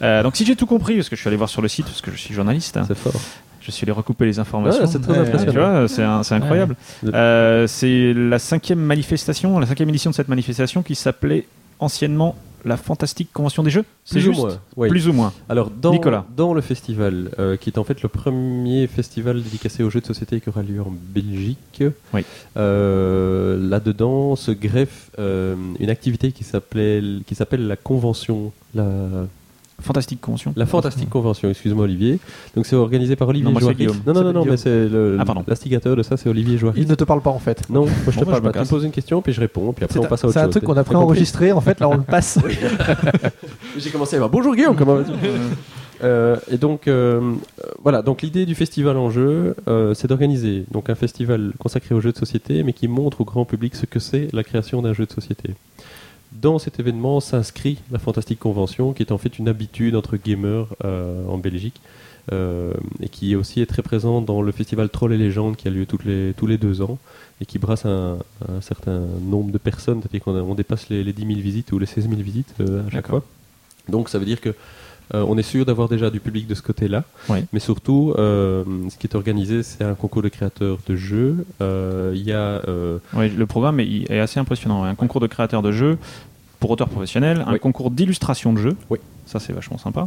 Speaker 5: Euh, donc si j'ai tout compris, parce que je suis allé voir sur le site, parce que je suis journaliste, hein,
Speaker 6: C'est fort.
Speaker 5: je suis allé recouper les informations.
Speaker 6: Ouais, c'est très
Speaker 5: Euh,
Speaker 6: impressionnant.
Speaker 5: tu vois, c'est un- c'est incroyable.
Speaker 6: Ouais.
Speaker 5: Euh, c'est la cinquième manifestation, la cinquième édition de cette manifestation qui s'appelait anciennement la Fantastique Convention des Jeux. C'est
Speaker 6: Plus ou
Speaker 5: juste
Speaker 6: moins. oui.
Speaker 5: Plus ou moins.
Speaker 6: Alors, dans,
Speaker 5: Nicolas.
Speaker 6: dans le festival, euh, qui est en fait le premier festival dédicacé aux jeux de société qui aura lieu en Belgique,
Speaker 5: Oui.
Speaker 6: euh, là-dedans se greffe euh, une activité qui s'appelait- qui s'appelle la convention, la,
Speaker 5: Fantastique Convention.
Speaker 6: la fantastique convention, excuse-moi Olivier. Donc c'est organisé par Olivier
Speaker 5: Non, moi, c'est
Speaker 6: Joarix.
Speaker 5: Guillaume.
Speaker 6: Non, non, non, non,
Speaker 4: Guillaume.
Speaker 6: mais c'est le-
Speaker 5: Ah, pardon.
Speaker 6: l'instigateur de ça, c'est Olivier Joarix.
Speaker 4: Il ne te parle pas en fait.
Speaker 6: Non, moi je te
Speaker 5: Bon, bah, je
Speaker 6: parle
Speaker 5: me
Speaker 6: pas. Tu me
Speaker 5: casse.
Speaker 6: poses une question, puis je réponds, puis après
Speaker 4: C'est
Speaker 6: on
Speaker 4: un-
Speaker 6: passe à autre
Speaker 4: C'est
Speaker 6: chose.
Speaker 4: un truc qu'on a
Speaker 6: T'as compris
Speaker 4: préenregistré, en fait, là on le passe.
Speaker 6: J'ai commencé à dire bonjour Guillaume, comment vas-tu Euh, Et donc euh, euh, voilà, donc l'idée du festival en jeu, euh, c'est d'organiser donc un festival consacré aux jeux de société, mais qui montre au grand public ce que c'est la création d'un jeu de société. Dans cet événement s'inscrit la Fantastique Convention, qui est en fait une habitude entre gamers euh, en Belgique, euh, et qui aussi est très présente dans le festival Troll et Légende, qui a lieu toutes les, tous les deux ans, et qui brasse un, un certain nombre de personnes, c'est-à-dire qu'on a- on dépasse les, les 10 000 visites ou les 16 000 visites euh, à chaque
Speaker 5: D'accord.
Speaker 6: fois. Donc ça veut dire que euh, on est sûr d'avoir déjà du public de ce côté-là,
Speaker 5: Oui.
Speaker 6: mais surtout, euh, ce qui est organisé, c'est un concours de créateurs de jeux. Euh, Il y a euh,
Speaker 5: Ouais, le programme est, est assez impressionnant. Un concours de créateurs de jeux pour auteurs professionnels, un
Speaker 6: Oui.
Speaker 5: concours d'illustration de jeux.
Speaker 6: Oui.
Speaker 5: Ça, c'est vachement sympa.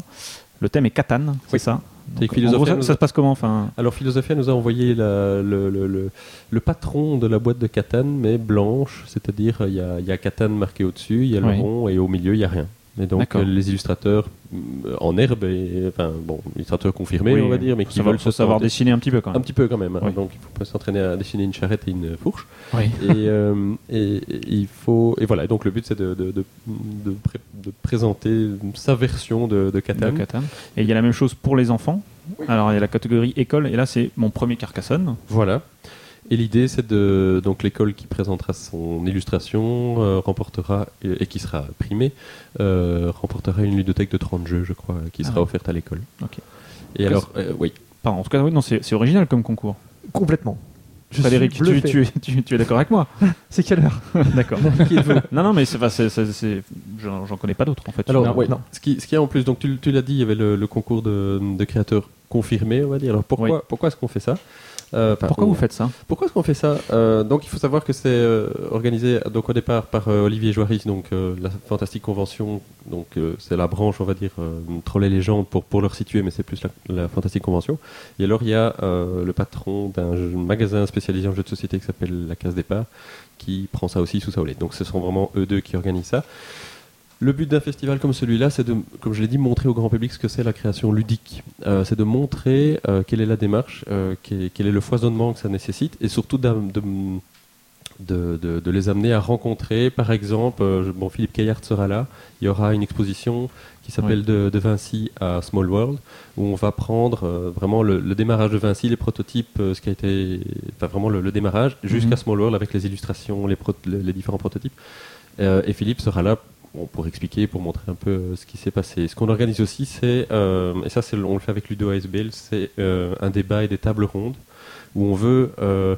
Speaker 5: Le thème est Catane, c'est
Speaker 6: Oui.
Speaker 5: ça
Speaker 6: C'est
Speaker 5: Donc,
Speaker 6: que Philosophia
Speaker 5: en gros, ça,
Speaker 6: nous a-
Speaker 5: ça se passe comment enfin,
Speaker 6: Alors Philosophia nous a envoyé la- le, le- le- le patron de la boîte de Catane, mais blanche, c'est-à-dire il y a, il y a Catane marqué au-dessus, il y a le
Speaker 5: Oui.
Speaker 6: rond et au milieu il y a rien. Et donc
Speaker 5: D'accord.
Speaker 6: euh, les illustrateurs mm, en herbe, et, enfin bon, illustrateurs confirmés
Speaker 5: Oui,
Speaker 6: on va dire, mais
Speaker 5: faut
Speaker 6: qui
Speaker 5: savoir,
Speaker 6: veulent
Speaker 5: faut
Speaker 6: se
Speaker 5: savoir
Speaker 6: tenter.
Speaker 5: dessiner un petit peu quand
Speaker 6: Un
Speaker 5: même.
Speaker 6: petit peu quand même, hein.
Speaker 5: Oui.
Speaker 6: donc il faut pas s'entraîner à dessiner une charrette et une fourche.
Speaker 5: Oui.
Speaker 6: et, euh, et- et il faut et voilà donc le but c'est de, de, de, de pré- de présenter sa version de, de Catan.
Speaker 5: De Catane. Et il y a la même chose pour les enfants. Alors il y a la catégorie école et là c'est mon premier Carcassonne.
Speaker 6: voilà et l'idée c'est de donc l'école qui présentera son illustration euh, remportera et, et qui sera primée euh, remportera une ludothèque de 30 jeux je crois qui
Speaker 5: Ah
Speaker 6: sera
Speaker 5: ouais.
Speaker 6: offerte à l'école
Speaker 5: Ok.
Speaker 6: et alors euh, oui
Speaker 5: Pardon, en tout cas oui, non c'est c'est original comme concours.
Speaker 4: Complètement. Je
Speaker 5: Frédéric,
Speaker 4: suis
Speaker 5: tu,
Speaker 4: bluffé.
Speaker 5: tu, tu- tu es d'accord avec moi
Speaker 4: C'est quelle heure
Speaker 5: D'accord. non non mais c'est enfin, c'est- c'est- c'est- j'en j'en connais pas d'autres en fait.
Speaker 6: Alors,
Speaker 4: Non,
Speaker 6: ouais,
Speaker 4: non.
Speaker 6: Ce, qui, ce qu'il y a en plus, donc tu, l- tu l'as dit, il y avait le, le concours de, de créateurs confirmés, on va dire. Alors pourquoi,
Speaker 5: Oui.
Speaker 6: pourquoi est-ce qu'on fait ça Euh, enfin,
Speaker 5: pourquoi
Speaker 6: on-
Speaker 5: vous faites ça
Speaker 6: Pourquoi est-ce qu'on fait ça Euh, Donc il faut savoir que c'est euh, organisé donc au départ par euh, Olivier Joaris, donc euh, la fantastique convention. Donc euh, c'est la branche, on va dire, euh, troll et légende pour pour leur situer, mais c'est plus la, la fantastique convention. Et alors il y a euh, le patron d'un jeu- magasin spécialisé en jeux de société qui s'appelle La Case Départ, qui prend ça aussi sous sa houlette. Donc ce sont vraiment eux deux qui organisent ça. Le but d'un festival comme celui-là, c'est de, comme je l'ai dit, montrer au grand public ce que c'est la création ludique. Euh, c'est de montrer euh, quelle est la démarche, euh, quel, est, quel est le foisonnement que ça nécessite, et surtout d'am- de, de, de- de les amener à rencontrer, par exemple, euh, je- bon, Philippe Caillard sera là, il y aura une exposition qui s'appelle de, de Vinci à Small World, où on va prendre euh, vraiment le, le démarrage de Vinci, les prototypes, euh, ce qui a été, enfin vraiment le, le démarrage, jusqu'à Small World avec les illustrations, les, pro- les- les différents prototypes. Euh, et Philippe sera là bon, pour expliquer, pour montrer un peu euh, ce qui s'est passé. Ce qu'on organise aussi, c'est, euh, et ça c'est, le- on le fait avec Ludo ASBL, c'est euh, un débat et des tables rondes où on veut euh,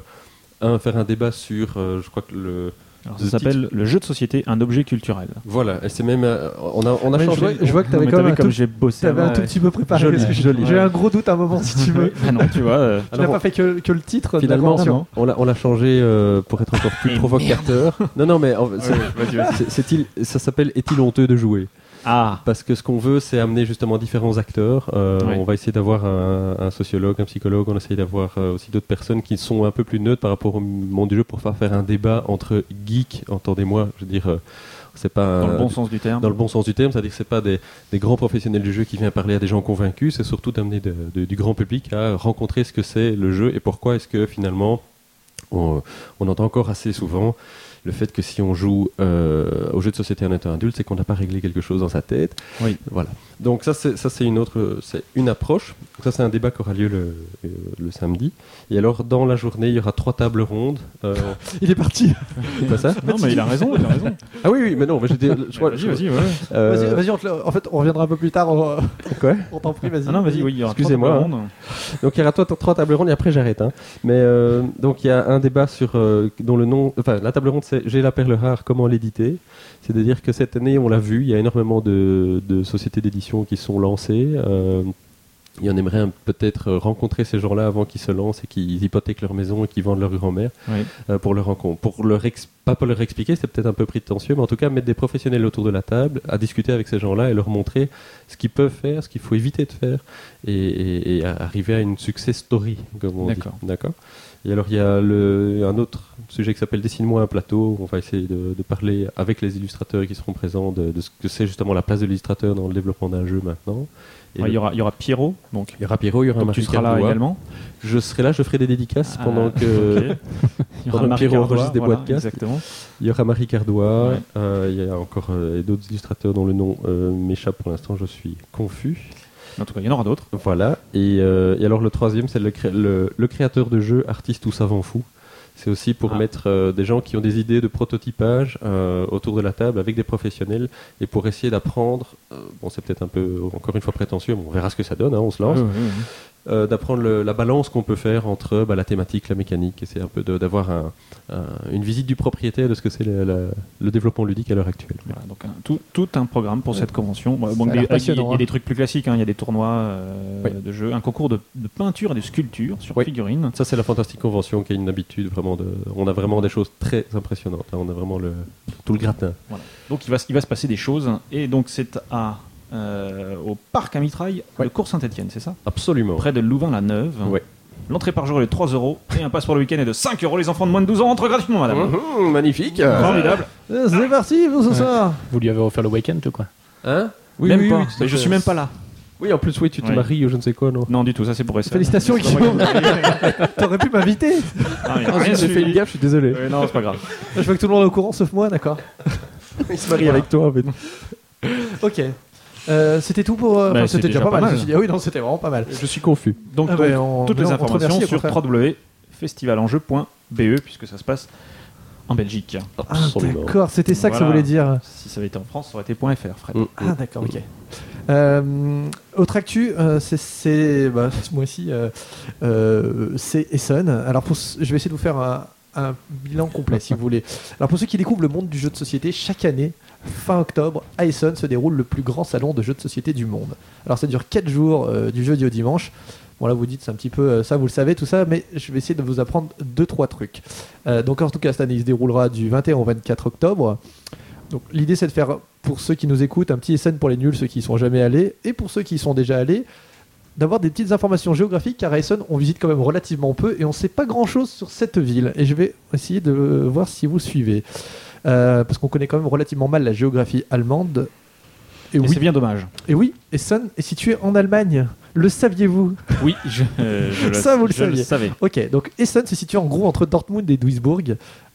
Speaker 6: un, faire un débat sur, euh, je crois que le...
Speaker 5: Alors,
Speaker 6: Le
Speaker 5: ça s'appelle le jeu de société, un objet culturel.
Speaker 6: Voilà, et c'est même... euh, on a, on a
Speaker 4: Ouais, je,
Speaker 6: changé...
Speaker 4: vois, je vois que
Speaker 5: Non,
Speaker 4: t'avais
Speaker 5: mais
Speaker 4: quand
Speaker 5: t'as
Speaker 4: même
Speaker 5: vu
Speaker 4: un
Speaker 5: comme
Speaker 4: tout,
Speaker 5: j'ai bossé.
Speaker 4: t'avais un tout petit peu préparé.
Speaker 5: Joli,
Speaker 4: J'ai-
Speaker 5: joli.
Speaker 4: J'ai un gros doute à un moment si tu veux.
Speaker 5: Ah non, tu vois. euh,
Speaker 4: Tu n'as
Speaker 6: Alors,
Speaker 4: pas fait que, que le titre de la
Speaker 6: Finalement,
Speaker 4: convention.
Speaker 5: non.
Speaker 6: on l'a, on l'a changé euh, pour être encore plus provocateur. Non, non, mais en- c'est- c'est- c'est-il- ça s'appelle Est-il honteux de jouer
Speaker 5: Ah,
Speaker 6: Parce que ce qu'on veut, c'est amener justement différents acteurs. Euh,
Speaker 5: Ouais.
Speaker 6: On va essayer d'avoir un, un sociologue, un psychologue. On essaye d'avoir euh, aussi d'autres personnes qui sont un peu plus neutres par rapport au monde du jeu pour faire faire un débat entre geeks. Entendez-moi, je veux dire, euh, c'est pas
Speaker 5: dans le
Speaker 6: un-
Speaker 5: bon sens du terme.
Speaker 6: Euh, dans le bon sens du terme, c'est-à-dire que c'est pas des, des grands professionnels du jeu qui viennent parler à des gens convaincus, c'est surtout d'amener de- de- du grand public à rencontrer ce que c'est le jeu et pourquoi est-ce que finalement on, on entend encore assez souvent le fait que si on joue euh, au jeu de société en étant adulte, c'est qu'on n'a pas réglé quelque chose dans sa tête.
Speaker 5: Oui.
Speaker 6: Voilà. Donc ça, c'est ça, c'est une autre, euh, c'est une approche. Ça, c'est un débat qui aura lieu le, euh, le samedi. Et alors, dans la journée, il y aura trois tables rondes. Euh,
Speaker 4: Il est parti.
Speaker 6: c'est pas ça
Speaker 5: Non, mais il a raison, il a raison.
Speaker 6: Ah oui, oui, mais non, mais j'étais. je crois-
Speaker 5: vas-y,
Speaker 6: je-
Speaker 5: vas-y, ouais.
Speaker 6: euh,
Speaker 4: Vas-y, vas-y, on te le- en fait, on reviendra un peu plus tard. On,
Speaker 6: Quoi
Speaker 4: on t'en prie, vas-y.
Speaker 5: Ah
Speaker 6: Ah
Speaker 5: Non, non, vas-y, oui, il y aura
Speaker 6: Excusez-moi,
Speaker 5: trois secondes.
Speaker 6: Donc il y aura trois, trois tables rondes et après j'arrête. hein. Mais euh, donc il y a un débat sur euh, dont le nom, enfin la table ronde c'est J'ai la perle rare, comment l'éditer. C'est-à-dire que cette année on l'a vu, il y a énormément de, de sociétés d'édition qui sont lancées. euh, et on aimerait euh, peut-être euh, rencontrer ces gens-là avant qu'ils se lancent et qu'ils hypothèquent leur maison et qu'ils vendent leur grand-mère
Speaker 5: Oui.
Speaker 6: euh, pour leur rencontre. Pour leur ex- pas pour leur expliquer, c'est peut-être un peu prétentieux, mais en tout cas mettre des professionnels autour de la table, à discuter avec ces gens-là et leur montrer ce qu'ils peuvent faire, ce qu'il faut éviter de faire, et, et- et à- arriver à une success story, comme on dit.
Speaker 5: D'accord.
Speaker 6: D'accord. Et alors il y a le, un autre sujet qui s'appelle Dessine-moi un plateau. où On va essayer de, de parler avec les illustrateurs qui seront présents de, de ce que c'est justement la place de l'illustrateur dans le développement d'un jeu maintenant. Et
Speaker 5: Ouais,
Speaker 6: le-
Speaker 5: Il y aura, il y aura Pierrot, donc.
Speaker 6: il y aura Pierrot, il y aura
Speaker 5: Donc tu
Speaker 6: Marie
Speaker 5: seras là
Speaker 6: Cardois.
Speaker 5: également.
Speaker 6: Je serai là, je ferai des dédicaces pendant
Speaker 5: Ah,
Speaker 6: que
Speaker 5: ok. Il y
Speaker 6: pendant que
Speaker 5: Marc
Speaker 6: Pierrot
Speaker 5: Ardois,
Speaker 6: enregistre des
Speaker 5: voilà,
Speaker 6: podcasts.
Speaker 5: Exactement.
Speaker 6: Il y aura Marie Cardois,
Speaker 5: Ouais.
Speaker 6: euh, il y a encore euh, d'autres illustrateurs dont le nom euh, m'échappe pour l'instant, je suis confus.
Speaker 5: Mais En tout cas, il y en aura d'autres.
Speaker 6: Voilà, et, euh, et alors le troisième, c'est le, cré- le- le créateur de jeux, artiste ou savant fou. C'est aussi pour
Speaker 5: Ah.
Speaker 6: mettre euh, des gens qui ont des idées de prototypage euh, autour de la table avec des professionnels et pour essayer d'apprendre, euh, bon c'est peut-être un peu encore une fois prétentieux, mais on verra ce que ça donne, hein, on se lance,
Speaker 5: Ouais, ouais, ouais.
Speaker 6: euh, d'apprendre le- la balance qu'on peut faire entre bah, la thématique, la mécanique, et c'est un peu de- d'avoir un- un- une visite du propriétaire de ce que c'est la- la- le développement ludique à l'heure actuelle.
Speaker 5: Voilà, donc un- tout, tout un programme pour cette convention. Bon, bon,
Speaker 4: a
Speaker 5: des-
Speaker 4: l'air
Speaker 5: ah, il y a-
Speaker 4: passionnant,
Speaker 5: il y a des
Speaker 4: hein.
Speaker 5: trucs plus classiques, hein, il y a des tournois euh,
Speaker 6: Oui.
Speaker 5: de jeux, un concours de, de peinture et de sculpture sur
Speaker 6: Oui.
Speaker 5: figurines.
Speaker 6: Ça, c'est la Fantastique Convention qui a une habitude vraiment de. On a vraiment des choses très impressionnantes. hein. On a vraiment le... tout le gratin.
Speaker 5: Donc il va, se- il va se passer des choses. Et donc c'est à, euh, au parc à mitraille
Speaker 6: Ouais.
Speaker 5: de Cours-Saint-Etienne, c'est ça
Speaker 6: Absolument.
Speaker 5: Près de Louvain-la-Neuve.
Speaker 6: Ouais.
Speaker 5: L'entrée par jour est de 3 euros et un passe pour le week-end est de 5 euros. Les enfants de moins de 12 ans entrent gratuitement, madame.
Speaker 6: Mhm, magnifique.
Speaker 5: Formidable.
Speaker 4: Euh, C'est parti pour ce
Speaker 1: Ouais.
Speaker 4: soir.
Speaker 1: Vous lui avez offert le week-end ou quoi
Speaker 6: Hein oui,
Speaker 5: même
Speaker 6: oui,
Speaker 5: pas.
Speaker 6: oui, tout à
Speaker 5: Mais je
Speaker 6: fait.
Speaker 5: suis même pas là.
Speaker 6: Oui, en plus, oui, tu te
Speaker 5: Oui.
Speaker 6: maries ou je ne sais quoi, non
Speaker 5: Non, du tout, ça c'est pour essayer.
Speaker 4: Félicitations, Guillaume. T'aurais pu m'inviter.
Speaker 5: Ah,
Speaker 6: J'ai Ah, fait une gaffe, je suis désolé.
Speaker 5: Euh, non, c'est pas grave.
Speaker 4: Je vois que tout le monde est au courant, sauf moi, d'accord.
Speaker 6: Il se marie avec toi. mais-
Speaker 4: Ok. Euh, c'était tout pour. euh,
Speaker 5: Bah,
Speaker 4: enfin,
Speaker 5: c'est
Speaker 4: c'était déjà,
Speaker 5: déjà
Speaker 4: pas
Speaker 5: pas
Speaker 4: mal.
Speaker 5: mal.
Speaker 4: ceci dit. Ah oui, non, c'était vraiment pas mal.
Speaker 6: Je suis confus.
Speaker 5: Donc,
Speaker 4: Ah
Speaker 5: donc,
Speaker 4: bah, on-
Speaker 5: toutes les
Speaker 4: on te
Speaker 5: informations
Speaker 4: remercie, au
Speaker 5: sur
Speaker 4: contraire.
Speaker 5: www.festivalenjeu.be puisque ça se passe en Belgique.
Speaker 4: Ah,
Speaker 6: Absolument.
Speaker 4: d'accord, c'était ça que ça
Speaker 5: Voilà.
Speaker 4: voulait dire.
Speaker 5: Si ça avait été en France, ça aurait été .fr, Fred.
Speaker 6: Mm,
Speaker 4: Ah, d'accord, ok. Euh, autre actu, euh, c'est- c'est bah, ce mois-ci, euh, euh, c'est Essen. Alors, pour ce- je vais essayer de vous faire un, un bilan complet, si vous voulez. Alors, pour ceux qui découvrent le monde du jeu de société, chaque année, fin octobre, à Essen se déroule le plus grand salon de jeux de société du monde. Alors, ça dure 4 jours, euh, du jeudi au dimanche. Bon, là, vous dites, c'est un petit peu euh, ça, vous le savez, tout ça, mais je vais essayer de vous apprendre deux trois trucs. Euh, donc, en tout cas, cette année, il se déroulera du 21 au 24 octobre. Donc l'idée c'est de faire pour ceux qui nous écoutent un petit Essen pour les nuls, ceux qui y sont jamais allés, et pour ceux qui y sont déjà allés, d'avoir des petites informations géographiques car à Essen on visite quand même relativement peu et on sait pas grand chose sur cette ville. Et je vais essayer de voir si vous suivez. Euh, parce qu'on connaît quand même relativement mal la géographie allemande. Et
Speaker 5: Et
Speaker 4: oui,
Speaker 5: c'est bien dommage.
Speaker 4: et oui, Essen est situé en Allemagne. Le saviez-vous
Speaker 5: Oui, je, euh, je
Speaker 4: Ça, vous le
Speaker 5: je
Speaker 4: saviez.
Speaker 5: savais.
Speaker 4: Ok, donc Essen se situe en gros entre Dortmund et Duisbourg,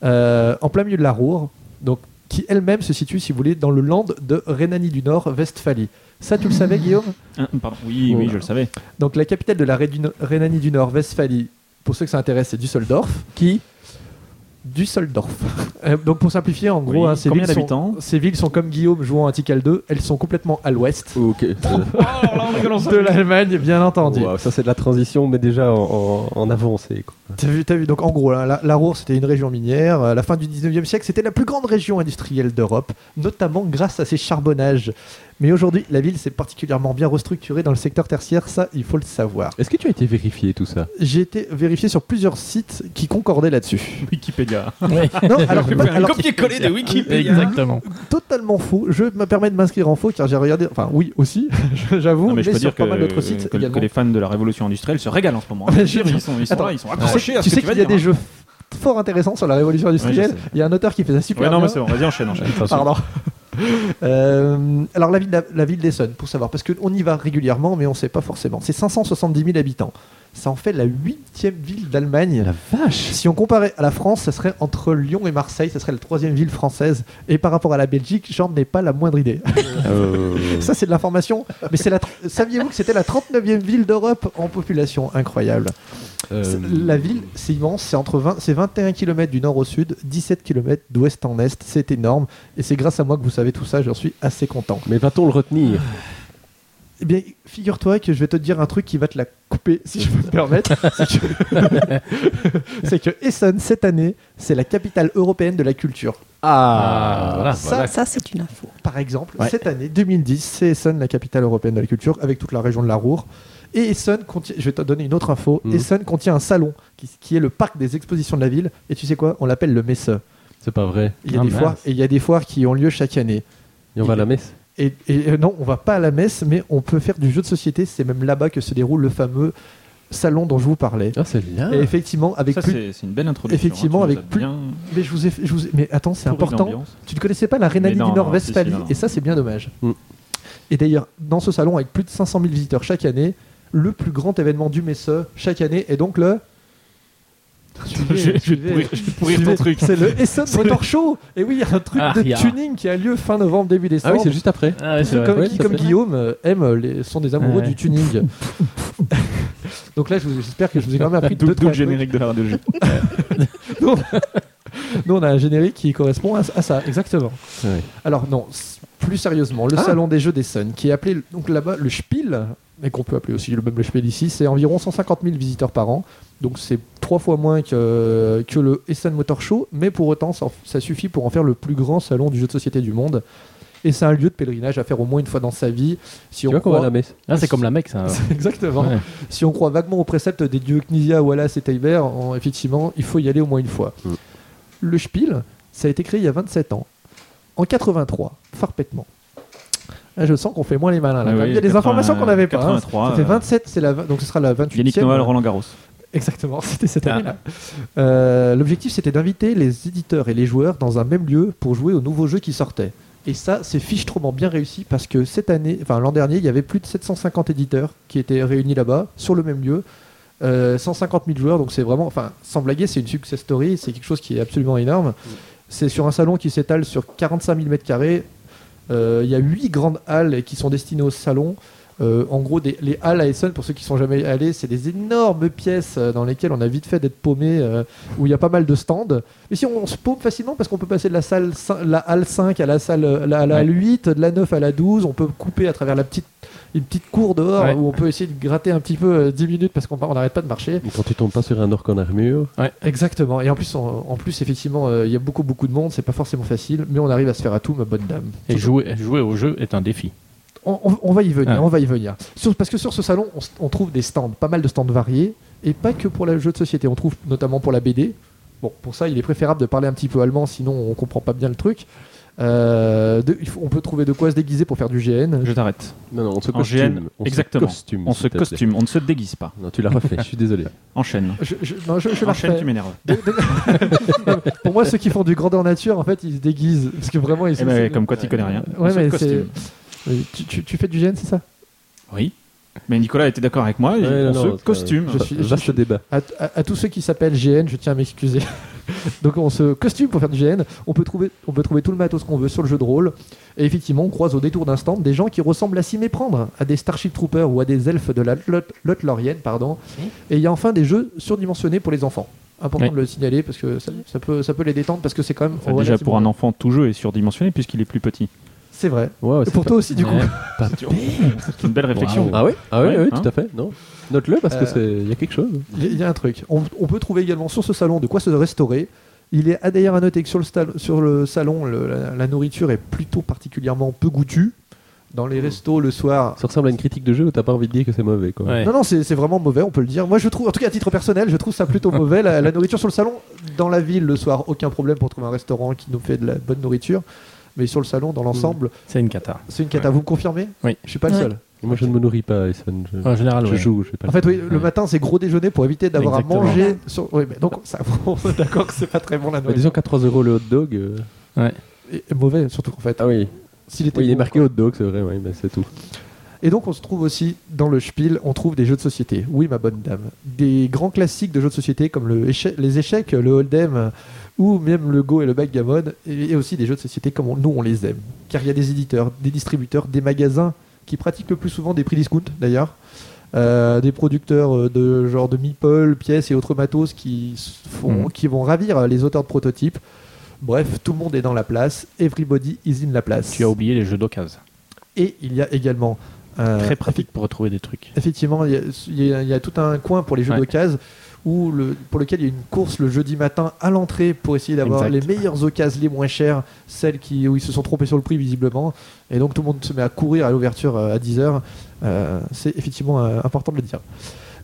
Speaker 4: euh, en plein milieu de la Ruhr, donc, qui elle-même se situe, si vous voulez, dans le land de Rhénanie du Nord, Westphalie. Ça, tu le savais, Guillaume
Speaker 5: Hein, pardon. Oui, oui,
Speaker 4: Voilà.
Speaker 5: je le savais.
Speaker 4: Donc la capitale de la Rédu- Rhénanie du Nord, Westphalie, pour ceux que ça intéresse, c'est Düsseldorf. Qui Düsseldorf. Euh, donc pour simplifier, en gros,
Speaker 5: Oui,
Speaker 4: hein, ces,
Speaker 5: combien
Speaker 4: villes sont,
Speaker 5: d'habitants
Speaker 4: ces villes sont comme Guillaume jouant à Tikal 2, elles sont complètement à l'ouest
Speaker 6: Ok.
Speaker 4: de l'Allemagne, bien entendu.
Speaker 6: Wow, ça, c'est de la transition, mais déjà en, en- en avancée. quoi.
Speaker 4: T'as vu, t'as vu. Donc en gros, la, la- la Ruhr, c'était une région minière. À la fin du 19e siècle, c'était la plus grande région industrielle d'Europe, notamment grâce à ses charbonnages. Mais aujourd'hui, la ville s'est particulièrement bien restructurée dans le secteur tertiaire, ça, il faut le savoir.
Speaker 6: Est-ce que tu as été vérifié tout ça
Speaker 4: J'ai été vérifié sur plusieurs sites qui concordaient là-dessus.
Speaker 5: Wikipédia.
Speaker 4: non, alors, pas- alors,
Speaker 5: copier-coller de Wikipédia.
Speaker 1: Exactement.
Speaker 4: totalement faux. Je me permets de m'inscrire en faux car j'ai regardé, enfin oui aussi, j'avoue,
Speaker 5: Non,
Speaker 4: mais,
Speaker 5: mais je peux
Speaker 4: sur
Speaker 5: dire
Speaker 4: pas
Speaker 5: que,
Speaker 4: mal d'autres sites
Speaker 5: que,
Speaker 4: également.
Speaker 5: que les fans de la révolution industrielle se régalent en ce moment. hein.
Speaker 4: Mais
Speaker 5: Je veux
Speaker 4: je-
Speaker 5: dire, ils sont, ils sont
Speaker 4: Attends,
Speaker 5: là, ils sont
Speaker 4: Tu sais,
Speaker 5: accrochés à ce
Speaker 4: tu sais
Speaker 5: que tu vas
Speaker 4: qu'il y a
Speaker 5: dire,
Speaker 4: des
Speaker 5: hein.
Speaker 4: jeux fort intéressants sur la révolution industrielle.
Speaker 5: je sais.
Speaker 4: Il y a un auteur qui fait ça super
Speaker 5: Ouais, non,
Speaker 4: bien.
Speaker 5: mais c'est bon, vas-y, enchaîne, enchaîne.
Speaker 4: Pardon. Euh, alors, la ville, la, la ville d'Essonne, pour savoir, parce qu'on y va régulièrement, mais on ne sait pas forcément. C'est 570 000 habitants. Ça en fait la huitième ville d'Allemagne.
Speaker 5: vache
Speaker 4: Si on comparait à la France, ça serait entre Lyon et Marseille, ça serait la troisième ville française. Et par rapport à la Belgique, j'en ai pas la moindre idée.
Speaker 6: Euh,
Speaker 4: Ça, c'est de l'information. Mais c'est la. tr- Saviez-vous que c'était la 39e ville d'Europe en population Incroyable.
Speaker 6: euh,
Speaker 4: C'est-
Speaker 1: Euh,
Speaker 4: La ville, c'est immense. C'est entre 20, c'est 21 km du nord au sud, 17 km d'ouest en est. C'est énorme. Et c'est grâce à moi que vous savez tout ça. J'en suis assez content.
Speaker 6: Mais va-t-on le retenir
Speaker 4: Eh bien, figure-toi que je vais te dire un truc qui va te la couper, si je peux me permettre. c'est que- c'est que Essen, cette année, c'est la capitale européenne de la culture.
Speaker 1: Ah, voilà.
Speaker 4: Ça,
Speaker 8: Ça, c'est une info.
Speaker 4: Par exemple, cette année 2010, c'est Essen, la capitale européenne de la culture, avec toute la région de la Ruhr. Et Essen contient, je vais te donner une autre info,
Speaker 6: Mhm.
Speaker 4: Essen contient un salon qui, qui est le parc des expositions de la ville. Et tu sais quoi On l'appelle le Messe.
Speaker 1: C'est pas vrai.
Speaker 4: Il y a
Speaker 1: Ah,
Speaker 4: des
Speaker 1: mince.
Speaker 4: foires, et il y a des foires qui ont lieu chaque année.
Speaker 6: Et on va à la messe
Speaker 4: Et, et, euh, non, on va pas à la messe, mais on peut faire du jeu de société. C'est même là-bas que se déroule le fameux salon dont je vous parlais.
Speaker 6: Ah, c'est là
Speaker 4: Et effectivement, avec
Speaker 5: Ça,
Speaker 4: plus.
Speaker 5: c'est c'est une belle introduction.
Speaker 4: Effectivement,
Speaker 5: hein, tu
Speaker 4: avec
Speaker 5: nous as
Speaker 4: plus-
Speaker 5: bien
Speaker 4: Mais je vous ai, je vous ai- mais attends, c'est
Speaker 5: pourri
Speaker 4: important.
Speaker 5: l'ambiance.
Speaker 4: Tu ne connaissais pas la Rhénanie
Speaker 5: Mais non,
Speaker 4: du
Speaker 5: non,
Speaker 4: Nord-Westphalie,
Speaker 5: si, si, non, non.
Speaker 4: et ça, c'est bien dommage.
Speaker 6: Mm.
Speaker 4: Et d'ailleurs, dans ce salon, avec plus de 500 000 visiteurs chaque année, le plus grand événement du Messe chaque année est donc le.
Speaker 1: Je je vais te pourrir- je vais te pourrir ton truc.
Speaker 4: C'est le Essen Motor Show Et oui, il y a un truc
Speaker 1: Ah, il y
Speaker 4: de
Speaker 1: a-
Speaker 4: tuning qui a lieu fin novembre, début
Speaker 6: Ah
Speaker 4: décembre.
Speaker 6: oui, c'est juste après.
Speaker 1: Ah, ouais, c'est
Speaker 4: Ceux
Speaker 1: vrai.
Speaker 4: comme,
Speaker 6: ouais,
Speaker 4: qui,
Speaker 6: ça
Speaker 4: comme
Speaker 6: fait.
Speaker 4: Guillaume, euh, aiment les, sont des amoureux
Speaker 1: Ouais.
Speaker 4: du tuning. Donc là, je vous- j'espère que je vous ai quand même appris deux,
Speaker 5: D'où d'où
Speaker 4: trois
Speaker 5: le
Speaker 4: trucs.
Speaker 5: générique de la radio. G.
Speaker 4: Nous, on a un générique qui correspond à, à ça, exactement.
Speaker 6: Ouais.
Speaker 4: Alors, non, s- plus sérieusement, le
Speaker 6: Ah.
Speaker 4: salon des jeux d'Essen, qui est appelé donc là-bas le Spiel, et qu'on peut appeler aussi le même le Spiel ici, c'est environ 150 000 visiteurs par an. Donc, c'est trois fois moins que, que le Essen Motor Show, mais pour autant, ça, en- ça suffit pour en faire le plus grand salon du jeu de société du monde. Et c'est un lieu de pèlerinage à faire au moins une fois dans sa vie. Si
Speaker 6: Tu
Speaker 4: on
Speaker 6: vois qu'on va à
Speaker 4: croit-
Speaker 6: la messe
Speaker 1: Ah, c'est comme la mec, ça.
Speaker 4: Exactement.
Speaker 1: Ouais.
Speaker 4: Si on croit vaguement au précepte des dieux Knizia, Wallace et Tiber, en- effectivement, il faut y aller au moins une fois.
Speaker 6: Mm.
Speaker 4: Le Spiel, ça a été créé il y a 27 ans, en 83, parfaitement. Là, je sens qu'on fait moins les malins. là.
Speaker 5: Ah oui,
Speaker 4: il y a des
Speaker 5: 80,
Speaker 4: informations qu'on n'avait pas. hein.
Speaker 5: 83,
Speaker 4: ça fait
Speaker 5: euh,
Speaker 4: 27, c'est la, vingt- donc ce sera la 28e.
Speaker 5: Yannick Noël, Roland Garros.
Speaker 4: Exactement, c'était cette année-là. Euh, L'objectif, c'était d'inviter les éditeurs et les joueurs dans un même lieu pour jouer aux nouveaux jeux qui sortaient. Et ça, c'est fichtrement bien réussi parce que cette année, enfin l'an dernier, il y avait plus de 750 éditeurs qui étaient réunis là-bas sur le même lieu, Euh, 150 000 joueurs. Donc c'est vraiment, enfin, sans blaguer, c'est une success story. C'est quelque chose qui est absolument énorme. C'est sur un salon qui s'étale sur 45 000 mètres carrés. Euh, Il y a huit grandes halles qui sont destinées au salon. Euh, en gros, des- les halles à Essen, pour ceux qui sont jamais allés, c'est des énormes pièces euh, dans lesquelles on a vite fait d'être paumé, euh, où il y a pas mal de stands. Mais si on, on se paume facilement parce qu'on peut passer de la salle cin- la halle 5 à la salle euh, la, la halle 8, de la 9 à la 12, on peut couper à travers la petite une petite cour dehors
Speaker 1: Ouais.
Speaker 4: où on peut essayer de gratter un petit peu euh, 10 minutes parce qu'on on n'arrête pas de marcher.
Speaker 6: Quand tu tombes pas sur un orc en armure,
Speaker 4: Exactement. Et en plus, on- en plus effectivement, euh, il y a beaucoup beaucoup de monde, c'est pas forcément facile, mais on arrive à se faire à tout, ma bonne dame.
Speaker 1: Et jouer, jouer au jeu est un défi.
Speaker 4: On, on- on va y venir,
Speaker 1: Ah.
Speaker 4: on va y venir. Sur- parce que sur ce salon, on, s- on trouve des stands, pas mal de stands variés, et pas que pour le jeu de société. On trouve notamment pour la BD. Bon, pour ça, il est préférable de parler un petit peu allemand, sinon on comprend pas bien le truc. Euh, de- il faut- on peut trouver de quoi se déguiser pour faire du GN.
Speaker 5: Je t'arrête.
Speaker 6: non, non, on se
Speaker 5: En GN,
Speaker 6: costume. on
Speaker 5: exactement.
Speaker 6: Se costume,
Speaker 5: On se
Speaker 6: s'il te plaît.
Speaker 5: costume, on ne se déguise pas.
Speaker 6: Non, tu l'as refait, je suis désolé.
Speaker 5: Enchaîne.
Speaker 4: Je, je, non, je- je la
Speaker 5: Enchaîne,
Speaker 4: refais.
Speaker 5: tu m'énerves.
Speaker 4: De- de- pour moi, ceux qui font du grandeur nature, en fait, ils se déguisent. Parce que vraiment, ils
Speaker 5: Eh ben, comme quoi, tu connais rien.
Speaker 4: Ouais,
Speaker 5: On se
Speaker 4: mais c'est.
Speaker 5: costume.
Speaker 4: Euh, Tu, tu- tu fais du GN, c'est ça
Speaker 5: Oui. Mais Nicolas était d'accord avec moi. et
Speaker 6: Ouais,
Speaker 5: on
Speaker 6: non, non,
Speaker 5: se
Speaker 6: ça-
Speaker 5: costume.
Speaker 4: Je suis- je
Speaker 6: Vaste
Speaker 4: suis-
Speaker 6: débat.
Speaker 4: à, à- à tous ceux qui s'appellent GN, je tiens à m'excuser. Donc on se costume pour faire du GN, on peut trouver, on peut trouver tout le matos qu'on veut sur le jeu de rôle, et effectivement on croise au détour d'un stand des gens qui ressemblent à s'y méprendre, à des Starship Troopers ou à des elfes de la Lot- Lothlorienne, pardon. Et il y a enfin des jeux surdimensionnés pour les enfants. Important
Speaker 1: Oui.
Speaker 4: de le signaler parce que ça, ça peut, ça peut les détendre parce que c'est quand même...
Speaker 5: Enfin, déjà, pour un enfant, tout jeu est surdimensionné puisqu'il est plus petit.
Speaker 4: C'est vrai.
Speaker 6: Ouais, ouais,
Speaker 4: Et
Speaker 6: c'est
Speaker 4: pour
Speaker 6: pas-
Speaker 4: toi aussi du coup.
Speaker 1: Ouais.
Speaker 5: C'est une belle réflexion.
Speaker 1: Waouh.
Speaker 6: Ah ouais Ah ouais,
Speaker 5: Ouais,
Speaker 6: ouais,
Speaker 5: hein.
Speaker 6: tout à fait. Non. Note-le parce que
Speaker 4: Euh,
Speaker 6: c'est il y a quelque chose.
Speaker 4: Il y a- il y a un truc. On, on peut trouver également sur ce salon de quoi se restaurer. Il est à- d'ailleurs à noter que sur le, stal- sur le salon, le- la, la nourriture est plutôt particulièrement peu goûtue. Dans
Speaker 1: Mmh.
Speaker 4: les restos, le soir.
Speaker 6: Ça ressemble à une critique de jeu où t'as pas envie de dire que c'est mauvais quoi.
Speaker 1: Ouais.
Speaker 4: Non, non, c'est c'est vraiment mauvais, on peut le dire. Moi, je trouve, en tout cas, à titre personnel, je trouve ça plutôt mauvais. La, la nourriture sur le salon, dans la ville, le soir, aucun problème pour trouver un restaurant qui nous fait de la bonne nourriture. Mais sur le salon, dans l'ensemble,
Speaker 1: C'est une cata.
Speaker 4: c'est une cata. Vous me confirmez
Speaker 1: Mmh. Oui.
Speaker 4: Je suis pas le
Speaker 8: Ouais.
Speaker 4: seul.
Speaker 6: Moi je ne me nourris pas, Essen. Je,
Speaker 1: En général,
Speaker 6: je
Speaker 1: ouais.
Speaker 6: joue, je sais pas.
Speaker 4: En fait, oui, le matin, c'est gros déjeuner pour éviter d'avoir à
Speaker 1: Exactement.
Speaker 4: manger. Sur... Oui, mais donc, ça, on est d'accord que c'est pas très bon la
Speaker 6: Bah,
Speaker 4: nourriture.
Speaker 6: disons qu'à 3 euros le hot dog. euh,
Speaker 1: Ouais.
Speaker 4: Et- et mauvais, surtout qu'en fait.
Speaker 6: Ah oui.
Speaker 4: S'il était
Speaker 6: Oui, il est
Speaker 4: bon,
Speaker 6: marqué
Speaker 4: quoi.
Speaker 6: hot dog, c'est vrai, oui, mais c'est tout.
Speaker 4: Et donc on se trouve aussi dans le spiel, on trouve des jeux de société. Oui, ma bonne dame. Des grands classiques de jeux de société comme le éche- les échecs, le hold'em euh, ou même le go et le backgammon et, et aussi des jeux de société comme on- nous on les aime. Car il y a des éditeurs, des distributeurs, des magasins qui pratiquent le plus souvent des prix discount d'ailleurs. Euh, des producteurs euh, de genre de meeple, pièces et autres matos qui, s- font,
Speaker 6: Mhm.
Speaker 4: qui vont ravir euh, les auteurs de prototypes. Bref, tout le monde est dans la place. Everybody is in la place.
Speaker 1: Tu as oublié les jeux d'occasion.
Speaker 4: Et il y a également euh,
Speaker 1: Très pratique pour retrouver des trucs.
Speaker 4: Effectivement, il y a- il y, a- il y a tout un coin pour les jeux
Speaker 1: Ouais.
Speaker 4: d'occasion où le, pour lequel il y a une course le jeudi matin à l'entrée pour essayer d'avoir les
Speaker 1: Exact.
Speaker 4: meilleures occasions, les moins chères, celles qui, où ils se sont trompés sur le prix visiblement. Et donc tout le monde se met à courir à l'ouverture euh, à 10h. c'est effectivement euh, important de le dire.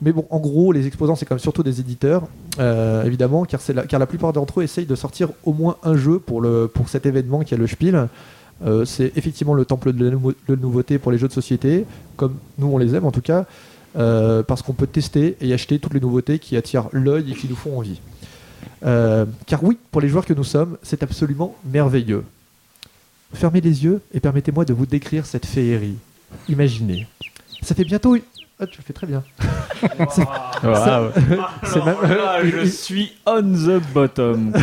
Speaker 4: Mais bon, en gros, les exposants, c'est quand même surtout des éditeurs, euh, évidemment, car, c'est la, car la plupart d'entre eux essayent de sortir au moins un jeu pour, le, pour cet événement qui est le Spiel. Euh, c'est effectivement le temple de la nou- de nouveauté pour les jeux de société, comme nous on les aime en tout cas, euh, parce qu'on peut tester et acheter toutes les nouveautés qui attirent l'œil et qui nous font envie. Euh, car oui, pour les joueurs que nous sommes, c'est absolument merveilleux. Fermez les yeux et permettez-moi de vous décrire cette féerie. Imaginez. Ça fait bientôt... Ah, tu le fais très bien. C'est même- il,
Speaker 5: Oh suis on the bottom.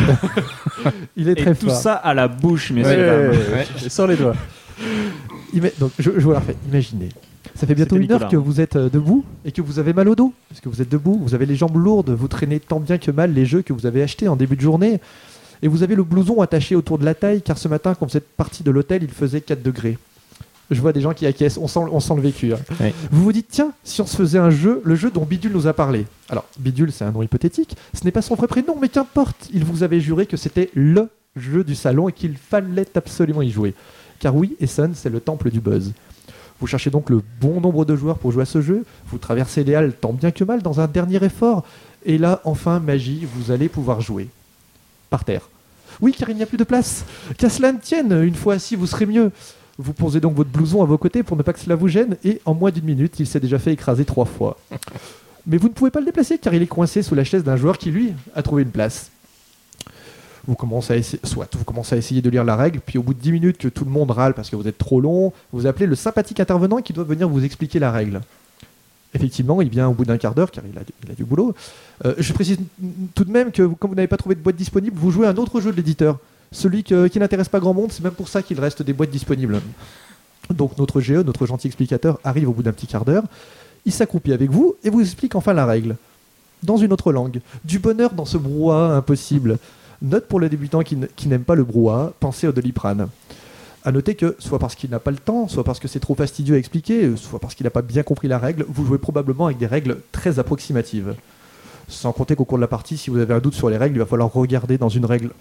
Speaker 4: il est très
Speaker 5: Et tout
Speaker 4: fort.
Speaker 5: ça à la bouche, mais
Speaker 6: Sans les doigts.
Speaker 4: Ima- donc, je, je vous la refais. Imaginez. Ça fait bientôt
Speaker 5: C'était
Speaker 4: une heure
Speaker 5: Nicolas. hein.
Speaker 4: que vous êtes euh, debout et que vous avez mal au dos. Parce que vous êtes debout, vous avez les jambes lourdes, vous traînez tant bien que mal les jeux que vous avez achetés en début de journée. Et vous avez le blouson attaché autour de la taille car ce matin, quand vous êtes parti de l'hôtel, il faisait 4 degrés. Je vois des gens qui acquiescent, on sent, on sent le vécu. hein.
Speaker 1: Oui.
Speaker 4: Vous vous dites, tiens, si on se faisait un jeu, le jeu dont Bidule nous a parlé. Alors, Bidule, c'est un nom hypothétique, ce n'est pas son vrai prénom, mais qu'importe, il vous avait juré que c'était LE jeu du salon et qu'il fallait absolument y jouer. Car oui, Essen, c'est le temple du buzz. Vous cherchez donc le bon nombre de joueurs pour jouer à ce jeu, vous traversez les halles tant bien que mal dans un dernier effort, et là, enfin, magie, vous allez pouvoir jouer. Par terre. Oui, car il n'y a plus de place. Qu'à cela ne tienne, une fois assis, vous serez mieux. Vous posez donc votre blouson à vos côtés pour ne pas que cela vous gêne, et en moins d'une minute, il s'est déjà fait écraser trois fois. Mais vous ne pouvez pas le déplacer car il est coincé sous la chaise d'un joueur qui, lui, a trouvé une place vous commencez à essayer, soit vous commencez à essayer de lire la règle, puis au bout de 10 minutes que tout le monde râle parce que vous êtes trop long, vous appelez le sympathique intervenant qui doit venir vous expliquer la règle. Effectivement, il vient au bout d'un quart d'heure car il a, du- il a du boulot. Euh, je précise tout de même que vous- comme vous n'avez pas trouvé de boîte disponible, vous jouez à un autre jeu de l'éditeur. Celui que- qui n'intéresse pas grand monde, c'est même pour ça qu'il reste des boîtes disponibles. Donc notre GE, notre gentil explicateur, arrive au bout d'un petit quart d'heure, il s'accroupit avec vous et vous explique enfin la règle. Dans une autre langue. Du bonheur dans ce brouhaha impossible. Note pour le débutant qui n- qui n'aime pas le brouhaha, pensez au doliprane. À noter que, soit parce qu'il n'a pas le temps, soit parce que c'est trop fastidieux à expliquer, euh, soit parce qu'il n'a pas bien compris la règle, vous jouez probablement avec des règles très approximatives. Sans compter qu'au cours de la partie, si vous avez un doute sur les règles, il va falloir regarder dans une règle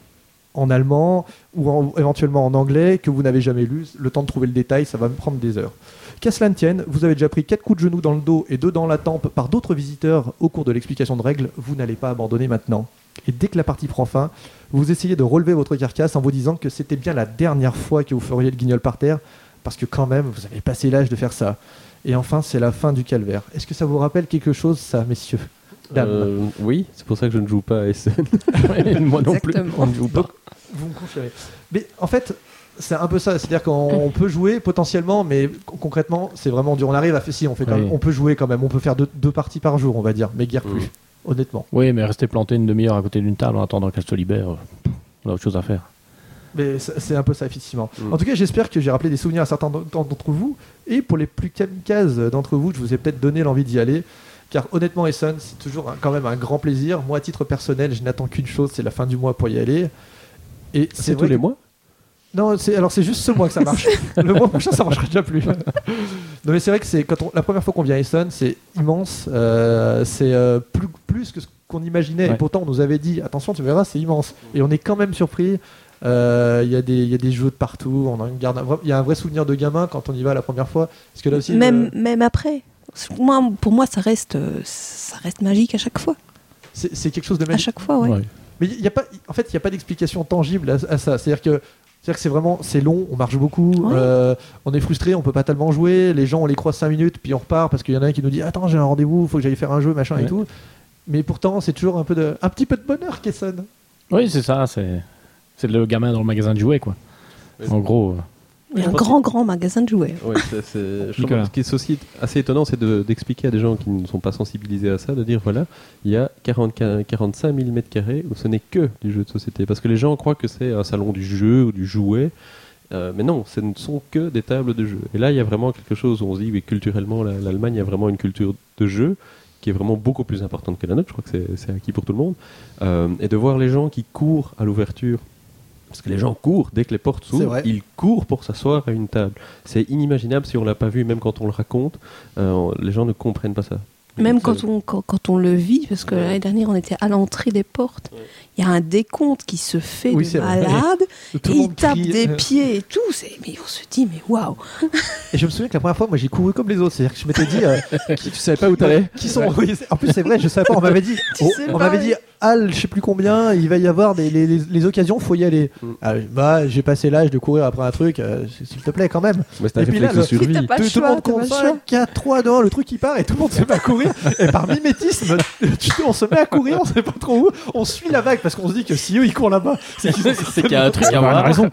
Speaker 4: en allemand ou en- éventuellement en anglais que vous n'avez jamais lu. Le temps de trouver le détail, ça va me prendre des heures. Qu'à cela ne tienne, vous avez déjà pris quatre coups de genoux dans le dos et deux dans la tempe par d'autres visiteurs au cours de l'explication de règles, vous n'allez pas abandonner maintenant. Et dès que la partie prend fin, vous essayez de relever votre carcasse en vous disant que c'était bien la dernière fois que vous feriez le guignol par terre, parce que quand même, vous avez passé l'âge de faire ça. Et enfin, c'est la fin du calvaire. Est-ce que ça vous rappelle quelque chose, ça, messieurs Dames
Speaker 6: Euh, oui, c'est pour ça que je ne joue pas à SN.
Speaker 1: Moi non plus.
Speaker 8: Exactement.
Speaker 1: On ne joue pas.
Speaker 4: Vous me confirmez. Mais en fait, c'est un peu ça. C'est-à-dire qu'on on peut jouer potentiellement, mais con- concrètement, c'est vraiment dur. On arrive à faire si, on, fait quand
Speaker 1: Oui.
Speaker 4: même- on peut jouer quand même. On peut faire deux, deux parties par jour, on va dire, mais guère plus, honnêtement.
Speaker 1: Oui, mais rester planté une demi-heure à côté d'une table en attendant qu'elle se libère, euh, on a autre chose à faire.
Speaker 4: Mais c'est c'est un peu ça, effectivement.
Speaker 6: Mm.
Speaker 4: En tout cas, j'espère que j'ai rappelé des souvenirs à certains d'en- d'entre vous. Et pour les plus kamikazes d'entre vous, je vous ai peut-être donné l'envie d'y aller. Car honnêtement, Essen, c'est toujours un- quand même un grand plaisir. Moi, à titre personnel, je n'attends qu'une chose, c'est la fin du mois pour y aller. Et
Speaker 6: C'est tous
Speaker 4: vrai
Speaker 6: les
Speaker 4: que-
Speaker 6: mois
Speaker 4: Non, c'est alors c'est juste ce mois que ça marche. le mois prochain, ça marchera déjà plus. non, mais c'est vrai que c'est quand on- la première fois qu'on vient à Essen, c'est immense. euh, c'est euh, plus, plus que ce qu'on imaginait. Et
Speaker 1: Ouais.
Speaker 4: pourtant, on nous avait dit attention, tu verras, c'est immense. Et on est quand même surpris. Euh, Il y, a des- il y a des jeux de partout. On en garde. un vrai- Il y a un vrai souvenir de gamin quand on y va la première fois. Parce que là aussi, euh,
Speaker 8: même,
Speaker 4: le-
Speaker 8: même après. Moi, pour moi, ça reste, euh, ça reste magique à chaque fois.
Speaker 4: c'est c'est quelque chose de
Speaker 8: À
Speaker 4: magique.
Speaker 8: chaque fois, ouais.
Speaker 4: Mais il y a pas, en fait, il n'y a pas d'explication tangible à, à ça. C'est-à-dire que c'est-à-dire que c'est vraiment c'est long, on marche beaucoup,
Speaker 8: Ouais.
Speaker 4: euh, on est frustré, on peut pas tellement jouer. Les gens, on les croise 5 minutes, puis on repart parce qu'il y en a un qui nous dit Attends, j'ai un rendez-vous, faut que j'aille faire un jeu, machin et
Speaker 1: Ouais.
Speaker 4: tout. Mais pourtant, c'est toujours un, peu de, un petit peu de bonheur qui sonne.
Speaker 1: Oui, c'est ça, c'est c'est le gamin dans le magasin de jouets, quoi. En gros, euh,
Speaker 8: Mais un grand, grand magasin de jouets.
Speaker 6: Ouais, c'est- c'est- je trouve
Speaker 5: Nicolas.
Speaker 6: que ce qui est aussi assez étonnant, c'est de- d'expliquer à des gens qui ne sont pas sensibilisés à ça, de dire voilà, il y a 40, 45 000 mètres carrés où ce n'est que du jeu de société. Parce que les gens croient que c'est un salon du jeu ou du jouet. euh, mais non, ce ne sont que des tables de jeu. Et là, il y a vraiment quelque chose où on se dit, oui, culturellement, la- l'Allemagne, il y a vraiment une culture de jeu qui est vraiment beaucoup plus importante que la nôtre. Je crois que c'est- c'est acquis pour tout le monde. Euh, et de voir les gens qui courent à l'ouverture. Parce que les gens courent dès que les portes
Speaker 4: C'est vrai.
Speaker 6: s'ouvrent, ils courent pour s'asseoir à une table. C'est inimaginable si on l'a pas vu, même quand on le raconte, euh, on- les gens ne comprennent pas ça.
Speaker 8: Même
Speaker 6: Donc,
Speaker 8: quand
Speaker 6: c'est-
Speaker 8: on, quand, quand on le vit, parce que l'année dernière, on était à l'entrée des portes, il y a un décompte qui se fait
Speaker 4: Oui,
Speaker 8: de
Speaker 4: c'est vrai.
Speaker 8: malade,
Speaker 4: Tout
Speaker 8: et
Speaker 4: le
Speaker 8: il
Speaker 4: monde
Speaker 8: tape
Speaker 4: crie. euh.
Speaker 8: des pieds et tout. c'est- Mais on se dit, mais waouh
Speaker 4: Et je me souviens que la première fois, moi, j'ai couru comme les autres. C'est-à-dire que je m'étais dit, euh, qui, tu savais pas où t'allais Qui sont oui, c'est- En plus, c'est vrai, je savais pas. On m'avait dit,
Speaker 8: Tu sais
Speaker 4: on
Speaker 8: pas,
Speaker 4: m'avait dit,
Speaker 8: ouais.
Speaker 4: Al, je sais plus combien, il va y avoir des les, les, les occasions, faut y aller. Ah, bah, j'ai passé l'âge de courir après un truc. euh, S'il te plaît, quand même.
Speaker 6: Mais c'est un
Speaker 4: Et puis là,
Speaker 6: réflexe de
Speaker 4: le-
Speaker 6: survie.
Speaker 8: T'as pas
Speaker 4: tout,
Speaker 8: le
Speaker 4: tout le
Speaker 8: choix,
Speaker 4: monde
Speaker 8: t'as pas
Speaker 4: compte
Speaker 8: le choix.
Speaker 4: 5, 4, 3, 2, le truc qui part et tout le monde se met à courir. Et par mimétisme, tu- on se met à courir, on sait pas trop où. On suit la vague parce qu'on se dit que si eux ils courent là-bas, c'est qu'ils ont-
Speaker 9: C'est qu'il y a un truc à voir.
Speaker 5: raison.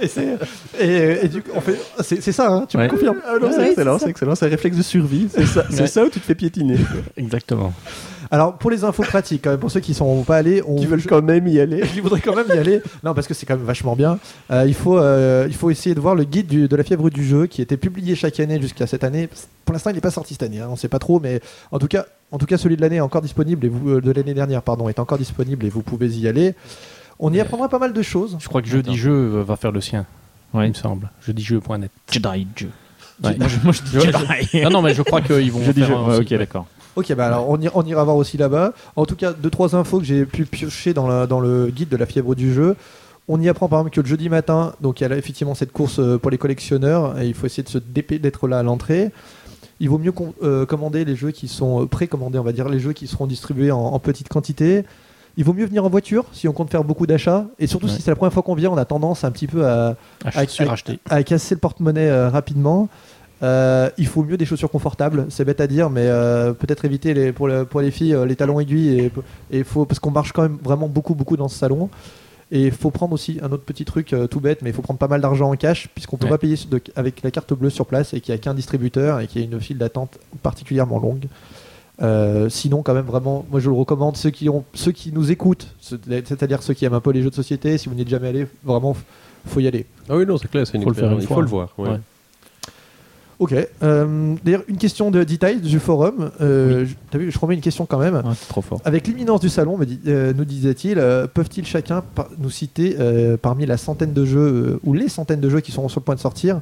Speaker 4: Et c'est et, et du coup, on fait- c'est c'est ça, hein, tu me
Speaker 9: Ouais.
Speaker 4: confirmes Ah non, c'est
Speaker 8: Ouais,
Speaker 4: excellent,
Speaker 8: c'est ça.
Speaker 4: c'est excellent, c'est un réflexe de survie. C'est ça, c'est
Speaker 9: Ouais.
Speaker 4: ça où tu te fais piétiner.
Speaker 9: Exactement.
Speaker 4: Alors pour les infos pratiques, quand même, pour ceux qui sont pas allés, on
Speaker 9: Qui veulent
Speaker 4: quand même y aller, qui voudraient quand même y aller, non parce que c'est quand même vachement bien. Euh, il faut euh, il faut essayer de voir le guide du- de la fièvre du jeu qui était publié chaque année jusqu'à cette année. Pour l'instant, il n'est pas sorti cette année, hein, on sait pas trop, mais en tout cas en tout cas celui de l'année est encore disponible et vous euh, de l'année dernière pardon est encore disponible et vous pouvez y aller. On y apprendra pas mal de choses.
Speaker 1: Je crois que Jeudi Jeu euh, va faire le sien,
Speaker 5: Ouais.
Speaker 1: il me semble. Jeudijeu.net.
Speaker 5: Jedi Jeu.
Speaker 1: Ouais.
Speaker 5: Moi, je- moi, je dis Jedi.
Speaker 1: Non, non, mais je crois qu'ils vont.
Speaker 5: Jedi
Speaker 1: faire
Speaker 5: Jeu.
Speaker 1: un
Speaker 5: Ouais,
Speaker 1: aussi.
Speaker 5: ok, d'accord.
Speaker 4: Ok, bah alors on, ira- on ira voir aussi là-bas. En tout cas, deux trois infos que j'ai pu piocher dans, la- dans le guide de la fièvre du jeu. On y apprend par exemple que le jeudi matin, donc il y a là, effectivement cette course euh, pour les collectionneurs et il faut essayer de se dépêcher d'être là à l'entrée. Il vaut mieux com- euh, commander les jeux qui sont euh, précommandés, on va dire les jeux qui seront distribués en, en petite quantité. Il vaut mieux venir en voiture si on compte faire beaucoup d'achats et surtout si c'est la première fois qu'on vient, on a tendance un petit peu à,
Speaker 1: Ach- suracheter.
Speaker 4: à casser le porte-monnaie euh, rapidement. Euh, il faut mieux des chaussures confortables, c'est bête à dire, mais euh, peut-être éviter les, pour, le- pour les filles euh, les talons aiguilles, et, et faut, parce qu'on marche quand même vraiment beaucoup, beaucoup dans ce salon. Et il faut prendre aussi un autre petit truc euh, tout bête, mais il faut prendre pas mal d'argent en cash, puisqu'on peut
Speaker 1: Ouais.
Speaker 4: pas payer sur- de- avec la carte bleue sur place et qu'il n'y a qu'un distributeur et qu'il y a une file d'attente particulièrement longue. Euh, sinon, quand même, vraiment, moi je le recommande. Ceux qui, ont, ceux qui nous écoutent, ceux- c'est-à-dire ceux qui aiment un peu les jeux de société, si vous n'y êtes jamais allé, vraiment, f- faut y aller.
Speaker 6: Ah oui, non, c'est clair, c'est une
Speaker 1: Faut le faire
Speaker 6: expérience.
Speaker 1: une
Speaker 6: Il
Speaker 1: fois. hein.
Speaker 6: faut le voir. ouais.
Speaker 1: Ouais.
Speaker 4: Ok. euh, D'ailleurs, une question de Detail du forum. Euh, je- T'as vu, je remets une question quand même.
Speaker 5: c'est Ah, trop fort.
Speaker 4: Avec l'imminence du salon, me dit- euh, nous disait-il, euh, peuvent-ils chacun par- nous citer euh, parmi la centaine de jeux euh, ou les centaines de jeux qui seront sur le point de sortir,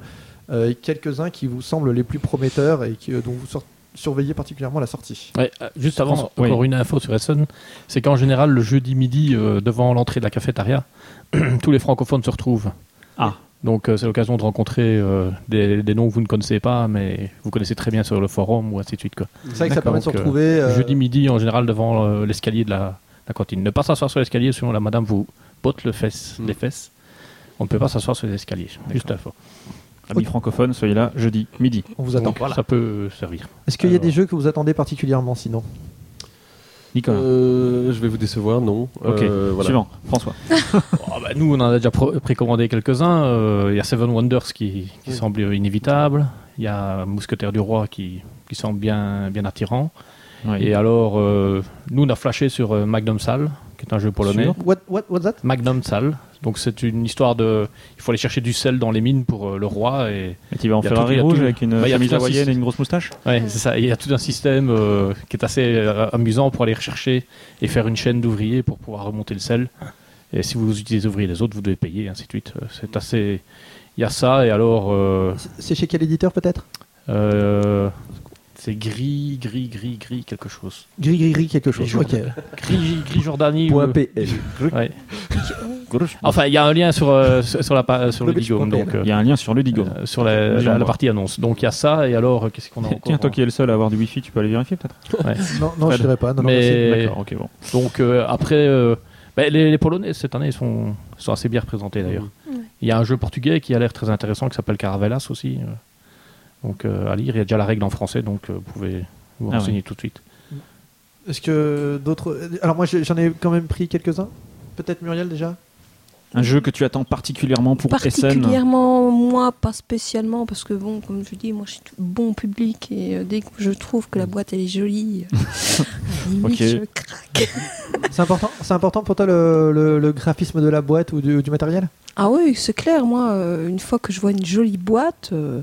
Speaker 4: euh, quelques-uns qui vous semblent les plus prometteurs et qui, euh, dont vous sor- surveillez particulièrement la sortie
Speaker 1: Ouais, euh, juste avant,
Speaker 5: François,
Speaker 1: encore une info sur Essen, c'est qu'en général, le jeudi midi, euh, devant l'entrée de la cafétéria, tous les francophones se retrouvent.
Speaker 5: Ah.
Speaker 1: Donc euh, c'est l'occasion de rencontrer euh, des, des noms que vous ne connaissez pas, mais vous connaissez très bien sur le forum ou ainsi de suite. Quoi.
Speaker 4: C'est vrai que ça
Speaker 1: D'accord,
Speaker 4: permet de se
Speaker 1: donc, euh,
Speaker 4: retrouver. euh,
Speaker 1: Jeudi midi, en général, devant euh, l'escalier de la, la cantine. Ne pas s'asseoir sur l'escalier, sinon la madame vous botte le fesse, les fesses. On ne peut pas s'asseoir sur les escaliers. Juste à fond.
Speaker 5: Amis francophones, soyez là jeudi midi.
Speaker 4: on vous attend.
Speaker 1: Donc, Ça peut euh, servir.
Speaker 4: Est-ce qu'il y a des
Speaker 1: Alors.
Speaker 4: jeux que vous attendez particulièrement sinon
Speaker 5: Nicolas.
Speaker 6: Euh, je vais vous décevoir, non.
Speaker 5: ok.
Speaker 6: Euh, voilà.
Speaker 5: Suivant. François.
Speaker 1: Oh, bah, nous, on en a déjà pro- précommandé quelques-uns. Euh, Il y a Seven Wonders qui, qui semble inévitable. Il y a Mousquetaire du Roi qui, qui semble bien, bien attirant. Et alors, euh, nous, on a flashé sur euh, Magnum Sal, qui est un jeu polonais.
Speaker 4: What, what, what's that
Speaker 1: Magnum Sal. Donc, c'est une histoire de. Il faut aller chercher du sel dans les mines pour euh, le roi. Et,
Speaker 5: Et tu vas en
Speaker 1: y a
Speaker 5: Ferrari
Speaker 1: tout- y a
Speaker 5: rouge
Speaker 1: tout-
Speaker 5: avec une
Speaker 1: Bah, y a
Speaker 5: chemise
Speaker 1: tout un
Speaker 5: hawaïenne
Speaker 1: système.
Speaker 5: et une grosse moustache
Speaker 1: Ouais, c'est ça. Il y a tout un système euh, qui est assez euh, amusant pour aller rechercher et faire une chaîne d'ouvriers pour pouvoir remonter le sel. Et si vous utilisez les ouvriers des autres, vous devez payer, ainsi de suite. Euh, C'est assez. Il y a ça, et alors. euh,
Speaker 4: C'est- C'est chez quel éditeur peut-être
Speaker 1: euh, c'est gris, gris, gris, gris, quelque chose.
Speaker 4: Gris, gris, gris, quelque chose.
Speaker 1: Jordan.
Speaker 4: Ok.
Speaker 1: Gris, gris Jordanie.
Speaker 6: Point
Speaker 1: ou-
Speaker 6: PL.
Speaker 1: ouais. Enfin, il y a un lien sur, euh, sur, sur la, pa- sur le
Speaker 4: Le
Speaker 1: Digome,
Speaker 4: pitch.pl.
Speaker 1: donc.
Speaker 5: Ah, Il y
Speaker 1: euh,
Speaker 5: a un lien sur le Digo.
Speaker 1: euh, sur la, la- la partie annonce. Donc il y a ça, et alors, euh, qu'est-ce qu'on a encore
Speaker 5: Tiens, toi
Speaker 1: hein
Speaker 5: qui es le seul à avoir du wifi, tu peux aller vérifier peut-être
Speaker 1: Ouais.
Speaker 4: Non, non, je dirais pas. Non, non,
Speaker 1: Mais-
Speaker 4: c'est-
Speaker 1: Et-
Speaker 5: D'accord, ok, bon.
Speaker 1: Donc euh, après, euh, ben, les, les Polonais cette année ils sont, sont assez bien représentés d'ailleurs. Il y a un jeu portugais qui a l'air très intéressant qui s'appelle Caravelas aussi. euh. Donc euh, à lire, il y a déjà la règle en français, donc euh, vous pouvez vous
Speaker 5: Ah
Speaker 1: renseigner tout de suite.
Speaker 4: Est-ce que d'autres. Alors, moi, j'ai- j'en ai quand même pris quelques-uns. Peut-être Muriel déjà
Speaker 5: Un jeu que tu attends particulièrement pour
Speaker 4: hein.
Speaker 5: Essen.
Speaker 8: Particulièrement, moi, pas spécialement, parce que bon, comme je dis, moi je suis du bon public et euh, dès que je trouve
Speaker 4: Mm.
Speaker 8: que la boîte elle est jolie, euh, limite,
Speaker 5: Ok.
Speaker 8: je craque.
Speaker 4: C'est important, c'est important pour toi le, le- le graphisme de la boîte ou du, du matériel
Speaker 8: Ah oui, c'est clair, moi, euh, une fois que je vois une jolie boîte, euh,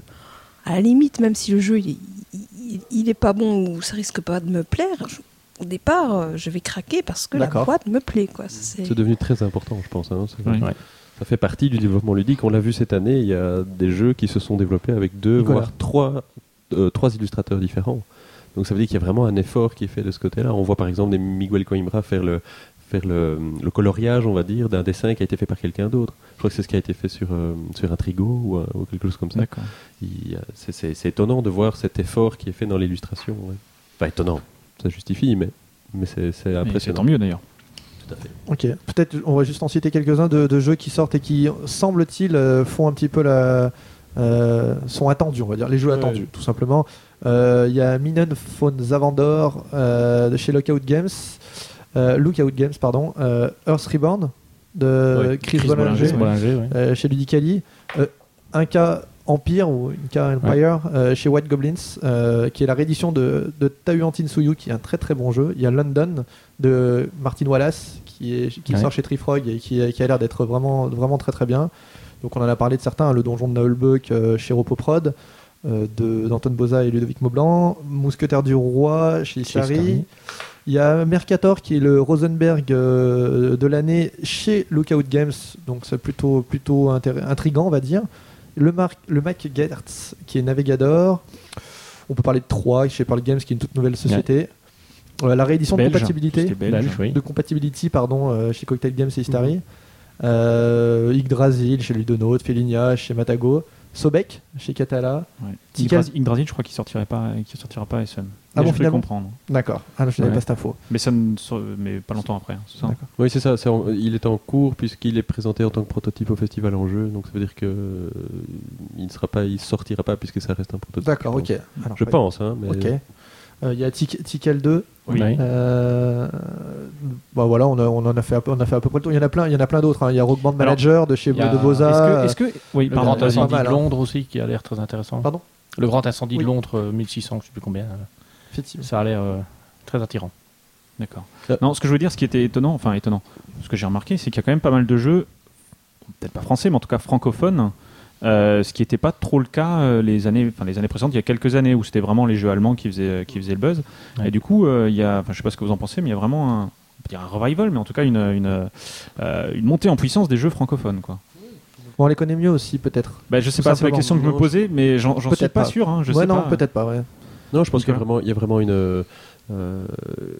Speaker 8: à la limite, même si le jeu il, il- il est pas bon ou ça risque pas de me plaire, je- au départ, euh, je vais craquer parce que la
Speaker 4: D'accord.
Speaker 8: boîte me plaît. Quoi. Ça, c'est-
Speaker 6: C'est devenu très important, je pense. hein, c'est-
Speaker 5: Oui.
Speaker 1: Ouais.
Speaker 6: Ça fait partie du développement ludique. On l'a vu cette année, il y a des jeux qui se sont développés avec deux,
Speaker 4: Nicolas.
Speaker 6: voire trois, euh, trois illustrateurs différents. Donc ça veut dire qu'il y a vraiment un effort qui est fait de ce côté-là. On voit par exemple des Miguel Coimbra faire le faire le, le coloriage, on va dire, d'un dessin qui a été fait par quelqu'un d'autre. Je crois que c'est ce qui a été fait sur, euh, sur Intrigo ou, euh, ou quelque chose comme ça.
Speaker 5: D'accord.
Speaker 6: Il y a- c'est- C'est c'est étonnant de voir cet effort qui est fait dans l'illustration. ouais. Enfin, étonnant, ça justifie, mais, mais c'est- c'est
Speaker 5: Et c'est
Speaker 6: impressionnant.
Speaker 5: Tant mieux d'ailleurs.
Speaker 6: Tout à fait.
Speaker 4: Ok. Peut-être on va juste en citer quelques-uns de, de jeux qui sortent et qui, semble-t-il, euh, font un petit peu la. euh, sont attendus, on va dire, les jeux
Speaker 6: Ouais.
Speaker 4: attendus, tout simplement. Euh, Il y a Minen von Zavandor euh, de chez Lookout Games, euh, Lookout Games, pardon, euh, Earth Reborn de
Speaker 6: Ouais,
Speaker 4: Chris,
Speaker 5: Chris
Speaker 4: Bollinger,
Speaker 5: Bollinger, ouais.
Speaker 1: Bollinger, ouais.
Speaker 4: euh, chez Ludicali, euh, un cas Empire ou une cas Empire euh, chez White Goblins, euh, qui est la réédition de, de Tahuantin Suyu, qui est un très très bon jeu. Il y a London de Martin Wallace, qui, est, qui
Speaker 5: Ouais.
Speaker 4: sort chez Trifrog et qui, qui a l'air d'être vraiment, vraiment très très bien. Donc on en a parlé de certains, hein, le donjon de Naulbeuk euh, chez Ropoprod, euh, de- d'Anton Boza et Ludovic Maublanc, Mousquetaire du Roi chez Ishari.
Speaker 5: Ishari.
Speaker 4: Il y a Mercator qui est le Rosenberg euh, de l'année chez Lookout Games, donc c'est plutôt, plutôt intér- intriguant on va dire. Le, Mar- le Mac Gertz qui est Navigador. On peut parler de 3 chez Pearl Games qui est une toute nouvelle société. Euh, la réédition de
Speaker 5: Belge.
Speaker 4: compatibilité
Speaker 5: C'était belge. Mhm.
Speaker 1: Belge, oui.
Speaker 4: de compatibility pardon euh, chez Cocktail Games et Istari. Euh, Yggdrasil chez Ludonaut, Felinia chez Matago, Sobek chez Catala.
Speaker 5: Ouais.
Speaker 4: Tical-
Speaker 5: Yggdrasil- Yggdrasil, je crois qu'il sortirait pas, qu'il sortira pas à Essen.
Speaker 4: Ah
Speaker 5: Mais
Speaker 4: bon,
Speaker 5: je peux
Speaker 4: finalement
Speaker 5: comprendre.
Speaker 4: D'accord, ah, je n'avais
Speaker 5: Ouais.
Speaker 4: pas cette info.
Speaker 5: Mais ça ne sort- mais pas longtemps après. hein, c'est ça
Speaker 4: D'accord.
Speaker 6: Oui, c'est ça. c'est en- il est en cours puisqu'il est présenté en tant que prototype au festival en jeu. Donc ça veut dire que euh, il ne sera pas, il sortira pas puisque ça reste un prototype.
Speaker 4: D'accord,
Speaker 6: je
Speaker 4: ok. Ah
Speaker 6: pense.
Speaker 4: Alors,
Speaker 6: Je
Speaker 4: ouais.
Speaker 6: pense, hein, mais
Speaker 4: Ok. Euh, Il y a Tic- Tical 2.
Speaker 5: Oui.
Speaker 1: Ouais.
Speaker 4: Euh, bah voilà, on, a, on en a fait, à peu- on a fait à peu près le tour. Il y en a plein, il y en a plein d'autres. hein. Il y a Rock Band Manager de chez
Speaker 1: il y a-
Speaker 4: de Boza.
Speaker 5: Est-ce que, est-ce que- oui,
Speaker 1: Le
Speaker 5: pardon,
Speaker 1: Grand
Speaker 4: pas
Speaker 1: Incendie
Speaker 4: mal,
Speaker 1: de
Speaker 4: hein.
Speaker 1: Londres aussi, qui a l'air très intéressant.
Speaker 4: Pardon
Speaker 1: Le Grand Incendie
Speaker 4: Oui.
Speaker 1: de Londres, euh, 1600, je sais plus combien. euh,
Speaker 4: Effectivement.
Speaker 1: Ça a l'air euh, très attirant.
Speaker 5: D'accord.
Speaker 6: Euh,
Speaker 5: Non, ce que je veux dire, ce qui était étonnant, enfin étonnant, ce que j'ai remarqué, c'est qu'il y a quand même pas mal de jeux, peut-être pas français, mais en tout cas francophones, euh, ce qui n'était pas trop le cas euh, les années, enfin les années précédentes, il y a quelques années où c'était vraiment les jeux allemands qui faisaient, euh, qui faisaient le buzz.
Speaker 1: Ouais.
Speaker 5: Et du coup, euh, il y a, enfin je sais pas ce que vous en pensez, mais il y a vraiment un, on peut dire un revival, mais en tout cas une, une, euh, une montée en puissance des jeux francophones, quoi.
Speaker 4: Bon, on les connaît mieux aussi, peut-être.
Speaker 5: Bah, je sais
Speaker 4: Tout
Speaker 5: pas, c'est la
Speaker 4: simplement.
Speaker 5: question que je me posais, mais j'en j'en suis
Speaker 4: Peut-être
Speaker 5: pas,
Speaker 4: pas.
Speaker 5: sûr. Hein, je
Speaker 4: ouais,
Speaker 5: sais
Speaker 4: non,
Speaker 5: pas.
Speaker 4: peut-être pas. Ouais.
Speaker 6: non, je pense qu'il y a
Speaker 5: Nicolas.
Speaker 6: vraiment, il y a vraiment une euh,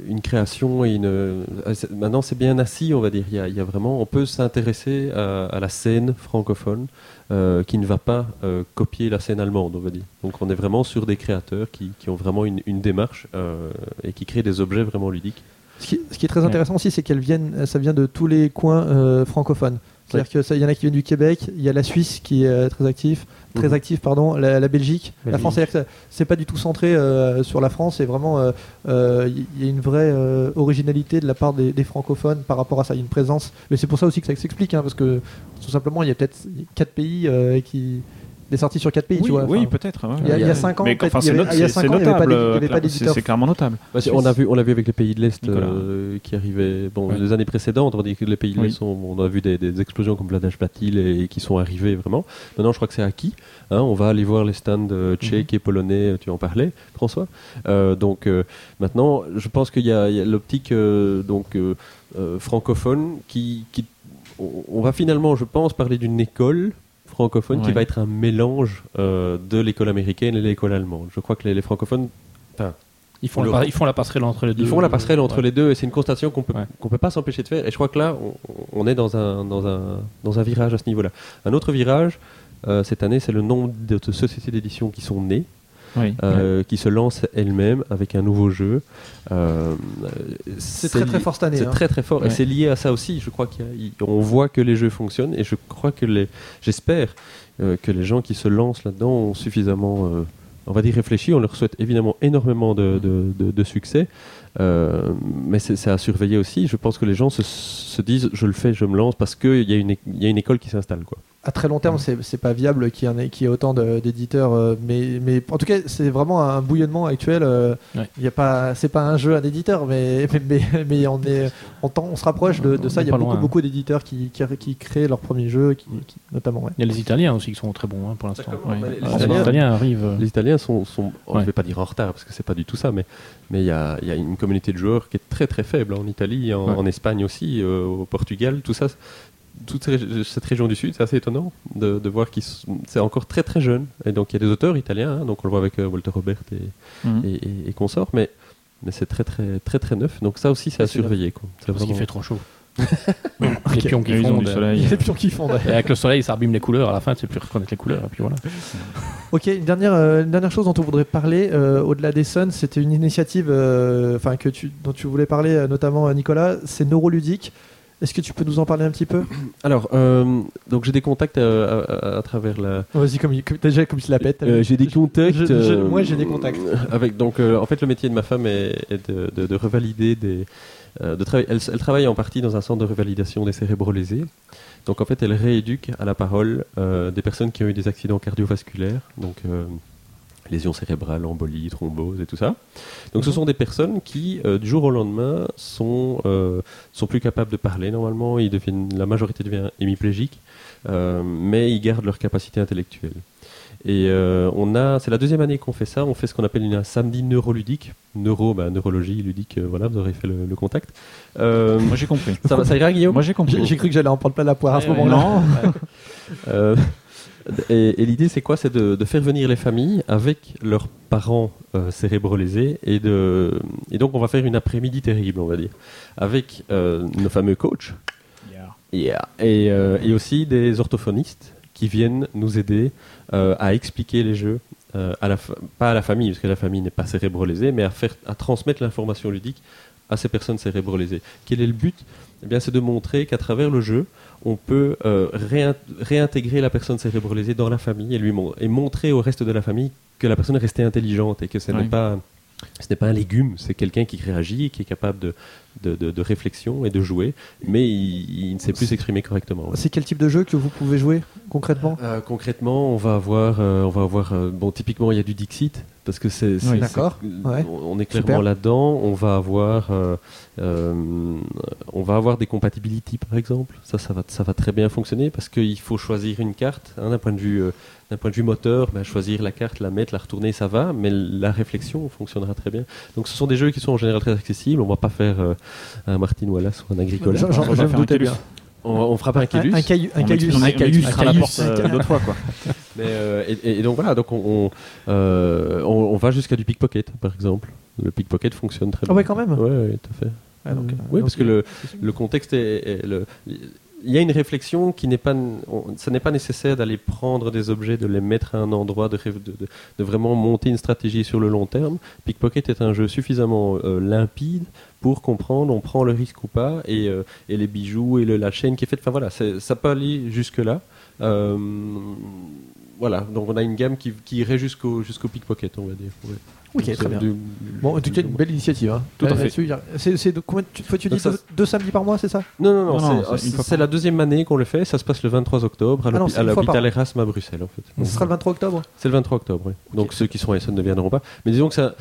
Speaker 6: une création et une. euh, c'est- Maintenant, c'est bien assis, on va dire. Il y a, il y a vraiment, on peut s'intéresser à, à la scène francophone euh, qui ne va pas euh, copier la scène allemande, on va dire. Donc, on est vraiment sur des créateurs qui, qui ont vraiment une, une démarche euh, et qui créent des objets vraiment ludiques.
Speaker 4: Ce qui, ce qui est très intéressant aussi, c'est qu'elle viennent, ça vient de tous les coins euh, francophones. C'est-à-dire que ça, il y en a qui viennent du Québec, il y a la Suisse qui est euh, très active, très
Speaker 6: Mhm.
Speaker 4: active, pardon, la, la Belgique, la
Speaker 1: Belgique.
Speaker 4: France. C'est-à-dire que c'est pas du tout centré euh, sur la France, c'est vraiment euh, euh, il y a une vraie euh, originalité de la part des, des francophones par rapport à ça. Il y a une présence, mais c'est pour ça aussi que ça s'explique, hein, parce que tout simplement, il y a peut-être quatre pays euh, qui des sorties sur quatre pays,
Speaker 5: Oui,
Speaker 4: tu vois.
Speaker 5: oui
Speaker 4: Enfin,
Speaker 5: peut-être. ouais.
Speaker 4: il y a- il y a cinq ans,
Speaker 5: Mais
Speaker 4: peut-être,
Speaker 5: enfin,
Speaker 4: il y
Speaker 5: c'est
Speaker 4: avait-
Speaker 5: not-
Speaker 4: il y a
Speaker 5: c'est-
Speaker 4: cinq
Speaker 5: c'est
Speaker 4: ans, il y avait pas
Speaker 5: notable.
Speaker 4: d'é- il y avait
Speaker 5: euh,
Speaker 4: pas
Speaker 5: c'est-
Speaker 4: d'éditeur.
Speaker 5: C'est clairement notable.
Speaker 6: Bah, c'est- on l'a vu, on l'a vu avec les pays de l'Est
Speaker 5: Nicolas.
Speaker 6: euh, qui arrivaient. Bon,
Speaker 1: Ouais.
Speaker 6: les années précédentes, on dit que les pays de
Speaker 5: Oui.
Speaker 6: l'Est, sont- on a vu des, des explosions comme Vladage Platil et, et qui sont arrivées vraiment. Maintenant, je crois que c'est acquis. hein. on va aller voir les stands
Speaker 5: Mhm.
Speaker 6: euh, tchèques et polonais. Tu en parlais, François. Euh, donc euh, maintenant, je pense qu'il y a, il y a l'optique euh, donc euh, euh, francophone qui, qui- on, on va finalement, je pense, parler d'une école francophone qui
Speaker 5: Ouais.
Speaker 6: va être un mélange euh, de l'école américaine et l'école allemande. Je crois que les- les francophones
Speaker 1: Ils font,
Speaker 6: Le-
Speaker 1: la, pa- ils font la passerelle entre les deux. euh,
Speaker 6: ils font la passerelle entre
Speaker 1: Ouais.
Speaker 6: les deux et c'est une constatation qu'on peut,
Speaker 1: Ouais.
Speaker 6: qu'on peut pas s'empêcher de faire. Et je crois que là, on, on est dans un, dans, un, dans un virage à ce niveau-là. Un autre virage, euh, cette année, c'est le nombre de de sociétés d'édition qui sont nées,
Speaker 5: Oui.
Speaker 6: euh, qui se lancent elles-mêmes avec un nouveau jeu. Euh,
Speaker 4: C'est très très
Speaker 6: li-
Speaker 4: fort cette année.
Speaker 6: C'est
Speaker 4: hein.
Speaker 6: très très fort
Speaker 5: Ouais.
Speaker 6: et c'est lié à ça aussi. Je crois qu'on voit que les jeux fonctionnent et je crois que les, j'espère euh, que les gens qui se lancent là-dedans ont suffisamment euh, on va dire, réfléchie. On leur souhaite évidemment énormément de, de- de- de succès, Euh, mais c'est c'est à surveiller aussi. Je pense que les gens se, se disent, je le fais, je me lance, parce qu'il y, a une é- il y a une école qui s'installe. quoi.
Speaker 4: à très long terme, c'est c'est pas viable qu'il y, en ait- qu'il y ait autant de- d'éditeurs. euh, mais, mais en tout cas, c'est vraiment un bouillonnement actuel. euh,
Speaker 1: Ouais.
Speaker 4: il y a pas, c'est pas un jeu, un éditeur, mais, mais, mais, mais on, est, on, tend- on se rapproche de, de
Speaker 1: On
Speaker 4: ça.
Speaker 1: est
Speaker 4: Il y a
Speaker 1: pas
Speaker 4: beaucoup,
Speaker 1: loin.
Speaker 4: beaucoup d'éditeurs qui, qui, qui créent leur premier jeu, qui, qui- notamment. ouais.
Speaker 1: Il y a les Italiens aussi qui sont très bons hein, pour l'instant.
Speaker 6: Exactement.
Speaker 1: Ouais.
Speaker 6: Bah, les- les
Speaker 1: Ah, Les,
Speaker 6: Italiens-
Speaker 1: Italiens arrivent. euh,
Speaker 6: Les Italiens sont, sont- oh,
Speaker 1: Ouais.
Speaker 6: je vais pas dire en retard parce que c'est pas du tout ça, mais mais il y a, il y a une communauté de joueurs qui est très très faible en Italie, en,
Speaker 1: Ouais.
Speaker 6: en Espagne aussi, euh, au Portugal, tout ça, toute ces rég- cette région du Sud, c'est assez étonnant de, de voir qu'ils sont- c'est encore très très jeune. Et donc il y a des auteurs italiens, hein, donc on le voit avec euh, Walter Robert et,
Speaker 5: Mhm.
Speaker 6: et, et- et consorts, mais mais c'est très très très très neuf. Donc ça aussi c'est à
Speaker 4: C'est neuf.
Speaker 6: surveiller. Quoi. C'est
Speaker 1: Parce qu'il
Speaker 6: vraiment-
Speaker 1: fait trop chaud. les pions qui
Speaker 5: Ils ont
Speaker 1: fondent.
Speaker 5: du
Speaker 1: euh,
Speaker 5: soleil.
Speaker 4: Les pions qui fondent.
Speaker 1: Et avec le soleil, ça abîme les couleurs. À la fin, tu sais plus reconnaître les couleurs. Et puis voilà.
Speaker 4: Ok, une dernière, euh, une dernière chose dont on voudrait parler, euh, au-delà des Suns, c'était une initiative euh, enfin, que tu, dont tu voulais parler, euh, notamment euh, Nicolas, c'est neuroludique. Est-ce que tu peux nous en parler un petit peu
Speaker 6: Alors euh, donc j'ai des contacts euh, à, à- à travers la,
Speaker 4: Vas-y, comme, il- comme- déjà, comme il se la pète.
Speaker 6: Euh, j'ai des contacts.
Speaker 4: je- je-
Speaker 6: euh,
Speaker 4: moi, j'ai des contacts.
Speaker 6: Avec donc, euh, en fait, le métier de ma femme est, est de, de- de revalider des. euh, de travailler- elle, elle travaille en partie dans un centre de revalidation des cérébraux lésés. Donc, en fait, elle rééduque à la parole euh, des personnes qui ont eu des accidents cardiovasculaires, donc euh, lésions cérébrales, embolie, thrombose et tout ça. Donc, ce sont des personnes qui, euh, du jour au lendemain, sont euh, sont plus capables de parler normalement. Ils deviennent, la majorité devient hémiplégique, euh, mais ils gardent leur capacité intellectuelle. Et euh, on a, c'est la deuxième année qu'on fait ça. On fait ce qu'on appelle une, un samedi neuroludique, neuro, bah, neurologie, ludique. euh, voilà, vous aurez fait le, le contact. Euh,
Speaker 5: Moi j'ai compris.
Speaker 6: ça, va- ça ira, Guillaume
Speaker 5: Moi j'ai
Speaker 4: J'ai
Speaker 5: compris.
Speaker 4: j'ai cru que j'allais en prendre plein la poire à ce
Speaker 1: Ouais, ouais,
Speaker 4: moment-là.
Speaker 6: Euh, et et l'idée, c'est quoi C'est de, de faire venir les familles avec leurs parents euh, cérébrolésés. Et, de, et donc, on va faire une après-midi terrible, on va dire, avec euh, nos fameux coachs. Yeah. Et, euh, et aussi des orthophonistes qui viennent nous aider euh, à expliquer les jeux, euh, à la fa- pas à la famille, parce que la famille n'est pas cérébrolésée, mais à, faire, à transmettre l'information ludique à ces personnes cérébrolésées. Quel est le but eh bien, C'est de montrer qu'à travers le jeu, on peut euh, réin- réintégrer la personne cérébrolésée dans la famille et, lui mon- et montrer au reste de la famille que la personne est restée intelligente et que ce
Speaker 5: Ouais.
Speaker 6: n'est pas... Ce n'est pas un légume, c'est quelqu'un qui réagit, et qui est capable de, de, de- de réflexion et de jouer, mais il, il ne sait plus s'exprimer correctement. ouais.
Speaker 4: C'est quel type de jeu que vous pouvez jouer concrètement
Speaker 6: Euh, concrètement, on va avoir, euh, on va avoir, euh, bon, typiquement il y a du Dixit parce que c'est, c'est-
Speaker 4: Oui, d'accord,
Speaker 6: c'est-
Speaker 4: ouais.
Speaker 6: on, on est
Speaker 4: Super.
Speaker 6: clairement là-dedans. On va avoir, euh, euh, on va avoir des compatibilités par exemple. Ça, ça va, ça va très bien fonctionner parce qu'il faut choisir une carte hein, d'un point de vue, euh, d'un point de vue moteur, ben, choisir la carte, la mettre, la retourner, ça va, mais la réflexion fonctionnera très bien. Donc, ce sont des jeux qui sont en général très accessibles. On va pas faire euh, un Martin Wallace ou un Agricola.
Speaker 4: Jean- Jean-
Speaker 5: on va
Speaker 4: je
Speaker 5: faire
Speaker 4: me
Speaker 5: un
Speaker 4: doutais
Speaker 5: Caillus.
Speaker 4: bien. Euh,
Speaker 6: On, on fera pas un Kélus.
Speaker 4: Un caillou. Un
Speaker 5: On
Speaker 4: caillus.
Speaker 5: l'expliquera- on l'expliquera la
Speaker 4: caillus.
Speaker 5: porte, euh, l'autre fois quoi.
Speaker 6: Mais, euh, et, et- et donc voilà, donc on, on, euh, on, on va jusqu'à du pickpocket, par exemple. Le pickpocket fonctionne très
Speaker 4: Ah
Speaker 6: bien.
Speaker 4: ouais, quand même.
Speaker 6: Ouais, ouais, tout à fait.
Speaker 4: Ah, donc, euh,
Speaker 6: Mm. oui,
Speaker 4: donc,
Speaker 6: parce que le, le contexte est, est le. Il y a une réflexion qui n'est pas, on- ça n'est pas nécessaire d'aller prendre des objets, de les mettre à un endroit, de, ré- de, de- de vraiment monter une stratégie sur le long terme. Pickpocket est un jeu suffisamment euh, limpide pour comprendre, on prend le risque ou pas, et, euh, et les bijoux et le- la chaîne qui est faite. Enfin voilà, c'est- ça peut aller jusque là. voilà, donc on a une gamme qui, qui irait jusqu'au jusqu'au pickpocket, on va dire. ouais.
Speaker 4: Ok,
Speaker 6: Donc,
Speaker 4: très
Speaker 6: c'est
Speaker 4: bien.
Speaker 6: du-
Speaker 4: Bon, en tout cas, une belle initiative. hein.
Speaker 6: Tout à
Speaker 4: Là-
Speaker 6: fait.
Speaker 4: là-dessus, il y a- C'est c'est de combien tu, faut- tu
Speaker 6: Donc
Speaker 4: dis
Speaker 6: ça,
Speaker 4: deux, deux samedis par mois, c'est ça
Speaker 6: Non, non, non,
Speaker 5: Non, non,
Speaker 6: c'est- ah,
Speaker 5: c'est une
Speaker 6: c'est
Speaker 5: fois
Speaker 6: c'est la deuxième année qu'on le fait, ça se passe le 23 octobre à
Speaker 4: Ah non,
Speaker 6: l'hôpi-
Speaker 4: c'est
Speaker 6: à
Speaker 4: une fois par
Speaker 6: l'hôpital
Speaker 4: an. Mmh.
Speaker 6: Erasme à Bruxelles en fait.
Speaker 4: Ce sera le 23 octobre.
Speaker 6: C'est le 23 octobre, oui. Donc ceux qui sont à Essen ne viendront pas. Mais disons que ça,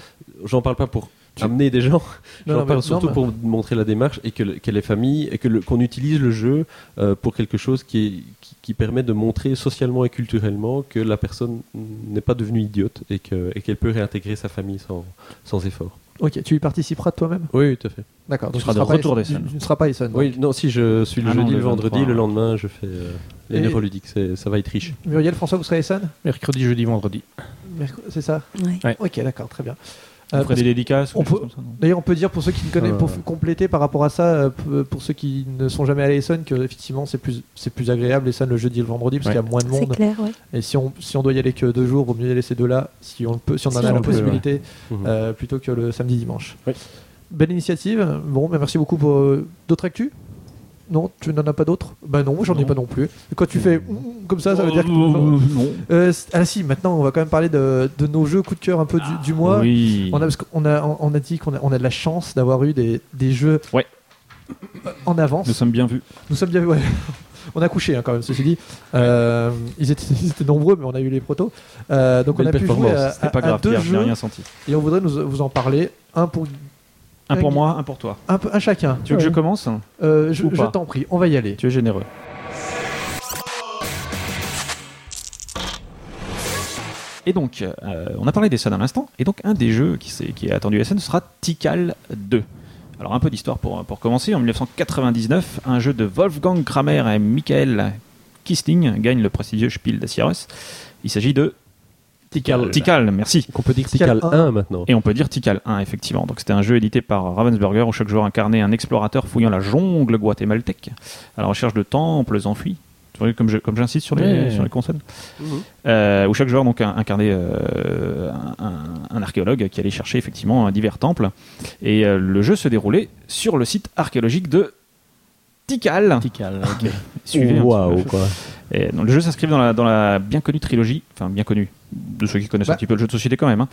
Speaker 6: j'en parle pas pour amener des gens,
Speaker 4: Non,
Speaker 6: j'en
Speaker 4: non,
Speaker 6: parle
Speaker 4: mais-
Speaker 6: surtout
Speaker 4: non, mais-
Speaker 6: pour montrer la démarche et que, le- que les familles, et que le- qu'on utilise le jeu euh, pour quelque chose qui, est- qui, qui permet de montrer socialement et culturellement que la personne n'est pas devenue idiote et que- et qu'elle peut réintégrer sa famille sans, sans effort.
Speaker 4: Ok, tu y participeras toi-même
Speaker 6: Oui, tout à fait.
Speaker 4: D'accord. donc
Speaker 5: seras
Speaker 4: tu
Speaker 5: de
Speaker 4: seras pas
Speaker 5: retour
Speaker 4: à-
Speaker 5: des Suns.
Speaker 4: Tu ne seras pas à Essen.
Speaker 6: Oui, non, si je suis le
Speaker 5: Ah non,
Speaker 6: jeudi,
Speaker 5: le
Speaker 6: le vendredi,
Speaker 5: 23,
Speaker 6: le
Speaker 5: ouais.
Speaker 6: lendemain, je fais euh, les
Speaker 4: Et-
Speaker 6: neuroludiques. C'est- Ça va être riche.
Speaker 4: Muriel, François, vous serez à Essen
Speaker 1: Mercredi, jeudi, vendredi.
Speaker 4: Merc- C'est ça
Speaker 8: Ouais.
Speaker 1: Ouais.
Speaker 4: Ok, d'accord, très bien.
Speaker 5: On
Speaker 4: Euh,
Speaker 5: ferait des dédicaces ou
Speaker 4: on
Speaker 5: des choses
Speaker 4: peut-
Speaker 5: comme ça, non
Speaker 4: D'ailleurs, on peut dire pour ceux qui ne connaissent,
Speaker 6: Euh.
Speaker 4: pour f- compléter par rapport à ça, euh, p- pour ceux qui ne sont jamais allés à Essen, que effectivement c'est plus c'est plus agréable Essen le jeudi et le vendredi parce
Speaker 1: Ouais.
Speaker 4: qu'il y a moins de
Speaker 8: C'est
Speaker 4: monde.
Speaker 8: clair, ouais.
Speaker 4: Et si on si on doit y aller que deux jours, vaut mieux y aller ces deux-là, si on le peut, si on en
Speaker 8: Si
Speaker 4: a
Speaker 8: on
Speaker 4: la
Speaker 8: peut,
Speaker 4: possibilité,
Speaker 6: ouais.
Speaker 4: euh, plutôt que le samedi dimanche.
Speaker 6: Oui.
Speaker 4: ben, Belle initiative. Bon, bah, merci beaucoup pour euh, d'autres actus. Non, tu n'en as pas d'autres Bah non, j'en ai pas non plus. Quand tu fais mm, comme ça, ça veut dire que.
Speaker 5: non.
Speaker 4: Euh, c'est- ah si, maintenant on va quand même parler de, de nos jeux coup de cœur un peu du, du mois.
Speaker 5: Oui.
Speaker 4: On a, parce qu'on a, on a dit qu'on a, on a de la chance d'avoir eu des, des jeux
Speaker 5: Ouais.
Speaker 4: en avance.
Speaker 5: Nous sommes bien vus.
Speaker 4: Nous sommes bien. ouais. On a couché hein, quand même, ceci dit. Euh, ils, étaient, ils étaient nombreux, mais on a eu les protos. Euh, donc on
Speaker 6: Belle
Speaker 4: a pu jouer à,
Speaker 5: C'était
Speaker 4: Ah, à-
Speaker 5: pas
Speaker 4: à
Speaker 5: grave,
Speaker 4: deux
Speaker 5: Pierre, j'ai
Speaker 4: jeux
Speaker 5: rien senti.
Speaker 4: et on voudrait nous, vous en parler. Un pour
Speaker 5: Un pour
Speaker 4: Euh,
Speaker 5: moi, un pour toi.
Speaker 4: un, peu- un chacun.
Speaker 5: Tu veux que je commence
Speaker 4: Euh, je
Speaker 5: Ou
Speaker 4: je
Speaker 5: pas
Speaker 4: t'en prie, on va y aller.
Speaker 5: Tu es généreux. Et donc, euh, on a parlé des SAN à l'instant, et donc un des jeux qui, s'est- qui est attendu à SN sera Tikal 2. Alors un peu d'histoire pour, pour commencer. En 1999, un jeu de Wolfgang Kramer et Michael Kistling gagne le prestigieux Spiel des Sierras. Il s'agit de
Speaker 6: Tikal.
Speaker 5: Tikal, merci.
Speaker 6: Qu'on peut dire
Speaker 4: Tikal
Speaker 6: Tikal 1 maintenant.
Speaker 5: Et on peut dire Tikal 1, effectivement. Donc c'était un jeu édité par Ravensburger où chaque joueur incarnait un explorateur fouillant la jungle guatémaltèque à la recherche de temples enfuis. Tu vois, Comme je- comme j'insiste sur, les
Speaker 1: Ouais.
Speaker 5: sur les concepts. Euh, où chaque joueur donc in- incarnait euh, un, un archéologue qui allait chercher effectivement euh, divers temples. Et euh, le jeu se déroulait sur le site archéologique de Tikal.
Speaker 1: Tical.
Speaker 5: Suivez un petit peu.
Speaker 6: Waouh, quoi.
Speaker 5: Et donc, le jeu s'inscrit dans la, dans la bien connue trilogie, enfin bien connue, de ceux qui connaissent
Speaker 4: Bah.
Speaker 5: un petit peu le jeu de société quand même. Hein.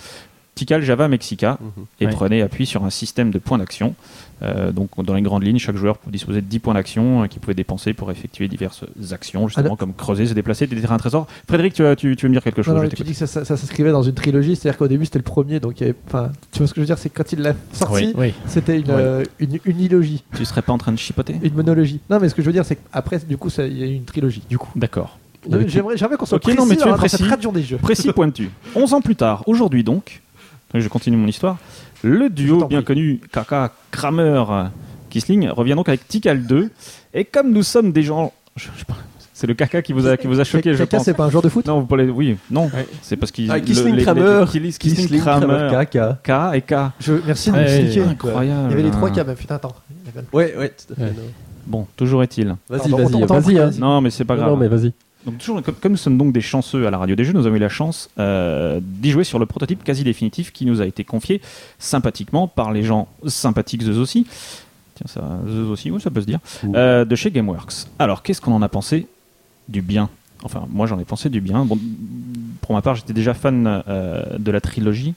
Speaker 5: Tikal, Java, Mexica,
Speaker 6: Mhm.
Speaker 5: et
Speaker 1: Ouais.
Speaker 5: prenez appui sur un système de points d'action. Euh, donc dans les grandes lignes, chaque joueur disposait de 10 points d'action euh, qu'il pouvait dépenser pour effectuer diverses actions, justement
Speaker 4: Alors-
Speaker 5: comme creuser, se déplacer, déterrer un trésor. Frédéric, tu, as- tu, tu veux me dire quelque chose
Speaker 4: Ah, Non, non,
Speaker 5: je
Speaker 4: mais tu
Speaker 5: t'écoute.
Speaker 4: dis que ça, ça- ça s'inscrivait dans une trilogie, c'est-à-dire qu'au début c'était le premier, donc il y avait- enfin, tu vois ce que je veux dire, c'est que quand il l'a sorti,
Speaker 5: Oui.
Speaker 1: Oui.
Speaker 4: c'était une,
Speaker 5: Ouais.
Speaker 4: euh, une unilogie,
Speaker 5: Tu serais pas en train de chipoter
Speaker 4: une monologie. Non, mais ce que je veux dire, c'est qu'après, du coup, ça- il y a eu une trilogie. Du coup,
Speaker 5: D'accord.
Speaker 4: Non, mais j'aimerais, j'aimerais qu'on soit
Speaker 5: Ok, non,
Speaker 4: précis hein,
Speaker 5: mais tu es
Speaker 4: dans- dans
Speaker 5: précis.
Speaker 4: cette radio des jeux.
Speaker 5: Précis pointu. 11 ans plus tard, aujourd'hui donc, donc, je continue mon histoire, le
Speaker 4: Je
Speaker 5: duo
Speaker 4: t'en
Speaker 5: bien
Speaker 4: prie.
Speaker 5: connu Kaka Kramer euh, Kisling revient donc avec Tikal 2 et comme nous sommes des gens je- je- c'est le Kaka qui vous a qui vous a choqué je
Speaker 4: Quelqu'un,
Speaker 5: pense.
Speaker 4: c'est pas un joueur de foot
Speaker 5: Non, vous parlez oui, non, c'est parce qu'ils
Speaker 6: Ah,
Speaker 5: le-
Speaker 6: Kisling
Speaker 5: les- les-
Speaker 6: Kramer.
Speaker 5: Kisling,
Speaker 6: Kisling,
Speaker 5: Kramer,
Speaker 6: Kramer, Kaka.
Speaker 5: K et K.
Speaker 4: euh, je, Merci de
Speaker 1: Ouais,
Speaker 4: m'expliquer.
Speaker 1: ouais,
Speaker 5: incroyable. hein.
Speaker 4: Il y avait les trois qui avaient. Putain, attends. Il y avait-
Speaker 6: Ouais, ouais, tout à fait.
Speaker 1: Ouais.
Speaker 6: non.
Speaker 5: Bon, toujours est-il.
Speaker 6: Vas-y,
Speaker 4: Pardon,
Speaker 6: vas-y,
Speaker 4: autant- autant
Speaker 6: vas-y. hein.
Speaker 4: Vas-y.
Speaker 5: Non, mais c'est pas
Speaker 6: Non,
Speaker 5: grave.
Speaker 6: non, mais vas-y.
Speaker 5: Donc toujours, comme, comme nous sommes donc des chanceux à la radio des jeux, nous avons eu la chance euh, d'y jouer sur le prototype quasi définitif qui nous a été confié sympathiquement par les gens sympathiques eux aussi. Tiens, ça, eux aussi, oui, ça peut se dire.
Speaker 6: Ouh.
Speaker 5: Euh, de chez GameWorks. Alors, qu'est-ce qu'on en a pensé du bien Enfin, moi, j'en ai pensé du bien. Bon, pour ma part, j'étais déjà fan euh, de la trilogie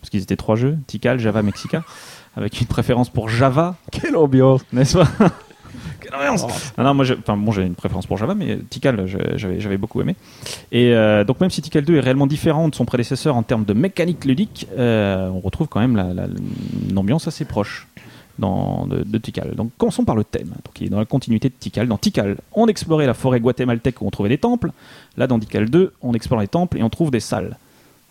Speaker 5: parce qu'ils étaient trois jeux Tikal, Java, Mexica, avec une préférence pour Java
Speaker 6: Quelle ambiance.
Speaker 5: n'est-ce pas Quelle ambiance Non, non, moi, j'ai- enfin, bon, j'ai une préférence pour Java, mais Tikal, je- j'avais j'avais beaucoup aimé. Et euh, donc, même si Tikal 2 est réellement différent de son prédécesseur en termes de mécanique ludique, euh, on retrouve quand même la- la- une ambiance assez proche dans, de, de Tikal. Donc, commençons par le thème, donc, qui est dans la continuité de Tikal. Dans Tikal, on explorait la forêt guatémaltèque où on trouvait des temples. Là, dans Tikal 2, on explore les temples et on trouve des salles.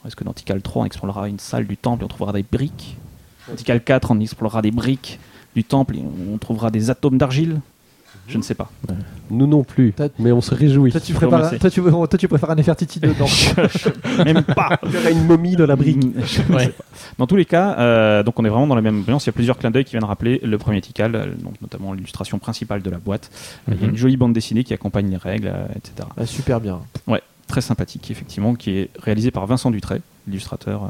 Speaker 5: Est-ce que dans Tikal 3, on explorera une salle du temple et on trouvera des briques Dans Tikal 4, on explorera des briques du temple et on trouvera des atomes d'argile Je ne sais pas.
Speaker 6: Nous non plus,
Speaker 4: T'as-
Speaker 6: mais on se réjouit.
Speaker 4: Toi, tu
Speaker 5: Je vous
Speaker 4: prépares,
Speaker 5: remercie.
Speaker 4: toi, tu, toi, tu préfères un Nefertiti dedans. Mm.
Speaker 5: Même pas
Speaker 6: Il y aura une momie dans la
Speaker 5: Je ne sais
Speaker 1: Ouais.
Speaker 5: pas. Dans tous les cas, euh, donc on est vraiment dans la même ambiance. Il y a plusieurs clins d'œil qui viennent rappeler le premier Tikal, euh, donc notamment l'illustration principale de la boîte. Euh, Il y a une jolie bande dessinée qui accompagne les règles, euh, etc.
Speaker 4: Ah, super bien.
Speaker 5: Ouais, très sympathique, effectivement, qui est réalisé par Vincent Dutray, l'illustrateur euh,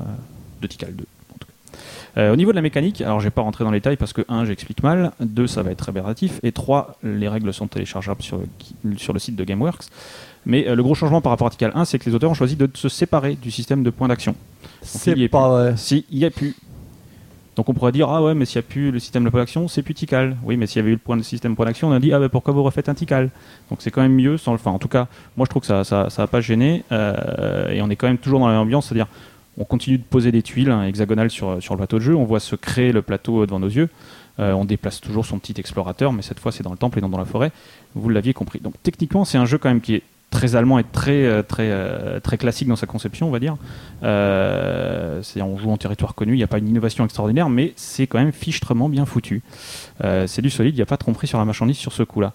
Speaker 5: de Tikal 2. en tout cas. Euh, au niveau de la mécanique, alors je vais pas rentrer dans les détails parce que 1, j'explique mal, 2, ça va être rébarbatif, et 3, les règles sont téléchargeables sur, le- sur le site de Gameworks. Mais euh, le gros changement par rapport à Tikal 1, c'est que les auteurs ont choisi de se séparer du système de points d'action. il y
Speaker 4: C'est
Speaker 5: est
Speaker 4: pas vrai.
Speaker 5: Si, il n'y a plus. Donc on pourrait dire, ah ouais, mais s'il n'y a plus le système de point d'action, c'est plus Tikal. Oui, mais s'il y avait eu le point de système point d'action, on a dit, ah bah pourquoi vous refaites un Tikal Donc c'est quand même mieux sans le. Enfin, en tout cas, moi je trouve que ça n'a ça, ça a pas gêné. euh, et on est quand même toujours dans la même ambiance, c'est-à-dire, on continue de poser des tuiles hein, hexagonales sur, sur le plateau de jeu, on voit se créer le plateau euh, devant nos yeux. Euh, on déplace toujours son petit explorateur, mais cette fois c'est dans le temple et non dans la forêt. Vous l'aviez compris. Donc techniquement, c'est un jeu quand même qui est très allemand et très euh, très euh, très classique dans sa conception, on va dire. Euh, c'est- on joue en territoire connu, il n'y a pas une innovation extraordinaire, mais c'est quand même fichtrement bien foutu. Euh, c'est du solide, il n'y a pas de tromperie sur la marchandise sur ce coup-là.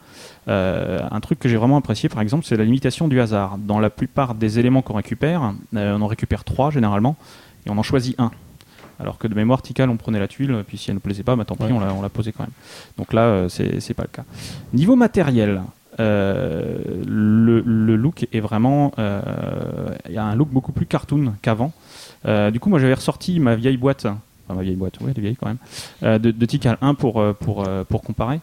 Speaker 5: Euh, un truc que j'ai vraiment apprécié, par exemple, c'est la limitation du hasard. Dans la plupart des éléments qu'on récupère, euh, on en récupère trois généralement, et on en choisit un. Alors que de mémoire, Tikal, on prenait la tuile, puis si elle ne plaisait pas, bah, tant pis, on la- on la posait quand même. Donc là, euh, c'est c'est pas le cas. Niveau matériel, euh, le, le look est vraiment. euh, Il y a un look beaucoup plus cartoon qu'avant. Euh, du coup, moi j'avais ressorti ma vieille boîte Enfin, ma vieille boîte, oui, elle est vieille quand même. Euh, de, de Tikal 1 pour, euh, pour, euh, pour comparer.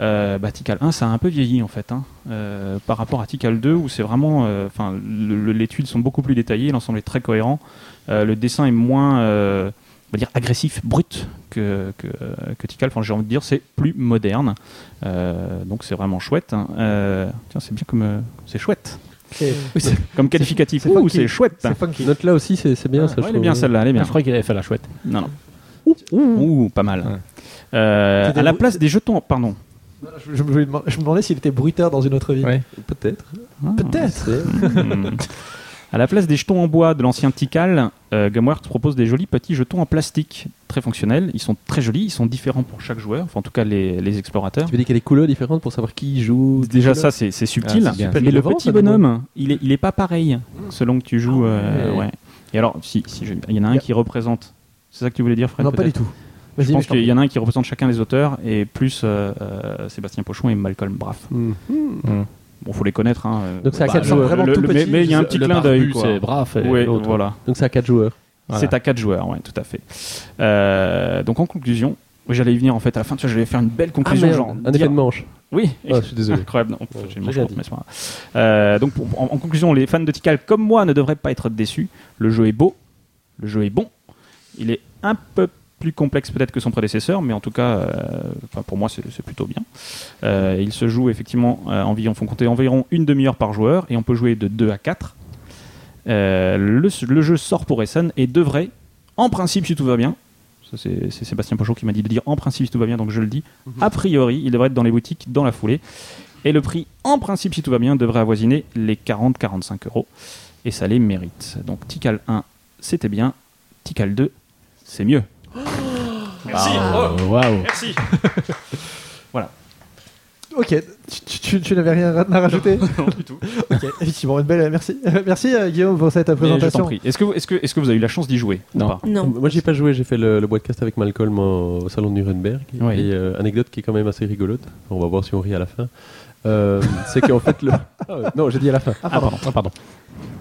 Speaker 5: Euh, bah, Tikal 1, ça a un peu vieilli en fait, hein, euh, par rapport à Tikal 2, où c'est vraiment. euh, Enfin, le- le- les tuiles sont beaucoup plus détaillées, l'ensemble est très cohérent. Euh, le dessin est moins. euh, on va dire agressif, brut que, que, que Tikal. Enfin, j'ai envie de dire, c'est plus moderne. Euh, donc, c'est vraiment chouette. hein. Euh, tiens, c'est bien comme. euh, c'est chouette. Comme qualificatif.
Speaker 6: c'est
Speaker 5: Ouh,
Speaker 6: funky.
Speaker 5: c'est chouette.
Speaker 6: C'est funky. Note là aussi, c'est c'est bien
Speaker 5: Ah,
Speaker 6: ça. je
Speaker 5: ouais, elle est
Speaker 6: trouve.
Speaker 5: bien celle-là, elle est bien.
Speaker 1: Je croyais qu'il avait fait la chouette.
Speaker 5: Non, non. Ouh, pas mal. Euh,
Speaker 4: C'était
Speaker 5: à la
Speaker 4: beau-
Speaker 5: place des jetons, pardon.
Speaker 4: Je, je me demandais- je me demandais s'il était bruiteur dans une autre vie.
Speaker 1: Ouais.
Speaker 6: Peut-être.
Speaker 5: Ah.
Speaker 4: Peut-être.
Speaker 5: Hmm. à la place des jetons en bois de l'ancien Tikal, euh, Gumworks propose des jolis petits jetons en plastique, très fonctionnels. Ils sont très jolis, ils sont différents pour chaque joueur, enfin en tout cas les, les explorateurs.
Speaker 6: Tu veux dire qu'il y a des couleurs différentes pour savoir qui joue
Speaker 5: Déjà ça c'est c'est subtil,
Speaker 6: Ah, c'est bien.
Speaker 5: mais le
Speaker 6: Innovant,
Speaker 5: petit
Speaker 6: ça, dis donc.
Speaker 5: bonhomme, il est, il est pas pareil selon que tu joues. euh, ouais. Et alors, si, si je- il y en a un qui représente. C'est ça que tu voulais dire, Fred
Speaker 4: non, pas
Speaker 5: peut-être
Speaker 4: du tout. Vas-y,
Speaker 5: Je pense
Speaker 4: mais t'en
Speaker 5: qu'il y en a un qui représente chacun des auteurs et plus euh, euh, Sébastien Pochon et Malcolm Braff.
Speaker 6: Hmm.
Speaker 5: Bon, faut les connaître. Hein, euh,
Speaker 6: Donc c'est à
Speaker 5: bah,
Speaker 6: 4
Speaker 5: le-
Speaker 6: joueurs.
Speaker 5: le-
Speaker 4: Vraiment tout
Speaker 5: le- mais-
Speaker 4: petit,
Speaker 5: Mais il y a un petit clin d'œil. quoi.
Speaker 1: C'est brave. et
Speaker 5: Ouais,
Speaker 1: l'autre.
Speaker 5: voilà.
Speaker 6: Donc c'est à 4 joueurs.
Speaker 1: Voilà.
Speaker 5: C'est à 4 joueurs, ouais, tout à fait. Euh, donc en conclusion, j'allais y venir en fait à la fin, tu vois, j'allais faire une belle conclusion.
Speaker 6: merde,
Speaker 5: genre,
Speaker 6: un
Speaker 5: dire-
Speaker 6: effet de manche.
Speaker 5: Oui,
Speaker 6: Ah, je suis désolé.
Speaker 5: incroyable. Non, j'ai une
Speaker 6: j'ai
Speaker 5: manche
Speaker 6: rien
Speaker 5: courte,
Speaker 6: dit.
Speaker 5: mais c'est pas grave. Euh, donc pour- en, en conclusion, les fans de Tikal comme moi ne devraient pas être déçus. Le jeu est beau, le jeu est bon. Il est un peu plus complexe peut-être que son prédécesseur, mais en tout cas, euh, enfin, pour moi, c'est c'est plutôt bien. Euh, il se joue effectivement euh, environ, faut compter environ une demi-heure par joueur, et on peut jouer de 2 à 4. le, le jeu sort pour Essen et devrait, en principe, si tout va bien, ça, c'est c'est Sébastien Pochot qui m'a dit de dire en principe si tout va bien, donc je le dis. A priori, il devrait être dans les boutiques dans la foulée. Et le prix, en principe si tout va bien, devrait avoisiner les 40-45 euros. Et ça les mérite. Donc Tikal 1, c'était bien. Tikal 2, c'est mieux. Ah. Merci. Oh,
Speaker 1: Euh, Waouh.
Speaker 5: Merci.
Speaker 4: Ok, tu, tu- tu- tu n'avais rien à rajouter Non, du
Speaker 5: tout.
Speaker 4: ok, effectivement, une belle. Merci, merci euh, Guillaume pour cette euh,
Speaker 5: Mais je t'en
Speaker 4: présentation.
Speaker 5: prie. Est-ce que, vous- est-ce que, est-ce que vous avez eu la chance d'y jouer ou
Speaker 1: Non.
Speaker 5: pas
Speaker 8: Non.
Speaker 6: Moi, j'ai pas joué, j'ai fait le, le podcast avec Malcolm au, au salon de Nuremberg.
Speaker 5: Oui.
Speaker 6: Et euh, anecdote qui est quand même assez rigolote. On va voir si on rit à la fin. Euh, c'est qu'en fait, le... Ah ouais, non, j'ai dit à la fin.
Speaker 5: Ah, pardon. Ah, pardon.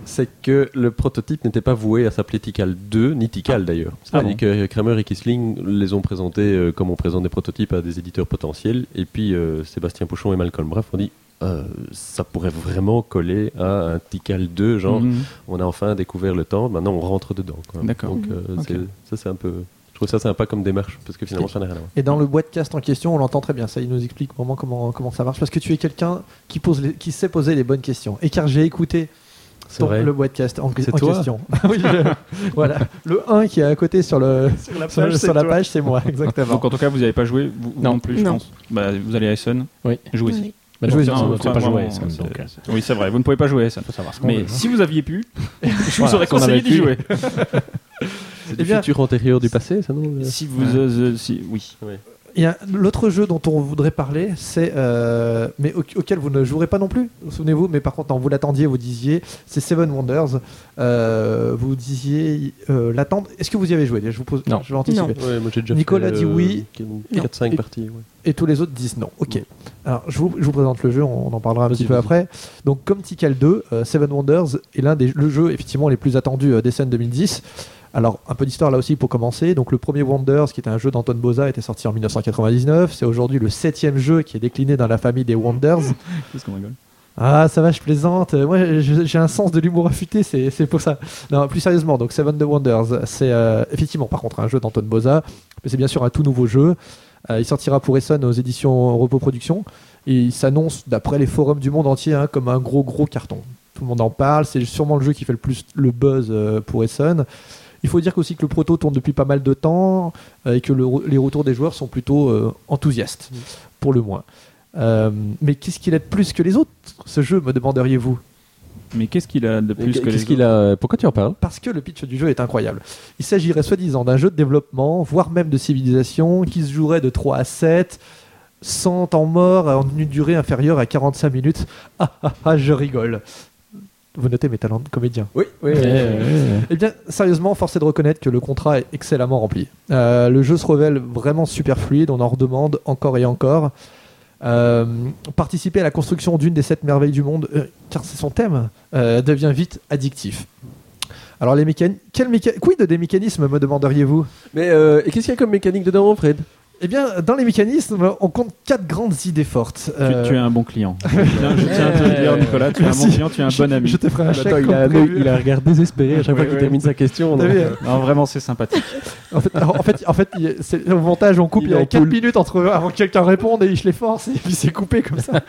Speaker 6: C'est que le prototype n'était pas voué à s'appeler Tikal 2, ni Tikal d'ailleurs. C'est-à-dire
Speaker 5: bon.
Speaker 6: que Kramer et Kisling les ont présentés euh, comme on présente des prototypes à des éditeurs potentiels. Et puis euh, Sébastien Pochon et Malcolm Braff ont dit Euh, ça pourrait vraiment coller à un Tikal 2, genre
Speaker 5: Mhm.
Speaker 6: on a enfin découvert le temps, maintenant on rentre dedans. quoi.
Speaker 5: D'accord.
Speaker 6: Donc euh,
Speaker 5: Ok.
Speaker 6: c'est- ça c'est un peu. Je trouve ça sympa comme démarche parce que finalement ça n'a rien à voir.
Speaker 4: Et dans le podcast en question, on l'entend très bien. Ça, il nous explique vraiment comment, comment ça marche. Parce que tu es quelqu'un qui, pose les- qui sait poser les bonnes questions. Et car j'ai écouté
Speaker 6: C'est
Speaker 4: ton-
Speaker 6: vrai.
Speaker 4: le podcast en, en
Speaker 6: C'est toi
Speaker 4: question. Oui, je- voilà. Le 1 qui est à côté sur, le, sur la page, c'est moi, exactement.
Speaker 5: Donc en tout cas, vous n'avez pas joué vous, vous non.
Speaker 1: Non.
Speaker 5: plus, je
Speaker 8: Non.
Speaker 5: pense. Bah, vous allez à Essen.
Speaker 1: Oui.
Speaker 5: Jouez.
Speaker 8: Oui.
Speaker 1: Mais
Speaker 4: Jouez-y,
Speaker 1: non,
Speaker 4: on
Speaker 1: on ne
Speaker 4: peut
Speaker 1: peut
Speaker 5: pas
Speaker 1: pas jouer.
Speaker 5: vraiment,
Speaker 1: ça,
Speaker 5: c'est-
Speaker 1: donc, euh,
Speaker 5: Oui, c'est vrai. Vous ne pouvez pas jouer à Essen.
Speaker 1: faut savoir ce qu'on
Speaker 5: Mais
Speaker 1: veut, hein.
Speaker 5: si vous aviez pu, je vous
Speaker 1: Voilà,
Speaker 5: aurais
Speaker 1: si on
Speaker 5: conseillé
Speaker 1: avait
Speaker 5: d'y
Speaker 1: pu.
Speaker 5: jouer.
Speaker 6: C'est
Speaker 4: Eh
Speaker 6: du
Speaker 4: bien-
Speaker 6: futur antérieur du passé, ça non
Speaker 5: Si vous, euh, euh, si, oui.
Speaker 4: Il y a L'autre jeu dont on voudrait parler, c'est euh, mais au- auquel vous ne jouerez pas non plus, souvenez-vous, mais par contre, non, vous l'attendiez, vous disiez, c'est Seven Wonders. Euh, vous disiez euh, l'attendre. Est-ce que vous y avez joué Je vous pose.
Speaker 1: Non.
Speaker 4: Je vais anticiper.
Speaker 8: Non.
Speaker 6: Ouais, moi, j'ai déjà
Speaker 4: Nicolas
Speaker 6: fait, euh,
Speaker 4: dit oui.
Speaker 6: 4-5 parties. ouais.
Speaker 4: Et tous les autres disent non. Ok. Alors, je vous, je vous présente le jeu, on, on en parlera un petit peu après. Donc, comme Tikal 2, euh, Seven Wonders est l'un des le jeu, effectivement, les plus attendus euh, des scènes 2010. Alors, un peu d'histoire là aussi pour commencer. Donc, le premier Wonders, qui était un jeu d'Antoine Boza, était sorti en 1999. C'est aujourd'hui le septième jeu qui est décliné dans la famille des Wonders.
Speaker 5: Qu'est-ce qu'on rigole
Speaker 4: Ah, ça va, je plaisante. Euh, Moi, je- j'ai un sens de l'humour affûté, c'est c'est pour ça. Non, plus sérieusement, donc Seven the Wonders, c'est euh, effectivement, par contre, un jeu d'Anton Boza, mais c'est bien sûr un tout nouveau jeu. Euh, il sortira pour Essen aux éditions Repos Productions et il s'annonce, d'après les forums du monde entier, hein, comme un gros, gros carton. Tout le monde en parle, c'est sûrement le jeu qui fait le plus le buzz euh, pour Essen. Il faut dire qu'aussi que le proto tourne depuis pas mal de temps euh, et que le re- les retours des joueurs sont plutôt euh, enthousiastes, pour le moins. Euh, mais qu'est-ce qu'il a de plus que les autres, ce jeu, me demanderiez-vous
Speaker 5: Mais qu'est-ce qu'il a de
Speaker 6: Et
Speaker 5: plus que les
Speaker 6: Qu'est-ce qu'il a Pourquoi tu en parles
Speaker 4: Parce que le pitch du jeu est incroyable. Il s'agirait soi-disant d'un jeu de développement, voire même de civilisation, qui se jouerait de 3 à 7, sans temps mort, en une durée inférieure à 45 minutes. Ah ah ah, je rigole. Vous notez mes talents de comédien.
Speaker 6: Oui, oui.
Speaker 1: Ouais, ouais, ouais.
Speaker 4: Eh bien, sérieusement, force est de reconnaître que le contrat est excellemment rempli. Euh, le jeu se révèle vraiment super fluide, on en redemande encore et encore. Euh, participer à la construction d'une des sept merveilles du monde, euh, car c'est son thème, euh, devient vite addictif. Alors, les mécaniques. Quel méca... Quid des mécanismes, me demanderiez-vous
Speaker 6: Mais euh, et qu'est-ce qu'il y a comme mécanique dedans, Fred
Speaker 4: Eh bien, dans les mécanismes, on compte quatre grandes idées fortes. Euh,
Speaker 5: Tu, tu es un bon client. je tiens je tiens à te le dire, Nicolas, tu es un bon
Speaker 4: Merci.
Speaker 5: client, tu es un bon ami.
Speaker 4: Je te ferai un chèque.
Speaker 6: Attends, il
Speaker 4: comme
Speaker 6: a,
Speaker 4: prévu.
Speaker 6: il a un regard désespéré à chaque
Speaker 4: Oui,
Speaker 6: fois qu'il
Speaker 4: oui.
Speaker 6: termine sa question.
Speaker 4: T'as
Speaker 6: donc,
Speaker 4: vu,
Speaker 6: euh,
Speaker 5: Non, vraiment, c'est sympathique.
Speaker 4: En fait, en fait, en fait il- c'est- au montage, on coupe. Il,
Speaker 6: Il
Speaker 4: y
Speaker 6: est
Speaker 4: a
Speaker 6: en
Speaker 4: 4
Speaker 6: poule.
Speaker 4: minutes entre, avant que quelqu'un réponde et je les force et puis c'est coupé comme ça.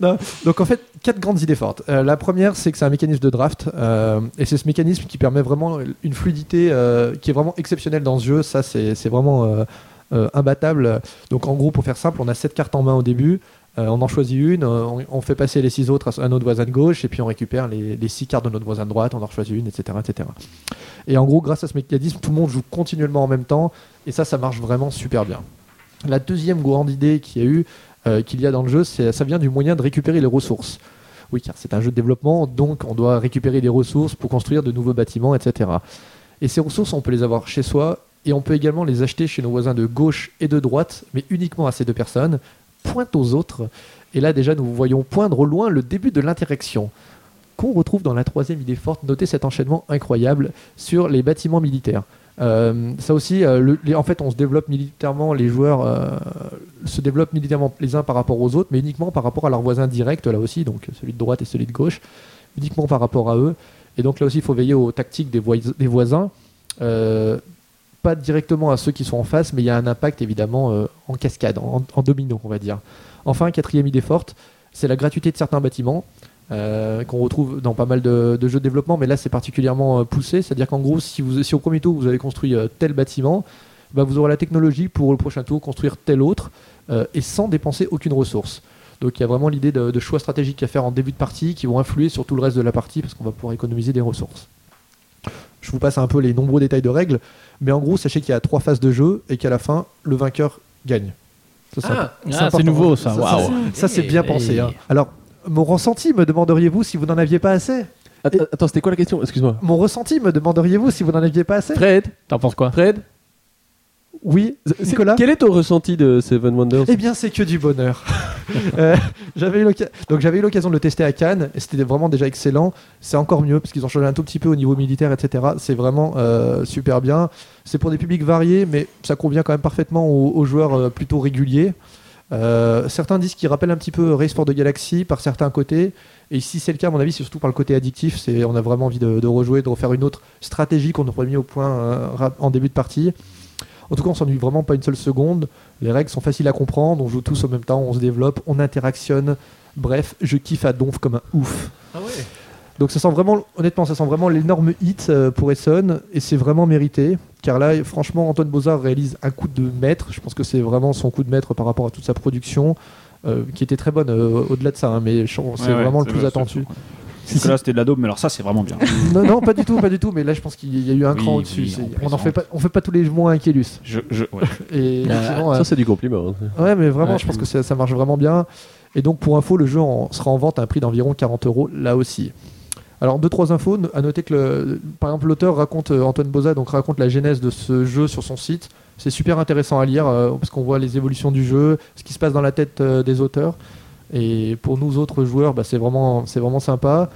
Speaker 4: Non. Donc en fait, quatre grandes idées fortes. Euh, la première, c'est que c'est un mécanisme de draft euh, et c'est ce mécanisme qui permet vraiment une fluidité euh, qui est vraiment exceptionnelle dans ce jeu. Ça, c'est c'est vraiment euh, euh, imbattable. Donc en gros, pour faire simple, on a sept cartes en main au début. Euh, on en choisit une, euh, on, on fait passer les six autres à, à notre voisin de gauche, et puis on récupère les, les six cartes de notre voisin de droite, on en choisit une, etc., etc. Et en gros, grâce à ce mécanisme, tout le monde joue continuellement en même temps, et ça, ça marche vraiment super bien. La deuxième grande idée qu'il y a eu, euh, qu'il y a dans le jeu, c'est ça vient du moyen de récupérer les ressources. Oui, car c'est un jeu de développement, donc on doit récupérer des ressources pour construire de nouveaux bâtiments, etc. Et ces ressources, on peut les avoir chez soi, et on peut également les acheter chez nos voisins de gauche et de droite, mais uniquement à ces deux personnes, pointe aux autres. Et là, déjà, nous voyons poindre au loin le début de l'interaction, qu'on retrouve dans la troisième idée forte. Notez cet enchaînement incroyable sur les bâtiments militaires. Euh, ça aussi, euh, le- les- en fait, on se développe militairement, les joueurs euh, se développent militairement les uns par rapport aux autres, mais uniquement par rapport à leurs voisins directs, là aussi, donc celui de droite et celui de gauche, uniquement par rapport à eux. Et donc là aussi, il faut veiller aux tactiques des, vois- des voisins, euh, pas directement à ceux qui sont en face, mais il y a un impact évidemment euh, en cascade, en, en domino, on va dire. Enfin, quatrième idée forte, c'est la gratuité de certains bâtiments. euh, qu'on retrouve dans pas mal de, de jeux de développement, mais là c'est particulièrement euh, poussé, c'est-à-dire qu'en gros, si, vous, si au premier tour vous avez construit euh, tel bâtiment, bah, vous aurez la technologie pour le prochain tour construire tel autre euh, et sans dépenser aucune ressource. Donc il y a vraiment l'idée de, de choix stratégiques à faire en début de partie qui vont influer sur tout le reste de la partie parce qu'on va pouvoir économiser des ressources. Je vous passe un peu les nombreux détails de règles, mais en gros, sachez qu'il y a trois phases de jeu et qu'à la fin, le vainqueur gagne. Ça, c'est important.
Speaker 1: Ah, c'est nouveau, ça. Waouh.
Speaker 4: Ça, c'est bien pensé.
Speaker 1: Hey.
Speaker 4: hein. Alors, mon ressenti, me demanderiez-vous si vous n'en aviez pas assez
Speaker 6: Attends, attends, c'était quoi la question Excuse-moi.
Speaker 4: Mon ressenti, me demanderiez-vous si vous n'en aviez pas assez
Speaker 6: Fred
Speaker 1: T'en penses quoi
Speaker 6: Fred
Speaker 4: Oui,
Speaker 6: c'est-
Speaker 4: Nicolas
Speaker 6: Quel est ton ressenti de Seven Wonders
Speaker 4: Eh bien, c'est que du bonheur. Euh, j'avais eu l'occa- donc j'avais eu l'occasion de le tester à Cannes et c'était vraiment déjà excellent. C'est encore mieux parce qu'ils ont changé un tout petit peu au niveau militaire, etc. C'est vraiment euh, super bien. C'est pour des publics variés, mais ça convient quand même parfaitement aux, aux joueurs euh, plutôt réguliers. Euh, certains disent qu'il rappelle un petit peu Race for the Galaxy par certains côtés. Et si c'est le cas, à mon avis, c'est surtout par le côté addictif. C'est, on a vraiment envie de, de rejouer, de refaire une autre stratégie qu'on aurait mis au point euh, rap- en début de partie. En tout cas, on s'ennuie vraiment pas une seule seconde. Les règles sont faciles à comprendre, on joue tous en même temps, on se développe, on interactionne. Bref, je kiffe à donf comme un ouf. Donc ça sent vraiment, honnêtement, ça sent vraiment l'énorme hit euh, pour Essonne et c'est vraiment mérité. Car là, franchement, Antoine Bozard réalise un coup de maître. Je pense que c'est vraiment son coup de maître par rapport à toute sa production, euh, qui était très bonne euh, au-delà de ça. hein, mais je- c'est
Speaker 5: Ouais, ouais,
Speaker 4: vraiment le plus
Speaker 5: c'est
Speaker 4: attendu.
Speaker 5: Nicolas, c'était de la daube, mais alors ça, c'est vraiment bien.
Speaker 4: non, non, pas du tout, pas du tout. Mais là, je pense qu'il y a eu un
Speaker 5: Oui,
Speaker 4: cran
Speaker 5: oui,
Speaker 4: au-dessus.
Speaker 5: on
Speaker 4: C'est- on en
Speaker 5: plaisante.
Speaker 4: fait pas, on fait pas tous les mois un Kélus.
Speaker 5: Je, je, ouais.
Speaker 4: Et
Speaker 6: Bah,
Speaker 4: effectivement, euh,
Speaker 6: Ça, Eh c'est du compliment. hein.
Speaker 4: Ouais, mais vraiment,
Speaker 5: Ouais.
Speaker 4: je pense que ça, ça marche vraiment bien. Et donc, pour info, le jeu en- sera en vente à un prix d'environ 40 euros, là aussi. Alors, deux, trois infos. À noter que, le- par exemple, l'auteur raconte, euh, Antoine Boza, donc raconte la genèse de ce jeu sur son site. C'est super intéressant à lire euh, parce qu'on voit les évolutions du jeu, ce qui se passe dans la tête euh, des auteurs. Et pour nous autres joueurs, bah, c'est vraiment, c'est vraiment sympa.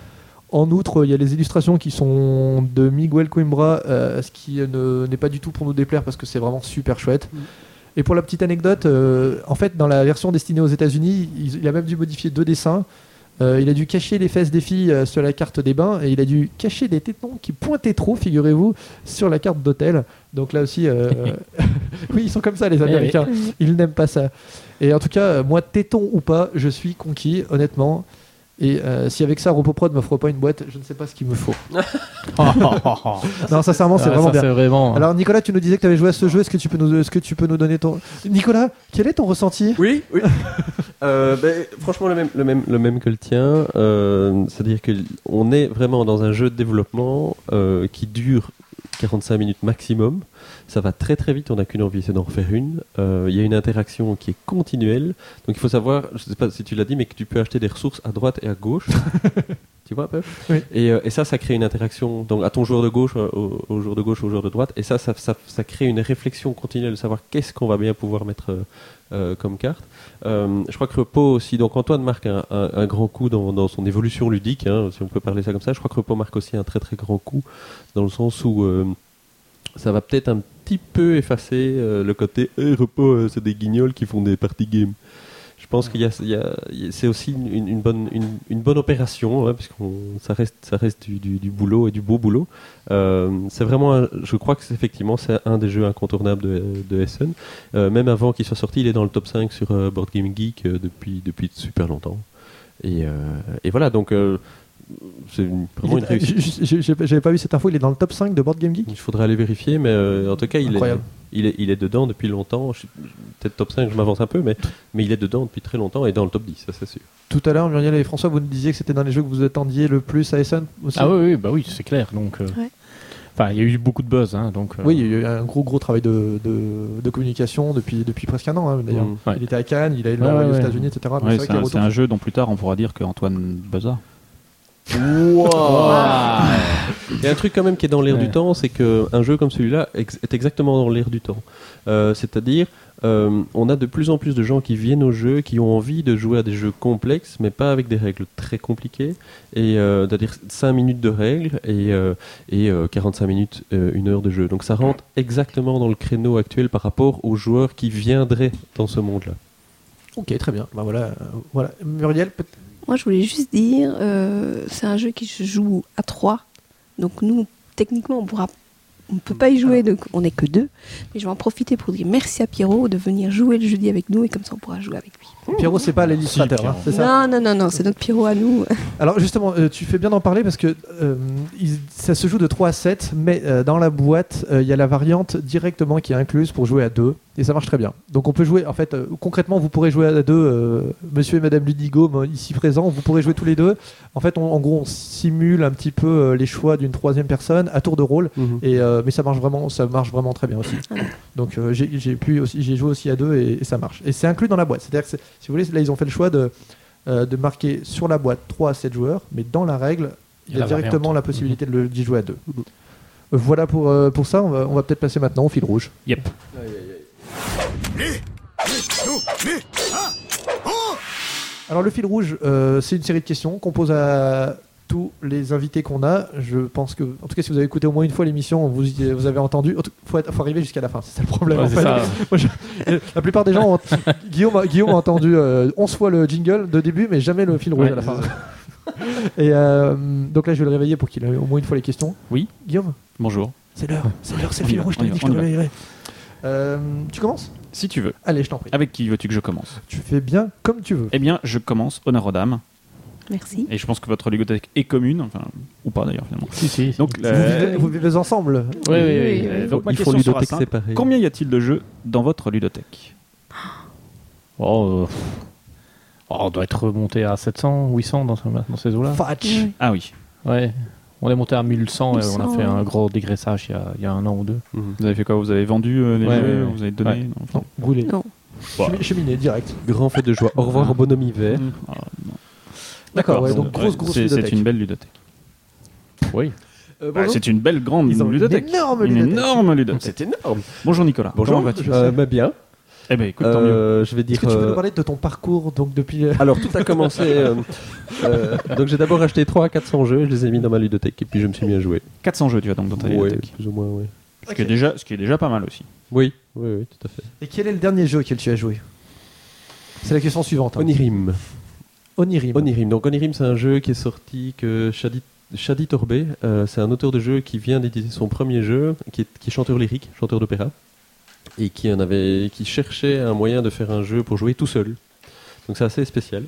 Speaker 4: En outre, il y a les illustrations qui sont de Miguel Coimbra, euh, ce qui ne- n'est pas du tout pour nous déplaire parce que c'est vraiment super chouette. Et pour la petite anecdote, euh, en fait, dans la version destinée aux États-Unis, il, il a même dû modifier deux dessins. Euh, il a dû cacher les fesses des filles euh, sur la carte des bains et il a dû cacher des tétons qui pointaient trop, figurez-vous, sur la carte d'hôtel. Donc là aussi, euh, oui, ils sont comme ça
Speaker 1: Eh
Speaker 4: les Américains. Ils n'aiment pas ça. Et en tout cas, euh, moi, téton ou pas, je suis conquis, honnêtement. Et euh, si avec ça, Repoprod m'offre pas une boîte, je ne sais pas ce qu'il me faut. Ah, Non, sincèrement, c'est
Speaker 1: Ah,
Speaker 4: vraiment
Speaker 1: ça,
Speaker 4: bien.
Speaker 1: C'est vraiment.
Speaker 4: Alors Nicolas, tu nous disais que tu avais joué à ce jeu. Est-ce que tu peux nous, est-ce que tu peux nous donner ton Nicolas, quel est ton ressenti
Speaker 6: Oui, oui. Euh, ben, franchement, le même, le, même, le même que le tien. Euh, C'est-à-dire qu'on est vraiment dans un jeu de développement euh, qui dure 45 minutes maximum. Ça va très très vite, on n'a qu'une envie, c'est d'en refaire une. Euh, Il y a une interaction qui est continuelle. Donc il faut savoir, je ne sais pas si tu l'as dit, mais que tu peux acheter des ressources à droite et à gauche. Tu vois un peu
Speaker 4: Oui.
Speaker 6: et, euh, et ça, ça crée une interaction donc, à ton joueur de gauche, euh, au, au joueur de gauche, au joueur de droite. Et ça, ça, ça, ça crée une réflexion continuelle de savoir qu'est-ce qu'on va bien pouvoir mettre euh, euh, comme carte. Euh, je crois que Repos aussi, donc Antoine marque un, un- un grand coup dans, dans son évolution ludique, hein, si on peut parler ça comme ça. Je crois que Repos marque aussi un très très grand coup dans le sens où euh, ça va peut-être un petit peu effacer euh, le côté Eh, repos, euh, c'est des guignols qui font des party games. Je pense qu'il y a, il y a- il y a- c'est aussi une, une- une bonne, une, une bonne opération, hein, puisqu'on, ça reste, ça reste du, du- du boulot et du beau boulot. Euh, c'est vraiment, un- je crois que c'est effectivement c'est un des jeux incontournables de, de Essen. Euh, même avant qu'il soit sorti, il est dans le top 5 sur euh, Board Game Geek euh, depuis, depuis super longtemps. Et, euh, et voilà, donc euh, c'est une-
Speaker 4: Il
Speaker 6: vraiment une
Speaker 4: est-
Speaker 6: réussite.
Speaker 4: j- j- j'ai- J'avais pas vu cette info, il est dans le top 5 de Board Game Geek
Speaker 6: Il faudrait aller vérifier, mais euh, en tout cas, il est,
Speaker 4: Incroyable.
Speaker 6: il, est, il est dedans depuis longtemps. Je suis- Peut-être top 5, je m'avance un peu, mais, mais il est dedans depuis très longtemps et dans le top 10, ça c'est sûr.
Speaker 4: Tout à l'heure, Muriel et François, vous nous disiez que c'était dans les jeux que vous attendiez le plus à Essen aussi.
Speaker 1: Ah oui, oui, bah oui, c'est clair. Donc, euh,
Speaker 8: Ouais.
Speaker 1: enfin, il y a eu beaucoup de buzz, hein, donc. euh,
Speaker 4: Oui, il y a eu un gros gros travail de, de, de communication depuis, depuis presque un an hein, d'ailleurs.
Speaker 6: Mm.
Speaker 1: Ouais.
Speaker 4: Il était à Cannes, il a été
Speaker 1: Ouais, ouais,
Speaker 4: aux
Speaker 1: ouais.
Speaker 4: États-Unis, etc. Mais
Speaker 5: Ouais,
Speaker 4: c'est vrai
Speaker 5: c'est
Speaker 4: qu'il
Speaker 5: un,
Speaker 4: retourne
Speaker 5: c'est un jeu dont plus tard on pourra dire qu'Antoine Bazar.
Speaker 4: Oh.
Speaker 6: Il y a un truc quand même qui est dans l'air
Speaker 5: Ouais.
Speaker 6: du temps, c'est qu'un jeu comme celui-là ex- est exactement dans l'air du temps. Euh, C'est-à-dire, euh, on a de plus en plus de gens qui viennent au jeu, qui ont envie de jouer à des jeux complexes, mais pas avec des règles très compliquées. Et euh, c'est-à-dire 5 minutes de règles et, euh, et euh, 45 minutes, euh, une heure de jeu. Donc ça rentre exactement dans le créneau actuel par rapport aux joueurs qui viendraient dans ce monde-là.
Speaker 4: Ok, très bien. Bah voilà, euh, voilà. Muriel, peut-
Speaker 8: Moi, je voulais juste dire, euh, c'est un jeu qui se joue à trois. Donc nous, techniquement, on pourra, on peut pas y jouer, donc on n'est que deux. Mais je vais en profiter pour dire merci à Pierrot de venir jouer le jeudi avec nous et comme ça, on pourra jouer avec lui.
Speaker 4: Pierrot, c'est pas l'illustrateur,
Speaker 1: Si,
Speaker 4: hein,
Speaker 1: Pierrot.
Speaker 4: c'est ça
Speaker 8: Non, non, non, non, c'est notre Pierrot à nous.
Speaker 4: Alors justement, euh, tu fais bien d'en parler parce que euh, il- ça se joue de 3 à 7, mais euh, dans la boîte, euh, il y a la variante directement qui est incluse pour jouer à 2, et ça marche très bien. Donc on peut jouer, en fait, euh, concrètement, vous pourrez jouer à 2, monsieur et madame Ludigo, moi, ici présents, vous pourrez jouer tous les deux. En fait, on- en gros, on simule un petit peu euh, les choix d'une troisième personne à tour de rôle, et, euh, mais ça marche vraiment, ça marche vraiment très bien aussi. Donc euh, j'ai j'ai pu aussi, j'ai joué aussi à deux et, et ça marche. Et c'est inclus dans la boîte. C'est-à-dire que c'est- si vous voulez, là ils ont fait le choix de, euh, de marquer sur la boîte 3 à 7 joueurs, mais dans la règle, il y a,
Speaker 1: la
Speaker 4: directement la Mhm. possibilité de le- d'y jouer à deux. Euh, Voilà pour, euh, pour ça, on va, on va peut-être passer maintenant au fil rouge.
Speaker 1: Yep.
Speaker 4: Alors le fil rouge, euh, c'est une série de questions qu'on pose à tous les invités qu'on a. Je pense que, en tout cas, si vous avez écouté au moins une fois l'émission, vous, y- vous avez entendu. Il faut, être- faut arriver jusqu'à la fin, c'est ça le problème.
Speaker 1: Ouais,
Speaker 4: en
Speaker 1: c'est
Speaker 4: fait.
Speaker 1: ça.
Speaker 4: Moi, je- La plupart des gens ont... Guillaume, a- Guillaume a entendu euh, 11 fois le jingle de début, mais jamais le fil rouge
Speaker 1: Ouais,
Speaker 4: à la fin. Et euh, donc là, je vais le réveiller pour qu'il ait au moins une fois les questions.
Speaker 5: Oui.
Speaker 4: Guillaume,
Speaker 5: Bonjour.
Speaker 4: c'est l'heure, c'est l'heure, c'est
Speaker 5: On
Speaker 4: le
Speaker 5: y
Speaker 4: fil
Speaker 5: va,
Speaker 4: rouge, je
Speaker 5: on y
Speaker 4: t'avais
Speaker 5: va,
Speaker 4: dit que
Speaker 5: on
Speaker 4: je
Speaker 5: y
Speaker 4: te le
Speaker 5: va.
Speaker 4: réveillerais. Euh, tu commences
Speaker 5: Si tu veux,
Speaker 4: Allez, je t'en prie.
Speaker 5: avec qui veux-tu que je commence
Speaker 4: Tu fais bien comme tu veux.
Speaker 5: Eh bien, je commence honneur aux dames.
Speaker 8: Merci.
Speaker 5: Et je pense que votre ludothèque est commune, enfin, ou pas d'ailleurs finalement.
Speaker 1: Si, si.
Speaker 5: Donc, euh,
Speaker 4: Vous vivez- Vous vivez ensemble.
Speaker 1: Oui, oui,
Speaker 8: oui,
Speaker 1: oui.
Speaker 8: oui.
Speaker 5: donc ma
Speaker 6: Il faut
Speaker 5: question sera
Speaker 6: ludothèque
Speaker 5: simple.
Speaker 6: séparée.
Speaker 5: Combien y a-t-il de jeux dans votre ludothèque
Speaker 1: Oh, euh, pff. Oh, on doit être remonté à 700, 800 dans, ce- dans ces eaux-là.
Speaker 4: Fatch.
Speaker 5: Ah oui,
Speaker 1: Ouais. On est monté à 1100 et on
Speaker 8: 1100,
Speaker 1: a
Speaker 8: ouais.
Speaker 1: fait un gros dégraissage il y a, il y a un an ou deux.
Speaker 5: vous avez fait quoi Vous avez vendu euh, les
Speaker 1: Ouais,
Speaker 5: jeux
Speaker 1: ouais, ouais.
Speaker 5: Vous avez donné
Speaker 1: Ouais.
Speaker 5: Non, enfin,
Speaker 4: Non, brûlé.
Speaker 8: Non.
Speaker 5: Bah.
Speaker 4: Chemi- Cheminé, direct.
Speaker 6: Grand fait de joie. Au revoir, bonhomme hiver.
Speaker 5: hmm, ah, non.
Speaker 4: D'accord, ouais,
Speaker 5: Pardon.
Speaker 4: donc grosse,
Speaker 5: Ouais,
Speaker 4: grosse
Speaker 5: c'est- C'est
Speaker 4: ludothèque. Ah,
Speaker 5: une belle ludothèque.
Speaker 1: Oui.
Speaker 5: Bah, c'est une belle grande
Speaker 4: Ils ont une
Speaker 5: ludothèque.
Speaker 4: énorme
Speaker 5: Une
Speaker 4: ludothèque.
Speaker 5: énorme ludothèque.
Speaker 6: C'est énorme.
Speaker 5: Bonjour Nicolas.
Speaker 6: Bonjour,
Speaker 5: Comment vas-tu
Speaker 6: Euh, bah bien.
Speaker 5: Eh ben écoute, tant mieux.
Speaker 6: Euh, je vais dire.
Speaker 4: Est-ce que tu peux
Speaker 6: euh,
Speaker 4: nous parler de ton parcours donc depuis euh,
Speaker 6: Alors tout a commencé. euh, euh, donc j'ai d'abord acheté 3 à 400 jeux, je les ai mis dans ma ludothèque et puis je me suis mis à jouer.
Speaker 5: 400 jeux tu as donc dans ta
Speaker 6: Ouais,
Speaker 5: ludothèque.
Speaker 6: plus ou moins, ouais.
Speaker 5: Ce, qui est déjà, ce qui est déjà pas mal aussi.
Speaker 6: oui. Oui, oui, tout à fait.
Speaker 4: Et quel est le dernier jeu auquel tu as joué C'est la question suivante. hein.
Speaker 6: Onirim.
Speaker 4: Onirim.
Speaker 6: Onirim. Donc Onirim, c'est un jeu qui est sorti que Shadi, Shadi Torbé, euh, c'est un auteur de jeu qui vient d'éditer son premier jeu, qui est, qui est chanteur lyrique, chanteur d'opéra, et qui en avait, qui cherchait un moyen de faire un jeu pour jouer tout seul. Donc c'est assez spécial.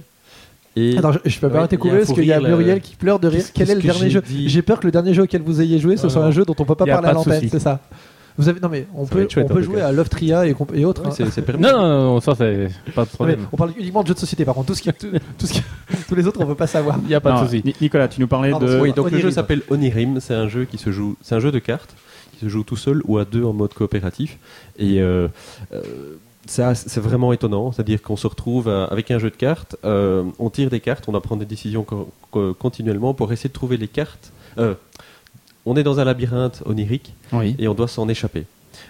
Speaker 6: Et
Speaker 4: Attends, je, je peux
Speaker 6: Ouais,
Speaker 4: pas arrêter
Speaker 6: il y a
Speaker 4: couper
Speaker 6: un
Speaker 4: parce
Speaker 6: fou
Speaker 4: qu'il y a
Speaker 6: rire, là.
Speaker 4: Muriel qui pleure de rire.
Speaker 6: Qu'est-ce-
Speaker 4: Quel est
Speaker 6: qu'est-ce
Speaker 4: le
Speaker 6: que
Speaker 4: dernier
Speaker 6: j'ai
Speaker 4: jeu
Speaker 6: dit
Speaker 4: J'ai peur que le dernier jeu auquel vous ayez joué, ce
Speaker 1: Non,
Speaker 4: soit
Speaker 1: non.
Speaker 4: un jeu dont on peut pas
Speaker 1: Il y a
Speaker 4: parler
Speaker 1: pas
Speaker 4: à
Speaker 1: de
Speaker 4: l'antenne,
Speaker 1: souci.
Speaker 4: c'est ça vous avez... Non mais on
Speaker 6: va
Speaker 4: peut,
Speaker 6: être chouette,
Speaker 4: on
Speaker 6: en
Speaker 4: peut
Speaker 6: tout
Speaker 4: jouer
Speaker 6: cas.
Speaker 4: à Love Tria et, comp- et autres.
Speaker 6: Ouais,
Speaker 4: hein.
Speaker 6: c'est c'est permis.
Speaker 1: Non, non, non, ça, c'est pas
Speaker 4: Non, mais
Speaker 1: de problème.
Speaker 4: on parle uniquement de jeux de société par contre. Tout ce qui, tout, tout ce qui- tous les autres on peut pas savoir.
Speaker 1: Il n'y a pas
Speaker 5: Non,
Speaker 1: de souci.
Speaker 5: Ni- Nicolas, tu nous parlais
Speaker 4: Pardon,
Speaker 5: de. Ah,
Speaker 4: Euh,
Speaker 6: oui, donc le
Speaker 4: Onirim.
Speaker 6: jeu s'appelle Onirim, c'est un jeu qui se joue, c'est un jeu de cartes qui se joue tout seul ou à deux en mode coopératif. Et euh, euh, ça, c'est vraiment étonnant. C'est-à-dire qu'on se retrouve euh, avec un jeu de cartes, euh, on tire des cartes, on doit prendre des décisions co- co- continuellement pour essayer de trouver les cartes. Euh, on est dans un labyrinthe onirique
Speaker 5: Oui.
Speaker 6: et on doit s'en échapper.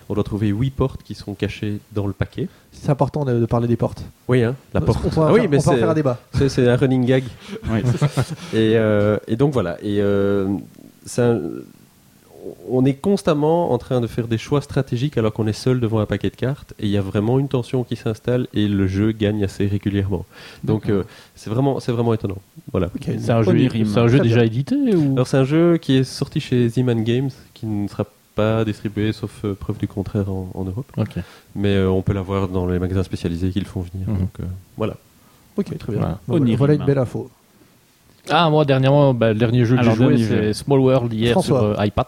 Speaker 6: On doit trouver huit portes qui sont cachées dans le paquet.
Speaker 4: C'est important de, de parler des portes.
Speaker 6: Oui, hein, la
Speaker 4: Parce
Speaker 6: porte.
Speaker 4: qu'on pourra
Speaker 6: Ah
Speaker 4: en
Speaker 6: oui,
Speaker 4: faire-
Speaker 6: mais
Speaker 4: on peut en
Speaker 6: c'est-
Speaker 4: faire un débat.
Speaker 6: c'est c'est un running gag.
Speaker 5: Oui.
Speaker 6: et, euh, et donc voilà. Et euh, ça- on est constamment en train de faire des choix stratégiques alors qu'on est seul devant un paquet de cartes. Et il y a vraiment une tension qui s'installe et le jeu gagne assez régulièrement. Donc euh, c'est vraiment, c'est vraiment étonnant. Voilà.
Speaker 1: C'est un jeu,
Speaker 5: Onirim.
Speaker 1: c'est un jeu déjà édité ou
Speaker 6: Alors c'est un jeu qui est sorti chez Z-Man Games, qui ne sera pas distribué sauf euh, preuve du contraire en, en Europe.
Speaker 1: Ok.
Speaker 6: Mais euh, on peut l'avoir dans les magasins spécialisés qui le font venir.
Speaker 1: Mhm.
Speaker 6: Donc euh, voilà.
Speaker 4: Ok, très bien.
Speaker 1: Voilà.
Speaker 4: Bon, voilà,
Speaker 5: Onirim.
Speaker 4: voilà une belle info.
Speaker 1: Ah, moi, dernièrement, bah, le dernier jeu que j'ai
Speaker 5: Alors,
Speaker 1: joué,
Speaker 5: dernier jeu.
Speaker 1: c'est Small World hier
Speaker 4: François.
Speaker 1: sur euh, iPad.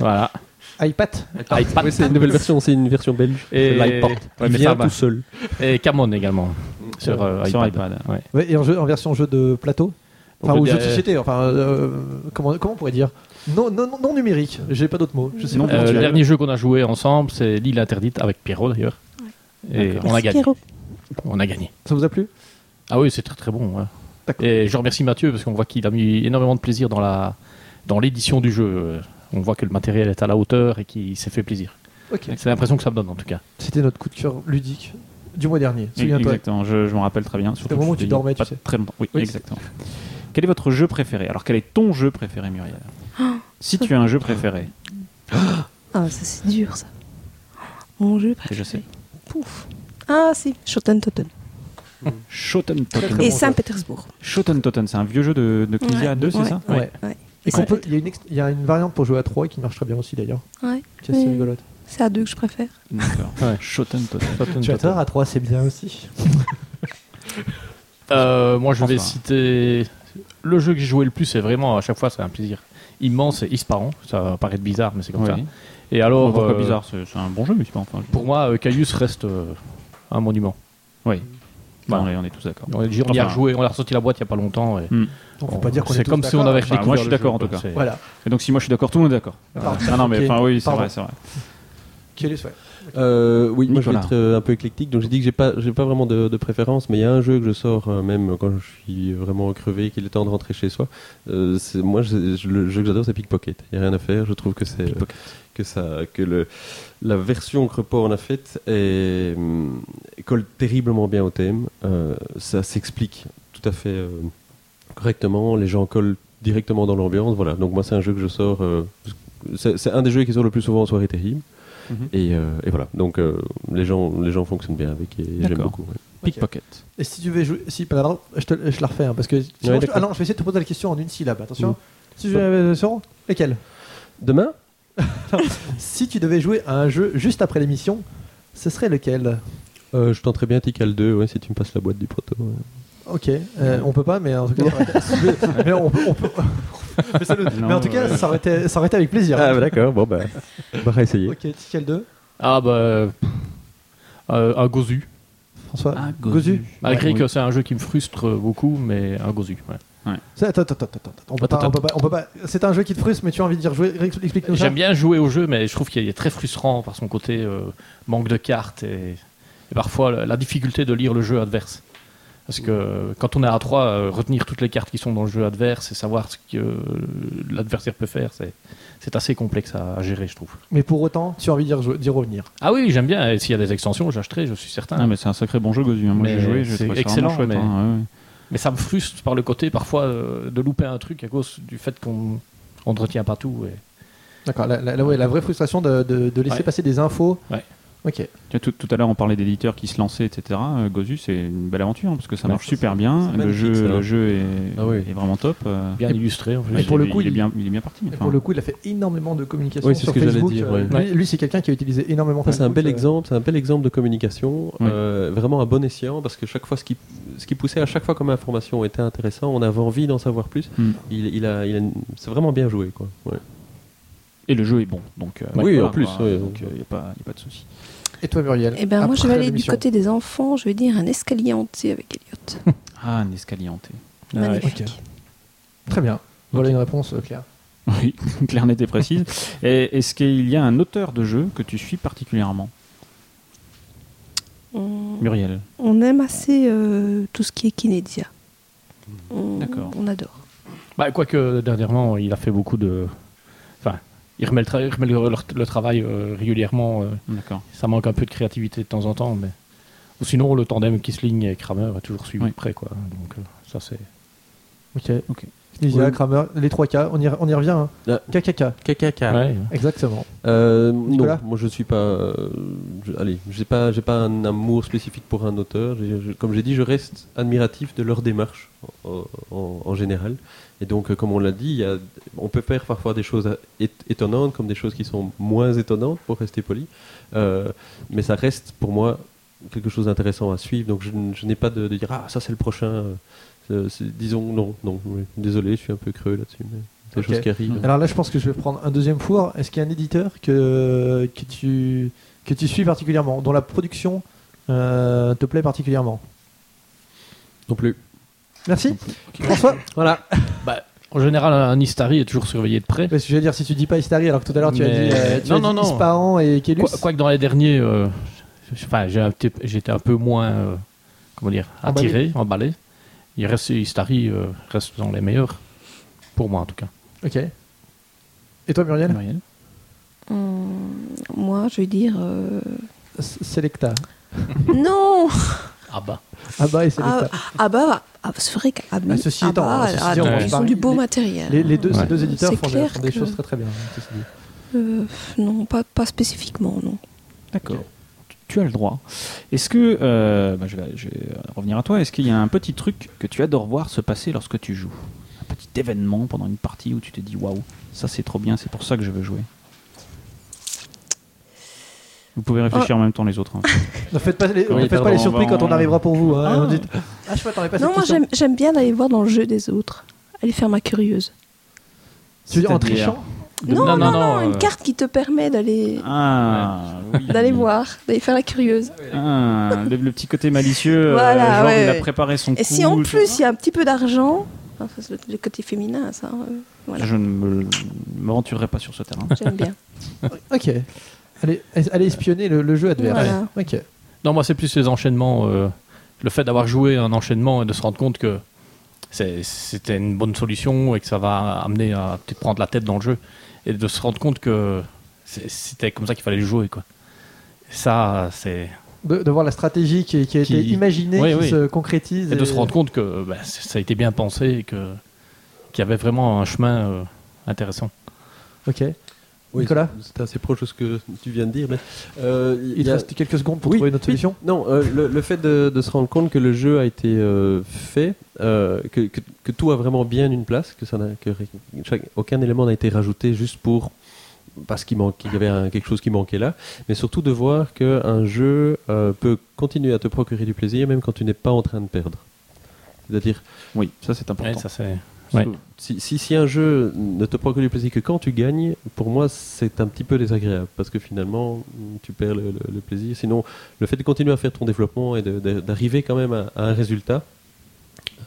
Speaker 1: Voilà.
Speaker 4: iPad
Speaker 1: iPad.
Speaker 6: Oui, c'est une nouvelle version, c'est une version belge.
Speaker 1: Et-
Speaker 6: L'iPod.
Speaker 1: Ouais,
Speaker 6: Il
Speaker 1: mais
Speaker 6: vient
Speaker 1: ça va.
Speaker 6: tout seul.
Speaker 1: Et Camon également. Sur, euh,
Speaker 5: Sur
Speaker 1: iPad.
Speaker 5: iPad.
Speaker 1: Ouais.
Speaker 4: Ouais, et en, jeu, en version jeu de plateau Enfin,
Speaker 1: Jeu
Speaker 4: ou
Speaker 1: de-
Speaker 4: jeu de société, enfin, euh, comment, comment on pourrait dire non, non, non- non numérique, j'ai pas d'autres mots. Je sais
Speaker 5: Non
Speaker 4: pas
Speaker 1: Euh,
Speaker 4: comment
Speaker 1: le
Speaker 4: tu
Speaker 1: dernier jeu qu'on a joué ensemble, c'est L'île interdite avec Pierrot d'ailleurs. Et on a gagné. On a gagné.
Speaker 4: l'as- Ça vous a plu
Speaker 1: Ah oui, c'est très très bon. ouais.
Speaker 4: D'accord.
Speaker 1: Et je remercie Mathieu parce qu'on voit qu'il a mis énormément de plaisir dans la dans l'édition du jeu. Euh, On voit que le matériel est à la hauteur et qu'il s'est fait plaisir.
Speaker 4: Ok.
Speaker 1: C'est l'impression que ça me donne en tout cas.
Speaker 4: C'était notre coup de cœur ludique du mois dernier, souviens-toi.
Speaker 5: Exactement, je, je m'en rappelle très bien. Surtout
Speaker 4: au moment
Speaker 5: que
Speaker 4: où tu
Speaker 5: j'étais
Speaker 4: dormais,
Speaker 5: pas
Speaker 4: tu sais.
Speaker 5: Très longtemps. Oui,
Speaker 1: Oui,
Speaker 5: exactement. Quel est votre jeu préféré Alors, quel est ton jeu préféré, Muriel Si tu as un jeu préféré,
Speaker 8: Ah, ça c'est dur ça. Mon jeu préféré.
Speaker 5: bah, je sais.
Speaker 8: Pouf. Ah si, Shoten Totten.
Speaker 5: Shoten Totten.
Speaker 4: Très
Speaker 8: Et
Speaker 4: bon
Speaker 8: Saint-Pétersbourg.
Speaker 5: Shoten Totten, c'est un vieux jeu de, de Knizia
Speaker 8: Ouais.
Speaker 5: 2, c'est
Speaker 8: Ouais.
Speaker 5: ça
Speaker 4: Ouais.
Speaker 8: Ouais.
Speaker 4: Et
Speaker 8: Et
Speaker 4: qu'on
Speaker 8: c'est
Speaker 4: peut- Il y, a une ex- il y a une variante pour jouer à 3 qui marche très bien aussi d'ailleurs.
Speaker 8: Ouais.
Speaker 4: Tiens, c'est
Speaker 8: Oui.
Speaker 4: rigolote.
Speaker 8: C'est à deux que je préfère.
Speaker 5: D'accord.
Speaker 1: Ouais.
Speaker 5: Shoten Totten.
Speaker 4: Tu as tort, à 3 c'est bien aussi.
Speaker 1: Euh, moi, je vais
Speaker 5: François.
Speaker 1: citer le jeu que j'ai joué le plus. C'est vraiment à chaque fois, c'est un plaisir immense et Isparan. Ça va paraître bizarre, mais c'est comme
Speaker 5: Oui.
Speaker 1: ça. Et alors,
Speaker 5: Pourquoi
Speaker 1: euh,
Speaker 5: bizarre C'est c'est un bon jeu, mais c'est pas enfin.
Speaker 1: pour moi, euh, Caius reste euh, un monument.
Speaker 5: Oui.
Speaker 1: Voilà.
Speaker 5: On est- on est tous d'accord.
Speaker 1: On, y- on y
Speaker 5: Enfin,
Speaker 1: a rejoué, on a ressorti la boîte il y a pas longtemps. et
Speaker 4: On
Speaker 1: on-
Speaker 4: peut pas dire qu'on est
Speaker 1: Oh, C'est
Speaker 4: tous
Speaker 1: comme si on
Speaker 4: d'accord.
Speaker 1: avait
Speaker 5: Enfin,
Speaker 1: découvert.
Speaker 5: moi, je suis
Speaker 1: le
Speaker 5: d'accord,
Speaker 1: jeu,
Speaker 5: en tout
Speaker 1: quoi.
Speaker 5: cas.
Speaker 1: C'est-
Speaker 4: Voilà.
Speaker 5: Et donc, si moi je suis d'accord, tout le monde est d'accord.
Speaker 4: Pardon.
Speaker 5: Ah non, mais
Speaker 4: Ok.
Speaker 5: enfin, oui, c'est
Speaker 4: Pardon.
Speaker 5: vrai, c'est vrai.
Speaker 4: Quel est souhait
Speaker 6: Euh, oui, moi je vais
Speaker 5: Nicolas.
Speaker 6: être euh, un peu éclectique, donc j'ai dit que j'ai pas, j'ai pas vraiment de, de préférence, mais il y a un jeu que je sors euh, même quand je suis vraiment crevé, qu'il est temps de rentrer chez soi. Euh, c'est- moi, je- je- le jeu que j'adore, c'est Pickpocket. Il y a rien à faire. Je trouve que c'est euh, que ça, que le la version que Repos en a faite est, hum, colle terriblement bien au thème. Euh, ça s'explique tout à fait euh, correctement. Les gens collent directement dans l'ambiance. Voilà. Donc moi, c'est un jeu que je sors. euh, c'est c'est un des jeux qui sort le plus souvent en soirée terrible.
Speaker 5: Mhm.
Speaker 6: Et, euh, et voilà, donc euh, les, gens, les gens fonctionnent bien avec et j'aime
Speaker 5: D'accord.
Speaker 6: beaucoup. ouais.
Speaker 5: Pickpocket.
Speaker 4: Et si tu veux jouer. Si, pardon, je, te, je la refais, hein, parce que. sinon je-
Speaker 6: d'accord.
Speaker 4: ah non, je vais essayer de te poser la question en une syllabe, attention.
Speaker 6: Mm.
Speaker 1: Mmh.
Speaker 4: Si tu euh, devais sur- lesquels
Speaker 6: Demain
Speaker 4: Si tu devais jouer à un jeu juste après l'émission, ce serait lequel
Speaker 6: euh, Je tenterai bien Tical 2, ouais, si tu me passes la boîte du proto. ouais.
Speaker 4: Ok, euh, on peut pas, mais en tout cas, ça aurait été- mais, on peut- on peut- mais ça nous- mais en tout cas, ça aurait été, ça aurait été avec plaisir.
Speaker 6: Ah, bah, d'accord, bon, bah, on va réessayer.
Speaker 4: ok, Tical 2,
Speaker 1: Ah bah euh, euh, un Gozu.
Speaker 4: François,
Speaker 5: Ah,
Speaker 4: Gozu.
Speaker 1: Malgré
Speaker 5: Ouais.
Speaker 1: que c'est un jeu qui me frustre euh, beaucoup, mais un Gozu. ouais.
Speaker 4: Ça, Attends, attends, attends, attends, on peut
Speaker 1: Attends,
Speaker 4: pas, on peut pas, on peut pas- C'est un jeu qui te frustre, mais tu as envie de dire jouer. ré- Explique-nous ça.
Speaker 1: J'aime bien jouer au jeu, mais je trouve qu'il est très frustrant par son côté euh, manque de cartes et, et parfois la, la difficulté de lire le jeu adverse. Parce que euh, quand on est à 3, retenir toutes les cartes qui sont dans le jeu adverse et savoir ce que euh, l'adversaire peut faire, c'est, c'est assez complexe à, à gérer, je trouve.
Speaker 4: Mais pour autant, tu as envie d'y rejou- d'y revenir.
Speaker 1: Ah oui, j'aime bien. Et s'il y a des extensions, j'achèterai, je suis certain.
Speaker 5: Ah,
Speaker 1: mais...
Speaker 5: mais c'est un sacré bon jeu, Gozu. hein. Moi, j'ai
Speaker 1: Mais
Speaker 5: joué,
Speaker 1: c'est
Speaker 5: j'ai trouvé ça
Speaker 1: excellent,
Speaker 5: vraiment chouette.
Speaker 1: mais-
Speaker 5: hein, ouais, ouais.
Speaker 1: ça me frustre par le côté parfois euh, de louper un truc à cause du fait qu'on on ne retient pas tout. et-
Speaker 4: D'accord, la, la- la- ouais, la vraie frustration de, de- de laisser
Speaker 1: Ouais.
Speaker 4: passer des infos.
Speaker 1: Ouais.
Speaker 4: Ok.
Speaker 5: Tu vois, tout, tout à l'heure, on parlait d'éditeurs qui se lançaient, etc. Euh, Gozu, c'est une belle aventure hein, parce que ça
Speaker 1: Ouais,
Speaker 5: marche
Speaker 6: ça,
Speaker 5: super
Speaker 6: c'est-
Speaker 5: bien.
Speaker 6: c'est
Speaker 5: Le
Speaker 6: magnifique,
Speaker 5: jeu,
Speaker 6: ça.
Speaker 5: le jeu est,
Speaker 1: Ah oui.
Speaker 5: est vraiment top. euh,
Speaker 1: Bien illustré en plus.
Speaker 5: il
Speaker 4: pour
Speaker 5: est-
Speaker 4: le coup,
Speaker 5: il est
Speaker 4: il-
Speaker 5: bien, il est bien parti.
Speaker 4: Et
Speaker 5: enfin.
Speaker 4: pour le coup, il a fait énormément de communication
Speaker 6: Oui, c'est
Speaker 4: sur
Speaker 6: ce que j'allais
Speaker 4: Facebook.
Speaker 6: dire,
Speaker 4: euh,
Speaker 1: ouais.
Speaker 4: lui, lui, c'est quelqu'un qui a utilisé énormément
Speaker 6: Ça, c'est un
Speaker 4: Facebook,
Speaker 6: bel
Speaker 4: euh,
Speaker 6: exemple, c'est un bel exemple de communication,
Speaker 5: Oui.
Speaker 6: euh, vraiment à bon escient, parce que chaque fois, ce qui, ce qui poussait à chaque fois comme information était intéressant, on avait envie d'en savoir plus.
Speaker 5: Mm.
Speaker 6: Il, il a, il a- c'est vraiment bien joué, quoi. Ouais.
Speaker 5: Et le jeu est bon. Donc, euh,
Speaker 6: Oui,
Speaker 5: voilà,
Speaker 6: en plus,
Speaker 5: quoi.
Speaker 6: oui.
Speaker 5: donc il n'y a, pas il y a pas de souci.
Speaker 4: Et toi, Muriel
Speaker 8: Et ben moi je vais
Speaker 4: Euh, après
Speaker 8: aller du
Speaker 4: l'émission.
Speaker 8: côté des enfants, je vais dire un escalier hanté avec Elliot.
Speaker 5: Ah, un escalier hanté.
Speaker 6: Ah
Speaker 8: Magnifique.
Speaker 4: Très bien. Voilà une réponse euh, claire.
Speaker 5: Oui, claire, nette et précise. Et Est-ce qu'il y a un auteur de jeu que tu suis particulièrement Muriel.
Speaker 8: on aime assez euh, tout ce qui est Kinédia. On,
Speaker 5: D'accord.
Speaker 8: on adore.
Speaker 1: Bah, Quoique, dernièrement, il a fait beaucoup de. Enfin, il remet le, tra- il remet le- leur- le travail euh, régulièrement. euh,
Speaker 5: D'accord.
Speaker 1: ça manque un peu de créativité de temps en temps, mais. Ou sinon, le tandem Kisling et Kramer a toujours suivi
Speaker 5: Oui.
Speaker 1: de près, quoi. Donc, euh, ça, c'est.
Speaker 4: Ok.
Speaker 5: Ok.
Speaker 4: Knizia,
Speaker 6: Oui.
Speaker 4: Kramer, les 3K, on y, on y revient. hein.
Speaker 6: Ah.
Speaker 4: KKK, Ah
Speaker 1: Ouais,
Speaker 6: Caca.
Speaker 1: ouais.
Speaker 4: exactement.
Speaker 6: Euh,
Speaker 4: Nicolas
Speaker 6: non, moi je suis pas. euh, je- allez, j'ai pas, j'ai pas un amour spécifique pour un auteur. J'ai- je- comme j'ai dit, je reste admiratif de leur démarche en, en- en général. Et donc, euh, comme on l'a dit, il y a- on peut faire parfois des choses à- é- étonnantes, comme des choses qui sont moins étonnantes, pour rester poli. Euh, mais ça reste pour moi quelque chose d'intéressant à suivre. Donc, je, n- je n'ai pas de, de dire ah ça c'est le prochain. euh, c'est- c'est- disons non, non. oui. Désolé, je suis un peu creux là-dessus. mais C'est des
Speaker 4: Ok.
Speaker 6: choses qui arrivent.
Speaker 4: Alors là, je pense que je vais prendre un deuxième four. Est-ce qu'il y a un éditeur que, que, tu, que tu suis particulièrement, dont la production euh, te plaît particulièrement
Speaker 6: Non plus.
Speaker 4: Merci. François
Speaker 6: Voilà.
Speaker 1: Bah, en général, un Istari est toujours surveillé de près.
Speaker 4: Parce que j'allais dire, si tu dis pas Istari, alors que tout à l'heure tu as
Speaker 1: Mais-
Speaker 4: dit, euh, tu
Speaker 1: Non,
Speaker 4: as
Speaker 1: non,
Speaker 4: dit
Speaker 1: non.
Speaker 4: Ispahan et Kélus.
Speaker 1: Quoi- Quoique dans les derniers, euh, je- enfin, j'ai un petit- j'étais un peu moins, euh, comment dire,
Speaker 4: Emballé.
Speaker 1: attiré, emballé. Il reste, Istari euh, reste dans les meilleurs, pour moi en tout cas.
Speaker 4: Ok. Et toi, Muriel
Speaker 5: Muriel.
Speaker 8: Hum, moi, je vais dire. euh,
Speaker 4: S- Selecta.
Speaker 8: non
Speaker 1: Ah bah.
Speaker 4: Ah bah et Selecta.
Speaker 8: Ah bah, ah, c'est vrai qu'Abba,
Speaker 4: Ah, ceci étant, hein, ceci
Speaker 1: étant, on
Speaker 8: ils ont
Speaker 4: parle-
Speaker 8: du beau
Speaker 4: les-
Speaker 8: matériel.
Speaker 4: les, les deux, Ces
Speaker 1: Ouais.
Speaker 4: deux éditeurs
Speaker 8: C'est
Speaker 4: font, des-
Speaker 8: clair
Speaker 4: font des
Speaker 8: que-
Speaker 4: choses très très bien. hein, ceci dit.
Speaker 8: Euh, pff, non, pas, pas spécifiquement, non.
Speaker 5: D'accord. Tu- Tu as le droit. Est-ce que, euh, bah, je, vais, je vais revenir à toi, est-ce qu'il y a un petit truc que tu adores voir se passer lorsque tu joues Un petit événement pendant une partie où tu te dis waouh, ça c'est trop bien, c'est pour ça que je veux jouer Vous pouvez réfléchir
Speaker 8: Oh.
Speaker 5: en même temps les autres. hein.
Speaker 4: Ne faites pas les,
Speaker 5: Quand
Speaker 4: ne
Speaker 5: il
Speaker 4: faites
Speaker 5: perdra,
Speaker 4: pas les
Speaker 5: on
Speaker 4: surpris
Speaker 5: va
Speaker 4: quand on
Speaker 5: en-
Speaker 4: arrivera pour vous. Hein,
Speaker 5: Ah.
Speaker 4: Et vous dites, ah je m'attendais pas à cette
Speaker 8: Non, moi,
Speaker 4: question.
Speaker 8: j'aime- j'aime bien d'aller voir dans le jeu des autres. Aller faire ma curieuse.
Speaker 4: Tu veux dire en
Speaker 5: C'est-à-dire-
Speaker 4: trichant
Speaker 8: Non, non, non, une
Speaker 1: euh,
Speaker 8: carte qui te permet d'aller
Speaker 5: Ah, oui.
Speaker 8: d'aller voir, d'aller faire la curieuse.
Speaker 5: Ah, le, le petit côté malicieux, euh,
Speaker 8: Voilà,
Speaker 5: genre
Speaker 8: ouais,
Speaker 5: il a
Speaker 8: ouais.
Speaker 5: préparé son
Speaker 8: Et
Speaker 5: coup.
Speaker 8: si en
Speaker 5: ça-
Speaker 8: plus il y a un petit peu d'argent, enfin, c'est le, le côté féminin, ça, euh, voilà,
Speaker 5: Ah, Je ne me- m'aventurerai pas sur ce terrain.
Speaker 8: j'aime bien.
Speaker 4: Ok. Allez, es- allez espionner le, le jeu adverse.
Speaker 8: Voilà.
Speaker 4: Ok.
Speaker 1: Non, moi c'est plus les enchaînements, euh, le fait d'avoir joué un enchaînement et de se rendre compte que c'est- c'était une bonne solution et que ça va amener à peut-être prendre la tête dans le jeu et de se rendre compte que c'est- c'était comme ça qu'il fallait le jouer, quoi. Ça, c'est
Speaker 4: De, de voir la stratégie qui, qui a
Speaker 1: Qui-
Speaker 4: été imaginée,
Speaker 1: Oui,
Speaker 4: qui
Speaker 1: oui.
Speaker 4: se concrétise.
Speaker 1: et de se rendre compte que bah, c- ça a été bien pensé et que qu'il y avait vraiment un chemin euh, intéressant.
Speaker 4: Ok.
Speaker 6: Oui,
Speaker 4: Nicolas
Speaker 6: c'est- C'est assez proche de ce que tu viens de dire. Mais, euh,
Speaker 4: Il
Speaker 6: y
Speaker 4: te
Speaker 6: a-
Speaker 4: reste quelques secondes pour
Speaker 6: Oui,
Speaker 4: trouver une autre
Speaker 6: oui.
Speaker 4: solution.
Speaker 6: Non, euh, le, le fait de, de se rendre compte que le jeu a été euh, fait, euh, que, que- que tout a vraiment bien une place, que, ça n'a- que ri- chaque- aucun élément n'a été rajouté juste pour parce qu'il manque- qu'il y avait un- quelque chose qui manquait là, mais surtout de voir qu'un jeu euh, peut continuer à te procurer du plaisir même quand tu n'es pas en train de perdre. C'est-à-dire,
Speaker 5: Oui, ça c'est important.
Speaker 1: Ouais, ça, c'est-
Speaker 5: Parce
Speaker 1: ouais.
Speaker 5: que-
Speaker 6: si, si, si un jeu ne te procure du plaisir que quand tu gagnes, pour moi, c'est un petit peu désagréable parce que finalement, tu perds le, le- le plaisir. Sinon, le fait de continuer à faire ton développement et de- de- d'arriver quand même à, à un résultat,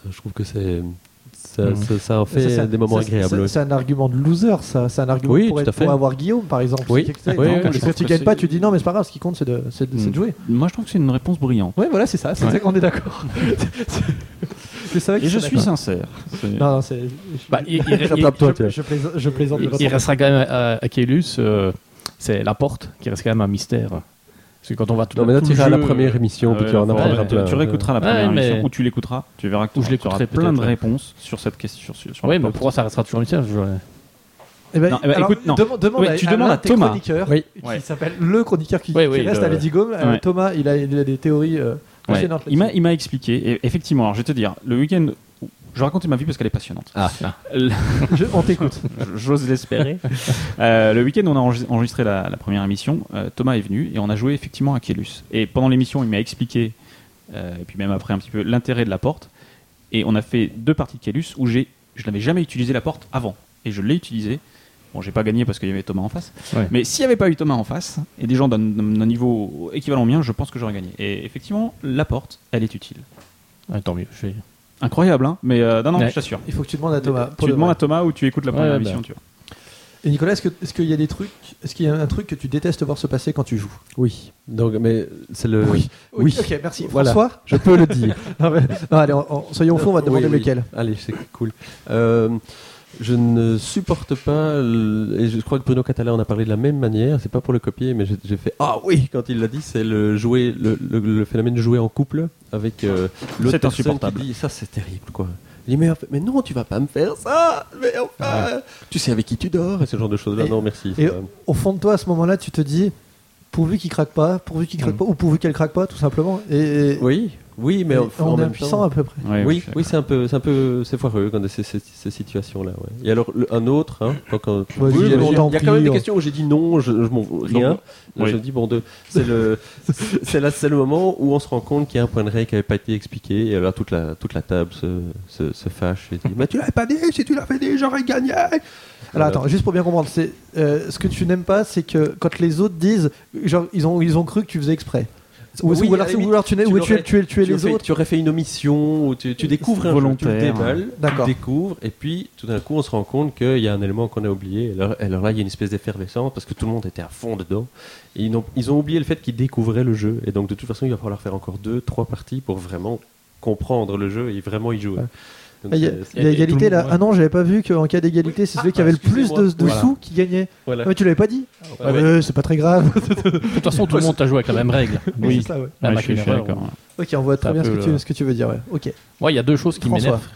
Speaker 6: euh, je trouve que c'est ça,
Speaker 1: Mhm.
Speaker 6: ça, ça en fait
Speaker 4: Mmh. Ça, ça-
Speaker 6: des moments
Speaker 4: ça,
Speaker 6: agréables.
Speaker 4: ça-
Speaker 6: ouais.
Speaker 4: C'est un argument de loser, ça. C'est un argument
Speaker 6: Oui,
Speaker 4: pour,
Speaker 6: tout
Speaker 4: être-
Speaker 6: à fait.
Speaker 4: pour avoir Guillaume, par exemple.
Speaker 6: Oui.
Speaker 4: C'est- c'est-
Speaker 6: Oui,
Speaker 4: non,
Speaker 6: oui,
Speaker 4: parce
Speaker 6: je
Speaker 4: que
Speaker 6: pense
Speaker 4: tu
Speaker 6: que
Speaker 4: gagnes
Speaker 6: c'est-
Speaker 4: pas, tu dis non, mais c'est pas grave, ce qui compte, c'est de, c'est de- c'est de
Speaker 5: Mm.
Speaker 4: jouer.
Speaker 5: Moi je trouve que c'est une réponse brillante.
Speaker 4: Ouais, voilà, c'est ça. C'est
Speaker 5: Ouais.
Speaker 4: ça qu'on est d'accord. C'est ça que
Speaker 5: Et je
Speaker 4: c'est
Speaker 5: suis
Speaker 4: d'accord.
Speaker 5: sincère. C'est-
Speaker 4: Non, non, c'est.
Speaker 1: Bah, il- il-
Speaker 6: Rattrape-toi,
Speaker 4: je,
Speaker 6: tiens.
Speaker 4: je plaisante, je plaisante.
Speaker 1: Il, il restera quand même à, à Kaelus, euh, c'est la porte qui reste quand même un mystère. Parce que quand on va tout
Speaker 6: Non, mais là,
Speaker 1: tout
Speaker 6: tu
Speaker 1: le
Speaker 6: iras à la
Speaker 1: jeu, euh,
Speaker 6: première émission, puis tu en
Speaker 1: ouais,
Speaker 6: apprendras
Speaker 1: ouais,
Speaker 5: Tu,
Speaker 6: plein.
Speaker 5: tu réécouteras la
Speaker 1: Ouais,
Speaker 5: première
Speaker 1: mais-
Speaker 5: émission ou tu l'écouteras, tu verras que
Speaker 1: Ou
Speaker 5: tu
Speaker 1: je
Speaker 5: auras
Speaker 1: l'écouterai
Speaker 5: plein de
Speaker 1: peut-être, ouais.
Speaker 5: réponses sur cette question. Sur, sur
Speaker 1: Oui,
Speaker 5: la
Speaker 1: mais
Speaker 5: porte.
Speaker 1: pourquoi ça restera toujours un mystère je-
Speaker 4: Eh ben,
Speaker 5: Non, eh ben,
Speaker 4: alors,
Speaker 5: écoute, non.
Speaker 4: dema- demande
Speaker 5: Oui,
Speaker 4: à,
Speaker 5: tu
Speaker 4: à
Speaker 5: demandes
Speaker 4: l'un
Speaker 5: à
Speaker 4: de tes
Speaker 5: Thomas.
Speaker 4: chroniqueurs,
Speaker 6: Oui.
Speaker 5: Ouais.
Speaker 4: qui s'appelle le chroniqueur qui,
Speaker 1: Oui,
Speaker 4: qui
Speaker 1: oui,
Speaker 4: reste
Speaker 1: le-
Speaker 4: à Ledigome. Euh,
Speaker 5: Ouais.
Speaker 4: Thomas, il a, il a des théories euh,
Speaker 5: Ouais.
Speaker 4: passionnantes.
Speaker 5: Il m'a-
Speaker 4: là-dessus.
Speaker 5: il m'a expliqué, et effectivement, alors je vais te dire, le week-end, je raconte ma vie parce qu'elle est passionnante.
Speaker 1: Ah,
Speaker 4: Je- On t'écoute.
Speaker 5: J'ose l'espérer. Euh, le week-end, on a enregistré- enregistré la, la première émission. Euh, Thomas est venu et on a joué effectivement à Kélus. Et pendant l'émission, il m'a expliqué, euh, et puis même après un petit peu, l'intérêt de la porte. Et on a fait deux parties de Kélus où j'ai, je n'avais jamais utilisé la porte avant. Et je l'ai utilisée. Bon, j'ai pas gagné parce qu'il y avait Thomas en face.
Speaker 1: Ouais.
Speaker 5: Mais s'il n'y avait pas eu Thomas en face, et des gens d'un d'un niveau équivalent au mien, je pense que j'aurais gagné. Et effectivement, la porte, elle est utile.
Speaker 1: ah, tant mieux. je vais-
Speaker 5: Incroyable, hein Mais euh, non, non,
Speaker 1: Ouais.
Speaker 5: je t'assure.
Speaker 4: Il faut que tu demandes à Thomas. pour de
Speaker 5: tu demandes
Speaker 4: vrai.
Speaker 5: à Thomas où tu écoutes la première
Speaker 1: Ouais,
Speaker 5: émission,
Speaker 1: bah.
Speaker 5: tu vois.
Speaker 4: Et Nicolas, est-ce que- est-ce qu'il y a des trucs, est-ce qu'il y a un truc que tu détestes voir se passer quand tu joues
Speaker 6: Oui. Donc, mais c'est le. Oui.
Speaker 4: Ok, merci.
Speaker 6: Voilà.
Speaker 4: François
Speaker 6: Je peux le dire.
Speaker 4: non, mais- non, allez, on- on- soyons fous, on va te
Speaker 6: Oui,
Speaker 4: demander
Speaker 6: oui.
Speaker 4: lequel.
Speaker 6: Allez, c'est cool. Euh, je ne supporte pas, le- et je crois que Bruno Catala en a parlé de la même manière, c'est pas pour le copier, mais j'ai j'ai fait Ah oui quand il l'a dit, c'est le, jouer, le, le- le phénomène de jouer en couple avec euh, l'autre
Speaker 5: C'est
Speaker 6: personne
Speaker 5: insupportable.
Speaker 6: qui dit Ça c'est terrible quoi. Il dit mais, enfin- mais non, tu vas pas me faire ça Mais enfin Tu sais avec qui tu dors Et ce genre de choses-là.
Speaker 4: Ah. Et-
Speaker 6: Non, merci.
Speaker 4: Et
Speaker 6: ça-
Speaker 4: au fond de toi, à ce moment-là, tu te dis, pourvu qu'il craque pas, pourvu qu'il craque pas, ou pourvu qu'elle craque pas, tout simplement. Et, et-
Speaker 6: Oui, oui, mais
Speaker 4: et
Speaker 6: en- en
Speaker 4: on est
Speaker 6: même
Speaker 4: impuissant
Speaker 6: temps-
Speaker 4: à peu près.
Speaker 5: Ouais, je
Speaker 6: Oui,
Speaker 5: suis
Speaker 6: oui, c'est un peu, c'est un peu, c'est foireux quand c'est ces, ces situations-là. ouais. Et alors le- un autre, hein, quand- quand- Oui,
Speaker 4: Vas-y,
Speaker 6: mais
Speaker 4: vas-y,
Speaker 6: il y a- il y a
Speaker 4: prie,
Speaker 6: quand même des
Speaker 4: on-
Speaker 6: questions où j'ai dit non, je, je m'en rien.
Speaker 5: oui.
Speaker 6: Je dis bon, de- c'est le, c'est là, c'est le moment où on se rend compte qu'il y a un point de règle qui n'avait pas été expliqué. Et alors toute la, toute la table se, se, se fâche et dit mais tu l'avais pas dit, si tu l'avais dit, j'aurais gagné.
Speaker 4: Alors
Speaker 6: Voilà.
Speaker 4: attends, juste pour bien comprendre, c'est euh, ce que tu n'aimes pas, c'est que quand les autres disent, genre ils ont ils ont cru que tu faisais exprès. Ou,
Speaker 6: Oui,
Speaker 4: ou alors,
Speaker 6: à la
Speaker 4: ou
Speaker 6: limite,
Speaker 4: alors tu, n'es-
Speaker 6: tu
Speaker 4: ou tu es
Speaker 6: l'aurais-
Speaker 4: tu es- tu es
Speaker 6: tu,
Speaker 4: les
Speaker 6: aurais fait-
Speaker 4: autres.
Speaker 6: tu aurais fait une omission, ou tu, tu découvres un jeu, tu le
Speaker 5: volontaire.
Speaker 6: déballes,
Speaker 4: D'accord.
Speaker 6: tu le découvres, et puis tout d'un coup on se rend compte qu'il y a un élément qu'on a oublié. Et Alors, et alors là, il y a une espèce d'effervescence parce que tout le monde était à fond dedans. Et ils, n'ont- ils ont oublié le fait qu'ils découvraient le jeu, et donc de toute façon, il va falloir faire encore deux, trois parties pour vraiment comprendre le jeu et vraiment y jouer. Donc,
Speaker 4: Ah, Il y a,
Speaker 6: euh, c'est-
Speaker 4: il y a
Speaker 9: et- et tout
Speaker 4: égalité
Speaker 9: le
Speaker 4: là.
Speaker 9: monde, ouais.
Speaker 4: Ah non, j'avais pas vu qu'en cas d'égalité, c'est
Speaker 6: Ah,
Speaker 4: celui qui avait le plus de,
Speaker 6: excusez-moi.
Speaker 4: de
Speaker 6: Voilà.
Speaker 4: sous qui gagnait.
Speaker 6: voilà.
Speaker 4: Ah, mais tu l'avais pas dit
Speaker 6: Ouais,
Speaker 4: Ah,
Speaker 6: ouais.
Speaker 4: ouais, C'est pas très grave.
Speaker 1: De toute façon, tout le monde a joué avec la même règle.
Speaker 4: C'est ça, ouais.
Speaker 1: La
Speaker 5: Ouais, je
Speaker 1: machine
Speaker 5: suis- je suis
Speaker 1: erreur, hein.
Speaker 5: d'accord.
Speaker 4: Ok, on voit
Speaker 1: C'est
Speaker 4: très
Speaker 1: un
Speaker 4: bien ce
Speaker 1: peu
Speaker 4: que, tu,
Speaker 1: le-
Speaker 4: ce que tu veux dire. Ouais. Ok.
Speaker 1: Moi, il y a deux choses qui
Speaker 4: François.
Speaker 1: m'énervent.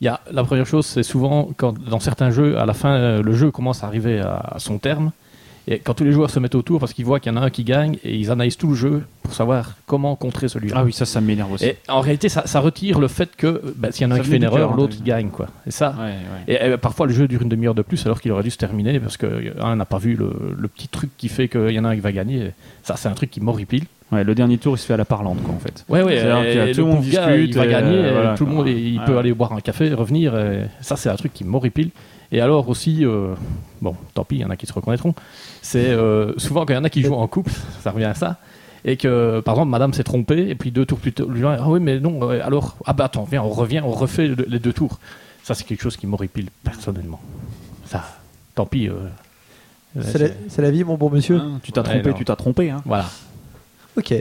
Speaker 1: Il y a la première chose, c'est souvent quand dans certains jeux, à la fin, euh, le jeu commence à arriver à, à son terme, et quand tous les joueurs se mettent autour parce qu'ils voient qu'il y en a un qui gagne, et ils analysent tout le jeu pour savoir comment contrer celui-là.
Speaker 5: Ah oui, ça, ça m'énerve aussi.
Speaker 1: Et en réalité, ça, ça retire le fait que euh, bah, s'il y en a
Speaker 5: Ça
Speaker 1: un qui fait
Speaker 5: vient
Speaker 1: une
Speaker 5: du
Speaker 1: erreur,
Speaker 5: cœur,
Speaker 1: l'autre
Speaker 5: oui.
Speaker 1: il gagne quoi. Et ça,
Speaker 5: Ouais, ouais.
Speaker 1: et, euh, parfois le jeu dure une demi-heure de plus alors qu'il aurait dû se terminer parce que euh, un n'a pas vu le, le petit truc qui fait qu'il y en a un qui va gagner. Ça, c'est un truc qui m'horripile.
Speaker 5: Ouais, le dernier tour, il se fait à la parlante, quoi, en fait.
Speaker 1: Ouais, ouais,
Speaker 5: C'est-à-dire
Speaker 1: et
Speaker 5: qu'il y a
Speaker 1: le
Speaker 5: tout le monde
Speaker 1: pauvre gars,
Speaker 5: discute
Speaker 1: il va
Speaker 5: et,
Speaker 1: gagner,
Speaker 5: euh,
Speaker 1: et
Speaker 5: voilà,
Speaker 1: tout le
Speaker 5: quoi.
Speaker 1: monde, il
Speaker 5: Ouais.
Speaker 1: peut aller boire un café, revenir. et ça, c'est un truc qui m'horripile. Et alors aussi, euh, bon, tant pis, il y en a qui se reconnaîtront. C'est euh, souvent quand il y en a qui jouent en couple, ça revient à ça. Et que, par exemple, madame s'est trompée, et puis deux tours plus tôt, lui dit, ah oui, mais non, euh, alors, ah bah attends, viens, on revient, on refait le- les deux tours. Ça, c'est quelque chose qui m'horripile, personnellement. Ça, tant pis. euh, euh,
Speaker 4: C'est la,
Speaker 1: c'est-
Speaker 4: c'est la vie, mon bon monsieur.
Speaker 5: Hein, tu t'as
Speaker 1: Ouais,
Speaker 5: trompé,
Speaker 1: non.
Speaker 5: tu t'as trompé. Hein.
Speaker 1: Voilà.
Speaker 4: Ok.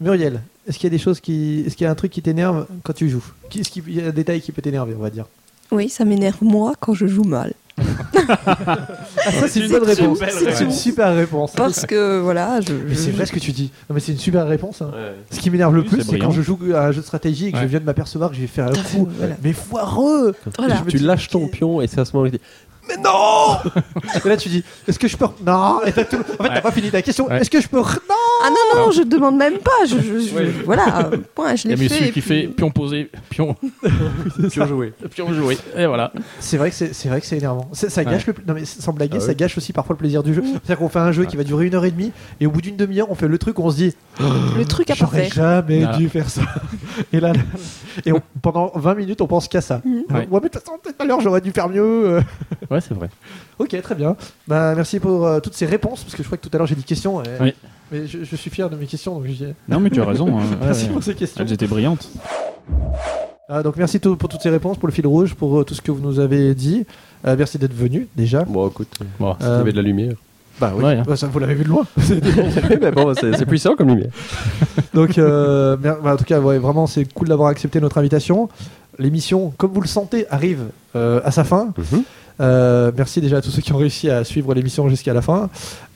Speaker 4: Muriel, est-ce qu'il y a des choses qui, est-ce qu'il y a un truc qui t'énerve quand tu joues Qu'est-ce qui- Il y a un détail qui peut t'énerver, on va dire.
Speaker 8: Oui, ça m'énerve moi quand je joue mal.
Speaker 4: Ah, ça c'est une
Speaker 8: C'est
Speaker 4: bonne réponse.
Speaker 8: tout, c'est
Speaker 4: C'est une
Speaker 8: tout.
Speaker 4: super réponse.
Speaker 8: Parce que voilà, je.
Speaker 4: Mais c'est
Speaker 8: je-
Speaker 4: vrai ce que tu dis. Non, mais c'est une super réponse. hein.
Speaker 6: Ouais.
Speaker 4: Ce qui m'énerve le
Speaker 5: Oui,
Speaker 4: plus,
Speaker 5: c'est
Speaker 4: c'est quand
Speaker 5: brillant.
Speaker 4: je joue à un jeu de stratégie et que
Speaker 1: Ouais.
Speaker 4: je viens de m'apercevoir que j'ai fait un
Speaker 8: T'as
Speaker 4: coup.
Speaker 8: fait, voilà.
Speaker 4: Mais foireux
Speaker 8: Voilà.
Speaker 4: Ah, Je me
Speaker 6: Tu
Speaker 4: dis-
Speaker 6: lâches ton pion, et c'est à ce moment-là que tu dis Mais non
Speaker 4: Et là tu dis, est-ce que je peux... Non Et t'as tout- En fait, t'as pas fini ta question.
Speaker 1: Ouais.
Speaker 4: Est-ce que je peux... Non
Speaker 8: Ah non, non, je demande même pas. Je, je- je- Voilà, euh, point, je
Speaker 1: Il
Speaker 8: l'ai
Speaker 1: y a
Speaker 8: fait.
Speaker 1: monsieur
Speaker 8: et puis-
Speaker 1: qui fait pion posé, pion,
Speaker 6: Bien joué.
Speaker 1: pion joué. Et voilà.
Speaker 4: C'est vrai que c'est c'est vrai que c'est énervant. Ça, ça gâche le... Non mais sans blaguer, ça gâche aussi parfois le plaisir du jeu. C'est-à-dire qu'on fait un jeu qui va durer une heure et demie et au bout d'une demi-heure, on fait le truc où on se dit,
Speaker 8: Le truc à
Speaker 4: j'aurais
Speaker 8: parfait.
Speaker 4: jamais
Speaker 1: Ah.
Speaker 4: dû faire ça. Et là, là- et on- pendant 20 minutes, on pense qu'à ça. Ouais,
Speaker 1: Ouais.
Speaker 4: mais de toute façon, peut-être à l'heure, j'aurais dû faire mieux. euh.
Speaker 1: Ouais, c'est vrai.
Speaker 4: Ok, très bien. Bah, merci pour euh, toutes ces réponses, parce que je crois que tout à l'heure j'ai dit questions. euh,
Speaker 1: Oui.
Speaker 4: Mais je, je suis fier de mes questions, donc j'y ai-
Speaker 5: Non, mais tu as raison. hein.
Speaker 4: merci
Speaker 5: Ouais, ouais.
Speaker 4: pour ces questions.
Speaker 5: Elles étaient brillantes.
Speaker 4: Ah, donc merci tout- pour toutes ces réponses, pour le fil rouge, pour euh, tout ce que vous nous avez dit. Euh, merci d'être venu déjà.
Speaker 6: Bon, écoute,
Speaker 1: Bon.
Speaker 4: Euh,
Speaker 6: il y avait de la lumière.
Speaker 4: Bah oui,
Speaker 1: Ouais, hein.
Speaker 4: Bah, ça, vous l'avez vu de loin.
Speaker 6: mais bon, c'est c'est puissant comme lumière.
Speaker 4: donc euh, mer- bah, en tout cas, ouais, vraiment c'est cool d'avoir accepté notre invitation. L'émission, comme vous le sentez, arrive euh, à sa fin.
Speaker 6: Mhm.
Speaker 4: Euh, merci déjà à tous ceux qui ont réussi à suivre l'émission jusqu'à la fin.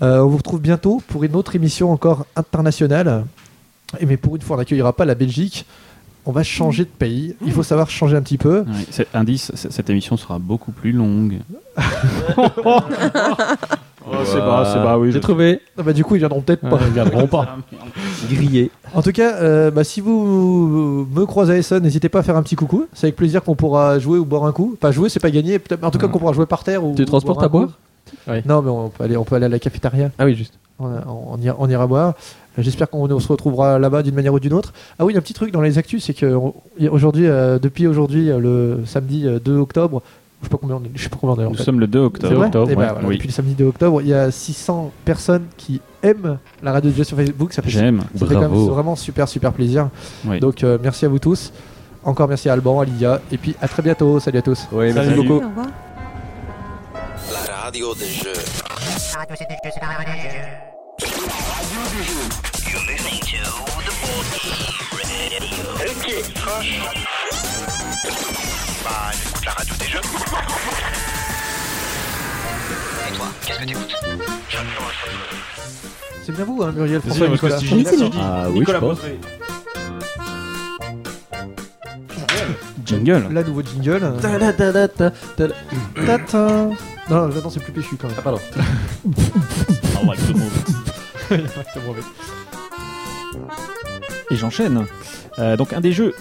Speaker 4: Euh, on vous retrouve bientôt pour une autre émission encore internationale. Et mais pour une fois, on n'accueillera pas la Belgique. On va changer de pays. Il faut savoir changer un petit peu.
Speaker 5: Ouais, c'est- indice, c- cette émission sera beaucoup plus longue.
Speaker 4: Oh,
Speaker 6: Ah, c'est pas, c'est pas, oui. J'ai trouvé
Speaker 4: Ah bah, du coup, ils viendront peut-être pas.
Speaker 1: Ils viendront pas.
Speaker 6: grillé.
Speaker 4: En tout cas, euh, bah, si vous me croisez à Essen, n'hésitez pas à faire un petit coucou. C'est avec plaisir qu'on pourra jouer ou boire un coup. Pas jouer, c'est pas gagner. peut-être- mais En tout cas, qu'on pourra jouer par terre ou.
Speaker 6: Mm. Tu transportes
Speaker 4: un
Speaker 6: à
Speaker 4: coup.
Speaker 6: boire
Speaker 1: Ouais.
Speaker 4: Non, mais on peut aller, on peut aller à la cafétéria.
Speaker 6: Ah oui, juste.
Speaker 4: On, a- on- on ira, on ira boire. Euh, J'espère qu'on on se retrouvera là-bas d'une manière ou d'une autre. Ah oui, il y a un petit truc dans les actus, c'est que on- il y a aujourd'hui, euh, depuis aujourd'hui, euh, le samedi euh, 2 octobre, je sais pas combien on est, je sais pas combien on est, en
Speaker 5: Nous
Speaker 4: fait.
Speaker 5: sommes le 2
Speaker 4: C'est
Speaker 5: octobre.
Speaker 4: vrai
Speaker 1: octobre,
Speaker 4: Eh ben,
Speaker 5: ouais.
Speaker 4: voilà,
Speaker 5: Oui.
Speaker 4: Depuis le samedi 2 octobre, il y a 600 personnes qui aiment la radio déjà sur Facebook. Ça fait, ça
Speaker 5: J'aime.
Speaker 4: fait quand même
Speaker 6: Bravo.
Speaker 4: vraiment super super plaisir.
Speaker 5: Oui.
Speaker 4: Donc euh, merci à vous tous. Encore merci à Alban, à Lydia, et puis à très bientôt. Salut à tous.
Speaker 6: Oui, merci
Speaker 5: Salut.
Speaker 6: beaucoup.
Speaker 8: Au revoir.
Speaker 3: Thank La radio des jeux.
Speaker 2: La radio, c'est du jeu, c'est la radio des jeux.
Speaker 3: You're listening to the board game radio. Ok, coche. Bah, écoute la radio des jeux. Et toi, qu'est-ce que t'écoutes
Speaker 4: C'est bien vous, hein, Muriel,
Speaker 5: Vas-y,
Speaker 4: François,
Speaker 5: on va
Speaker 4: Nicolas.
Speaker 5: se dire.
Speaker 10: Ah oui, je pense.
Speaker 5: Jingle.
Speaker 4: Là, nouveau jingle.
Speaker 6: Ta la ta la ta ta la-
Speaker 4: Tatin. Non, non, attends, c'est plus péchu quand même.
Speaker 6: Ah, pardon.
Speaker 5: Ah, Et j'enchaîne. Euh, donc un des jeux.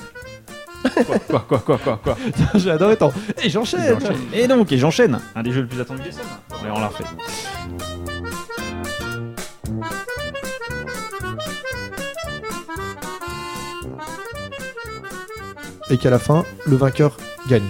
Speaker 5: quoi, quoi, quoi, quoi, quoi
Speaker 4: J'ai adoré, attends. Et j'enchaîne
Speaker 5: Et donc, et j'enchaîne. Un des jeux le plus attendu des semaines. Mais on l'a fait.
Speaker 4: Et qu'à la fin, le vainqueur gagne.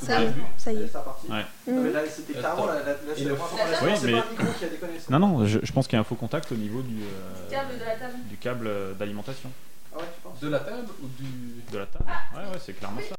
Speaker 8: Ça, ça y est.
Speaker 5: Oui, mais. Non, non, je, je pense qu'il y a un faux contact au niveau du. euh, Du câble euh, d'alimentation.
Speaker 6: De la table ou du.
Speaker 5: De la table Ouais, ouais, c'est clairement ça.